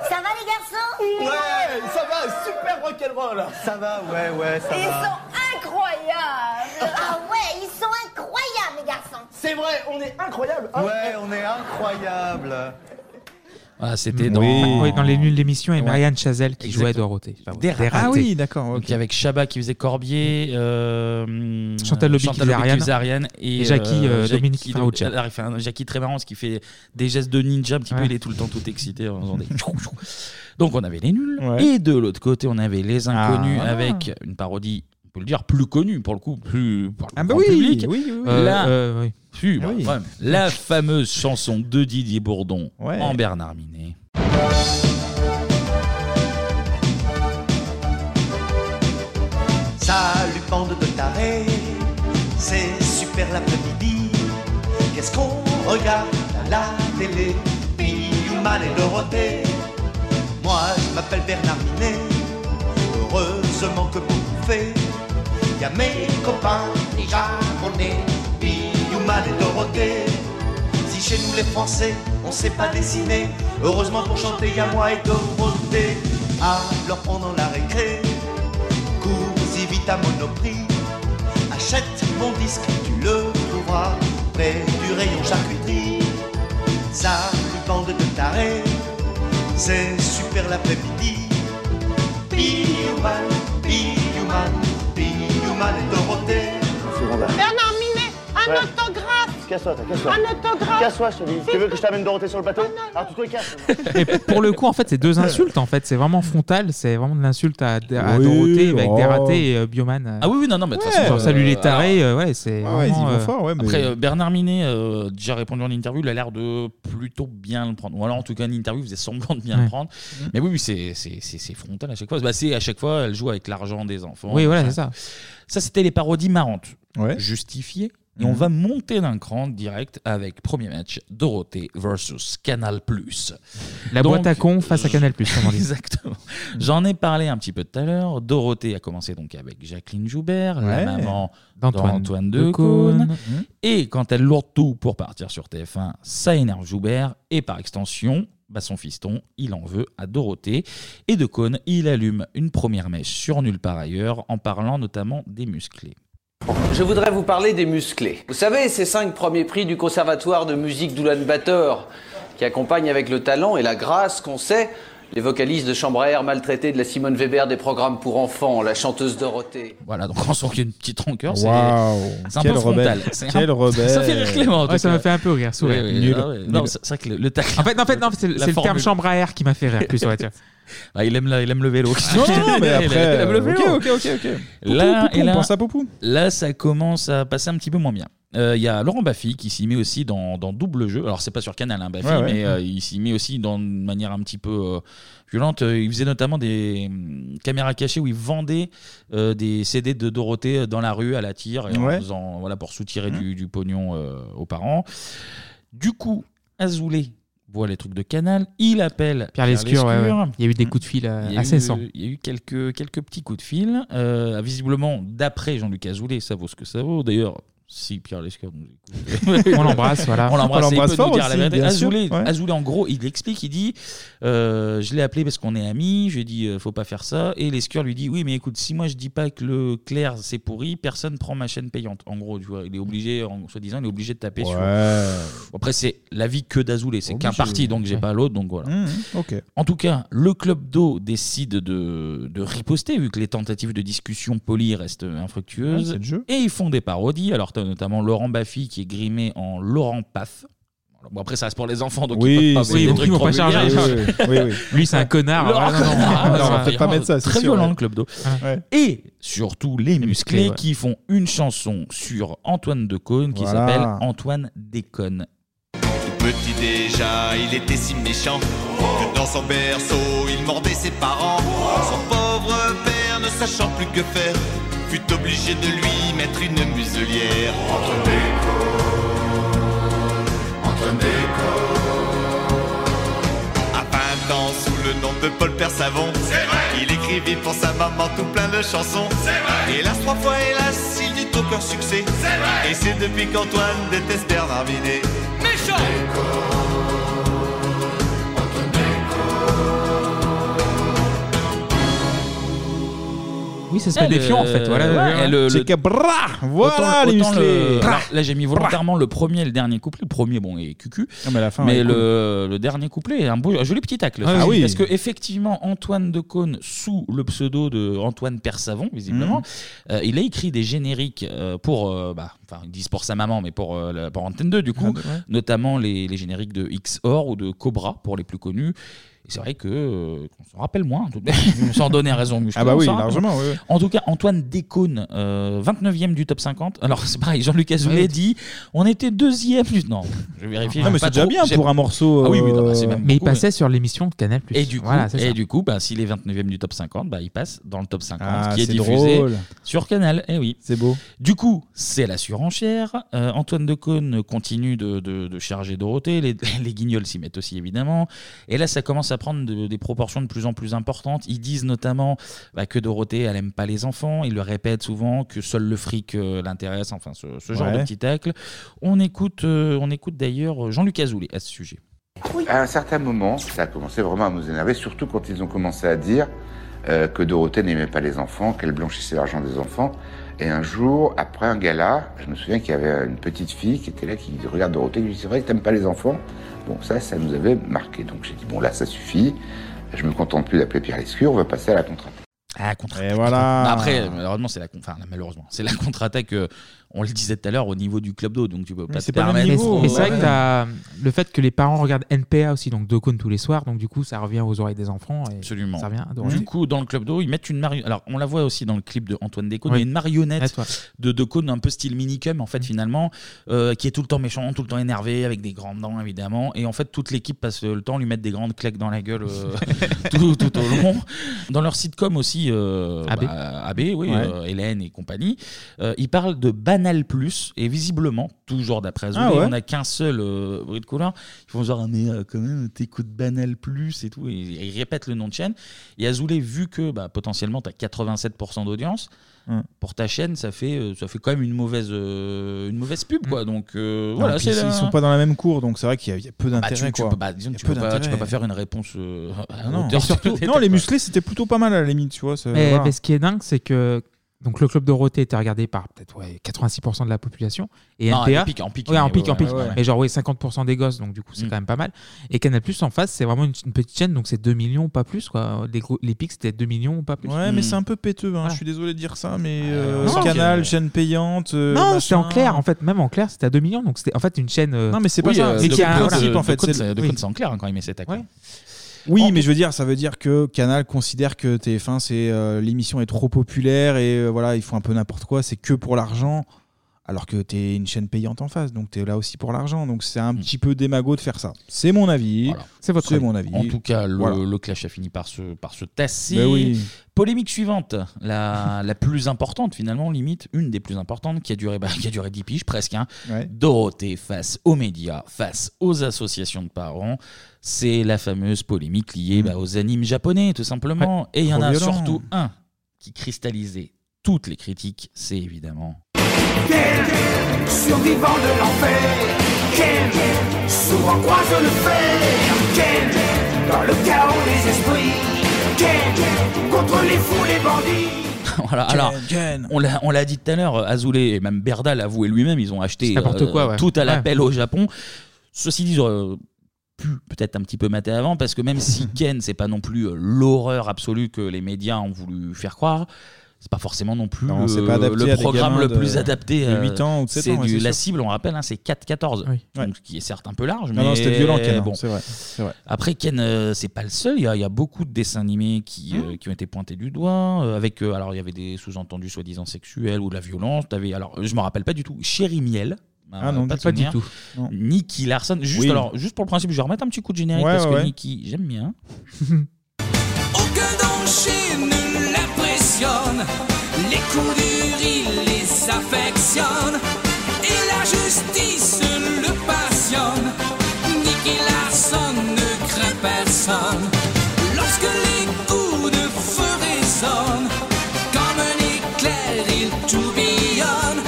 Speaker 11: Ça va les garçons
Speaker 10: Ouais, ça va, super rock'n'roll. Ça va, ouais, ouais, ça
Speaker 6: Ils
Speaker 10: va.
Speaker 6: sont incroyables
Speaker 11: Ah ouais, ils sont incroyables les garçons
Speaker 10: C'est vrai, on est incroyables Ouais, on est incroyables
Speaker 1: Ah, c'était
Speaker 7: Oui.
Speaker 1: dans...
Speaker 7: Oui, dans les nuls de l'émission, et Marianne Chazelle qui jouait
Speaker 1: Exactement.
Speaker 7: Dorothée. Enfin,
Speaker 1: Des
Speaker 7: Des
Speaker 1: ratés. Ah
Speaker 7: ratés.
Speaker 1: Donc, avec Chabat qui faisait Corbier, euh,
Speaker 7: Chantal Lobby qui faisait Ariane.
Speaker 1: Ariane et,
Speaker 7: Et Jackie, euh,
Speaker 1: Jackie
Speaker 7: Dominique
Speaker 1: Do-
Speaker 7: Farrugia.
Speaker 1: elle arrive, enfin, Jackie très marrant, parce qu'il fait des gestes de ninja, un petit peu,
Speaker 7: Ouais.
Speaker 1: il est tout le temps tout excité. en faisant des tchou, tchou. Donc on avait les nuls. Et de l'autre côté, on avait les inconnus
Speaker 12: Ah.
Speaker 1: avec une parodie, on peut le dire, plus connue pour le coup, plus par le
Speaker 12: Ah bah
Speaker 1: grand
Speaker 12: oui,
Speaker 1: public.
Speaker 12: oui, oui, oui.
Speaker 1: Euh,
Speaker 12: Là.
Speaker 1: La, Si, bah,
Speaker 12: oui.
Speaker 1: ouais. La fameuse chanson de Didier Bourdon en Bernard Minet.
Speaker 10: Salut bande de tarés, c'est super l'après-midi. Qu'est-ce qu'on regarde à la télé Human et Dorothée. Moi je m'appelle Bernard Minet, heureusement que vous faites. Y'a mes copains déjà qu'on est Human et Dorothée. chez nous les Français, on sait pas dessiner. Heureusement pour chanter, y a moi et Dorothée. Alors pendant la récré, cours y vite à Monoprix. Achète mon disque, tu le trouveras près du rayon charcuterie. Ça, une bande de tarés, c'est super l'après-midi. Billioman, Billioman, Billioman et Dorothée.
Speaker 13: Bernard Minet, un
Speaker 23: Ouais.
Speaker 13: autographe
Speaker 23: Casse-toi, toi, casse-toi.
Speaker 13: Un autographe.
Speaker 23: Casse-toi, je te dis. Tu veux que je t'amène Dorothée sur le bateau Alors, tu te casses.
Speaker 7: Mais pour le coup, en fait, c'est deux insultes. En fait, c'est vraiment frontal. C'est vraiment de l'insulte à, à
Speaker 8: Oui,
Speaker 7: Dorothée avec
Speaker 8: oh.
Speaker 7: des ratés et euh, Bioman. euh.
Speaker 1: Ah oui, oui, non, non, mais de toute façon,
Speaker 7: Genre,
Speaker 1: euh,
Speaker 7: salut les tarés. euh, ouais, c'est.
Speaker 1: Ah ouais,
Speaker 7: vraiment,
Speaker 1: ils y vont
Speaker 7: euh,
Speaker 1: fort, ouais, mais- Après, euh, Bernard Minet, euh, déjà répondu en interview, il a l'air de plutôt bien le prendre. Ou alors, en tout cas, une interview faisait semblant de bien
Speaker 7: Ouais.
Speaker 1: le prendre. Mais oui, oui, c'est- c'est c'est- c'est frontal à chaque fois. Bah, c'est à chaque fois, elle joue avec l'argent des enfants.
Speaker 7: Oui, voilà,
Speaker 1: Machin. Ça, c'était les parodies marrantes, justifiées. Et on
Speaker 12: Mhm.
Speaker 1: va monter d'un cran direct avec premier match Dorothée versus Canal+.
Speaker 7: La
Speaker 1: Donc,
Speaker 7: boîte à con face à Canal Plus.
Speaker 1: Exactement. J'en ai parlé un petit peu tout à l'heure. Dorothée a commencé donc avec Jacqueline Joubert,
Speaker 12: Ouais.
Speaker 1: la maman
Speaker 12: D'Antoine
Speaker 1: d'Antoine
Speaker 12: Decaune.
Speaker 1: Decaune. Et quand elle lourde tout pour partir sur TF1, ça énerve Joubert. Et par extension, bah, son fiston, il en veut à Dorothée. Et Decaune, il allume une première mèche sur nulle part ailleurs en parlant notamment des musclés.
Speaker 16: Je voudrais vous parler des musclés. Vous savez, ces cinq premiers prix du Conservatoire de musique d'Oulan-Bator, qui accompagnent avec le talent et la grâce qu'on sait les vocalistes de chambre à air maltraités de la Simone Weber des programmes pour enfants, la chanteuse Dorothée.
Speaker 1: Voilà, donc on sent qu'il y a une petite rancœur. c'est-
Speaker 8: Waouh,
Speaker 1: C'est un
Speaker 8: quel
Speaker 1: peu frontal.
Speaker 8: rebelle,
Speaker 1: C'est un-
Speaker 8: quel
Speaker 1: Ça
Speaker 8: rebelle.
Speaker 1: fait rire Clément. en
Speaker 7: Ouais,
Speaker 1: tout
Speaker 7: ça
Speaker 1: cas.
Speaker 7: m'a fait un peu rire, sourire.
Speaker 1: Oui, oui,
Speaker 7: Nul.
Speaker 1: ah ouais.
Speaker 7: Nul.
Speaker 1: Non, c'est c'est vrai que le, le tac-
Speaker 7: En fait, non, en fait, non, c'est
Speaker 1: la
Speaker 7: c'est le terme
Speaker 1: formule.
Speaker 7: chambre à air qui m'a fait rire plus, on va dire.
Speaker 1: Ah, il aime la- il aime le vélo.
Speaker 7: Non, non, mais
Speaker 1: Il
Speaker 7: après,
Speaker 1: aime le
Speaker 7: euh,
Speaker 1: vélo.
Speaker 7: ok, ok, ok, ok.
Speaker 1: Là,
Speaker 8: Poupou, poupou,
Speaker 1: et là,
Speaker 8: on pense à
Speaker 1: là, ça commence à passer un petit peu moins bien. Euh, Il y a Laurent Baffy qui s'y met aussi dans, dans double jeu. Alors, c'est pas sur Canal, hein, Baffy,
Speaker 8: Ouais, ouais.
Speaker 1: mais euh, il s'y met aussi dans une manière un petit peu euh, violente. Euh, Il faisait notamment des hum, caméras cachées où il vendait euh, des CD de Dorothée euh, dans la rue à la tire et en
Speaker 8: Ouais.
Speaker 1: faisant, voilà, pour soutirer
Speaker 7: Mmh.
Speaker 1: du, du pognon euh, aux parents. Du coup, Azoulay voit les trucs de Canal. Il appelle
Speaker 7: Pierre Lescure, ouais,
Speaker 1: Lescure.
Speaker 7: ouais. il y a eu des coups de fil euh,
Speaker 1: Il y a
Speaker 7: assez
Speaker 1: eu-
Speaker 7: récents.
Speaker 1: Il y a eu quelques, quelques petits coups de fil. Euh, visiblement, d'après Jean-Luc Azoulay, ça vaut ce que ça vaut. D'ailleurs, si Pierre Lescure nous écoute.
Speaker 7: On l'embrasse, voilà.
Speaker 1: On l'embrasse,
Speaker 7: On
Speaker 1: et il
Speaker 7: l'embrasse
Speaker 1: peut
Speaker 7: fort
Speaker 1: nous dire la
Speaker 7: aussi,
Speaker 1: vérité.
Speaker 7: bien sûr,
Speaker 1: Azoulay,
Speaker 7: ouais.
Speaker 1: Azoulay, en gros, il explique, il dit euh, Je l'ai appelé parce qu'on est amis, je lui ai dit euh, Faut pas faire ça. Et Lescure lui dit Oui, mais écoute, si moi je dis pas que le clair c'est pourri, personne prend ma chaîne payante. En gros, tu vois, il est obligé, en soi-disant, il est obligé de taper
Speaker 8: Ouais.
Speaker 1: sur. Après, c'est l'avis que d'Azoulay, c'est qu'un parti, donc j'ai
Speaker 8: ouais.
Speaker 1: pas l'autre, donc voilà.
Speaker 8: Mmh, ok.
Speaker 1: En tout cas, le club d'eau décide de, de riposter, vu que les tentatives de discussion polie restent infructueuses.
Speaker 8: Ouais, c'est le jeu.
Speaker 1: Et ils font des parodies. Alors, t'as notamment Laurent Baffy qui est grimé en Laurent Paf. Alors, Bon, après, ça reste pour les enfants, donc
Speaker 7: Oui,
Speaker 1: ils peuvent
Speaker 7: c'est-
Speaker 1: pas mettre des
Speaker 7: oui, donc
Speaker 1: trucs
Speaker 7: ils vont
Speaker 1: trop
Speaker 7: pas charger.
Speaker 1: vulgaires.
Speaker 7: Oui, oui, oui, oui. Lui, c'est un connard.
Speaker 1: Laurent
Speaker 7: Ah, non, non.
Speaker 1: connard. hein,
Speaker 7: Non, on
Speaker 1: c'est
Speaker 7: peut pas mettre ça, c'est
Speaker 1: Très
Speaker 7: sûr,
Speaker 1: violent,
Speaker 7: ouais.
Speaker 1: le club d'eau.
Speaker 7: Ouais.
Speaker 1: Et surtout, les, musclés,
Speaker 7: musclés, ouais.
Speaker 1: qui font une chanson sur Antoine Decaune qui
Speaker 7: Voilà.
Speaker 1: s'appelle Antoine Déconne.
Speaker 10: Petit déjà, il était si méchant que dans son berceau, il mordait ses parents. Son pauvre père, ne sachant plus que faire, fut obligé de lui mettre une muselière. Entre entre À 20 ans, sous le nom de Paul Père Savon, il écrivit pour sa maman tout plein de chansons. Hélas, trois fois, hélas, il dit au cœur succès. Et c'est depuis qu'Antoine déteste Bernard Minet.
Speaker 15: Méchant
Speaker 7: Oui, ça se fait défiant, en fait. Voilà,
Speaker 1: euh, ouais, et le- le-
Speaker 8: Voilà
Speaker 1: Autant-
Speaker 8: les
Speaker 1: autant
Speaker 8: musclés
Speaker 1: le- alors, là, j'ai mis volontairement le premier et le dernier couplet. Le premier, bon, est cucu.
Speaker 8: Ah, mais la fin, elle est
Speaker 1: le, le dernier couplet est un, beau, un joli petit tacle.
Speaker 8: Ah
Speaker 1: ça.
Speaker 8: oui.
Speaker 1: Parce que, effectivement, Antoine Decaune, sous le pseudo de Antoine Persavon, visiblement,
Speaker 8: Mhm.
Speaker 1: euh, il a écrit des génériques euh, pour. euh, bah, Enfin, ils disent pour sa maman, mais pour, euh, la- pour Antenne 2, du
Speaker 8: Ah,
Speaker 1: coup. Notamment les, les génériques de X-Or ou de Cobra, pour les plus connus. Et c'est vrai que euh, qu'on s'en rappelle moins, tout de même. sans donner raison musclée.
Speaker 8: Ah bah
Speaker 1: on
Speaker 8: oui,
Speaker 1: s'en rappelle.
Speaker 8: largement, oui, oui.
Speaker 1: hein. En tout cas, Antoine Décaune, euh, 29e du top 50. Alors, c'est pareil, Jean-Luc Azoulay
Speaker 8: Ouais.
Speaker 1: dit on était deuxième du. Non, je vérifie.
Speaker 8: Non, mais c'est déjà bien pour un morceau.
Speaker 1: Ah oui, oui, non, bah, c'est
Speaker 8: euh,
Speaker 1: même
Speaker 7: Mais il
Speaker 1: beaucoup,
Speaker 7: passait sur l'émission de Canal Plus.
Speaker 1: Et du coup,
Speaker 7: Voilà, c'est
Speaker 1: et
Speaker 7: ça.
Speaker 1: du coup bah, s'il est 29e du top 50, bah, il passe dans le top 50
Speaker 8: Ah,
Speaker 1: Hein, qui est
Speaker 8: c'est
Speaker 1: diffusé
Speaker 8: drôle.
Speaker 1: sur Canal. Eh oui.
Speaker 8: C'est beau.
Speaker 1: Du coup, c'est la surenchère. Euh, Antoine Decaune continue de, de, de charger Dorothée. Les, les guignols s'y mettent aussi, évidemment. Et là, ça commence à prendre de- des proportions de plus en plus importantes. Ils disent notamment bah, que Dorothée, elle aime pas les enfants. Ils le répètent souvent, que seul le fric euh, l'intéresse. Enfin, ce, ce genre
Speaker 17: Ouais.
Speaker 1: de petit tacle. On écoute, euh, on écoute d'ailleurs Jean-Luc Azoulay à ce sujet.
Speaker 17: À un certain moment, ça a commencé vraiment à nous énerver, surtout quand ils ont commencé à dire euh, que Dorothée n'aimait pas les enfants, qu'elle blanchissait l'argent des enfants. Et un jour, après un gala, je me souviens qu'il y avait une petite fille qui était là, qui dit, regarde Dorothée, qui lui dit, c'est vrai que t'aimes pas les enfants Bon, ça, ça nous avait marqué. Donc j'ai dit, bon, là, ça suffit. Je me contente plus d'appeler Pierre Lescure, on va passer à la contre
Speaker 1: Ah, contre
Speaker 8: Et voilà.
Speaker 1: Après, malheureusement, c'est la, con- enfin, malheureusement, c'est la contre-attaque, euh, on le disait tout à l'heure, au niveau du club d'eau. Donc tu peux pas te
Speaker 7: c'est pas le même
Speaker 1: permettre.
Speaker 7: niveau. Mais c'est vrai
Speaker 1: Ouais.
Speaker 7: que t'as- le fait que les parents regardent NPA aussi, donc deux cônes tous les soirs, donc du coup ça revient aux oreilles des enfants. Et
Speaker 1: Absolument.
Speaker 7: Ça revient à Dorothée.
Speaker 1: Du coup, dans le club d'eau, ils mettent une marionnette. Alors, on la voit aussi dans le clip de Antoine Décone.
Speaker 7: Oui. Mm.
Speaker 1: Il y a une marionnette de Décone, un peu style minicum, en fait, finalement, euh, qui est tout le temps méchant, tout le temps énervé, avec des grandes dents, évidemment. Et en fait, toute l'équipe passe le temps à lui mettre des grandes claques dans la gueule euh, tout, tout au long. Dans leur sitcom aussi, euh,
Speaker 7: AB.
Speaker 1: bah, AB, oui,
Speaker 7: Ouais.
Speaker 1: euh, Hélène et compagnie, euh, ils parlent de Banal Plus. Et visiblement, toujours d'après Azoulay,
Speaker 8: Ah ouais.
Speaker 1: on n'a qu'un seul euh, bruit de couleur. Ils font genre, Ah, mais euh, quand même, t'écoutes Banal Plus et tout. Et ils ils répètent le nom de chaîne. Et Azoulay, vu que bah, potentiellement, t'as 87% d'audience,
Speaker 8: Hum.
Speaker 1: pour ta chaîne, ça fait, euh, ça fait quand même une mauvaise, euh, une mauvaise pub.
Speaker 8: Hum.
Speaker 1: Quoi. Donc euh, voilà,
Speaker 8: ils,
Speaker 1: c'est la-
Speaker 8: ils sont pas dans la même cour, donc c'est vrai qu'il y, a- il y a peu
Speaker 1: Bah,
Speaker 8: d'intérêt.
Speaker 1: tu, tu
Speaker 8: quoi.
Speaker 1: peux pas, disons
Speaker 8: Il y
Speaker 1: que
Speaker 8: a
Speaker 1: tu
Speaker 8: peu
Speaker 1: peux pas- tu peux
Speaker 8: d'intérêt. Ah
Speaker 1: pas faire une réponse euh, à
Speaker 8: Non,
Speaker 1: hauteur
Speaker 8: Et surtout-
Speaker 1: de-
Speaker 8: non, les musclés, c'était plutôt pas mal à la limite, tu vois. ça-
Speaker 7: Mais,
Speaker 8: Euh, voilà.
Speaker 7: Eh, mais ce qui est dingue, c'est que donc le club Dorothée était regardé par peut-être ouais, 86% de la population et
Speaker 1: Non,
Speaker 7: NPA
Speaker 1: en pic, en pic,
Speaker 7: ouais, en
Speaker 1: mais
Speaker 7: pic,
Speaker 1: ouais,
Speaker 7: en pic.
Speaker 1: ouais, Mm. ouais.
Speaker 7: Et genre ouais, 50% des gosses, donc du coup c'est quand même pas mal. Et Canal Plus en face, c'est vraiment une, une petite chaîne, donc c'est 2 millions pas plus quoi. Les, gros- les pics c'était 2 millions pas plus.
Speaker 8: Ouais, mais c'est un peu péteux, hein, je suis désolé de dire ça, mais euh,
Speaker 7: Non,
Speaker 8: canal,
Speaker 7: euh,
Speaker 8: chaîne payante. euh,
Speaker 7: non,
Speaker 8: machin.
Speaker 7: c'était en clair en fait, même en clair c'était à 2 millions, donc c'était en fait une chaîne. euh,
Speaker 8: Non, mais c'est pas
Speaker 7: oui,
Speaker 8: ça.
Speaker 7: euh,
Speaker 8: c'est
Speaker 7: de-
Speaker 8: qu'il y a un
Speaker 7: de-
Speaker 8: principe,
Speaker 7: de-
Speaker 8: en fait.
Speaker 7: de-
Speaker 8: c'est-
Speaker 7: de-
Speaker 8: oui.
Speaker 1: Côte, c'est en clair hein, quand il met ses tacles.
Speaker 8: Oui, mais je veux dire, ça veut dire que Canal considère que TF1, c'est euh, l'émission est trop populaire et euh, voilà, ils font un peu n'importe quoi, c'est que pour l'argent, alors que t'es une chaîne payante en face, donc t'es là aussi pour l'argent, donc c'est
Speaker 1: Hmm.
Speaker 8: un petit peu démago de faire ça. C'est mon avis.
Speaker 7: C'est
Speaker 1: votre avis.
Speaker 8: mon avis.
Speaker 1: En tout cas, le,
Speaker 8: Voilà.
Speaker 1: le clash a fini par se, par se tasser.
Speaker 8: Ben oui.
Speaker 1: Polémique suivante, la, la plus importante finalement, limite, une des plus importantes, qui a duré, bah, qui a duré 10 piges presque. hein.
Speaker 8: Ouais.
Speaker 1: Dorothée face aux médias, face aux associations de parents. C'est la fameuse polémique
Speaker 8: Mm.
Speaker 1: liée bah, aux animes japonais, tout simplement. Et il y en
Speaker 8: Trop
Speaker 1: a
Speaker 8: violent.
Speaker 1: surtout un qui cristallisait toutes les critiques, c'est évidemment
Speaker 15: Quel survivant de l'enfer Quel souvent croise le fer Quel dans le chaos des esprits Quel contre les fous, les bandits
Speaker 1: Voilà, alors, on l'a- on l'a dit tout à l'heure, Azoulay et même Berda l'avouaient lui-même, ils ont acheté
Speaker 7: C'est n'importe
Speaker 1: euh,
Speaker 7: quoi, ouais.
Speaker 1: tout à
Speaker 7: Ouais.
Speaker 1: l'appel au Japon. Ceci dit, j'aurais pu peut-être un petit peu mater avant, parce que même si Ken, c'est pas non plus euh, l'horreur absolue que les médias ont voulu faire croire, c'est pas forcément non plus
Speaker 8: Non,
Speaker 1: euh,
Speaker 8: c'est pas adapté à
Speaker 1: le
Speaker 8: des
Speaker 1: programme
Speaker 8: gamins
Speaker 1: le
Speaker 8: de-
Speaker 1: plus adapté.
Speaker 8: de
Speaker 1: euh,
Speaker 8: 8 ans ou de 7 ans, ouais,
Speaker 1: du-
Speaker 8: c'est
Speaker 1: La
Speaker 8: sûr.
Speaker 1: cible, on rappelle, hein, c'est 4-14, donc, qui est certes un peu large.
Speaker 8: Non, non,
Speaker 1: mais
Speaker 8: c'était violent, Ken, hein,
Speaker 1: bon.
Speaker 8: c'est vrai, c'est vrai.
Speaker 1: Après, Ken, euh, c'est pas le seul. Il y, a- il y a beaucoup de dessins animés qui,
Speaker 8: Mmh.
Speaker 1: euh, qui ont été pointés du doigt. euh, avec, euh, alors, il y avait des sous-entendus soi-disant sexuels ou de la violence. T'avais- alors, euh, je me rappelle pas du tout. Chéri Miel.
Speaker 8: Ah non,
Speaker 1: de
Speaker 8: pas du
Speaker 1: souvenir.
Speaker 8: tout. Non.
Speaker 1: Nicky Larson. Juste,
Speaker 8: Oui.
Speaker 1: alors, juste pour le principe, je vais remettre un petit coup de générique
Speaker 8: Ouais,
Speaker 1: parce
Speaker 8: ouais,
Speaker 1: que
Speaker 8: ouais.
Speaker 1: Nicky, j'aime bien.
Speaker 15: Aucun danger ne l'impressionne. Les coups durs, il les affectionne. Et la justice le passionne. Nicky Larson ne craint personne. Lorsque les coups de feu résonnent, comme un éclair, il tourbillonne.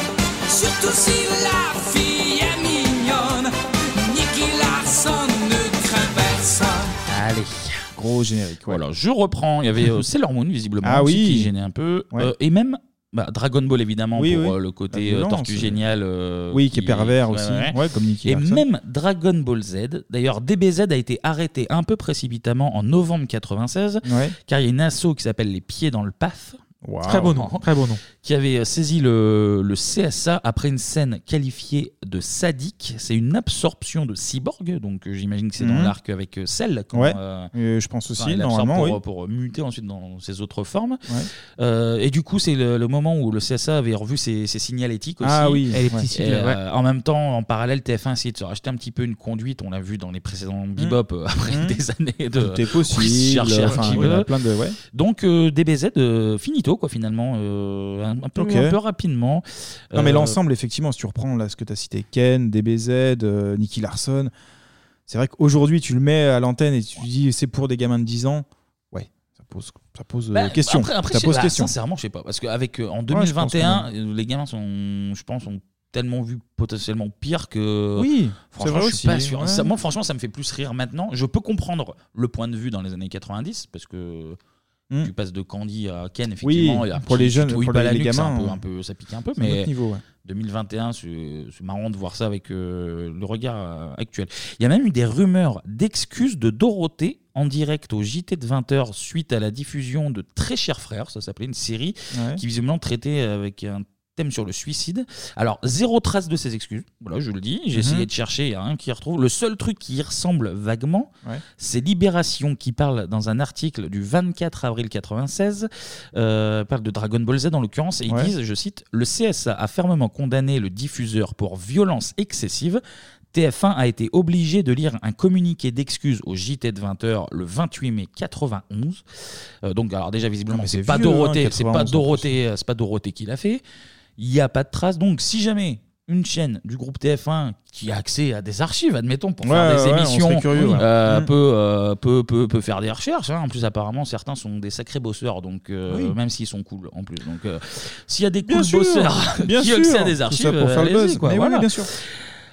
Speaker 15: Surtout si la fille est mignonne. Nicky Larson ne craint personne.
Speaker 1: Allez.
Speaker 8: Gros générique.
Speaker 1: Voilà, je reprends. Il y avait euh, Sailor Moon, visiblement,
Speaker 8: Ah
Speaker 1: aussi,
Speaker 8: oui.
Speaker 1: qui gênait un peu.
Speaker 8: Ouais.
Speaker 1: Euh, et même bah, Dragon Ball, évidemment,
Speaker 8: Oui,
Speaker 1: pour
Speaker 8: oui.
Speaker 1: euh, le
Speaker 8: La
Speaker 1: côté euh,
Speaker 8: violence,
Speaker 1: tortue
Speaker 8: oui.
Speaker 1: géniale. euh,
Speaker 8: Oui, qui est pervers aussi. Ouais, comme Nicky
Speaker 1: et
Speaker 8: Larson.
Speaker 1: même Dragon Ball Z. D'ailleurs, DBZ a été arrêté un peu précipitamment en novembre 96,
Speaker 8: Ouais.
Speaker 1: car il y a une asso qui s'appelle Les Pieds dans le Paf.
Speaker 7: Très beau nom, très beau nom.
Speaker 1: Qui avait euh, saisi le, le CSA après une scène qualifiée de sadique. C'est une absorption de cyborg, donc euh, j'imagine que c'est dans
Speaker 8: Mhm.
Speaker 1: l'arc avec euh, Cell. quand,
Speaker 8: Ouais.
Speaker 1: euh,
Speaker 8: Euh, je pense aussi,
Speaker 1: enfin, il absorbe
Speaker 8: normalement,
Speaker 1: pour, euh, pour
Speaker 8: oui.
Speaker 1: muter ensuite dans ses autres formes.
Speaker 8: Ouais.
Speaker 1: Euh, et du coup, c'est le, le moment où le CSA avait revu ses, ses signalétiques aussi.
Speaker 8: Ah oui, Et les ouais. petits
Speaker 1: Et,
Speaker 8: sigles,
Speaker 1: euh, En même temps, en parallèle, TF1 essayait de se racheter un petit peu une conduite. On l'a vu dans les précédents Bebop euh, après
Speaker 8: Mmh.
Speaker 1: des années de.
Speaker 8: Tout est possible,
Speaker 1: où
Speaker 8: euh,
Speaker 1: ils cherchaient un
Speaker 8: enfin,
Speaker 1: petit
Speaker 8: il y en a
Speaker 1: peu.
Speaker 8: plein de- ouais.
Speaker 1: Donc euh, DBZ euh, finito quoi finalement euh, un, un peu,
Speaker 8: Ok.
Speaker 1: un peu rapidement.
Speaker 8: Non, mais
Speaker 1: Euh,
Speaker 8: l'ensemble, effectivement, si tu reprends là ce que tu as cité, Ken, DBZ, euh, Nicky Larson, C'est vrai qu'aujourd'hui, tu le mets à l'antenne et tu dis c'est pour des gamins de 10 ans. Ouais, ça pose, ça pose euh,
Speaker 1: Bah,
Speaker 8: question.
Speaker 1: Après, après,
Speaker 8: ça
Speaker 1: je sais
Speaker 8: pose
Speaker 1: pas,
Speaker 8: question.
Speaker 1: sincèrement, je sais pas. Parce qu'avec en
Speaker 8: Ouais, je pense
Speaker 1: 2021, euh, les gamins sont, je pense, ont tellement vu potentiellement pire que.
Speaker 8: Oui, c'est
Speaker 1: franchement,
Speaker 8: vrai
Speaker 1: je suis pas
Speaker 8: aussi,
Speaker 1: sûr.
Speaker 8: ouais.
Speaker 1: Ça- moi, franchement, ça me fait plus rire maintenant. Je peux comprendre le point de vue dans les années 90 parce que. Tu passes de Candy à Ken, effectivement. il y a un
Speaker 8: Hmm. pour
Speaker 1: petit-
Speaker 8: les jeunes,
Speaker 1: tu touilles
Speaker 8: pour
Speaker 1: pas
Speaker 8: les-
Speaker 1: la
Speaker 8: les
Speaker 1: nuque, c'est un
Speaker 8: gamins,
Speaker 1: peu-
Speaker 8: hein.
Speaker 1: un peu- ça pique un peu,
Speaker 8: C'est un
Speaker 1: mais
Speaker 8: autre niveau, ouais.
Speaker 1: 2021, c'est c'est marrant de voir ça avec euh, le regard euh, actuel. Il y a même eu des rumeurs d'excuses de Dorothée en direct au JT de 20h suite à la diffusion de Très cher frère, ça s'appelait une série
Speaker 8: Ouais.
Speaker 1: qui visiblement traitait avec un thème sur le suicide. Alors, zéro trace de ces excuses, voilà, je le dis, j'ai
Speaker 8: Mhm.
Speaker 1: essayé de chercher, il y a rien qui y retrouve. Le seul truc qui y ressemble vaguement,
Speaker 8: Ouais.
Speaker 1: c'est Libération qui parle dans un article du 24 avril 96, euh, parle de Dragon Ball Z en l'occurrence, et ils
Speaker 8: Ouais.
Speaker 1: disent, je cite, le CSA a fermement condamné le diffuseur pour violence excessive. TF1 a été obligé de lire un communiqué d'excuses au JT de 20h le 28 mai 91. Euh, donc alors déjà visiblement
Speaker 8: mais
Speaker 1: c'est
Speaker 8: c'est
Speaker 1: pas
Speaker 8: vieux, hein,
Speaker 1: Dorothée, c'est pas
Speaker 8: 91 en
Speaker 1: Dorothée, euh, c'est pas Dorothée qui l'a fait. Il n'y a pas de trace. Donc si jamais une chaîne du groupe TF1 qui a accès à des archives, admettons, pour
Speaker 8: Ouais,
Speaker 1: faire des
Speaker 8: ouais, ouais, on
Speaker 1: émissions,
Speaker 8: serait curieux, ouais.
Speaker 1: euh,
Speaker 8: Mm.
Speaker 1: peut, euh, peut, peut, peut faire des recherches. hein. En plus, apparemment, certains sont des sacrés bosseurs, donc euh,
Speaker 8: Oui.
Speaker 1: même s'ils sont cool en plus. Donc, euh, s'il y a des
Speaker 8: Bien
Speaker 1: cools
Speaker 8: sûr,
Speaker 1: bosseurs
Speaker 8: bien
Speaker 1: qui ont accès à
Speaker 8: sûr.
Speaker 1: des
Speaker 8: Tout ça
Speaker 1: archives,
Speaker 8: pour
Speaker 1: euh,
Speaker 8: faire le
Speaker 1: allez-y,
Speaker 8: buzz.
Speaker 1: quoi.
Speaker 8: Mais oui,
Speaker 1: Voilà.
Speaker 8: bien sûr.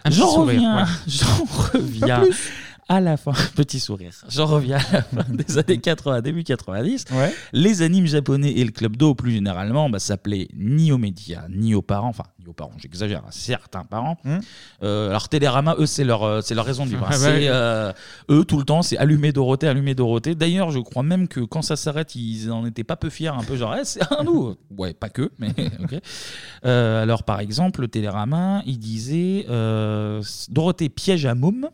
Speaker 8: Un petit
Speaker 1: J'en
Speaker 8: sourire,
Speaker 1: reviens,
Speaker 8: ouais.
Speaker 1: j'en reviens
Speaker 8: plus.
Speaker 1: à la fin, petit sourire, j'en reviens à la fin des années 80, début 90. Les animes japonais et le club d'eau, plus généralement, bah, s'appelaient ni aux médias, ni aux parents, enfin, ni aux parents, j'exagère, à certains parents.
Speaker 8: Hein
Speaker 1: Euh, alors, Télérama, eux, c'est leur, euh, c'est leur raison de vivre. hein.
Speaker 8: Ah bah
Speaker 1: C'est,
Speaker 8: oui.
Speaker 1: euh, eux, tout le temps, c'est allumer Dorothée, allumer Dorothée. D'ailleurs, je crois même que quand ça s'arrête, ils n'en étaient pas peu fiers, un peu genre, Eh, c'est à nous. Ouais, pas que, mais ok. Euh, alors, par exemple, le Télérama, il disait euh, Dorothée piège à môme.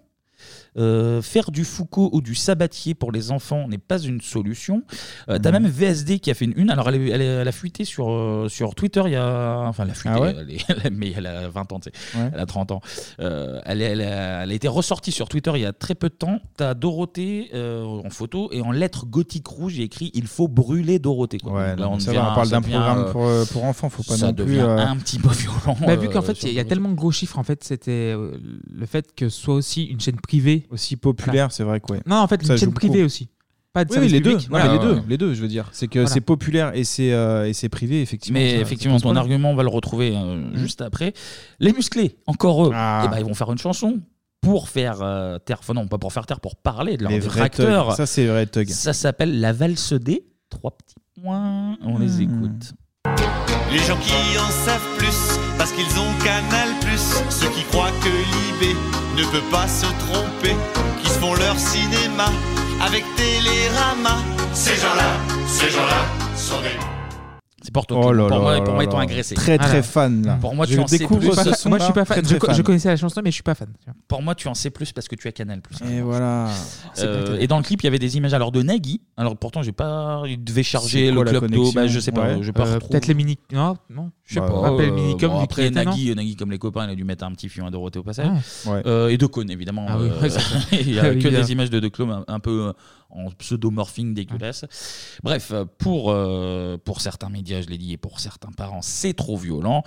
Speaker 1: Euh, faire du Foucault ou du Sabatier pour les enfants n'est pas une solution. Euh,
Speaker 8: Mmh.
Speaker 1: T'as même VSD qui a fait une une. Alors, elle, est- elle, est- elle a fuité sur, euh, sur Twitter il y a. Enfin, elle a fuité,
Speaker 8: Ah ouais
Speaker 1: elle est- elle a- mais elle a 20 ans, tu sais.
Speaker 8: Ouais.
Speaker 1: Elle a 30 ans. Euh, elle, est- elle a, elle a été ressortie sur Twitter il y a très peu de temps. T'as Dorothée euh, en photo et en lettres gothiques rouges, il y a écrit Il faut brûler Dorothée. Quoi. Donc là,
Speaker 8: non, mais ça
Speaker 1: devient-
Speaker 8: va, on parle d'un
Speaker 1: devient,
Speaker 8: programme
Speaker 1: euh,
Speaker 8: pour, euh, pour enfants, faut pas
Speaker 1: ça
Speaker 8: non plus,
Speaker 1: devient
Speaker 8: euh,
Speaker 1: un petit peu violent.
Speaker 7: Bah, vu
Speaker 1: euh,
Speaker 7: qu'en fait,
Speaker 1: sur-
Speaker 7: il y a tellement de gros chiffres, en fait, c'était euh, le fait que ce soit aussi une chaîne privée.
Speaker 8: Aussi populaire, c'est vrai que ouais.
Speaker 7: Non, en fait,
Speaker 8: Ça
Speaker 7: une chaîne
Speaker 8: joue
Speaker 7: privée
Speaker 8: beaucoup.
Speaker 7: aussi. Pas de
Speaker 8: oui, oui,
Speaker 7: service
Speaker 8: les deux.
Speaker 7: public.
Speaker 8: Non,
Speaker 7: Voilà.
Speaker 8: mais les
Speaker 7: Ouais,
Speaker 8: deux,
Speaker 7: ouais.
Speaker 8: les deux, je veux dire. C'est que
Speaker 7: Voilà.
Speaker 8: c'est populaire et c'est euh, et c'est privé, effectivement.
Speaker 1: Mais
Speaker 8: ça- ça
Speaker 1: effectivement,
Speaker 8: pose
Speaker 1: ton
Speaker 8: problème.
Speaker 1: argument, on va le retrouver euh,
Speaker 8: Hmm.
Speaker 1: juste après. Les musclés, encore eux,
Speaker 8: Ah.
Speaker 1: eh ben, ils vont faire une chanson pour faire euh, taire. Enfin, non, pas pour faire taire, pour parler de leur
Speaker 8: Les vrais
Speaker 1: détracteur.
Speaker 8: thugs. Ça, c'est les vrais thugs.
Speaker 1: Ça s'appelle La valse des trois petits points. On les
Speaker 8: Hmm.
Speaker 1: écoute.
Speaker 15: Les gens qui en savent plus, parce qu'ils ont Canal Plus, ceux qui croient que l'IB ne peut pas se tromper, qui se font leur cinéma avec Télérama. Ces gens-là, ces gens-là sont des...
Speaker 1: C'est pour toi.
Speaker 8: Oh
Speaker 1: Clément.
Speaker 8: là
Speaker 1: pour
Speaker 8: là
Speaker 1: moi,
Speaker 8: là
Speaker 1: pour moi,
Speaker 8: là
Speaker 1: ils t'ont
Speaker 8: là.
Speaker 1: agressé.
Speaker 8: Très, très
Speaker 1: Voilà.
Speaker 8: fan, là.
Speaker 1: Pour moi,
Speaker 8: Je
Speaker 1: tu en sais
Speaker 8: découvre
Speaker 1: plus.
Speaker 8: ce
Speaker 1: ce
Speaker 8: son-là.
Speaker 7: Moi, je suis pas fan.
Speaker 8: Très,
Speaker 7: Je,
Speaker 8: très
Speaker 7: je
Speaker 8: fan.
Speaker 7: connaissais la chanson, mais je suis pas fan.
Speaker 8: Oh.
Speaker 1: Pour moi, tu en sais plus parce que tu as Canal Plus.
Speaker 8: Et voilà.
Speaker 1: Euh, et dans le clip, il y avait des images alors de Nagui. Alors pourtant, j'ai pas. Il devait charger
Speaker 7: C'est
Speaker 1: le
Speaker 7: quoi la
Speaker 1: club d'eau.
Speaker 7: connexion
Speaker 1: Bah, je sais pas.
Speaker 7: Ouais.
Speaker 1: je vais pas
Speaker 7: Euh,
Speaker 1: retrouver. Bah, euh,
Speaker 7: peut-être les mini- non, non, je sais pas. Rappel minicom, vu
Speaker 1: après,
Speaker 7: qu'il était,
Speaker 1: Nagui, euh, Nagui, comme les copains, il a dû mettre un petit fion à Dorothée au passage.
Speaker 8: Ah. Ouais.
Speaker 1: Euh, et de Cône, évidemment.
Speaker 7: Ah oui,
Speaker 1: Euh,
Speaker 7: ouais, c'est ça.
Speaker 1: il y a
Speaker 7: Ah oui,
Speaker 1: que
Speaker 7: bien.
Speaker 1: des images de De Clôme un, un peu euh, en pseudomorphing dégueulasse.
Speaker 7: Ah.
Speaker 1: Bref, euh, pour, euh, pour certains médias, je l'ai dit, et pour certains parents, c'est trop violent.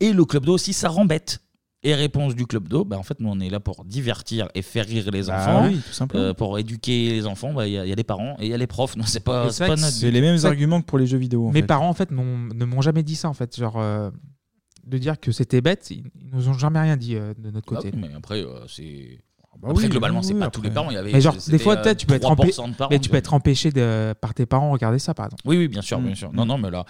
Speaker 1: Et le club d'eau aussi, ça rembête. Et réponse du club d'eau, bah en fait, nous on est là pour divertir et faire rire les
Speaker 8: Bah
Speaker 1: enfants, Euh,
Speaker 8: oui, tout simplement.
Speaker 1: pour éduquer les enfants. bah, Il y, a- il y a les parents et il y a les profs. Non, c'est pas, c'est
Speaker 7: Et Ah, c'est vrai
Speaker 1: pas
Speaker 7: que
Speaker 1: notre
Speaker 8: C'est
Speaker 1: but.
Speaker 8: les mêmes
Speaker 7: C'est-
Speaker 8: arguments que pour les jeux vidéo. en
Speaker 7: Mes
Speaker 8: fait.
Speaker 7: parents, en fait, n'ont- ne m'ont jamais dit ça, en fait. Genre, euh, de dire que c'était bête, ils ils nous ont jamais rien dit euh, de notre
Speaker 1: Ah
Speaker 7: côté.
Speaker 1: oui, mais après, euh, c'est.
Speaker 8: bah
Speaker 1: après,
Speaker 8: oui,
Speaker 1: globalement,
Speaker 8: oui,
Speaker 1: c'est
Speaker 8: oui,
Speaker 1: pas tous les
Speaker 8: après.
Speaker 1: parents. Il y avait,
Speaker 7: mais genre,
Speaker 1: c'était,
Speaker 7: des fois,
Speaker 1: euh,
Speaker 7: peut-être, tu peux être
Speaker 1: 3%
Speaker 7: empêché,
Speaker 1: de parents,
Speaker 7: mais tu
Speaker 1: tu
Speaker 7: peux
Speaker 1: vois.
Speaker 7: être empêché de, par tes parents de regarder ça, par exemple.
Speaker 1: Oui, oui, bien sûr, bien
Speaker 7: Mm.
Speaker 1: sûr. Non, non, mais là.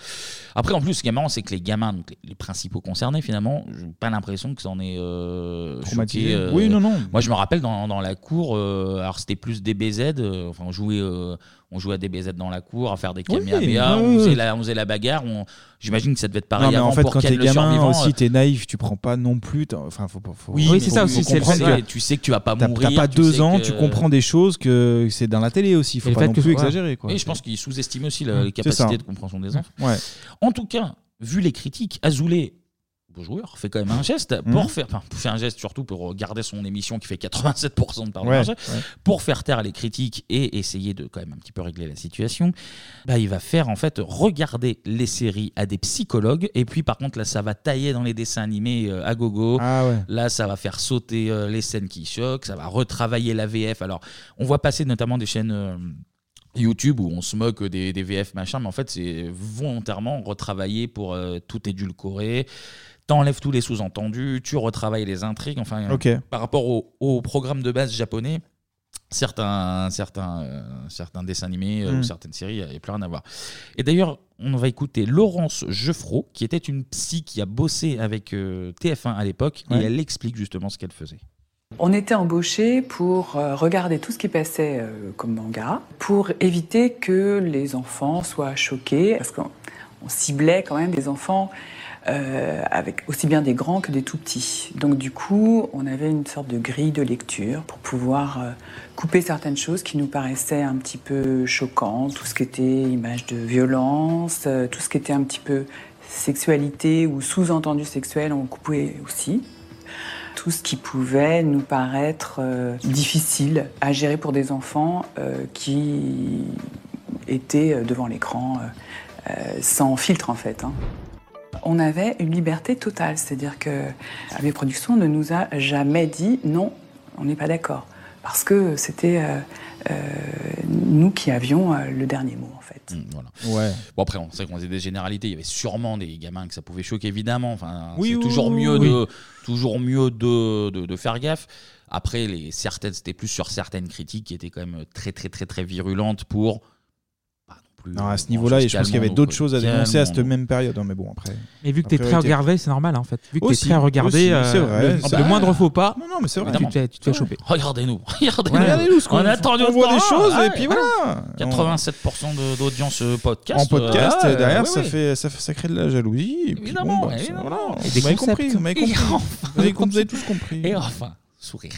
Speaker 1: Après, en plus, ce qui est marrant, c'est que les gamins, donc les, les principaux concernés, finalement, j'ai pas l'impression que ça en est. Euh,
Speaker 8: Traumatisé.
Speaker 1: choqué, euh,
Speaker 8: Oui, non, non.
Speaker 1: Moi, je me rappelle dans, dans la cour, euh, alors c'était plus DBZ, euh, enfin, on jouait, euh, on jouait à DBZ dans la cour, à faire des
Speaker 8: Oui,
Speaker 1: kamehameha,
Speaker 8: oui,
Speaker 1: on, faisait
Speaker 8: oui.
Speaker 1: la, on faisait la bagarre. on- J'imagine que ça devait être pareil
Speaker 8: Non, mais
Speaker 1: avant
Speaker 8: en fait,
Speaker 1: pour
Speaker 8: quand
Speaker 1: Ken
Speaker 8: t'es
Speaker 1: le
Speaker 8: gamin
Speaker 1: survivant. euh,
Speaker 8: aussi, t'es naïf, tu prends pas non plus. t'en- Enfin, faut pas. faut-
Speaker 1: Oui,
Speaker 8: faut-
Speaker 1: mais c'est ça
Speaker 8: faut
Speaker 1: aussi, c'est le
Speaker 8: comprendre
Speaker 1: fait.
Speaker 8: que
Speaker 1: Tu sais que tu vas pas
Speaker 8: t'as-
Speaker 1: mourir,
Speaker 8: T'as pas
Speaker 1: tu
Speaker 8: deux
Speaker 1: sais
Speaker 8: ans,
Speaker 1: que-
Speaker 8: tu comprends des choses que c'est dans la télé aussi. Faut
Speaker 1: Et le
Speaker 8: pas
Speaker 1: fait
Speaker 8: non
Speaker 1: que-
Speaker 8: plus
Speaker 1: voilà.
Speaker 8: exagérer. quoi.
Speaker 1: Et je pense qu'il sous-estime aussi
Speaker 8: Mm.
Speaker 1: la- les
Speaker 8: C'est ça.
Speaker 1: capacités de compréhension des enfants.
Speaker 8: Ouais.
Speaker 1: En tout cas, vu les critiques, Azoulay, beau joueur, fait quand même un geste
Speaker 12: Mhm.
Speaker 1: pour faire, enfin, pour faire un geste surtout pour garder son émission qui fait 87% de part de
Speaker 12: Ouais,
Speaker 1: marché,
Speaker 12: ouais.
Speaker 1: pour faire taire les critiques et essayer de quand même un petit peu régler la situation. Bah, il va faire en fait regarder les séries à des psychologues et puis par contre là ça va tailler dans les dessins animés euh, à gogo.
Speaker 8: Ah
Speaker 1: Là ça va faire sauter euh, les scènes qui choquent, ça va retravailler la VF. Alors on voit passer notamment des chaînes euh, YouTube où on se moque des, des VF machin, mais en fait c'est volontairement retravaillé pour euh, tout édulcorer. T'enlèves tous les sous-entendus, tu retravailles les intrigues. Enfin, euh,
Speaker 8: Ok.
Speaker 1: par rapport au, au programme de base japonais, certains, certains, euh, certains dessins animés euh,
Speaker 12: Mm.
Speaker 1: ou certaines séries, il n'y a plus rien à voir. Et d'ailleurs, on va écouter Laurence Geffraud, qui était une psy qui a bossé avec euh, TF1 à l'époque,
Speaker 20: Ouais.
Speaker 1: et elle explique justement ce qu'elle faisait.
Speaker 20: On était embauchés pour euh, regarder tout ce qui passait euh, comme manga, pour éviter que les enfants soient choqués, parce qu'on on ciblait quand même des enfants euh, avec aussi bien des grands que des tout petits. Donc du coup, on avait une sorte de grille de lecture pour pouvoir euh, couper certaines choses qui nous paraissaient un petit peu choquantes, tout ce qui était image de violence, euh, tout ce qui était un petit peu sexualité ou sous-entendu sexuel, on coupait aussi tout ce qui pouvait nous paraître euh, difficile à gérer pour des enfants euh, qui étaient euh, devant l'écran euh, euh, sans filtre en fait. hein. On avait une liberté totale, c'est-à-dire que AB Productions ne nous a jamais dit non, on n'est pas d'accord, parce que c'était euh, euh, nous qui avions euh, le dernier mot en fait.
Speaker 1: Mm, voilà. Bon après, on sait qu'on faisait des généralités. Il y avait sûrement des gamins que ça pouvait choquer, évidemment. Enfin,
Speaker 12: Oui,
Speaker 1: c'est
Speaker 12: oui,
Speaker 1: toujours,
Speaker 12: oui,
Speaker 1: mieux
Speaker 12: oui.
Speaker 1: de, toujours mieux de, de, de faire gaffe. Après, les certaines, c'était plus sur certaines critiques qui étaient quand même très, très, très, très virulentes pour. Pas non plus.
Speaker 8: Non, à ce niveau-là, et je pense qu'il y avait d'autres choses à dénoncer à cette même période. hein, mais bon, après.
Speaker 7: Mais vu que t'es
Speaker 8: la
Speaker 7: très
Speaker 8: priorité.
Speaker 7: regardé, c'est normal, hein, en fait. Vu que t'es
Speaker 8: euh, Aussi,
Speaker 7: très regardé,
Speaker 8: aussi,
Speaker 7: euh,
Speaker 8: c'est vrai,
Speaker 7: le,
Speaker 8: ça-
Speaker 7: le moindre faux pas,
Speaker 8: Non, non, mais c'est vrai.
Speaker 7: tu te fais, tu te fais choper.
Speaker 1: Regardez-nous. Regardez-nous.
Speaker 7: Ouais. Regardez-nous,
Speaker 8: ce qu'on-
Speaker 1: on a attendu
Speaker 8: on voit
Speaker 1: autant.
Speaker 8: des choses,
Speaker 1: Ah,
Speaker 8: et puis
Speaker 1: ouais.
Speaker 8: voilà.
Speaker 1: 87% de- d'audience euh, podcast.
Speaker 8: en podcast,
Speaker 1: euh,
Speaker 8: et derrière,
Speaker 1: ouais,
Speaker 8: ça,
Speaker 1: ouais.
Speaker 8: Fait, ça, fait- ça crée de la jalousie. Et puis
Speaker 1: Évidemment,
Speaker 8: bon, bah, ça-
Speaker 1: évidemment.
Speaker 8: voilà.
Speaker 1: Et
Speaker 8: Vous
Speaker 1: des
Speaker 8: m'avez
Speaker 1: concepts.
Speaker 8: compris, vous m'avez
Speaker 1: Et
Speaker 8: compris.
Speaker 1: enfin.
Speaker 8: Vous avez com- vous avez tous compris.
Speaker 1: Et enfin, sourire.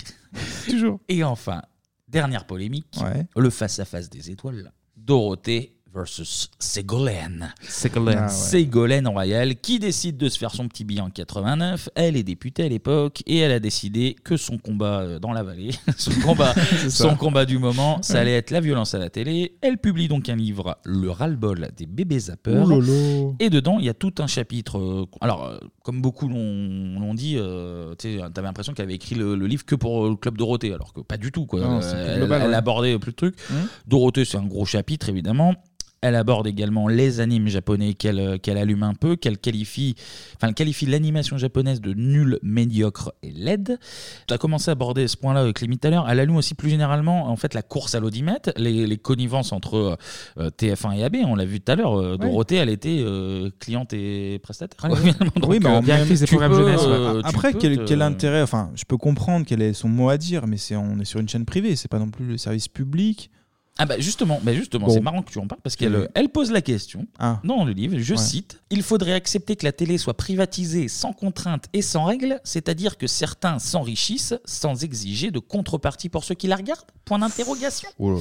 Speaker 8: Toujours.
Speaker 1: Et enfin, dernière polémique, le face-à-face des étoiles. Dorothée versus Ségolène.
Speaker 12: Ségolène. Ah ouais.
Speaker 1: Ségolène Royal qui décide de se faire son petit billet en 89. Elle est députée à l'époque et elle a décidé que son combat euh, dans la vallée, son combat,
Speaker 12: C'est ça.
Speaker 1: son combat du moment, ça
Speaker 12: Ouais.
Speaker 1: allait être la violence à la télé. Elle publie donc un livre, Le ras-le-bol des bébés zappeurs.
Speaker 12: Ouh là là.
Speaker 1: Et dedans, il y a tout un chapitre. euh, alors, euh, comme beaucoup l'ont l'ont dit, euh, tu avais l'impression qu'elle avait écrit le, le livre que pour euh, le Club Dorothée, alors que pas du tout. Quoi.
Speaker 12: Non,
Speaker 1: Euh,
Speaker 12: c'est plus
Speaker 1: elle,
Speaker 12: global,
Speaker 1: elle
Speaker 12: ouais.
Speaker 1: abordait plus de trucs.
Speaker 8: Mmh.
Speaker 12: Mhm.
Speaker 1: Dorothée, c'est un gros chapitre, évidemment. Elle aborde également les animes japonais qu'elle euh, qu'elle allume un peu, qu'elle qualifie, enfin, elle qualifie l'animation japonaise de nulle, médiocre et laide. Tu as commencé à aborder ce point-là avec Limite tout à l'heure. Elle allume aussi plus généralement en fait la course à l'audimat, les, les connivences entre euh, TF1 et AB. On l'a vu tout à l'heure. euh,
Speaker 8: Ouais.
Speaker 1: Dorothée, elle était euh, cliente et prestataire. quoi,
Speaker 8: Ouais.
Speaker 1: finalement.
Speaker 8: oui,
Speaker 1: Donc,
Speaker 8: mais
Speaker 1: euh,
Speaker 8: en même
Speaker 1: tu
Speaker 8: temps,
Speaker 1: peux,
Speaker 8: euh,
Speaker 1: euh, tu
Speaker 8: Après,
Speaker 1: peux
Speaker 8: quel,
Speaker 1: te-
Speaker 8: quel intérêt Enfin, je peux comprendre quel est son mot à dire, mais c'est on est sur une chaîne privée, c'est pas non plus le service public.
Speaker 1: Ah bah justement, bah justement,
Speaker 8: Bon.
Speaker 1: c'est marrant que tu en parles parce qu'elle
Speaker 8: Je-
Speaker 1: euh, elle pose la question
Speaker 8: Ah.
Speaker 1: dans le livre, je
Speaker 8: Ouais.
Speaker 1: cite, Il faudrait accepter que la télé soit privatisée sans contrainte et sans règles, c'est-à-dire que certains s'enrichissent sans exiger de contrepartie pour ceux qui la regardent Point d'interrogation.
Speaker 8: Oh là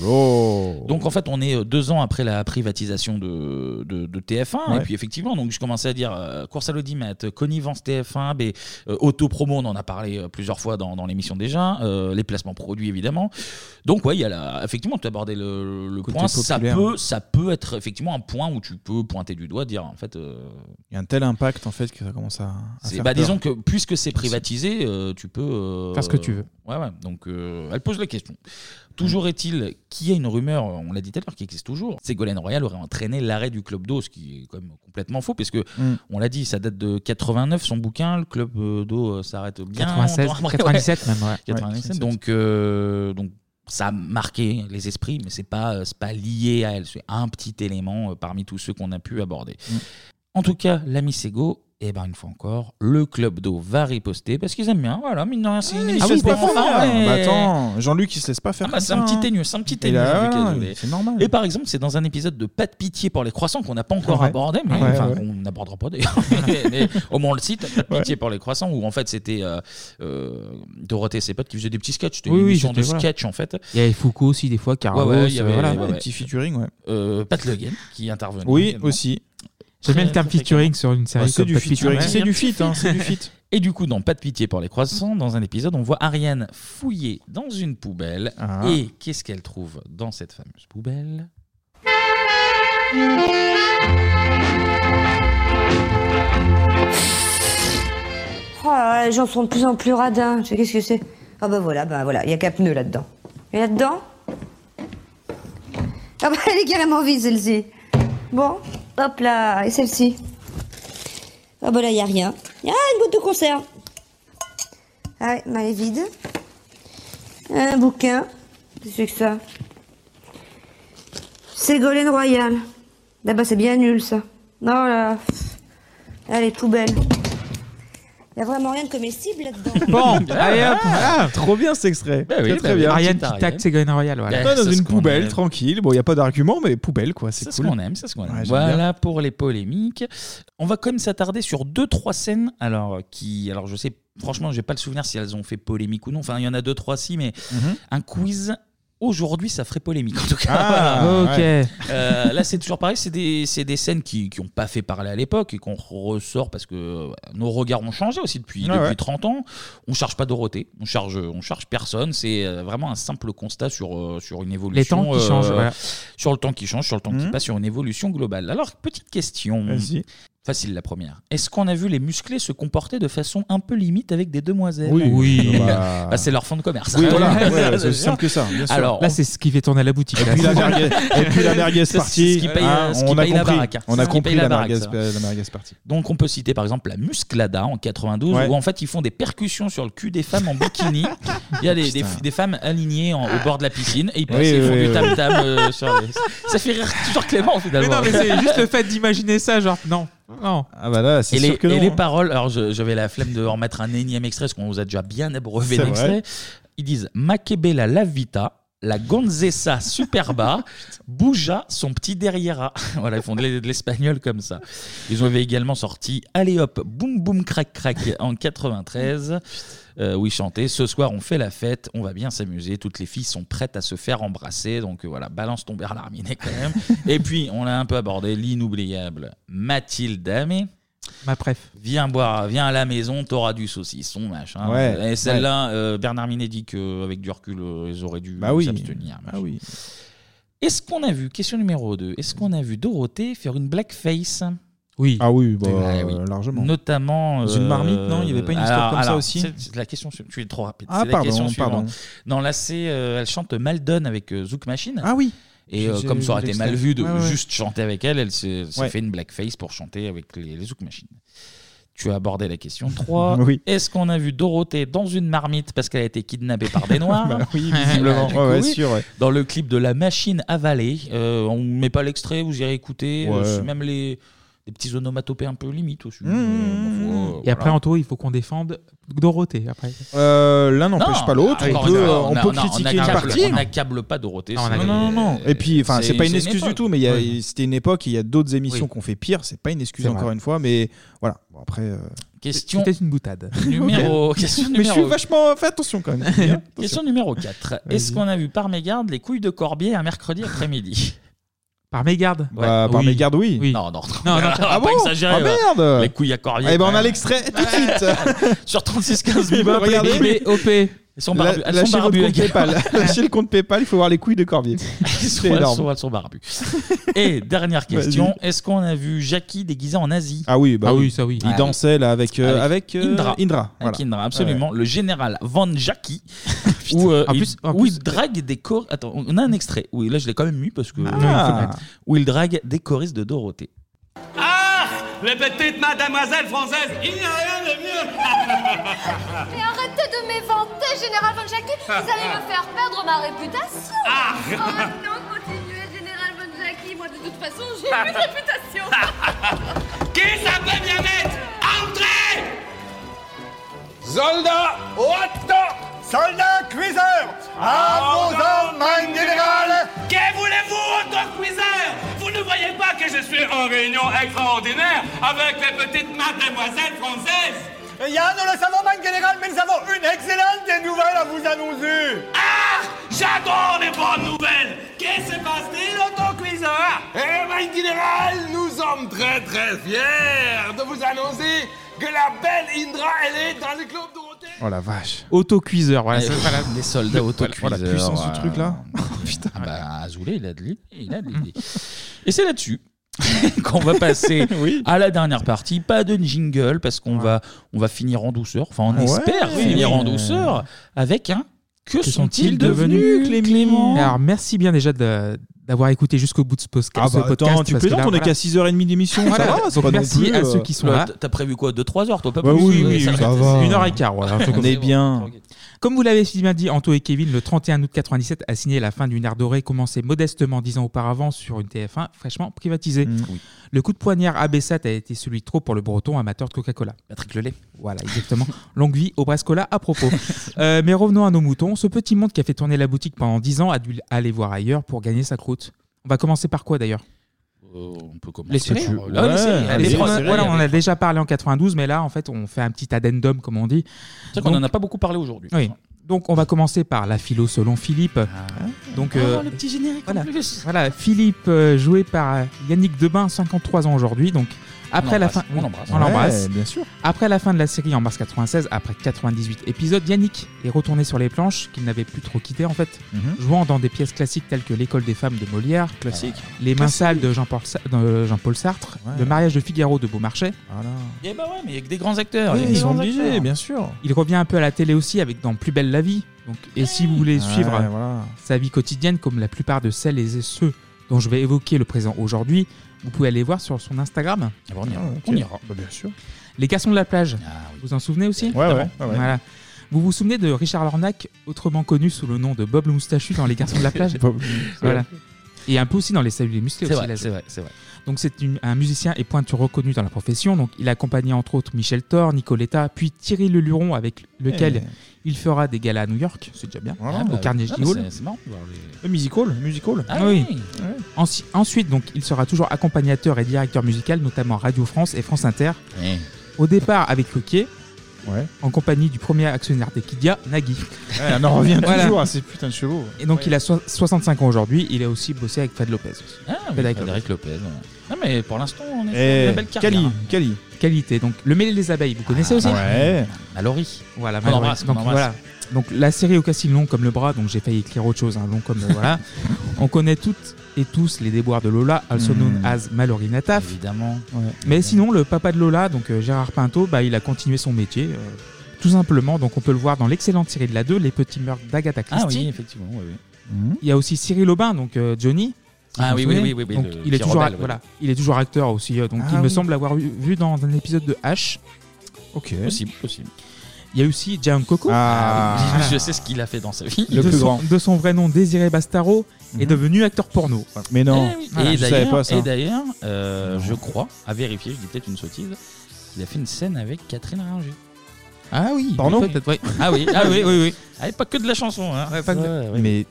Speaker 8: là
Speaker 1: Donc en fait, on est euh, deux ans après la privatisation de, de, de TF1.
Speaker 12: Ouais.
Speaker 1: Et puis effectivement, donc je commençais à dire euh, course à l'audimat, euh, connivence TF1, mais euh, autopromo, on en a parlé euh, plusieurs fois dans, dans l'émission déjà, euh, les placements produits évidemment. Donc ouais, il y a la- effectivement, tu abordais le, le
Speaker 8: Côté
Speaker 1: point. Ça
Speaker 8: populaire.
Speaker 1: peut, ça peut être effectivement un point où tu peux pointer du doigt, dire en fait. euh,
Speaker 8: Il y a un tel impact en fait que ça commence à. à
Speaker 1: c'est-
Speaker 8: faire
Speaker 1: bah,
Speaker 8: peur.
Speaker 1: disons que puisque c'est privatisé, euh, tu peux euh,
Speaker 8: Faire ce que tu veux. Mm.
Speaker 1: Ouais, ouais. Donc euh, elle pose la question. Toujours est-il qu'il y a une rumeur, on l'a dit tout à l'heure, qui existe toujours. Ségolène Royal aurait entraîné l'arrêt du club d'eau, ce qui est quand même complètement faux, parce que
Speaker 12: Mm.
Speaker 1: on l'a dit, ça date de 89, son bouquin, le club euh, d'eau euh, s'arrête bien.
Speaker 7: 96,
Speaker 1: longtemps après,
Speaker 7: 97 même, ouais.
Speaker 1: 97,
Speaker 7: Ouais,
Speaker 1: donc euh, donc ça a marqué les esprits, mais c'est pas euh, c'est pas lié à elle, c'est un petit élément euh, parmi tous ceux qu'on a pu aborder.
Speaker 8: Mm.
Speaker 1: En tout cas, l'ami Sego, et ben une fois encore, le club d'eau va riposter parce qu'ils aiment bien. Voilà, mine de rien, c'est une
Speaker 8: Il
Speaker 1: émission
Speaker 8: se laisse
Speaker 1: pour
Speaker 8: pas faire.
Speaker 1: enfants, mais-
Speaker 8: Bah, attends, Jean-Luc il se laisse pas faire.
Speaker 1: Ah bah,
Speaker 8: comme
Speaker 1: c'est un
Speaker 8: ça,
Speaker 1: petit
Speaker 8: hein.
Speaker 1: ténu, c'est un petit
Speaker 8: Il
Speaker 1: ténu.
Speaker 8: a-
Speaker 1: Jean-Luc Azoulay.
Speaker 8: C'est normal.
Speaker 1: Et par exemple, c'est dans un épisode de Pas de pitié pour les croissants qu'on n'a pas encore
Speaker 8: Ouais.
Speaker 1: abordé, mais
Speaker 8: Ouais,
Speaker 1: enfin,
Speaker 8: ouais.
Speaker 1: on n'abordera pas d'ailleurs. Mais- mais au moins on le cite, Pas de pitié pour les croissants, où en fait c'était euh, euh, Dorothée et ses potes qui faisaient des petits sketchs. C'était une émission de
Speaker 7: c'était- voilà.
Speaker 1: sketch en fait.
Speaker 7: Il y avait Foucault aussi, des fois, Carlos,
Speaker 1: Ouais, ouais, il y
Speaker 7: euh,
Speaker 1: avait-
Speaker 7: voilà.
Speaker 1: ouais, ouais.
Speaker 8: Petit featuring, ouais.
Speaker 1: Euh, Pat Le Guen qui intervenait.
Speaker 8: Oui,
Speaker 1: également.
Speaker 8: aussi.
Speaker 7: J'aime bien le terme featuring sur une série.
Speaker 8: Bah, c'est
Speaker 7: comme
Speaker 8: du
Speaker 7: Pas de Pitié.
Speaker 8: featuring,
Speaker 7: Ouais.
Speaker 8: c'est du feat, hein, c'est du feat.
Speaker 1: Et du coup, dans Pas de pitié pour les croissants, dans un épisode, on voit Ariane fouiller dans une poubelle. Et qu'est-ce qu'elle trouve dans cette fameuse poubelle
Speaker 11: Oh là là, les gens sont de plus en plus radins. Tu sais, Qu'est-ce que c'est Ah bah voilà, bah voilà, il y a qu'un pneu là-dedans. Et là-dedans Ah bah elle est carrément vide celle-ci. Bon, hop là, et celle-ci Ah bah là, il n'y a rien. Ah, une boîte de conserve. Ah ouais, bah elle est vide. Un bouquin. Qu'est-ce que c'est que ça Ségolène Royal. Ah bah c'est bien nul ça. Non là. Allez, poubelle. Il n'y a vraiment rien de comestible là-dedans.
Speaker 8: Bon,
Speaker 7: allez hop.
Speaker 8: Ah, trop bien cet extrait.
Speaker 7: Bah oui,
Speaker 8: très,
Speaker 7: bah
Speaker 8: très
Speaker 7: oui.
Speaker 8: bien.
Speaker 7: Ariane qui tacle Ségolène Royal, voilà.
Speaker 8: Ouais,
Speaker 7: Ouais,
Speaker 8: dans
Speaker 7: c'est
Speaker 8: une
Speaker 7: ce qu'on
Speaker 8: poubelle,
Speaker 7: aime.
Speaker 8: tranquille. Bon, il n'y a pas d'argument, mais poubelle, quoi. C'est
Speaker 1: C'est
Speaker 8: cool.
Speaker 1: ce qu'on aime, c'est ce qu'on aime.
Speaker 8: Ouais, j'aime bien.
Speaker 1: voilà pour les polémiques. On va quand même s'attarder sur deux trois scènes. Alors qui, alors je sais, franchement, j'ai pas le souvenir si elles ont fait polémique ou non. Enfin, il y en a deux trois si, mais
Speaker 8: Mhm.
Speaker 1: un quiz. Aujourd'hui, ça ferait polémique en tout cas.
Speaker 7: Ah,
Speaker 1: Voilà.
Speaker 7: ok.
Speaker 1: Euh, là, c'est toujours pareil. C'est des, c'est des scènes qui n'ont pas fait parler à l'époque et qu'on ressort parce que euh, nos regards ont changé aussi depuis,
Speaker 8: Ouais,
Speaker 1: depuis
Speaker 8: ouais.
Speaker 1: 30 ans. On charge pas Dorothée, on charge, on charge personne. C'est euh, vraiment un simple constat sur, euh, sur une évolution. euh,
Speaker 7: temps qui changent, voilà.
Speaker 1: Sur le temps qui change, sur le temps qui passe, sur une évolution globale. Alors, petite question.
Speaker 8: Hmm. Vas-y.
Speaker 1: Facile la première. Est-ce qu'on a vu les musclés se comporter de façon un peu limite avec des demoiselles
Speaker 7: Oui. Oui.
Speaker 8: Ah
Speaker 1: Bah, c'est leur fond de commerce.
Speaker 7: Oui, voilà. Ouais,
Speaker 1: Bien
Speaker 7: c'est
Speaker 1: sûr.
Speaker 7: aussi simple
Speaker 8: que ça,
Speaker 1: Alors,
Speaker 7: là, c'est ce qui fait tourner la boutique. là.
Speaker 8: Puis la merguez- Et puis la merguez
Speaker 1: C'est ce
Speaker 8: partie.
Speaker 1: qui paye- euh,
Speaker 8: hein,
Speaker 1: ce qui
Speaker 8: On a
Speaker 1: paye la
Speaker 8: compris.
Speaker 1: baraque, hein.
Speaker 8: On
Speaker 1: C'est
Speaker 8: a
Speaker 1: ce qui
Speaker 8: compris
Speaker 1: paye
Speaker 8: la
Speaker 1: la baraque,
Speaker 8: merguez euh,
Speaker 1: ça.
Speaker 8: la merguez partie.
Speaker 1: Donc on peut citer par exemple la Musclada en 92
Speaker 8: Ouais.
Speaker 1: où en fait ils font des percussions sur le cul des femmes en bikini. Il y a des, des, des femmes alignées en- au bord de la piscine et ils, passent,
Speaker 8: Oui,
Speaker 1: ils font
Speaker 8: oui,
Speaker 1: du
Speaker 8: oui.
Speaker 1: tam tam sur les... Ça fait rire toujours Clément
Speaker 7: Mais
Speaker 1: finalement.
Speaker 7: non, mais c'est juste le fait d'imaginer ça, genre, non. Non.
Speaker 8: Ah bah là, c'est
Speaker 1: et
Speaker 8: sûr
Speaker 1: les,
Speaker 8: que
Speaker 1: et
Speaker 8: non,
Speaker 1: les
Speaker 8: hein.
Speaker 1: paroles, alors je- j'avais la flemme de en mettre un énième extrait parce qu'on vous a déjà bien abreuvé
Speaker 8: C'est
Speaker 1: l'extrait.
Speaker 8: vrai.
Speaker 1: Ils disent Makebela la vita, la Gonzessa superba, bouja son petit derrière. voilà, ils font de l'es- de l'espagnol comme ça. Ils ont également sorti Allez hop, boum boum crac crac en 93. euh, où ils chantaient Ce soir, on fait la fête, on va bien s'amuser. Toutes les filles sont prêtes à se faire embrasser. Donc euh, voilà, balance ton Berlarminet quand même. Et puis, on a un peu abordé l'inoubliable Mathilde Amé.
Speaker 7: Ma préf.
Speaker 1: Viens boire, viens à la maison, t'auras du saucisson, machin.
Speaker 8: Ouais,
Speaker 1: et celle-là, euh, Bernard Minet dit qu'avec du recul, euh, ils auraient dû
Speaker 8: Bah oui.
Speaker 1: s'abstenir. machin. Est-ce qu'on a vu, question numéro 2, est-ce qu'on a vu Dorothée faire une blackface
Speaker 7: Oui.
Speaker 8: Ah oui, bah,
Speaker 1: Ouais, oui.
Speaker 8: euh, largement.
Speaker 1: Notamment. euh,
Speaker 8: Dans une marmite, non Il y avait pas une histoire
Speaker 1: alors-
Speaker 8: comme ça
Speaker 1: alors,
Speaker 8: aussi
Speaker 1: c'est- c'est La question, su- tu es trop rapide.
Speaker 8: Ah,
Speaker 1: C'est la
Speaker 8: pardon,
Speaker 1: question suivante.
Speaker 8: pardon.
Speaker 1: Non, là, c'est. euh, elle chante Maldon avec euh, Zouk Machine.
Speaker 8: Ah oui.
Speaker 1: Et euh,
Speaker 8: J'ai-
Speaker 1: comme ça aurait
Speaker 8: j'ai
Speaker 1: été mal
Speaker 8: l'extrait.
Speaker 1: vu de
Speaker 8: Ouais, ouais.
Speaker 1: juste chanter avec elle, elle s'est s'est
Speaker 8: Ouais.
Speaker 1: fait une blackface pour chanter avec les, les Zouk Machine. Tu as abordé la question 3.
Speaker 8: Oui.
Speaker 1: Est-ce qu'on a vu Dorothée dans une marmite parce qu'elle a été kidnappée par des Noirs
Speaker 8: Bah oui, visiblement.
Speaker 1: Du coup,
Speaker 8: Ouais, ouais,
Speaker 1: oui.
Speaker 8: sûr, ouais.
Speaker 1: Dans le clip de La Machine avalée, euh, on ne met pas l'extrait, vous irez écouter.
Speaker 8: Ouais. Mmh.
Speaker 1: euh, même les, les petits onomatopées un peu limites aussi. Euh,
Speaker 7: Et après, Anto, il faut qu'on défende Dorothée. Après.
Speaker 8: Euh, L'un n'empêche pas
Speaker 1: ah
Speaker 8: l'autre. On peut, euh, on peut critiquer une partie.
Speaker 1: On n'accable pas Dorothée.
Speaker 8: Non,
Speaker 1: c'est-
Speaker 8: non, non, non. Et puis, enfin, c'est pas une excuse du
Speaker 1: époque.
Speaker 8: tout, mais il y a-
Speaker 1: Oui.
Speaker 8: c'était une époque, il y a d'autres émissions
Speaker 1: Oui.
Speaker 8: qu'on fait pire, c'est pas une excuse
Speaker 1: C'est
Speaker 8: encore
Speaker 1: vrai.
Speaker 8: une fois, mais voilà. Bon, après. euh,
Speaker 1: Question-
Speaker 7: C'était une boutade.
Speaker 1: Numéro-
Speaker 8: Ok.
Speaker 1: question
Speaker 8: Mais je suis
Speaker 1: numéro-
Speaker 8: vachement. Oh, Fais attention quand même. Hein,
Speaker 1: Question
Speaker 8: attention.
Speaker 1: numéro 4. Est-ce
Speaker 8: Vas-y.
Speaker 1: qu'on a vu par mégarde les couilles de corbier un mercredi après-midi
Speaker 7: Par mégarde
Speaker 8: Bah, par mégarde, oui.
Speaker 1: Non, non,
Speaker 7: Non, non.
Speaker 1: on va pas
Speaker 7: Ah bon
Speaker 1: exagérer,
Speaker 7: Ah,
Speaker 1: ouais.
Speaker 8: merde.
Speaker 1: Les couilles à corbier.
Speaker 8: Eh ben, on a
Speaker 1: ouais.
Speaker 8: l'extrait tout de suite.
Speaker 1: Sur 3615,
Speaker 8: Il va regarder.
Speaker 7: OP.
Speaker 1: Ils sont barbus.
Speaker 8: La-
Speaker 1: Elles
Speaker 8: Lâchez
Speaker 1: sont
Speaker 8: votre
Speaker 1: barbues.
Speaker 8: compte
Speaker 1: les gars.
Speaker 8: PayPal. Lâchez le compte PayPal, il faut voir les couilles de Corbier.
Speaker 1: Ils sont-
Speaker 8: C'est
Speaker 1: elles
Speaker 8: énorme.
Speaker 1: sont, elles sont barbues. Et dernière question, est-ce qu'on a vu Jackie déguisée en Asie
Speaker 8: Ah oui, bah
Speaker 7: Ah oui, ça oui.
Speaker 8: Il dansait là avec euh, avec euh,
Speaker 1: Indra.
Speaker 8: Indra.
Speaker 1: Avec
Speaker 8: voilà.
Speaker 1: Indra, absolument. Le général Van Jackie. où, euh,
Speaker 7: En
Speaker 1: il,
Speaker 7: plus- en
Speaker 1: où
Speaker 7: plus-
Speaker 1: il drague des cor... Attends, on a un extrait. Oui, là, je l'ai quand même mis parce que.
Speaker 8: Ah.
Speaker 1: Il faut- Où il drague des choristes de Dorothée.
Speaker 15: Ah Les petites mademoiselles françaises, il n'y a rien de mieux
Speaker 9: Mais arrêtez de m'éventer, Général Von Jackie Vous allez me faire perdre ma réputation
Speaker 15: Ah.
Speaker 9: Oh non, continuez, Général Von Jackie Moi, de toute façon, j'ai plus de réputation
Speaker 15: Qui ça peut bien mettre Entrez Soldat Otto Soldat cuiseur
Speaker 2: À
Speaker 15: Ah,
Speaker 2: vos ordres, mein Général
Speaker 15: Que voulez-vous, Otto cuiseur Vous ne voyez pas que je suis en réunion extraordinaire avec les petites mademoiselles françaises
Speaker 2: Ja, nous le savons, mein Général, mais nous avons une excellente nouvelle à vous annoncer
Speaker 15: Ah J'adore les bonnes nouvelles Que se passe-t-il, Otto cuiseur
Speaker 23: là Eh, Mike Général, nous sommes très très fiers de vous annoncer que la belle Indra, elle est dans le club de
Speaker 8: Oh la vache.
Speaker 7: Autocuiseur, Ah, voilà.
Speaker 1: Et
Speaker 7: c'est
Speaker 1: oui,
Speaker 7: ça, la-
Speaker 1: les soldats
Speaker 7: le-
Speaker 1: autocuiseurs,
Speaker 7: voilà, la puissance du
Speaker 1: euh,
Speaker 7: truc, là.
Speaker 1: Putain. Ah bah, Azoulay, il a de l'idée. il a de l'idée. Et c'est là-dessus qu'on va passer à la dernière partie. Pas de jingle parce qu'on va, on va finir en douceur. Enfin, on
Speaker 7: Ouais,
Speaker 1: espère
Speaker 7: oui,
Speaker 1: finir
Speaker 7: oui.
Speaker 1: en douceur avec un. Que,
Speaker 7: Que
Speaker 1: sont-ils devenus, Clément
Speaker 7: Alors, merci bien déjà de- d'avoir écouté jusqu'au bout de ce podcast.
Speaker 8: Ah bah,
Speaker 7: ce podcast
Speaker 8: attends, tu
Speaker 7: parce que
Speaker 8: plaisantes,
Speaker 7: là,
Speaker 8: on est
Speaker 7: voilà.
Speaker 8: qu'à 6h30 d'émission, ça
Speaker 7: Voilà,
Speaker 8: va, c'est
Speaker 7: donc
Speaker 8: pas non
Speaker 7: merci
Speaker 8: plus,
Speaker 7: à
Speaker 8: euh,
Speaker 7: ceux qui sont
Speaker 1: Toi,
Speaker 7: là.
Speaker 1: T'as prévu quoi 2-3 heures, toi pas
Speaker 7: Bah
Speaker 1: plus euh,
Speaker 7: oui, oui,
Speaker 1: ça
Speaker 7: ça
Speaker 1: reste-
Speaker 7: va. Une heure et quart, voilà, un truc
Speaker 8: On
Speaker 7: comme
Speaker 8: est
Speaker 7: ça.
Speaker 8: bien.
Speaker 7: Comme vous l'avez si bien dit, Anto et Kevin, le 31 août 97, a signé la fin d'une ère dorée commencée modestement dix ans auparavant sur une TF1 fraîchement privatisée.
Speaker 8: Mm,
Speaker 7: Le coup de poignard abaissat a été celui de trop pour le breton amateur de Coca-Cola.
Speaker 1: Patrick Lelay.
Speaker 7: Voilà, exactement. Longue vie au Brascola à propos. Euh, mais revenons à nos moutons. Ce petit monde qui a fait tourner la boutique pendant 10 ans a dû aller voir ailleurs pour gagner sa croûte. On va commencer par quoi d'ailleurs
Speaker 1: Euh, on peut commencer.
Speaker 7: les séries.
Speaker 1: par- Ah, les séries,
Speaker 7: Ouais,
Speaker 1: allez,
Speaker 7: les
Speaker 1: les
Speaker 7: trois-
Speaker 1: séries,
Speaker 7: voilà,
Speaker 1: allez.
Speaker 7: on a déjà parlé en 92, mais là, en fait, on fait un petit addendum, comme on dit.
Speaker 1: C'est vrai qu'on
Speaker 7: Donc-
Speaker 1: en a pas beaucoup parlé aujourd'hui. Ah.
Speaker 7: Oui. Donc, on va commencer par la philo selon Philippe. Donc, euh,
Speaker 1: Oh, le petit générique en plus.
Speaker 7: voilà, Philippe, euh, joué par euh, Yannick Debin, 53 ans aujourd'hui. Donc, après la fin.
Speaker 1: l'embrasse, on l'embrasse.
Speaker 7: On l'embrasse.
Speaker 1: Ouais, bien sûr.
Speaker 7: Après la fin de la série en mars 96, après 98 épisodes, Yannick est retourné sur les planches qu'il n'avait plus trop quitté en fait,
Speaker 8: Mhm.
Speaker 7: jouant dans des pièces classiques telles que L'école des femmes de Molière,
Speaker 8: Classique.
Speaker 7: Les mains
Speaker 8: Classique.
Speaker 7: sales de Jean-Paul Sa- de Jean-Paul Sartre,
Speaker 8: Ouais.
Speaker 7: Le mariage de Figaro de Beaumarchais.
Speaker 1: Et bah ouais, mais avec des grands acteurs.
Speaker 7: Oui,
Speaker 1: avec des
Speaker 7: ils sont
Speaker 1: grands
Speaker 7: obligés,
Speaker 1: acteurs.
Speaker 7: bien
Speaker 8: sûr.
Speaker 7: Il revient un peu à la télé aussi avec dans Plus belle la vie. Donc, et si vous voulez
Speaker 8: Ouais,
Speaker 7: suivre
Speaker 8: voilà.
Speaker 7: sa vie quotidienne comme la plupart de celles et ceux dont je vais évoquer le présent aujourd'hui, vous pouvez aller voir sur son Instagram.
Speaker 1: Ah on
Speaker 8: Ah,
Speaker 1: ira, on ira. Bah,
Speaker 8: bien sûr.
Speaker 7: Les garçons de la plage.
Speaker 1: Ah
Speaker 7: Vous en souvenez aussi
Speaker 8: Ouais, ouais, ouais, ouais.
Speaker 7: Voilà. Vous vous souvenez de Richard Lornac, autrement connu sous le nom de Bob le Moustachu dans Les Garçons de la plage
Speaker 8: Bob le Moustachu.
Speaker 7: Voilà. Et un peu aussi dans Les Saluts des Musclés
Speaker 1: C'est
Speaker 7: aussi,
Speaker 1: vrai,
Speaker 7: là.
Speaker 1: c'est vrai, c'est vrai.
Speaker 7: Donc c'est une- un musicien et pointeur reconnu dans la profession. Donc il a accompagné entre autres Michel Thor, Nicoletta, puis Thierry Leluron avec lequel
Speaker 8: Eh. bah,
Speaker 7: il fera des galas à New York, c'est déjà bien,
Speaker 8: Voilà.
Speaker 7: au Carnegie
Speaker 1: Ah, mais
Speaker 7: Hall.
Speaker 1: c'est- C'est marrant de voir les-
Speaker 8: Le musical, musical.
Speaker 1: Ah
Speaker 7: oui.
Speaker 1: oui.
Speaker 7: Ensi- ensuite, donc, il sera toujours accompagnateur et directeur musical, notamment Radio France et France Inter.
Speaker 8: Eh.
Speaker 1: Oui.
Speaker 7: Au départ avec Ruquier, en compagnie du premier actionnaire d'Equidia, Nagui.
Speaker 8: Ouais, on en revient toujours à ces putains de chevaux.
Speaker 7: Et donc,
Speaker 8: Ouais.
Speaker 7: il a so- 65 ans aujourd'hui. Il a aussi bossé avec Fred Lopez. aussi.
Speaker 1: Ah oui, Frédéric Lopez. ouais. Non, Ah, mais pour l'instant, on est
Speaker 7: Eh,
Speaker 1: sur une belle carrière.
Speaker 7: Cali, Cali. Qualité. Donc, le mêlé des abeilles, vous connaissez aussi
Speaker 1: Ah ouais.
Speaker 7: Mallory. Voilà,
Speaker 1: On
Speaker 7: Mallory.
Speaker 1: embrasse, on
Speaker 7: donc,
Speaker 1: embrasse.
Speaker 7: voilà. Donc, la série au casting long comme le bras, donc j'ai failli écrire autre chose, hein, long comme le voilà. On connaît toutes et tous les déboires de Lola, also known
Speaker 1: Hmm.
Speaker 7: as Mallory Nataf.
Speaker 1: Évidemment.
Speaker 7: Mais sinon, le papa de Lola, donc euh, Gérard Pinto, bah, il a continué son métier. euh, tout simplement, donc on peut le voir dans l'excellente série de la 2, Les Petits Meurtres d'Agatha
Speaker 1: Ah
Speaker 7: Christie.
Speaker 1: oui, Ah effectivement. Oui, oui.
Speaker 7: Il y a aussi Cyril Aubin, donc euh, Johnny.
Speaker 1: Ah
Speaker 7: Vous
Speaker 1: oui,
Speaker 7: vous
Speaker 1: oui,
Speaker 7: souvenez
Speaker 1: oui, oui, oui,
Speaker 7: Donc,
Speaker 1: le
Speaker 7: il, est
Speaker 1: petit
Speaker 7: toujours
Speaker 1: rebelle,
Speaker 7: ac-
Speaker 1: oui.
Speaker 7: voilà, il est toujours acteur aussi. euh, donc
Speaker 1: Ah
Speaker 7: il me
Speaker 1: oui.
Speaker 7: semble l'avoir vu, vu dans un épisode de H. Ok.
Speaker 1: Possible, possible.
Speaker 7: Il y a aussi Gian Coco.
Speaker 1: Ah, Je sais ce qu'il a fait dans sa vie.
Speaker 7: de son, De son vrai nom, Désiré Bastaro, est devenu acteur porno.
Speaker 8: Mais non.
Speaker 1: Eh oui.
Speaker 7: Voilà,
Speaker 1: et
Speaker 7: je savais
Speaker 1: d'ailleurs,
Speaker 7: pas ça.
Speaker 1: et d'ailleurs, euh, je crois, à vérifier, je dis peut-être une sottise, il a fait une scène avec Catherine Ringer.
Speaker 7: Ah oui.
Speaker 8: Porno
Speaker 7: peut-être, oui.
Speaker 1: Ah oui, ah oui,
Speaker 7: oui, oui.
Speaker 1: Ah, et pas que de la chanson. Hein. Ouais, ouais.
Speaker 8: Mais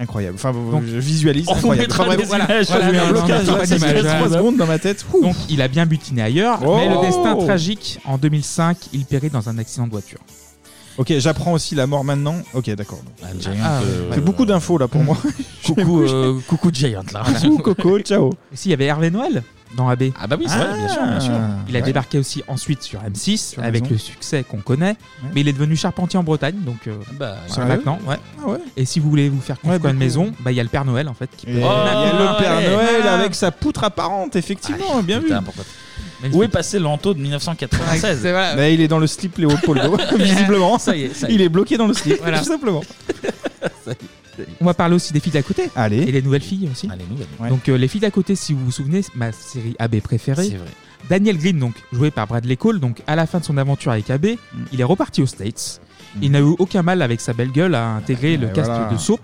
Speaker 8: incroyable. Enfin,
Speaker 1: Donc-
Speaker 8: je visualise.
Speaker 1: On vous
Speaker 8: incroyable.
Speaker 1: mettra
Speaker 8: Enfin,
Speaker 1: des
Speaker 8: bref, voilà.
Speaker 1: images,
Speaker 8: Voilà,
Speaker 1: on
Speaker 8: j'ai eu
Speaker 1: vous
Speaker 8: un
Speaker 1: mettra
Speaker 8: blocage.
Speaker 1: des
Speaker 8: Ça
Speaker 1: images.
Speaker 8: fait trois
Speaker 1: Ouais.
Speaker 8: secondes dans ma tête. Ouh.
Speaker 7: Donc il a bien butiné ailleurs,
Speaker 8: Oh.
Speaker 7: mais le destin tragique, en 2005, il périt dans un accident de voiture.
Speaker 8: Ok, j'apprends aussi la mort maintenant. Ok, d'accord.
Speaker 1: Giant,
Speaker 8: Ah,
Speaker 1: euh,
Speaker 8: C'est beaucoup d'infos là pour moi.
Speaker 1: Coucou, euh, coucou Giant là.
Speaker 8: Coucou, Coco, ciao.
Speaker 7: Et s'il y avait Hervé Noël dans AB.
Speaker 1: Ah bah oui, c'est vrai, bien sûr, bien sûr.
Speaker 8: Ah,
Speaker 7: Il a
Speaker 1: Ouais.
Speaker 7: débarqué aussi ensuite sur M6
Speaker 1: Sur
Speaker 7: avec
Speaker 1: Amazon.
Speaker 7: le succès qu'on connaît, mais il est devenu charpentier en Bretagne, donc euh,
Speaker 1: bah,
Speaker 7: voilà,
Speaker 1: sérieux
Speaker 7: maintenant, ouais.
Speaker 8: Ah
Speaker 7: Et si vous voulez vous faire construire une maison, bah il y a le Père Noël en fait qui
Speaker 8: Et Il y a le Père Noël
Speaker 7: Ah.
Speaker 8: avec sa poutre apparente, effectivement, bien vu.
Speaker 1: Ah, Putain, pourquoi- Où est passé l'anto de 1996
Speaker 8: Mais il est dans le slip Léo Poldo, visiblement.
Speaker 1: Ça y est, ça y est.
Speaker 8: Il est bloqué dans le slip,
Speaker 1: Voilà.
Speaker 8: tout simplement.
Speaker 7: On va parler aussi des filles d'à côté.
Speaker 8: Allez.
Speaker 7: Et les nouvelles filles aussi. Donc euh, les filles d'à côté, si vous vous souvenez, c'est ma série AB préférée.
Speaker 1: C'est vrai.
Speaker 7: Daniel Green, donc joué par Bradley Cole, donc à la fin de son aventure avec AB, il est reparti aux States. Il n'a eu aucun mal avec sa belle gueule à intégrer le
Speaker 8: Et
Speaker 7: cast
Speaker 8: voilà.
Speaker 7: de Soap,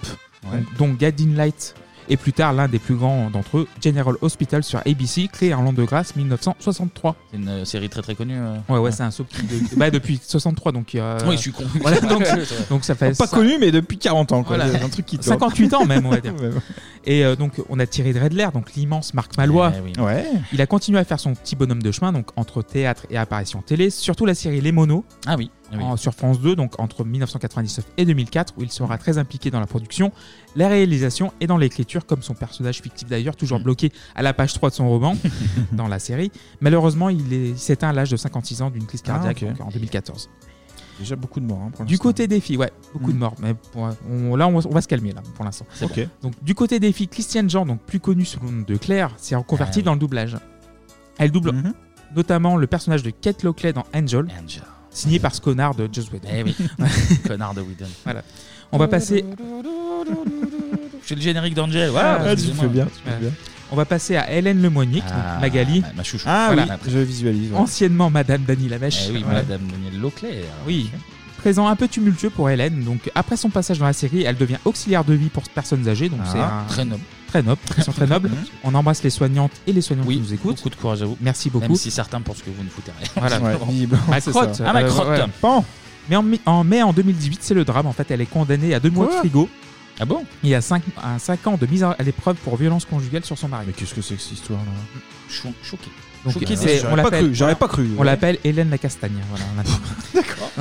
Speaker 8: Ouais.
Speaker 7: donc- dont Gadin Light et plus tard l'un des plus grands d'entre eux, General Hospital sur ABC, créé en l'an de grâce 1963.
Speaker 1: C'est une euh, série très très connue. euh.
Speaker 7: Ouais, ouais, c'est un soap qui- de- bah, depuis 63, donc. euh,
Speaker 1: Oui, je suis con.
Speaker 7: Voilà, donc, donc ça fait.
Speaker 8: Pas
Speaker 7: ça-
Speaker 8: connu, mais depuis 40 ans, quoi.
Speaker 7: voilà.
Speaker 8: C'est Un truc qui tourne.
Speaker 7: 58 ans même, on va dire.
Speaker 8: Même.
Speaker 7: Et euh, donc, on a Thierry Dredler, donc l'immense Marc Malois.
Speaker 8: Eh oui. Ouais.
Speaker 7: Il a continué à faire son petit bonhomme de chemin, donc entre théâtre et apparition télé, surtout la série Les Monos.
Speaker 1: Ah oui.
Speaker 7: en- sur France 2, donc entre 1999 et 2004, où il sera très impliqué dans la production, la réalisation et dans l'écriture, comme son personnage fictif d'ailleurs, toujours
Speaker 1: Mm.
Speaker 7: bloqué à la page 3 de son roman dans la série. Malheureusement, il est- il s'éteint à l'âge de 56 ans d'une crise
Speaker 1: Ah,
Speaker 7: cardiaque
Speaker 8: ok.
Speaker 7: donc en 2014.
Speaker 8: Déjà beaucoup de morts. hein, pour
Speaker 7: Du
Speaker 8: l'instant. Mhm.
Speaker 7: côté des filles, ouais, beaucoup de morts. Mais pour- on- là, on, va- on va se calmer là, pour l'instant.
Speaker 8: C'est Ok. bon.
Speaker 7: Donc, du côté des filles, Christiane Jean, donc plus connue sous le nom de Claire, s'est reconvertie
Speaker 8: Ah oui.
Speaker 7: dans le doublage. Elle double
Speaker 1: Mhm.
Speaker 7: notamment le personnage de Kate Lockley dans Angel, signé par ce connard de Joss Whedon.
Speaker 1: Eh oui, connard de Whedon.
Speaker 7: Voilà. On va passer.
Speaker 1: C'est le générique d'Angel. Voilà,
Speaker 7: Ah, tu
Speaker 1: excusez-moi.
Speaker 7: fais bien, tu fais bien. On va passer à Hélène Lemoynier, qui- Magali.
Speaker 1: ma- ma chouchou.
Speaker 8: Ah
Speaker 7: Voilà.
Speaker 8: oui, je visualise. ouais.
Speaker 7: Anciennement Madame Dany Lavèche.
Speaker 1: Eh oui,
Speaker 7: Voilà.
Speaker 1: Madame Danielle Leclerc. euh,
Speaker 7: Oui. Présent un peu tumultueux pour Hélène. Donc après son passage dans la série, elle devient auxiliaire de vie pour personnes âgées. Donc
Speaker 1: Ah,
Speaker 7: c'est un-
Speaker 1: très noble.
Speaker 7: Très noble. Ils sont très nobles. On embrasse les soignantes et les soignants qui nous écoutent.
Speaker 1: Beaucoup de courage à vous.
Speaker 7: Merci beaucoup.
Speaker 1: Même si certains pensent que vous ne foutez rien.
Speaker 7: Voilà. Ma
Speaker 1: Ma
Speaker 7: crotte.
Speaker 1: Ah, ma
Speaker 7: euh,
Speaker 1: crotte.
Speaker 7: ouais. Mais en, mi- en mai en 2018, c'est le drame. En fait, elle est condamnée à deux mois de
Speaker 1: Quoi
Speaker 7: frigo.
Speaker 1: Ah bon
Speaker 7: Et à 5 à cinq ans de mise à l'épreuve pour violence conjugale sur son mari. Mais qu'est-ce que c'est que cette histoire là
Speaker 1: Chou- Choqué.
Speaker 7: donc,
Speaker 1: Choqué,
Speaker 7: euh,
Speaker 1: c'est-
Speaker 7: on l'appelle-
Speaker 8: j'aurais pas cru,
Speaker 7: On
Speaker 8: ouais.
Speaker 7: l'appelle Hélène la Castagne. Voilà, maintenant.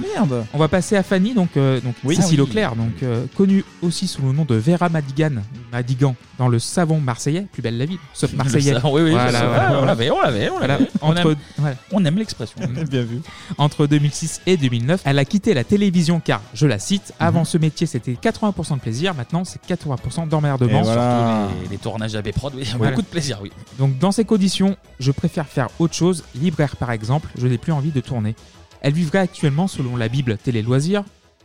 Speaker 8: Merde.
Speaker 7: On va passer à Fanny, donc, euh, donc
Speaker 8: Oui.
Speaker 7: Cécile
Speaker 8: Ah oui.
Speaker 7: Auclair, donc, euh, connue aussi sous le nom de Vera Madigan, Madigan dans le savon marseillais, plus belle la ville, sauf marseillais.
Speaker 1: Le savon, oui, oui,
Speaker 7: Voilà,
Speaker 1: le savon.
Speaker 7: voilà,
Speaker 1: Ah, on
Speaker 7: voilà.
Speaker 1: l'avait, on l'avait, on
Speaker 7: Voilà.
Speaker 1: l'avait. On
Speaker 7: Entre-
Speaker 1: aime-
Speaker 7: voilà.
Speaker 1: On aime l'expression.
Speaker 8: Bien vu.
Speaker 7: Entre 2006 et 2009, elle a quitté la télévision car, je la cite,
Speaker 8: Mhm.
Speaker 7: avant ce métier c'était 80% de plaisir, maintenant c'est 80% d'emmerdement.
Speaker 1: Surtout les, les tournages AB Prod, oui.
Speaker 7: Voilà.
Speaker 1: Beaucoup de plaisir, oui.
Speaker 7: Donc dans ces conditions, je préfère faire autre chose, libraire par exemple, je n'ai plus envie de tourner. Elle vivrait actuellement, selon la Bible Télé Loisirs,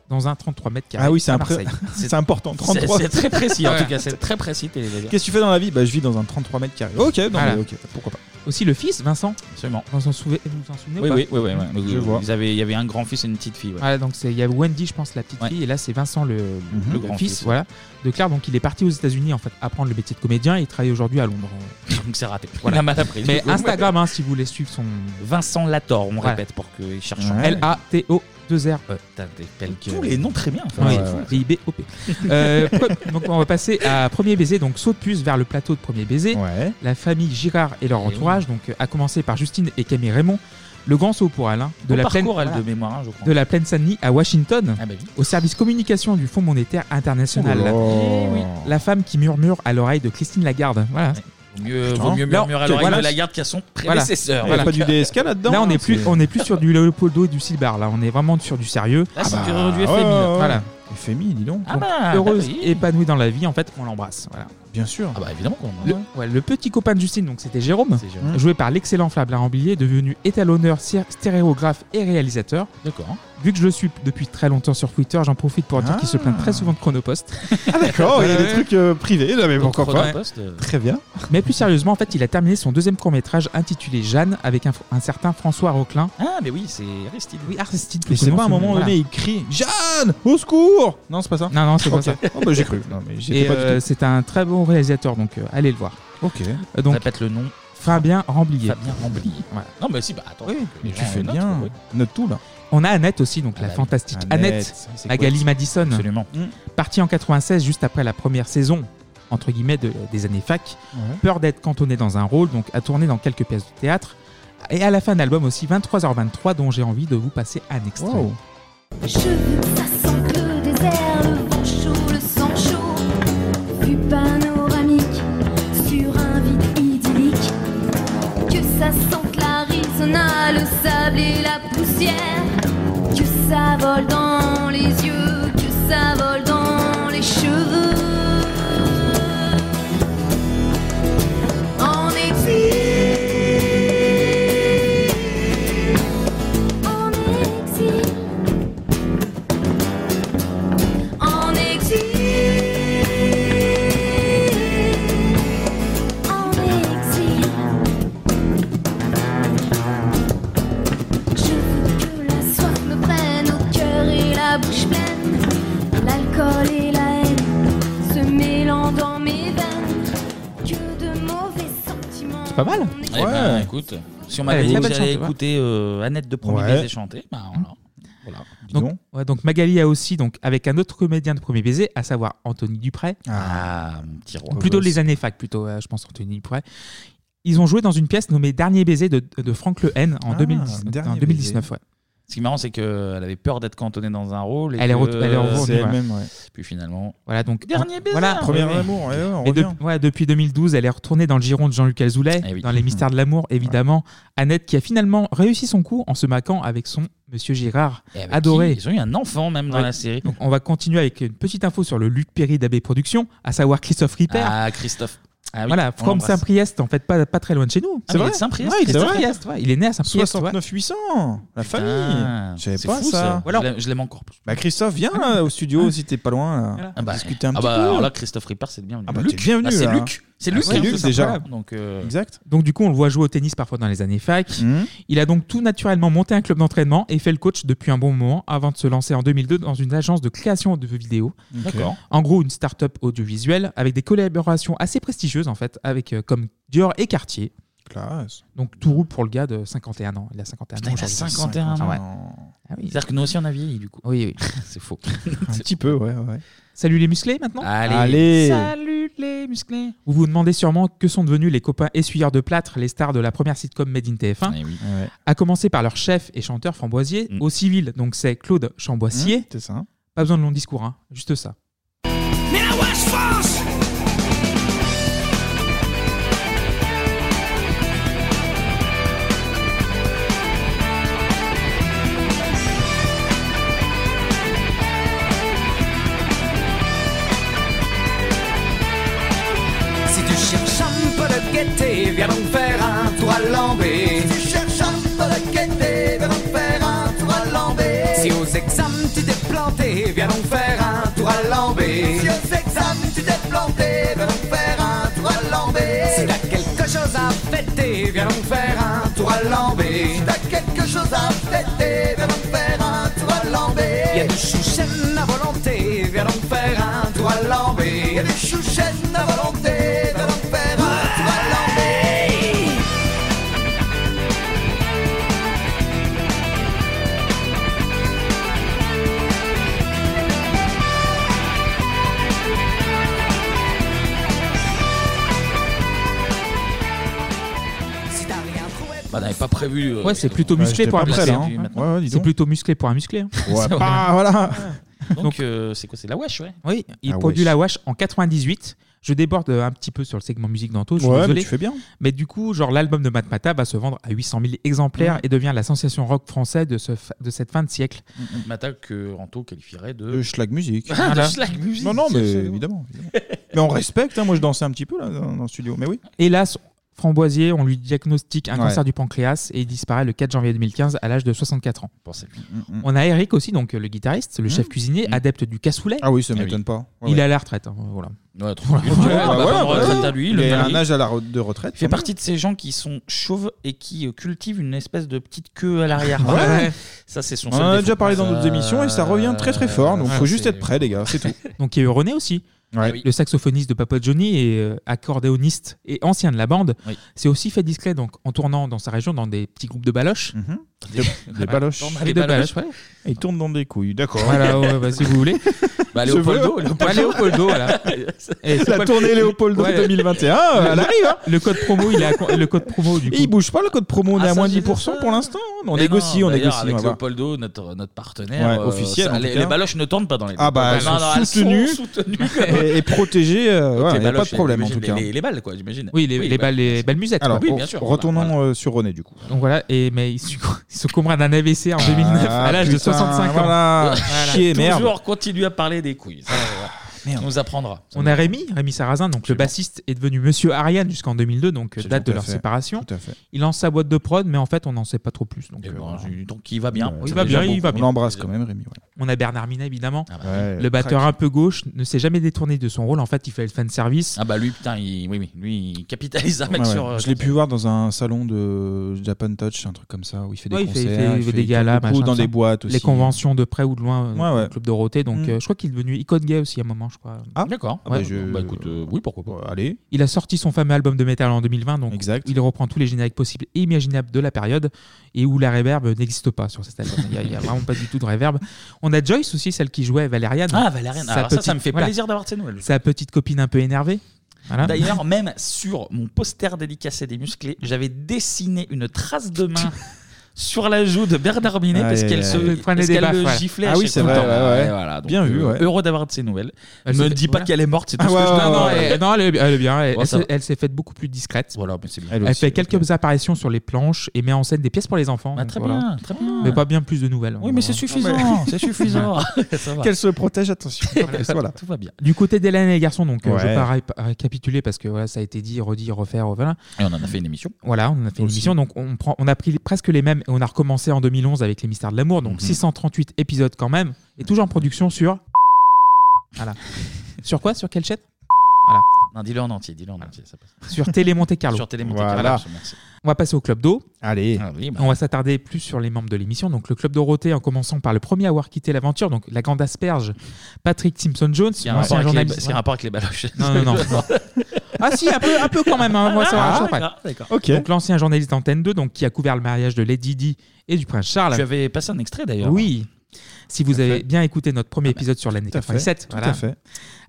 Speaker 7: dans un 33 mètres carrés.
Speaker 8: Ah oui, c'est
Speaker 7: à
Speaker 8: un pré-
Speaker 7: Marseille.
Speaker 8: c'est important, 33.
Speaker 1: C'est très précis, en
Speaker 7: Voilà.
Speaker 1: tout cas. C'est très précis, télé Loisirs.
Speaker 8: Qu'est-ce que tu fais dans la vie Bah, je vis dans un 33 mètres carrés. Ok, non,
Speaker 7: Voilà.
Speaker 8: mais ok, pourquoi pas.
Speaker 7: Aussi le fils, Vincent.
Speaker 1: Absolument.
Speaker 7: Vous vous en souvenez, vous vous en souvenez
Speaker 1: Oui,
Speaker 7: ou pas
Speaker 1: oui, oui, oui, oui.
Speaker 7: Je
Speaker 1: Ils
Speaker 7: vois.
Speaker 1: avaient- il y avait un grand-fils et une petite fille. ouais.
Speaker 7: Voilà, donc c'est- il y a Wendy, je pense, la petite fille, et là c'est Vincent, le, le
Speaker 1: Mhm. Le grand-fils,
Speaker 7: fils,
Speaker 1: ouais.
Speaker 7: voilà, de Claire. Donc il est parti aux États-Unis en fait apprendre le métier de comédien et il travaille aujourd'hui à Londres.
Speaker 1: Donc c'est raté. Il a mal appris.
Speaker 7: Mais
Speaker 1: Du coup,
Speaker 7: Instagram, hein, si vous voulez suivre son.
Speaker 1: Vincent Lator, on
Speaker 7: Voilà.
Speaker 1: répète pour qu'ils cherchent.
Speaker 7: L-A-T-O-2-R.
Speaker 1: T'as des pelles que-
Speaker 7: euh,
Speaker 1: Tous les noms très bien, en fait.
Speaker 7: Oui,
Speaker 1: Ouais, ouais.
Speaker 7: P-I-B-O-P. Euh, pre- donc on va passer à Premier Baiser, donc saut de puce vers le plateau de Premier Baiser. La famille Girard et leur
Speaker 1: Eh oui.
Speaker 7: entourage, donc euh, à commencer par Justine et Camille Raymond. Le grand saut pour elle, hein, de,
Speaker 1: Au
Speaker 7: la plaine,
Speaker 1: parcours, elle,
Speaker 7: voilà,
Speaker 1: de mémoire, hein, je crois. Ah, bah
Speaker 7: de la plaine Saint-Denis à Washington,
Speaker 1: oui.
Speaker 7: au service communication du Fonds monétaire international.
Speaker 1: Oh là là. Eh oui.
Speaker 7: La femme qui murmure à l'oreille de Christine Lagarde. Voilà.
Speaker 1: Vaut mieux, vaut mieux
Speaker 7: Là,
Speaker 1: murmurer à l'oreille
Speaker 7: voilà.
Speaker 1: de la garde qu'à son
Speaker 7: Voilà.
Speaker 1: prédécesseur.
Speaker 7: Voilà. Là,
Speaker 1: hein,
Speaker 7: on n'est plus, on est plus sur du Leopoldo et du Silbar. Là, on est vraiment sur du sérieux.
Speaker 1: Là, c'est Ah du- bah, du FMI, là. ouais, ouais.
Speaker 7: Voilà.
Speaker 8: FMI, dis donc.
Speaker 1: Ah
Speaker 7: Donc,
Speaker 1: bah,
Speaker 7: heureuse,
Speaker 1: bah oui.
Speaker 7: épanouie dans la vie, en fait, on l'embrasse. Voilà.
Speaker 8: Bien sûr.
Speaker 1: Ah bah évidemment qu'on
Speaker 7: Le, ouais, le petit copain de Justine, donc c'était Jérôme,
Speaker 1: Jérôme.
Speaker 7: joué par l'excellent Fabien Rambillier, devenu étalonneur, sté- stéréographe et réalisateur.
Speaker 1: D'accord.
Speaker 7: Vu que je le suis depuis très longtemps sur Twitter, j'en profite pour dire qu'il se plaint très souvent de Chronopost.
Speaker 8: Ah, d'accord, il y a des trucs euh, privés, là, mais
Speaker 7: Donc,
Speaker 8: pourquoi pas.
Speaker 7: Chronopost, euh.
Speaker 8: Très bien.
Speaker 7: Mais plus sérieusement, en fait, il a terminé son deuxième court-métrage intitulé Jeanne avec un, un certain François Roquelin.
Speaker 1: Ah, mais oui, c'est Aristide.
Speaker 7: Oui, Aristide.
Speaker 8: Mais c'est
Speaker 7: Nous
Speaker 8: pas un
Speaker 7: connaissons-
Speaker 8: moment
Speaker 7: voilà.
Speaker 8: donné, il crie Jeanne, au secours Non, c'est pas ça
Speaker 7: Non, non, c'est pas
Speaker 8: Ok.
Speaker 7: ça.
Speaker 8: Oh, bah, j'ai cru. Non, mais j'étais
Speaker 7: Et,
Speaker 8: pas du
Speaker 7: euh,
Speaker 8: tout.
Speaker 7: c'est un très bon réalisateur, donc euh, allez le voir.
Speaker 8: Ok.
Speaker 7: Euh, donc,
Speaker 1: Répète le nom.
Speaker 7: Fabien Ramblier.
Speaker 1: Fabien Ramblier.
Speaker 7: Voilà.
Speaker 1: Non, mais si, bah attends.
Speaker 8: Mais tu fais bien. Note tout, là.
Speaker 7: On a Annette aussi, donc la fantastique Annette,
Speaker 8: Ah, Annette, c'est
Speaker 7: Magali
Speaker 8: cool.
Speaker 7: Madison.
Speaker 8: Absolument. Mm.
Speaker 7: Partie en 96, juste après la première saison, entre guillemets, de- des années fac.
Speaker 8: Ouais.
Speaker 7: Peur d'être cantonnée dans un rôle, donc à tourner dans quelques pièces de théâtre. Et à la fin de l'album aussi, 23h23, dont j'ai envie de vous passer un extrait.
Speaker 26: Je veux que ça sente le désert, le vent chaud, le sang chaud, vue panoramique sur un vide idyllique.
Speaker 9: Que ça sente l'Arizona, le sable et la poussière. Que ça vole dans les yeux, que ça vole dans les cheveux. En exil, en exil, en exil, en exil. Je veux que la soif me prenne au cœur et la bouche pleine. L'alcool et la haine se mêlant dans mes veines. Que de mauvais sentiments.
Speaker 7: C'est pas mal
Speaker 1: Eh ben, écoute, si on m'avait
Speaker 7: Allez,
Speaker 1: dit
Speaker 7: très
Speaker 1: que
Speaker 7: bonne
Speaker 1: j'allais
Speaker 7: chance, ouais.
Speaker 1: écouter euh, Annette de Premier
Speaker 7: Ouais.
Speaker 1: Baiser chanter, bah voilà. voilà. Dis
Speaker 7: Donc,
Speaker 1: donc.
Speaker 7: ouais, donc Magali a aussi, donc, avec un autre comédien de premier baiser, à savoir Anthony Dupré.
Speaker 1: Ah, mon petit roi.
Speaker 7: Plutôt les années fac, plutôt, euh, je pense, Anthony Dupré. Ils ont joué dans une pièce nommée Dernier baiser de, de Franck Lehen en,
Speaker 1: Ah,
Speaker 7: 2010 en
Speaker 1: Dernier
Speaker 7: 2019. ouais.
Speaker 1: Ce qui est marrant, c'est qu'elle avait peur d'être cantonnée dans un rôle. Et
Speaker 7: Elle est
Speaker 1: que,
Speaker 7: re- elle est revenue,
Speaker 1: euh,
Speaker 7: ouais.
Speaker 1: Puis finalement.
Speaker 7: Voilà, donc,
Speaker 1: Dernier baiser
Speaker 7: Voilà,
Speaker 1: Ah, Premier
Speaker 7: Ouais.
Speaker 1: amour, ouais, ouais, on
Speaker 7: Et de-
Speaker 1: revient. Eh
Speaker 7: ouais, depuis 2012, elle est retournée dans le giron de Jean-Luc Azoulay, dans Les Mystères de l'amour, évidemment. Annette qui a finalement réussi son coup en se maquant avec son Monsieur Girard,
Speaker 1: Et avec
Speaker 7: adoré.
Speaker 1: Eh ben, qui ils ont eu un enfant même dans la série.
Speaker 7: Donc, on va continuer avec une petite info sur le Luc Perry d'AB Productions, à savoir Christophe Ripper.
Speaker 1: Ah, Christophe. Ah oui,
Speaker 7: voilà,
Speaker 1: on
Speaker 7: from
Speaker 1: l'embrasse.
Speaker 7: Saint-Priest, en fait, pas, pas très loin de chez nous.
Speaker 1: Ah, mais il est de Saint-Priest,
Speaker 7: Ouais, il est de
Speaker 1: Christophe.
Speaker 7: Saint-Priest, ouais. Il est né à Saint-Priest.
Speaker 8: 69 800 La famille
Speaker 1: Putain,
Speaker 8: Je savais
Speaker 1: c'est
Speaker 8: pas
Speaker 1: fou,
Speaker 8: ça.
Speaker 1: ça.
Speaker 8: Voilà.
Speaker 1: Je l'aime- Je l'aime encore plus.
Speaker 8: Bah Christophe, viens là, au studio si t'es pas loin. Là.
Speaker 1: Ah bah,
Speaker 8: Discuter un
Speaker 1: ah
Speaker 8: petit
Speaker 1: bah,
Speaker 8: peu.
Speaker 1: alors là, Christophe Ripper, c'est le bienvenu.
Speaker 8: Ah bah,
Speaker 1: Luc.
Speaker 8: t'es le bienvenu,
Speaker 1: Ah, c'est
Speaker 8: là.
Speaker 1: Luc. C'est Luc,
Speaker 8: Ah, c'est
Speaker 1: hein,
Speaker 8: Luc,
Speaker 1: tout
Speaker 8: déjà.
Speaker 1: simplement. Donc, euh,
Speaker 8: Exact. Mmh.
Speaker 7: Donc du coup, on le voit jouer au tennis parfois dans les années fac. Il a donc tout naturellement monté un club d'entraînement et fait le coach depuis un bon moment avant de se lancer en 2002 dans une agence de création de jeux vidéo.
Speaker 1: D'accord.
Speaker 7: En gros, une start-up audiovisuelle avec des collaborations assez prestigieuses en fait, avec euh, comme Dior et Cartier.
Speaker 8: Classe.
Speaker 7: Donc tout roule pour le gars de 51 ans. Il a 51
Speaker 1: Putain,
Speaker 7: ans.
Speaker 1: il a
Speaker 7: aujourd'hui.
Speaker 1: 51 ans.
Speaker 7: Ah ouais. Ah oui.
Speaker 1: C'est-à-dire que nous aussi, on a vieilli, du coup.
Speaker 7: Oui, oui.
Speaker 1: c'est faux.
Speaker 8: Un petit peu, ouais, ouais.
Speaker 7: Salut les musclés maintenant
Speaker 1: Allez.
Speaker 8: Allez.
Speaker 1: Salut les musclés.
Speaker 7: Vous vous demandez sûrement que sont devenus les copains essuyeurs de plâtre, les stars de la première sitcom Made in TF1.
Speaker 1: Eh
Speaker 7: À commencer par leur chef et chanteur Framboisier,
Speaker 1: Mm.
Speaker 7: au civil, donc c'est Claude Chamboisier.
Speaker 8: Mmh, c'est ça.
Speaker 7: Pas besoin de long discours, hein, juste ça.
Speaker 27: Mais la West France
Speaker 15: Si tu cherches un peu de gaieté, viens donc faire un tour à Lambé. Si tu cherches un peu de gaieté, viens donc faire un tour à Lambé. Si aux examens tu t'es planté, viens donc faire un tour à Lambé. Si aux examens tu t'es planté, viens donc faire un tour à Lambé. Si t'as quelque chose à fêter, viens donc faire un tour à Lambé. Si t'as quelque chose à fêter, viens donc faire un tour à Lambé. Y a du chouchen à volonté, viens donc faire un tour à Lambé. Y a du chouchen à volonté, viens donc faire un tour à Lambé.
Speaker 1: Bah, on n'avait pas prévu. euh,
Speaker 7: Ouais, c'est plutôt
Speaker 1: Bah,
Speaker 7: musclé
Speaker 1: j'étais
Speaker 7: pour un
Speaker 1: pas prêt,
Speaker 7: musclé.
Speaker 1: là,
Speaker 7: hein.
Speaker 1: hein.
Speaker 7: Ouais, ouais, dis c'est plutôt musclé pour un musclé. hein.
Speaker 1: Ouais,
Speaker 7: C'est vrai.
Speaker 1: bah,
Speaker 8: voilà.
Speaker 1: Donc, euh, c'est quoi C'est la wesh, ouais.
Speaker 7: Oui, il
Speaker 1: Ah,
Speaker 7: produit
Speaker 1: wesh.
Speaker 7: la Wash en 98. Je déborde euh, un petit peu sur le segment musique d'Anto, je suis
Speaker 8: Ouais, mais
Speaker 7: désolé.
Speaker 8: tu fais bien.
Speaker 7: Mais du coup, genre l'album de Matmata va se vendre à 800 000 exemplaires
Speaker 1: Mhm.
Speaker 7: et devient la sensation rock français de, ce fa- de cette fin de siècle.
Speaker 1: Mata que Ranto qualifierait de.
Speaker 8: Le Euh, schlag musique.
Speaker 1: Ah, le schlag musique.
Speaker 8: Non, non, mais
Speaker 1: Absolument.
Speaker 8: évidemment. évidemment. mais on respecte, hein, moi je dansais un petit peu là dans, dans le studio. Mais oui.
Speaker 7: Hélas, Framboisier, on lui diagnostique un
Speaker 8: Ouais.
Speaker 7: cancer du pancréas et il disparaît le 4 janvier 2015 à l'âge de 64 ans.
Speaker 8: Mm, mm.
Speaker 7: On a Eric aussi, donc euh, le guitariste, le chef
Speaker 8: Mm.
Speaker 7: cuisinier, adepte du cassoulet.
Speaker 8: Ah oui, ça m'étonne pas.
Speaker 7: il
Speaker 8: Ouais, ouais.
Speaker 7: est à la retraite, hein, voilà.
Speaker 1: Ouais, tranquille. Ouais, bah, bonne retraite à lui,
Speaker 8: Il
Speaker 1: le
Speaker 8: a un
Speaker 1: mérite.
Speaker 8: âge à la re- de retraite.
Speaker 1: Il fait
Speaker 8: tant mieux.
Speaker 1: partie de ces gens qui sont chauves et qui euh, cultivent une espèce de petite queue à l'arrière.
Speaker 8: Ouais.
Speaker 1: Voilà. Ça, c'est son
Speaker 8: On en
Speaker 1: seul
Speaker 8: a
Speaker 1: défaut.
Speaker 8: déjà parlé dans d'autres
Speaker 1: Euh,
Speaker 8: émissions et ça revient très très fort. Donc
Speaker 7: voilà,
Speaker 8: faut juste
Speaker 7: Euh, c'est-
Speaker 8: être prêt, les gars, c'est tout.
Speaker 7: Donc il y a eu René aussi, le saxophoniste de Papa Johnny et euh, accordéoniste et ancien de la bande.
Speaker 1: Oui.
Speaker 7: C'est aussi fait discret donc en tournant dans sa région dans des petits groupes de baloches.
Speaker 8: Des, des Mhm. baloches.
Speaker 7: Et de baloches, ouais.
Speaker 8: Et Il tourne dans des couilles, d'accord.
Speaker 7: Voilà, ouais, bah, si vous voulez.
Speaker 1: Bah,
Speaker 8: Je
Speaker 1: Léopoldo,
Speaker 8: veux.
Speaker 1: Léopoldo.
Speaker 7: Ah, Léopoldo, voilà.
Speaker 1: Eh,
Speaker 7: Et c'est
Speaker 8: La
Speaker 7: pas le-
Speaker 8: tournée Léopoldo 2021, euh, elle arrive, hein.
Speaker 7: Le code promo, il est à co- le code promo du coup.
Speaker 8: Il bouge pas le code promo, on
Speaker 1: Ah,
Speaker 8: est à
Speaker 1: ça,
Speaker 8: moins
Speaker 1: j'ai
Speaker 8: 10%
Speaker 1: vu
Speaker 8: pour l'instant. hein. On
Speaker 1: Mais
Speaker 8: négocie,
Speaker 1: non,
Speaker 8: on
Speaker 1: d'ailleurs,
Speaker 8: négocie. on
Speaker 1: Avec
Speaker 8: va voir.
Speaker 1: Leopoldo, notre, notre partenaire. euh,
Speaker 8: Ouais, officiel, en tout
Speaker 1: les,
Speaker 8: cas.
Speaker 1: les baloches ne tournent pas dans les.
Speaker 8: Ah bah,
Speaker 1: Non, non,
Speaker 8: elles
Speaker 1: elles
Speaker 8: sont soutenues,
Speaker 1: sont soutenues.
Speaker 8: et, et protégées, euh,
Speaker 1: Donc,
Speaker 8: voilà,
Speaker 1: les
Speaker 8: il n'y a pas de
Speaker 1: baloches,
Speaker 8: problème en
Speaker 1: j'imagine,
Speaker 8: tout cas.
Speaker 1: Les, les- les balles, quoi, j'imagine.
Speaker 7: Oui, les, les
Speaker 1: bah,
Speaker 7: balles, les balles musettes.
Speaker 8: Alors,
Speaker 7: quoi.
Speaker 8: on- retournons euh, sur René du coup. Ah,
Speaker 7: Donc voilà, et, mais il succombe- il succombera d'un AVC en 2009 à l'âge de
Speaker 8: putain,
Speaker 7: 65 ans.
Speaker 8: voilà. Chier, merde. Ah,
Speaker 1: Toujours continue à parler des couilles. Ça, voilà. On nous apprendra.
Speaker 7: On a Rémi, Rémi Sarrazin, donc le bassiste est devenu Monsieur Ariane jusqu'en 2002, donc euh, date
Speaker 8: tout
Speaker 7: de
Speaker 8: à
Speaker 7: leur
Speaker 8: fait,
Speaker 7: séparation.
Speaker 8: tout à fait.
Speaker 7: Il lance sa boîte de prod, mais en fait on n'en sait pas trop plus. Donc, euh,
Speaker 1: ben,
Speaker 7: voilà.
Speaker 1: Donc il va bien.
Speaker 7: il
Speaker 1: Ça
Speaker 7: va
Speaker 1: fait déjà
Speaker 7: bien, il
Speaker 1: beaucoup.
Speaker 7: va bien.
Speaker 8: On l'embrasse quand même, Rémi.
Speaker 7: On a Bernard Minet évidemment.
Speaker 1: Ah bah
Speaker 8: Ouais,
Speaker 7: le batteur
Speaker 8: crack.
Speaker 7: un peu gauche ne s'est jamais détourné de son rôle. En fait, il fait le fan service.
Speaker 1: Ah bah lui, putain, il, oui, oui, lui, il capitalise à mec
Speaker 8: Ouais, ouais.
Speaker 1: sur. euh,
Speaker 8: Je l'ai pu voir dans un salon de Japan Touch, un truc comme ça, où il fait des
Speaker 7: Ouais, il fait-
Speaker 8: concerts,
Speaker 7: il fait- il fait des galas,
Speaker 8: beaucoup
Speaker 7: machin,
Speaker 8: dans
Speaker 7: tout
Speaker 8: des
Speaker 7: ça.
Speaker 8: boîtes aussi.
Speaker 7: Les conventions de près ou de loin,
Speaker 8: Ouais, ouais.
Speaker 7: le club Dorothée. Donc,
Speaker 8: Mm.
Speaker 7: euh, je crois qu'il est devenu icône gay aussi à un moment, je crois.
Speaker 8: Ah,
Speaker 1: d'accord.
Speaker 8: Ah bah,
Speaker 7: Ouais.
Speaker 8: je-
Speaker 1: Bah écoute, euh, oui, pourquoi pas.
Speaker 8: Allez.
Speaker 7: Il a sorti son fameux album de métal en 2020, donc il reprend tous les génériques possibles et imaginables de la période et où la reverb n'existe pas sur cet album. Il n'y a, vraiment pas du tout de reverb. On a Joyce aussi, celle qui jouait Valériane.
Speaker 1: Ah, Valériane. Alors ça, ça me fait plaisir d'avoir de ces nouvelles.
Speaker 7: Sa petite copine un peu énervée. Voilà.
Speaker 1: D'ailleurs, même sur mon poster dédicacé des musclés, j'avais dessiné une trace de main sur la joue de Bernard Minet parce
Speaker 8: Aïe,
Speaker 1: qu'elle
Speaker 8: aïe,
Speaker 1: se
Speaker 8: aïe.
Speaker 1: parce
Speaker 8: Prenez des
Speaker 1: qu'elle
Speaker 8: baffes,
Speaker 1: le
Speaker 8: ouais.
Speaker 1: giflait à
Speaker 8: Ah oui,
Speaker 1: chaque
Speaker 8: c'est
Speaker 1: coup de
Speaker 8: vrai,
Speaker 1: temps.
Speaker 8: ouais, ouais.
Speaker 1: Et voilà, donc, euh,
Speaker 8: Bien vu, ouais.
Speaker 1: Heureux d'avoir de ses nouvelles.
Speaker 7: Elle
Speaker 1: me
Speaker 7: s'est
Speaker 1: dis
Speaker 7: fait-
Speaker 1: pas
Speaker 7: ouais.
Speaker 1: qu'elle est morte, c'est tout
Speaker 7: Ah
Speaker 1: ce
Speaker 7: ouais,
Speaker 1: que je
Speaker 7: ouais,
Speaker 1: dis.
Speaker 7: ouais, ouais. Non, elle est bien. Elle, est bien. Elle-
Speaker 1: Bon,
Speaker 7: elle
Speaker 1: ça
Speaker 7: se-
Speaker 1: va.
Speaker 7: elle s'est faite beaucoup plus discrète.
Speaker 1: Voilà, mais c'est bien.
Speaker 7: Elle,
Speaker 1: aussi,
Speaker 7: fait quelques apparitions sur les planches et met en scène des pièces pour les enfants.
Speaker 1: Ah,
Speaker 7: donc
Speaker 1: très
Speaker 7: voilà.
Speaker 1: bien, très bien.
Speaker 7: Mais pas bien plus de nouvelles.
Speaker 1: Oui, mais c'est suffisant, c'est suffisant. Ça va.
Speaker 8: Qu'elle se protège, attention. voilà.
Speaker 1: Tout va bien.
Speaker 7: Du côté d'Hélène et les garçons, donc euh, je
Speaker 8: Ouais.
Speaker 7: vais pas ré- récapituler parce que voilà, ça a été dit, redit, refaire, voilà.
Speaker 1: Et on en a fait une émission.
Speaker 7: Voilà, on a fait une
Speaker 1: Aussi.
Speaker 7: émission, donc on, prend, on a pris les- presque les mêmes et on a recommencé en 2011 avec les mystères de l'amour,
Speaker 1: Mhm.
Speaker 7: donc 638 épisodes quand même, et toujours en production sur. Voilà. sur quoi Sur quelle chaîne Voilà.
Speaker 1: Non, dis-le en entier, dis-le en entier. ça passe.
Speaker 7: Sur Télé Monte Carlo.
Speaker 1: Sur Télé Monte Carlo, absolument, merci.
Speaker 7: On va passer au Club d'eau.
Speaker 8: Allez.
Speaker 7: On va s'attarder plus sur les membres de l'émission. Donc, le Club Dorothée, en commençant par le premier à avoir quitté l'aventure, donc la grande asperge, Patrick Simpson-Jones,
Speaker 1: Qui a un rapport
Speaker 7: ancien
Speaker 1: avec les-
Speaker 7: journaliste.
Speaker 1: c'est un rapport avec les baloches.
Speaker 7: Non, non, non. non. Ah si, un peu, un peu quand même. hein. Moi, ça va,
Speaker 1: Ah,
Speaker 7: je sais pas.
Speaker 1: d'accord, d'accord.
Speaker 7: Donc l'ancien journaliste d'Antenne 2, donc qui a couvert le mariage de Lady Di et du prince Charles.
Speaker 1: Tu avais passé un extrait d'ailleurs.
Speaker 7: Oui. Si vous avez bien écouté notre premier épisode sur l'année
Speaker 1: Ah, ben, tout à fait,
Speaker 7: 87,
Speaker 1: tout
Speaker 7: voilà.
Speaker 1: à fait.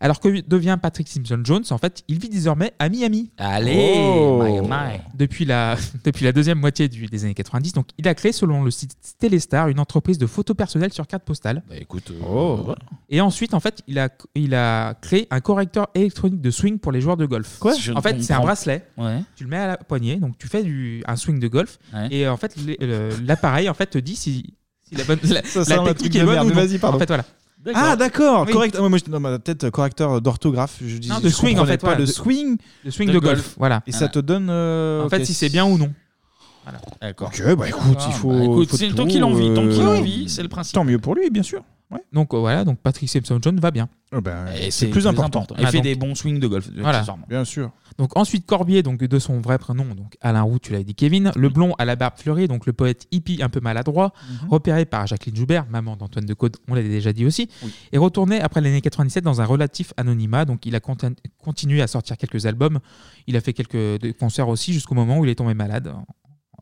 Speaker 7: Alors que devient Patrick Simpson Jones En fait, il vit désormais à Miami.
Speaker 1: Allez,
Speaker 7: Oh.
Speaker 1: my, my.
Speaker 7: Depuis la depuis la deuxième moitié du- des années 90, donc il a créé selon le site Téléstar une entreprise de photos personnelles sur carte postale.
Speaker 8: Bah,
Speaker 1: Écoute, euh,
Speaker 8: Oh.
Speaker 1: voilà.
Speaker 7: Et ensuite, en fait, il a, il a créé un correcteur électronique de swing pour les joueurs de golf.
Speaker 1: Quoi Je ne
Speaker 7: En fait, c'est un
Speaker 1: comprends-
Speaker 7: bracelet.
Speaker 1: Ouais.
Speaker 7: Tu le mets à la poignée, donc tu fais du, un swing de golf. Et euh, en fait, les- euh, l'appareil en fait te dit si, si la bonne la,
Speaker 8: Ça
Speaker 7: la
Speaker 8: sent un truc
Speaker 7: technique
Speaker 8: de
Speaker 7: est bonne
Speaker 8: merde,
Speaker 7: ou
Speaker 8: mais
Speaker 7: non.
Speaker 8: vas-y, pardon.
Speaker 7: En fait, voilà.
Speaker 8: Ah, d'accord,
Speaker 7: Oui.
Speaker 8: correct. Ah, moi, j'étais- non, mais peut-être correcteur d'orthographe. Je dis,
Speaker 7: Non, de
Speaker 8: je
Speaker 7: swing en
Speaker 8: comprenais
Speaker 7: fait.
Speaker 8: pas
Speaker 7: voilà,
Speaker 8: le
Speaker 7: de-
Speaker 8: swing.
Speaker 7: De swing de, golf. Voilà.
Speaker 8: Et ça te donne. euh,
Speaker 7: En fait,
Speaker 8: ok,
Speaker 7: si c'est bien ou non. Voilà.
Speaker 1: D'accord. Ah,
Speaker 8: Ok, bah écoute, il faut.
Speaker 1: écoute,
Speaker 8: faut
Speaker 1: c'est
Speaker 8: tout,
Speaker 1: tant qu'il en vit, tant qu'il en
Speaker 8: euh,
Speaker 1: vit, c'est le principe.
Speaker 8: Tant mieux pour lui, bien sûr.
Speaker 7: Donc euh, voilà, donc Patrick Simpson-John va bien.
Speaker 8: Ah ben,
Speaker 7: Ah,
Speaker 1: Et c'est plus important. Ah, Il fait des bons swings de golf.
Speaker 7: Voilà.
Speaker 1: accessoirement.
Speaker 8: Bien sûr.
Speaker 7: Donc ensuite Corbier, donc de son vrai prénom, donc Alain Roux, tu l'as dit Kevin, le blond à la barbe fleurie, donc le poète hippie un peu maladroit,
Speaker 1: Mhm.
Speaker 7: repéré par Jacqueline Joubert, maman d'Antoine Decaude, on l'a déjà dit aussi, est retourné après l'année 97 dans un relatif anonymat, donc il a contin- continué à sortir quelques albums, il a fait quelques de- concerts aussi jusqu'au moment où il est tombé malade,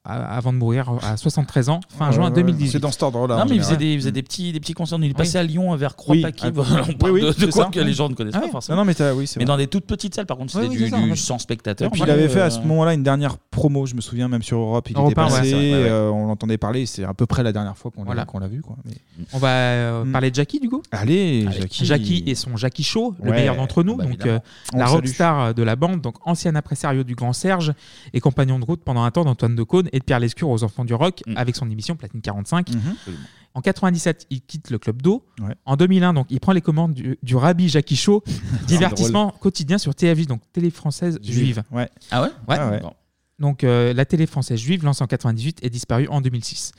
Speaker 7: a- avant de mourir à 73 ans, fin
Speaker 8: Ouais,
Speaker 7: juin
Speaker 8: Ah ouais,
Speaker 7: 2018.
Speaker 8: c'est dans cet ordre-là,
Speaker 1: Non, mais il faisait, des, il
Speaker 7: des
Speaker 1: faisait des petits, des petits concerts. Il
Speaker 7: Oui.
Speaker 1: passait à Lyon, vers
Speaker 7: Oui.
Speaker 1: Croix-Paquet.
Speaker 7: Ah,
Speaker 1: voilà, on
Speaker 7: oui,
Speaker 1: parle
Speaker 7: oui,
Speaker 1: de, de
Speaker 7: c'est
Speaker 1: quoi
Speaker 7: ça.
Speaker 1: que les gens ne connaissent
Speaker 7: Ah
Speaker 1: pas
Speaker 7: oui.
Speaker 1: forcément.
Speaker 7: Non, non,
Speaker 8: mais t'as- oui, c'est
Speaker 1: Mais
Speaker 8: vrai.
Speaker 1: dans des toutes petites salles, par contre,
Speaker 8: Ouais,
Speaker 1: c'était
Speaker 8: oui,
Speaker 1: du,
Speaker 8: c'est ça, en
Speaker 1: du
Speaker 8: fait.
Speaker 1: 100
Speaker 8: Et
Speaker 1: spectateurs.
Speaker 8: puis
Speaker 1: Ouais.
Speaker 8: il avait fait
Speaker 1: Euh,
Speaker 8: à ce moment-là une dernière promo, je me souviens même sur Europe, il
Speaker 7: Europe
Speaker 8: était
Speaker 7: un, ouais. Ouais,
Speaker 8: passé,
Speaker 7: ouais, ouais.
Speaker 8: euh, on l'entendait parler, c'est à peu près la dernière fois qu'on l'a-
Speaker 7: Voilà.
Speaker 8: qu'on l'a vu. Quoi. Mais-
Speaker 7: On va euh,
Speaker 8: Mm.
Speaker 7: parler de Jackie, du coup
Speaker 8: Allez, Jackie.
Speaker 7: et son Jackie Show, le
Speaker 8: Ouais.
Speaker 7: meilleur d'entre nous.
Speaker 8: Bah,
Speaker 7: donc,
Speaker 8: évidemment.
Speaker 7: euh,
Speaker 8: On
Speaker 7: la
Speaker 8: le salue.
Speaker 7: rockstar euh, de la bande, donc ancienne impresario du Grand Serge et compagnon de route pendant un temps d'Antoine Decaune et de Pierre Lescure aux Enfants du Rock
Speaker 8: Mm.
Speaker 7: avec son émission Platine 45. En 97, il quitte le club d'eau.
Speaker 8: Mhm. Ouais.
Speaker 7: En 2001, donc, il prend les commandes du, du Rabbi Jackie Show, divertissement quotidien sur TFJ, donc Télé Française
Speaker 8: Ah, Juive.
Speaker 7: Juive.
Speaker 8: Ouais.
Speaker 1: Ah ouais Ah ouais.
Speaker 7: ouais. Donc euh, la télé française juive lancée en 98 et disparue en 2006.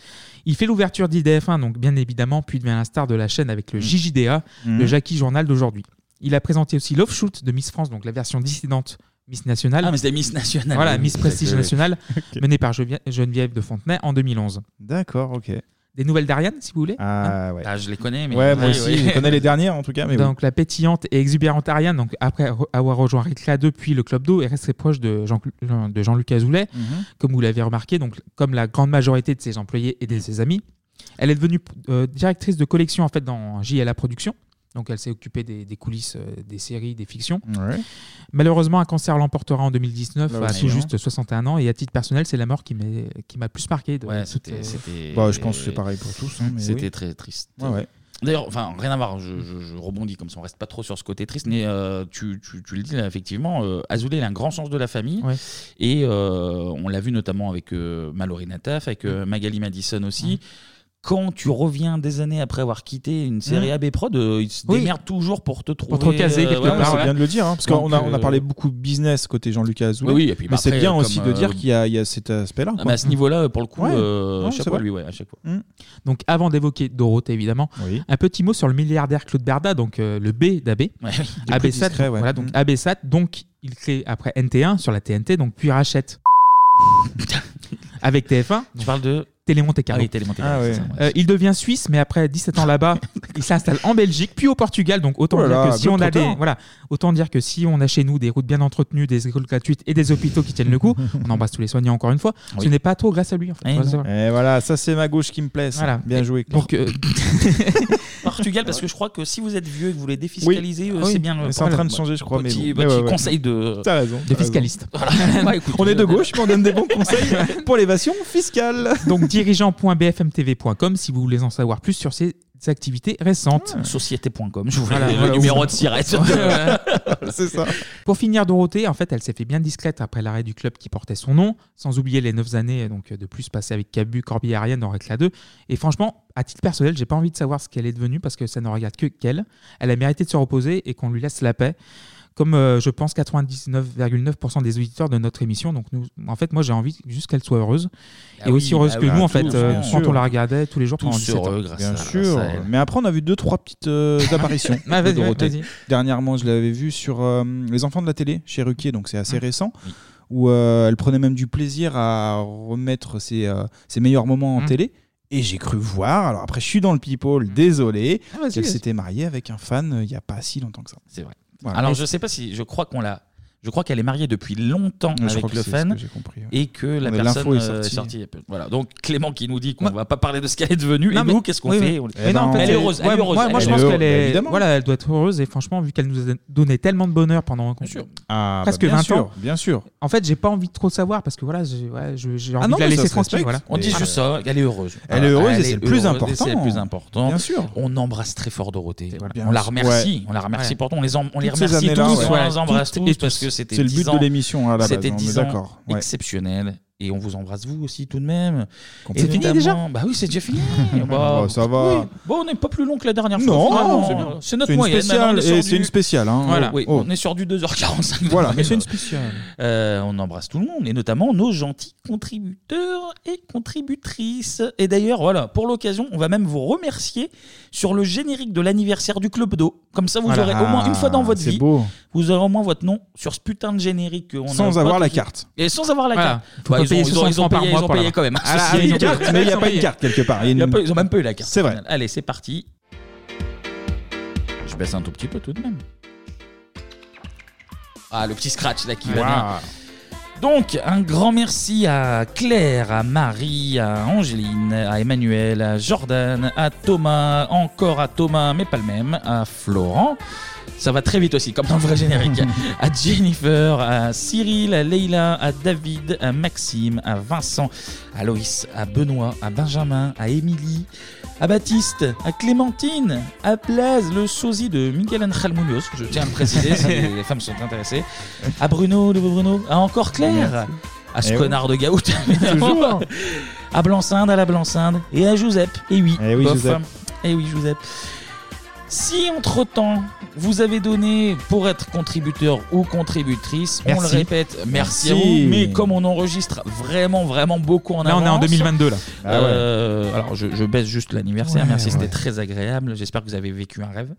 Speaker 7: Il fait l'ouverture d'IDF1, donc bien évidemment, puis devient la star de la chaîne avec
Speaker 1: Mm.
Speaker 7: le JJDA,
Speaker 8: Mhm.
Speaker 7: le Jackie Journal d'aujourd'hui. Il a présenté aussi l'offshoot de Miss France, donc la version dissidente Miss Nationale.
Speaker 1: Ah, mais c'était Miss Nationale.
Speaker 7: Voilà,
Speaker 1: Oui,
Speaker 7: Miss
Speaker 1: oui,
Speaker 7: Prestige
Speaker 1: d'accord, oui.
Speaker 7: Nationale,
Speaker 1: Ok.
Speaker 7: menée par Genevi- Geneviève de Fontenay en 2011.
Speaker 8: D'accord, ok.
Speaker 7: Des nouvelles d'Ariane, si vous voulez
Speaker 8: Ah, ouais.
Speaker 1: Ah, je les connais, mais.
Speaker 8: Ouais, moi
Speaker 1: Oui,
Speaker 8: aussi,
Speaker 1: oui.
Speaker 8: je connais les dernières en tout cas. Mais oui.
Speaker 7: donc la pétillante et exubérante Ariane, donc après re- avoir rejoint Récla 2 puis le Club d'eau, est restée proche de, Jean, de Jean-Luc Azoulay,
Speaker 8: Mhm.
Speaker 7: comme vous l'avez remarqué, donc comme la grande majorité de ses employés et de ses amis. Elle est devenue euh, directrice de collection en fait dans JLA Productions. Donc elle s'est occupée des, des coulisses, euh, des séries, des fictions.
Speaker 8: Ouais.
Speaker 7: Malheureusement, un cancer l'emportera en 2019
Speaker 8: Bah,
Speaker 7: à
Speaker 8: oui.
Speaker 7: tout juste 61 ans. Et à titre personnel, c'est la mort qui m'est- qui m'a le plus marqué. de
Speaker 1: Ouais,
Speaker 7: toute,
Speaker 1: c'était-
Speaker 7: euh,
Speaker 1: c'était-
Speaker 8: Bah, je pense que c'est pareil pour tous, hein, mais
Speaker 1: C'était
Speaker 8: oui.
Speaker 1: très triste.
Speaker 8: Ouais, ouais.
Speaker 1: D'ailleurs, enfin, rien à voir, je, je- je rebondis comme ça, on reste pas trop sur ce côté triste, mais euh, tu, tu- tu le dis là, effectivement, euh, Azoulay il a un grand sens de la famille,
Speaker 7: Ouais.
Speaker 1: et euh, on l'a vu notamment avec euh, Mallory Nataf, avec euh, Magali Madison aussi. Quand tu reviens des années après avoir quitté une série
Speaker 8: Mm.
Speaker 1: AB Prod, euh, ils se
Speaker 8: Oui.
Speaker 1: démerdent toujours pour te trouver. euh,
Speaker 7: te caser quelque
Speaker 1: ouais,
Speaker 8: Ouais,
Speaker 1: ouais,
Speaker 8: c'est
Speaker 1: ouais.
Speaker 8: bien de le dire, hein, parce
Speaker 1: Donc,
Speaker 8: qu'on a, on a
Speaker 1: euh,
Speaker 8: parlé beaucoup business côté Jean-Luc Azoulay,
Speaker 1: Oui, oui, et puis, bah,
Speaker 8: mais c'est
Speaker 1: après,
Speaker 8: bien
Speaker 1: comme,
Speaker 8: aussi de
Speaker 1: euh,
Speaker 8: dire qu'il y, a- il y a cet aspect-là.
Speaker 1: Ah,
Speaker 8: quoi.
Speaker 1: mais à ce niveau-là, pour le coup,
Speaker 8: Ouais.
Speaker 1: euh,
Speaker 8: Ouais, c'est
Speaker 1: chapeau à
Speaker 8: vrai.
Speaker 1: lui, ouais, à chaque fois.
Speaker 7: Donc avant d'évoquer Dorothée évidemment, un petit mot sur le milliardaire Claude Berda, donc euh, le B d'AB.
Speaker 8: le
Speaker 7: AB
Speaker 8: plus
Speaker 7: Sat,
Speaker 8: discret, ouais.
Speaker 7: voilà, donc
Speaker 8: Mm.
Speaker 7: AB Sat, donc il crée après NT1 sur la TNT, donc puis rachète avec TF1.
Speaker 1: Tu parles de
Speaker 7: Télé Monte Carlo.
Speaker 1: Ah oui, Télé Monte Carlo, Ah c'est ouais. ça, ouais.
Speaker 7: Euh, il devient suisse, mais après 17 ans là-bas, il s'installe en Belgique, puis au Portugal. Donc autant
Speaker 8: Oh là
Speaker 7: dire
Speaker 8: là,
Speaker 7: que si
Speaker 8: un peu
Speaker 7: on a
Speaker 8: trop
Speaker 7: des,
Speaker 8: tard.
Speaker 7: voilà, autant dire que si on a chez nous des routes bien entretenues, des écoles gratuites et des hôpitaux qui tiennent le coup, on embrasse tous les soignants encore une fois.
Speaker 8: Oui. Eh
Speaker 7: Ce n'est pas trop grâce à lui. En fait.
Speaker 8: Et
Speaker 7: Voilà, c'est vrai.
Speaker 8: voilà, ça c'est ma gauche qui me plaît. ça.
Speaker 7: Voilà.
Speaker 8: Bien joué.
Speaker 7: Donc, euh,
Speaker 1: Portugal, parce que je crois que si vous êtes vieux et que vous voulez défiscaliser, euh,
Speaker 8: Ah Oui.
Speaker 1: c'est bien. le
Speaker 8: C'est en train de
Speaker 1: Portugal.
Speaker 8: changer, je crois. mais
Speaker 1: Petit-
Speaker 8: bon. Mais
Speaker 1: petit
Speaker 8: ouais, ouais.
Speaker 1: conseil de.
Speaker 8: T'as raison.
Speaker 1: de
Speaker 8: t'as raison.
Speaker 1: fiscaliste.
Speaker 8: on
Speaker 1: euh,
Speaker 8: est de gauche, mais on donne des bons conseils pour l'évasion fiscale.
Speaker 7: Donc dirigeant.bfmtv.com si vous voulez en savoir plus sur ces activités récentes.
Speaker 1: Ah. Société.com, je vous le numéro de Siret. C'est ça.
Speaker 7: Pour finir, Dorothée, en fait, elle s'est fait bien discrète après l'arrêt du club qui portait son nom, sans oublier les 9 années euh, donc, de plus passées avec Cabu, Corbier et Ariane dans Recla 2. Et franchement, à titre personnel, j'ai pas envie de savoir ce qu'elle est devenue parce que ça ne regarde que qu'elle. Elle a mérité de se reposer et qu'on lui laisse la paix. Comme euh, je pense 99,9% des auditeurs de notre émission, donc nous, en fait, moi j'ai envie juste qu'elle soit heureuse
Speaker 8: Ah
Speaker 7: et
Speaker 8: oui,
Speaker 7: aussi heureuse
Speaker 8: bah
Speaker 7: que
Speaker 8: oui,
Speaker 7: nous, en
Speaker 8: tout,
Speaker 7: fait, euh,
Speaker 8: bien
Speaker 7: quand
Speaker 8: sûr.
Speaker 7: on la regardait tous les jours pendant
Speaker 8: Tout
Speaker 7: 17 ans.
Speaker 8: Bien sûr. Mais après, on a vu deux, trois petites euh, apparitions.
Speaker 7: Ah,
Speaker 8: de
Speaker 7: vas-y,
Speaker 8: Dorothée.
Speaker 7: vas-y.
Speaker 8: Dernièrement, je l'avais vu sur euh, Les Enfants de la télé chez Ruquier, donc c'est assez récent. Où euh, elle prenait même du plaisir à remettre ses, euh, ses meilleurs moments en
Speaker 7: Mm.
Speaker 8: télé. Et j'ai cru voir, alors après je suis dans le people, désolé,
Speaker 7: Ah, vas-y,
Speaker 8: qu'elle
Speaker 7: vas-y.
Speaker 8: s'était mariée avec un fan euh, il n'y a pas si longtemps que ça.
Speaker 1: C'est vrai.
Speaker 8: Voilà.
Speaker 1: Alors, je sais pas si. Je crois qu'on l'a. Je crois qu'elle est mariée depuis longtemps
Speaker 8: Je crois
Speaker 1: avec
Speaker 8: que
Speaker 1: le
Speaker 8: c'est ce
Speaker 1: fan
Speaker 8: que j'ai compris, ouais.
Speaker 1: et que la
Speaker 8: Mais
Speaker 1: personne
Speaker 8: l'info est
Speaker 1: euh,
Speaker 8: sortie.
Speaker 1: il y a peu- Voilà. Donc Clément qui nous dit qu'on va pas parler de ce qu'elle est devenue
Speaker 7: Non,
Speaker 1: et
Speaker 7: mais-
Speaker 1: nous qu'est-ce qu'on
Speaker 7: oui,
Speaker 1: fait
Speaker 7: oui.
Speaker 1: On-
Speaker 7: Mais non, en fait,
Speaker 1: Elle est
Speaker 7: elle-
Speaker 1: heureuse.
Speaker 7: ouais,
Speaker 1: elle est heureuse.
Speaker 7: Moi, moi,
Speaker 1: elle
Speaker 7: je
Speaker 1: est
Speaker 7: pense
Speaker 1: heureuse.
Speaker 7: qu'elle
Speaker 1: Elle est
Speaker 7: est.
Speaker 1: heureuse.
Speaker 7: Voilà, elle doit être heureuse et franchement, vu qu'elle nous a donné tellement de bonheur pendant
Speaker 8: Ah, bah,
Speaker 7: presque
Speaker 8: bien
Speaker 7: 20
Speaker 8: sûr,
Speaker 7: ans.
Speaker 8: Bien sûr.
Speaker 7: En fait, j'ai pas envie de trop savoir parce que voilà, j'ai ouais, je-
Speaker 1: Ah
Speaker 7: j'ai envie
Speaker 8: non,
Speaker 7: de la
Speaker 8: mais ça
Speaker 7: laisser
Speaker 8: se
Speaker 7: tranquille.
Speaker 8: respecte.
Speaker 7: Voilà.
Speaker 1: On dit
Speaker 7: Voilà.
Speaker 1: juste ça, elle est heureuse.
Speaker 8: euh, Elle est heureuse et c'est le
Speaker 1: heureuse
Speaker 8: plus
Speaker 1: et
Speaker 8: important.
Speaker 1: C'est le plus important.
Speaker 8: Bien sûr.
Speaker 1: On embrasse très fort Dorothée.
Speaker 8: Bien
Speaker 1: On la
Speaker 8: sûr.
Speaker 1: remercie.
Speaker 8: Ouais.
Speaker 1: On la remercie
Speaker 8: Ouais.
Speaker 1: pour tout. On les, en- on les
Speaker 8: Toutes ces
Speaker 1: remercie tous.
Speaker 8: années-là, ouais.
Speaker 1: On les embrasse
Speaker 8: Toutes
Speaker 1: tous
Speaker 8: et
Speaker 1: parce
Speaker 8: tous.
Speaker 1: que c'était
Speaker 8: C'est le but
Speaker 1: 10
Speaker 8: de
Speaker 1: ans-
Speaker 8: l'émission, hein, à la base,
Speaker 1: C'était
Speaker 8: on est
Speaker 1: 10 ans
Speaker 8: d'accord. Ouais.
Speaker 1: exceptionnel. Et on vous embrasse vous aussi tout de même.
Speaker 8: C'est fini
Speaker 1: Évidemment.
Speaker 8: déjà
Speaker 1: Bah oui, c'est déjà fini.
Speaker 8: Bah, ça va.
Speaker 1: oui. Bon, on n'est pas plus long que la dernière fois.
Speaker 8: Non,
Speaker 1: finalement.
Speaker 8: non,
Speaker 1: C'est bien. c'est notre
Speaker 8: une
Speaker 1: moyenne.
Speaker 8: spéciale,
Speaker 1: Maintenant, on est sur
Speaker 8: et
Speaker 1: du-
Speaker 8: c'est une spéciale. hein.
Speaker 1: Voilà,
Speaker 8: Oh.
Speaker 1: oui,
Speaker 8: Oh.
Speaker 1: on est sur du 2h45.
Speaker 8: Voilà, mais c'est une spéciale.
Speaker 1: Euh, on embrasse tout le monde, et notamment nos gentils contributeurs et contributrices. Et d'ailleurs, voilà, pour l'occasion, on va même vous remercier sur le générique de l'anniversaire du Club d'eau. Comme ça, vous
Speaker 8: Voilà.
Speaker 1: aurez au moins une fois dans votre
Speaker 8: C'est
Speaker 1: vie,
Speaker 8: beau.
Speaker 1: vous aurez au moins votre nom sur ce putain de générique. qu'on a
Speaker 8: Sans
Speaker 1: pas
Speaker 8: avoir
Speaker 1: tout
Speaker 8: la
Speaker 1: de suite.
Speaker 8: carte.
Speaker 1: Et sans avoir la
Speaker 7: Voilà.
Speaker 1: carte. Bah,
Speaker 7: Faut pas
Speaker 1: ils ont-
Speaker 7: payer
Speaker 1: ils ont-
Speaker 7: 60
Speaker 1: ils ont
Speaker 7: francs par
Speaker 1: payé-
Speaker 7: mois
Speaker 1: ils ont
Speaker 7: pour
Speaker 1: payé
Speaker 7: l'avoir.
Speaker 1: quand même.
Speaker 7: Ah, là,
Speaker 1: Ceci
Speaker 7: ils ont
Speaker 1: dit,
Speaker 7: payé.
Speaker 8: Mais il n'y a
Speaker 7: Ils
Speaker 8: pas
Speaker 7: ont
Speaker 8: une
Speaker 7: payé.
Speaker 8: carte quelque part. Il y a
Speaker 1: Ils
Speaker 8: une-
Speaker 1: ont pas- ils ont même pas eu la carte.
Speaker 8: C'est
Speaker 1: au
Speaker 8: vrai.
Speaker 1: final. Allez, c'est parti. Je baisse un tout petit peu tout de même. Ah, le petit scratch là qui va
Speaker 8: Waouh.
Speaker 1: bien. Donc, un grand merci à Claire, à Marie, à Angéline, à Emmanuel, à Jordan, à Thomas, encore à Thomas, mais pas le même, à Florent. Ça va très vite aussi, comme dans le vrai générique. à Jennifer, à Cyril, à Leila, à David, à Maxime, à Vincent, à Loïs, à Benoît, à Benjamin, à Émilie, à Baptiste, à Clémentine, à Blaise, le sosie de Miguel Angel Munoz, je tiens à le préciser, si les femmes sont intéressées, à Bruno, le beau Bruno, à encore Claire,
Speaker 8: Merci.
Speaker 1: à ce
Speaker 8: Eh oui.
Speaker 1: connard de Gaout, évidemment.
Speaker 8: Toujours.
Speaker 1: à Blancinde, à la Blancinde, et à Joseph, et oui,
Speaker 8: Eh oui,
Speaker 1: bof.
Speaker 8: Joseph.
Speaker 1: Eh oui, Joseph. Si entre-temps, vous avez donné pour être contributeur ou contributrice, on le
Speaker 7: Merci.
Speaker 1: répète, merci, à
Speaker 7: Merci.
Speaker 1: vous, mais comme on enregistre vraiment, vraiment beaucoup en
Speaker 7: Là, on est en
Speaker 1: avance,
Speaker 7: 2022, là. Ah ouais.
Speaker 1: euh, alors, je, je baisse juste l'anniversaire,
Speaker 7: Ouais,
Speaker 1: merci, c'était
Speaker 7: ouais.
Speaker 1: très agréable, j'espère que vous avez vécu un rêve.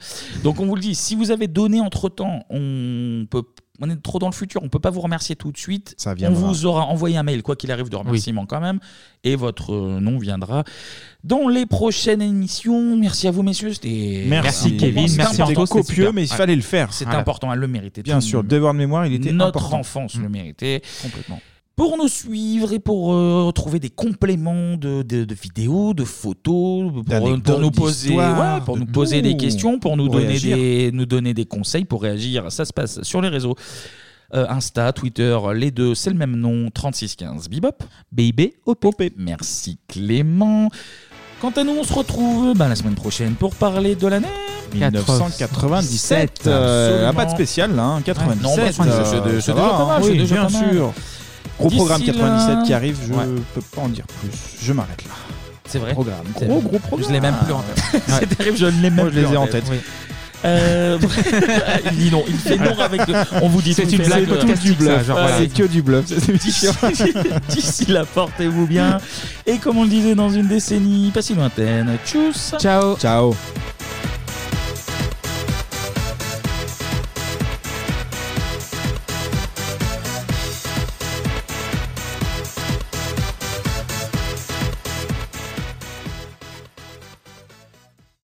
Speaker 1: Donc, on vous le dit, si vous avez donné entre-temps, on peut... On est trop dans le futur, on peut pas vous remercier tout de suite.
Speaker 8: Ça
Speaker 1: on
Speaker 8: viendra.
Speaker 1: vous aura envoyé un mail, quoi qu'il arrive, de remerciements quand même, et votre euh, nom viendra dans les prochaines émissions. Merci à vous, messieurs. C'était
Speaker 8: Merci,
Speaker 1: C'était-
Speaker 8: Kevin.
Speaker 1: c'était
Speaker 8: Merci,
Speaker 1: important.
Speaker 8: Anto, c'était copieux, mais il fallait le faire.
Speaker 1: C'est
Speaker 8: Voilà.
Speaker 1: important, elle le méritait.
Speaker 8: Bien
Speaker 1: Tout
Speaker 8: sûr,
Speaker 1: le monde.
Speaker 8: devoir de mémoire, il était
Speaker 1: Notre
Speaker 8: important.
Speaker 1: enfance
Speaker 7: Mm.
Speaker 1: le méritait.
Speaker 8: Complètement.
Speaker 1: Pour nous suivre et pour euh, retrouver des compléments de, de- de vidéos, de photos, pour,
Speaker 8: D'anecdotes,
Speaker 1: pour nous poser,
Speaker 8: d'histoires,
Speaker 1: ouais, pour
Speaker 8: de
Speaker 1: nous poser des
Speaker 8: tout.
Speaker 1: questions, pour nous
Speaker 8: Pour
Speaker 1: donner,
Speaker 8: réagir.
Speaker 1: des, nous donner des conseils, pour réagir, ça se passe sur les réseaux. Euh, Insta, Twitter, les deux, c'est le même nom, 3615 Bibop. BIB, Merci Clément. Quant à nous, on se retrouve ben, la semaine prochaine pour parler de l'année
Speaker 8: 1997. euh,
Speaker 1: Absolument.
Speaker 8: ah, pas de spécial là, hein, 97.
Speaker 1: Non, bah, c'est- c'est-
Speaker 8: euh,
Speaker 1: c'est déjà
Speaker 8: ça va,
Speaker 1: pas mal,
Speaker 8: hein,
Speaker 1: c'est
Speaker 8: oui,
Speaker 1: déjà
Speaker 8: bien
Speaker 1: pas mal.
Speaker 8: sûr. Gros
Speaker 1: D'ici
Speaker 8: programme
Speaker 1: là-
Speaker 8: 97 qui arrive, je
Speaker 1: Ouais.
Speaker 8: peux pas en dire plus. Je m'arrête là.
Speaker 1: C'est vrai.
Speaker 8: Programme.
Speaker 1: C'est
Speaker 8: Gros,
Speaker 1: vrai.
Speaker 8: gros programme.
Speaker 1: Je l'ai même plus en tête. C'est terrible, je ne l'ai même
Speaker 8: Moi, je
Speaker 1: plus
Speaker 8: les ai
Speaker 1: en
Speaker 8: en
Speaker 1: tête.
Speaker 8: tête.
Speaker 1: Euh, il dit non, il fait non avec le- On vous dit
Speaker 8: C'est
Speaker 1: tout,
Speaker 8: une
Speaker 1: il fait
Speaker 8: blague
Speaker 1: la-
Speaker 8: podcastique, ça, genre, voilà. C'est que du bluff, c'est
Speaker 1: D'ici- D'ici là, portez-vous bien. Et comme on le disait dans une décennie pas si lointaine, tchuss.
Speaker 7: Ciao.
Speaker 8: Ciao.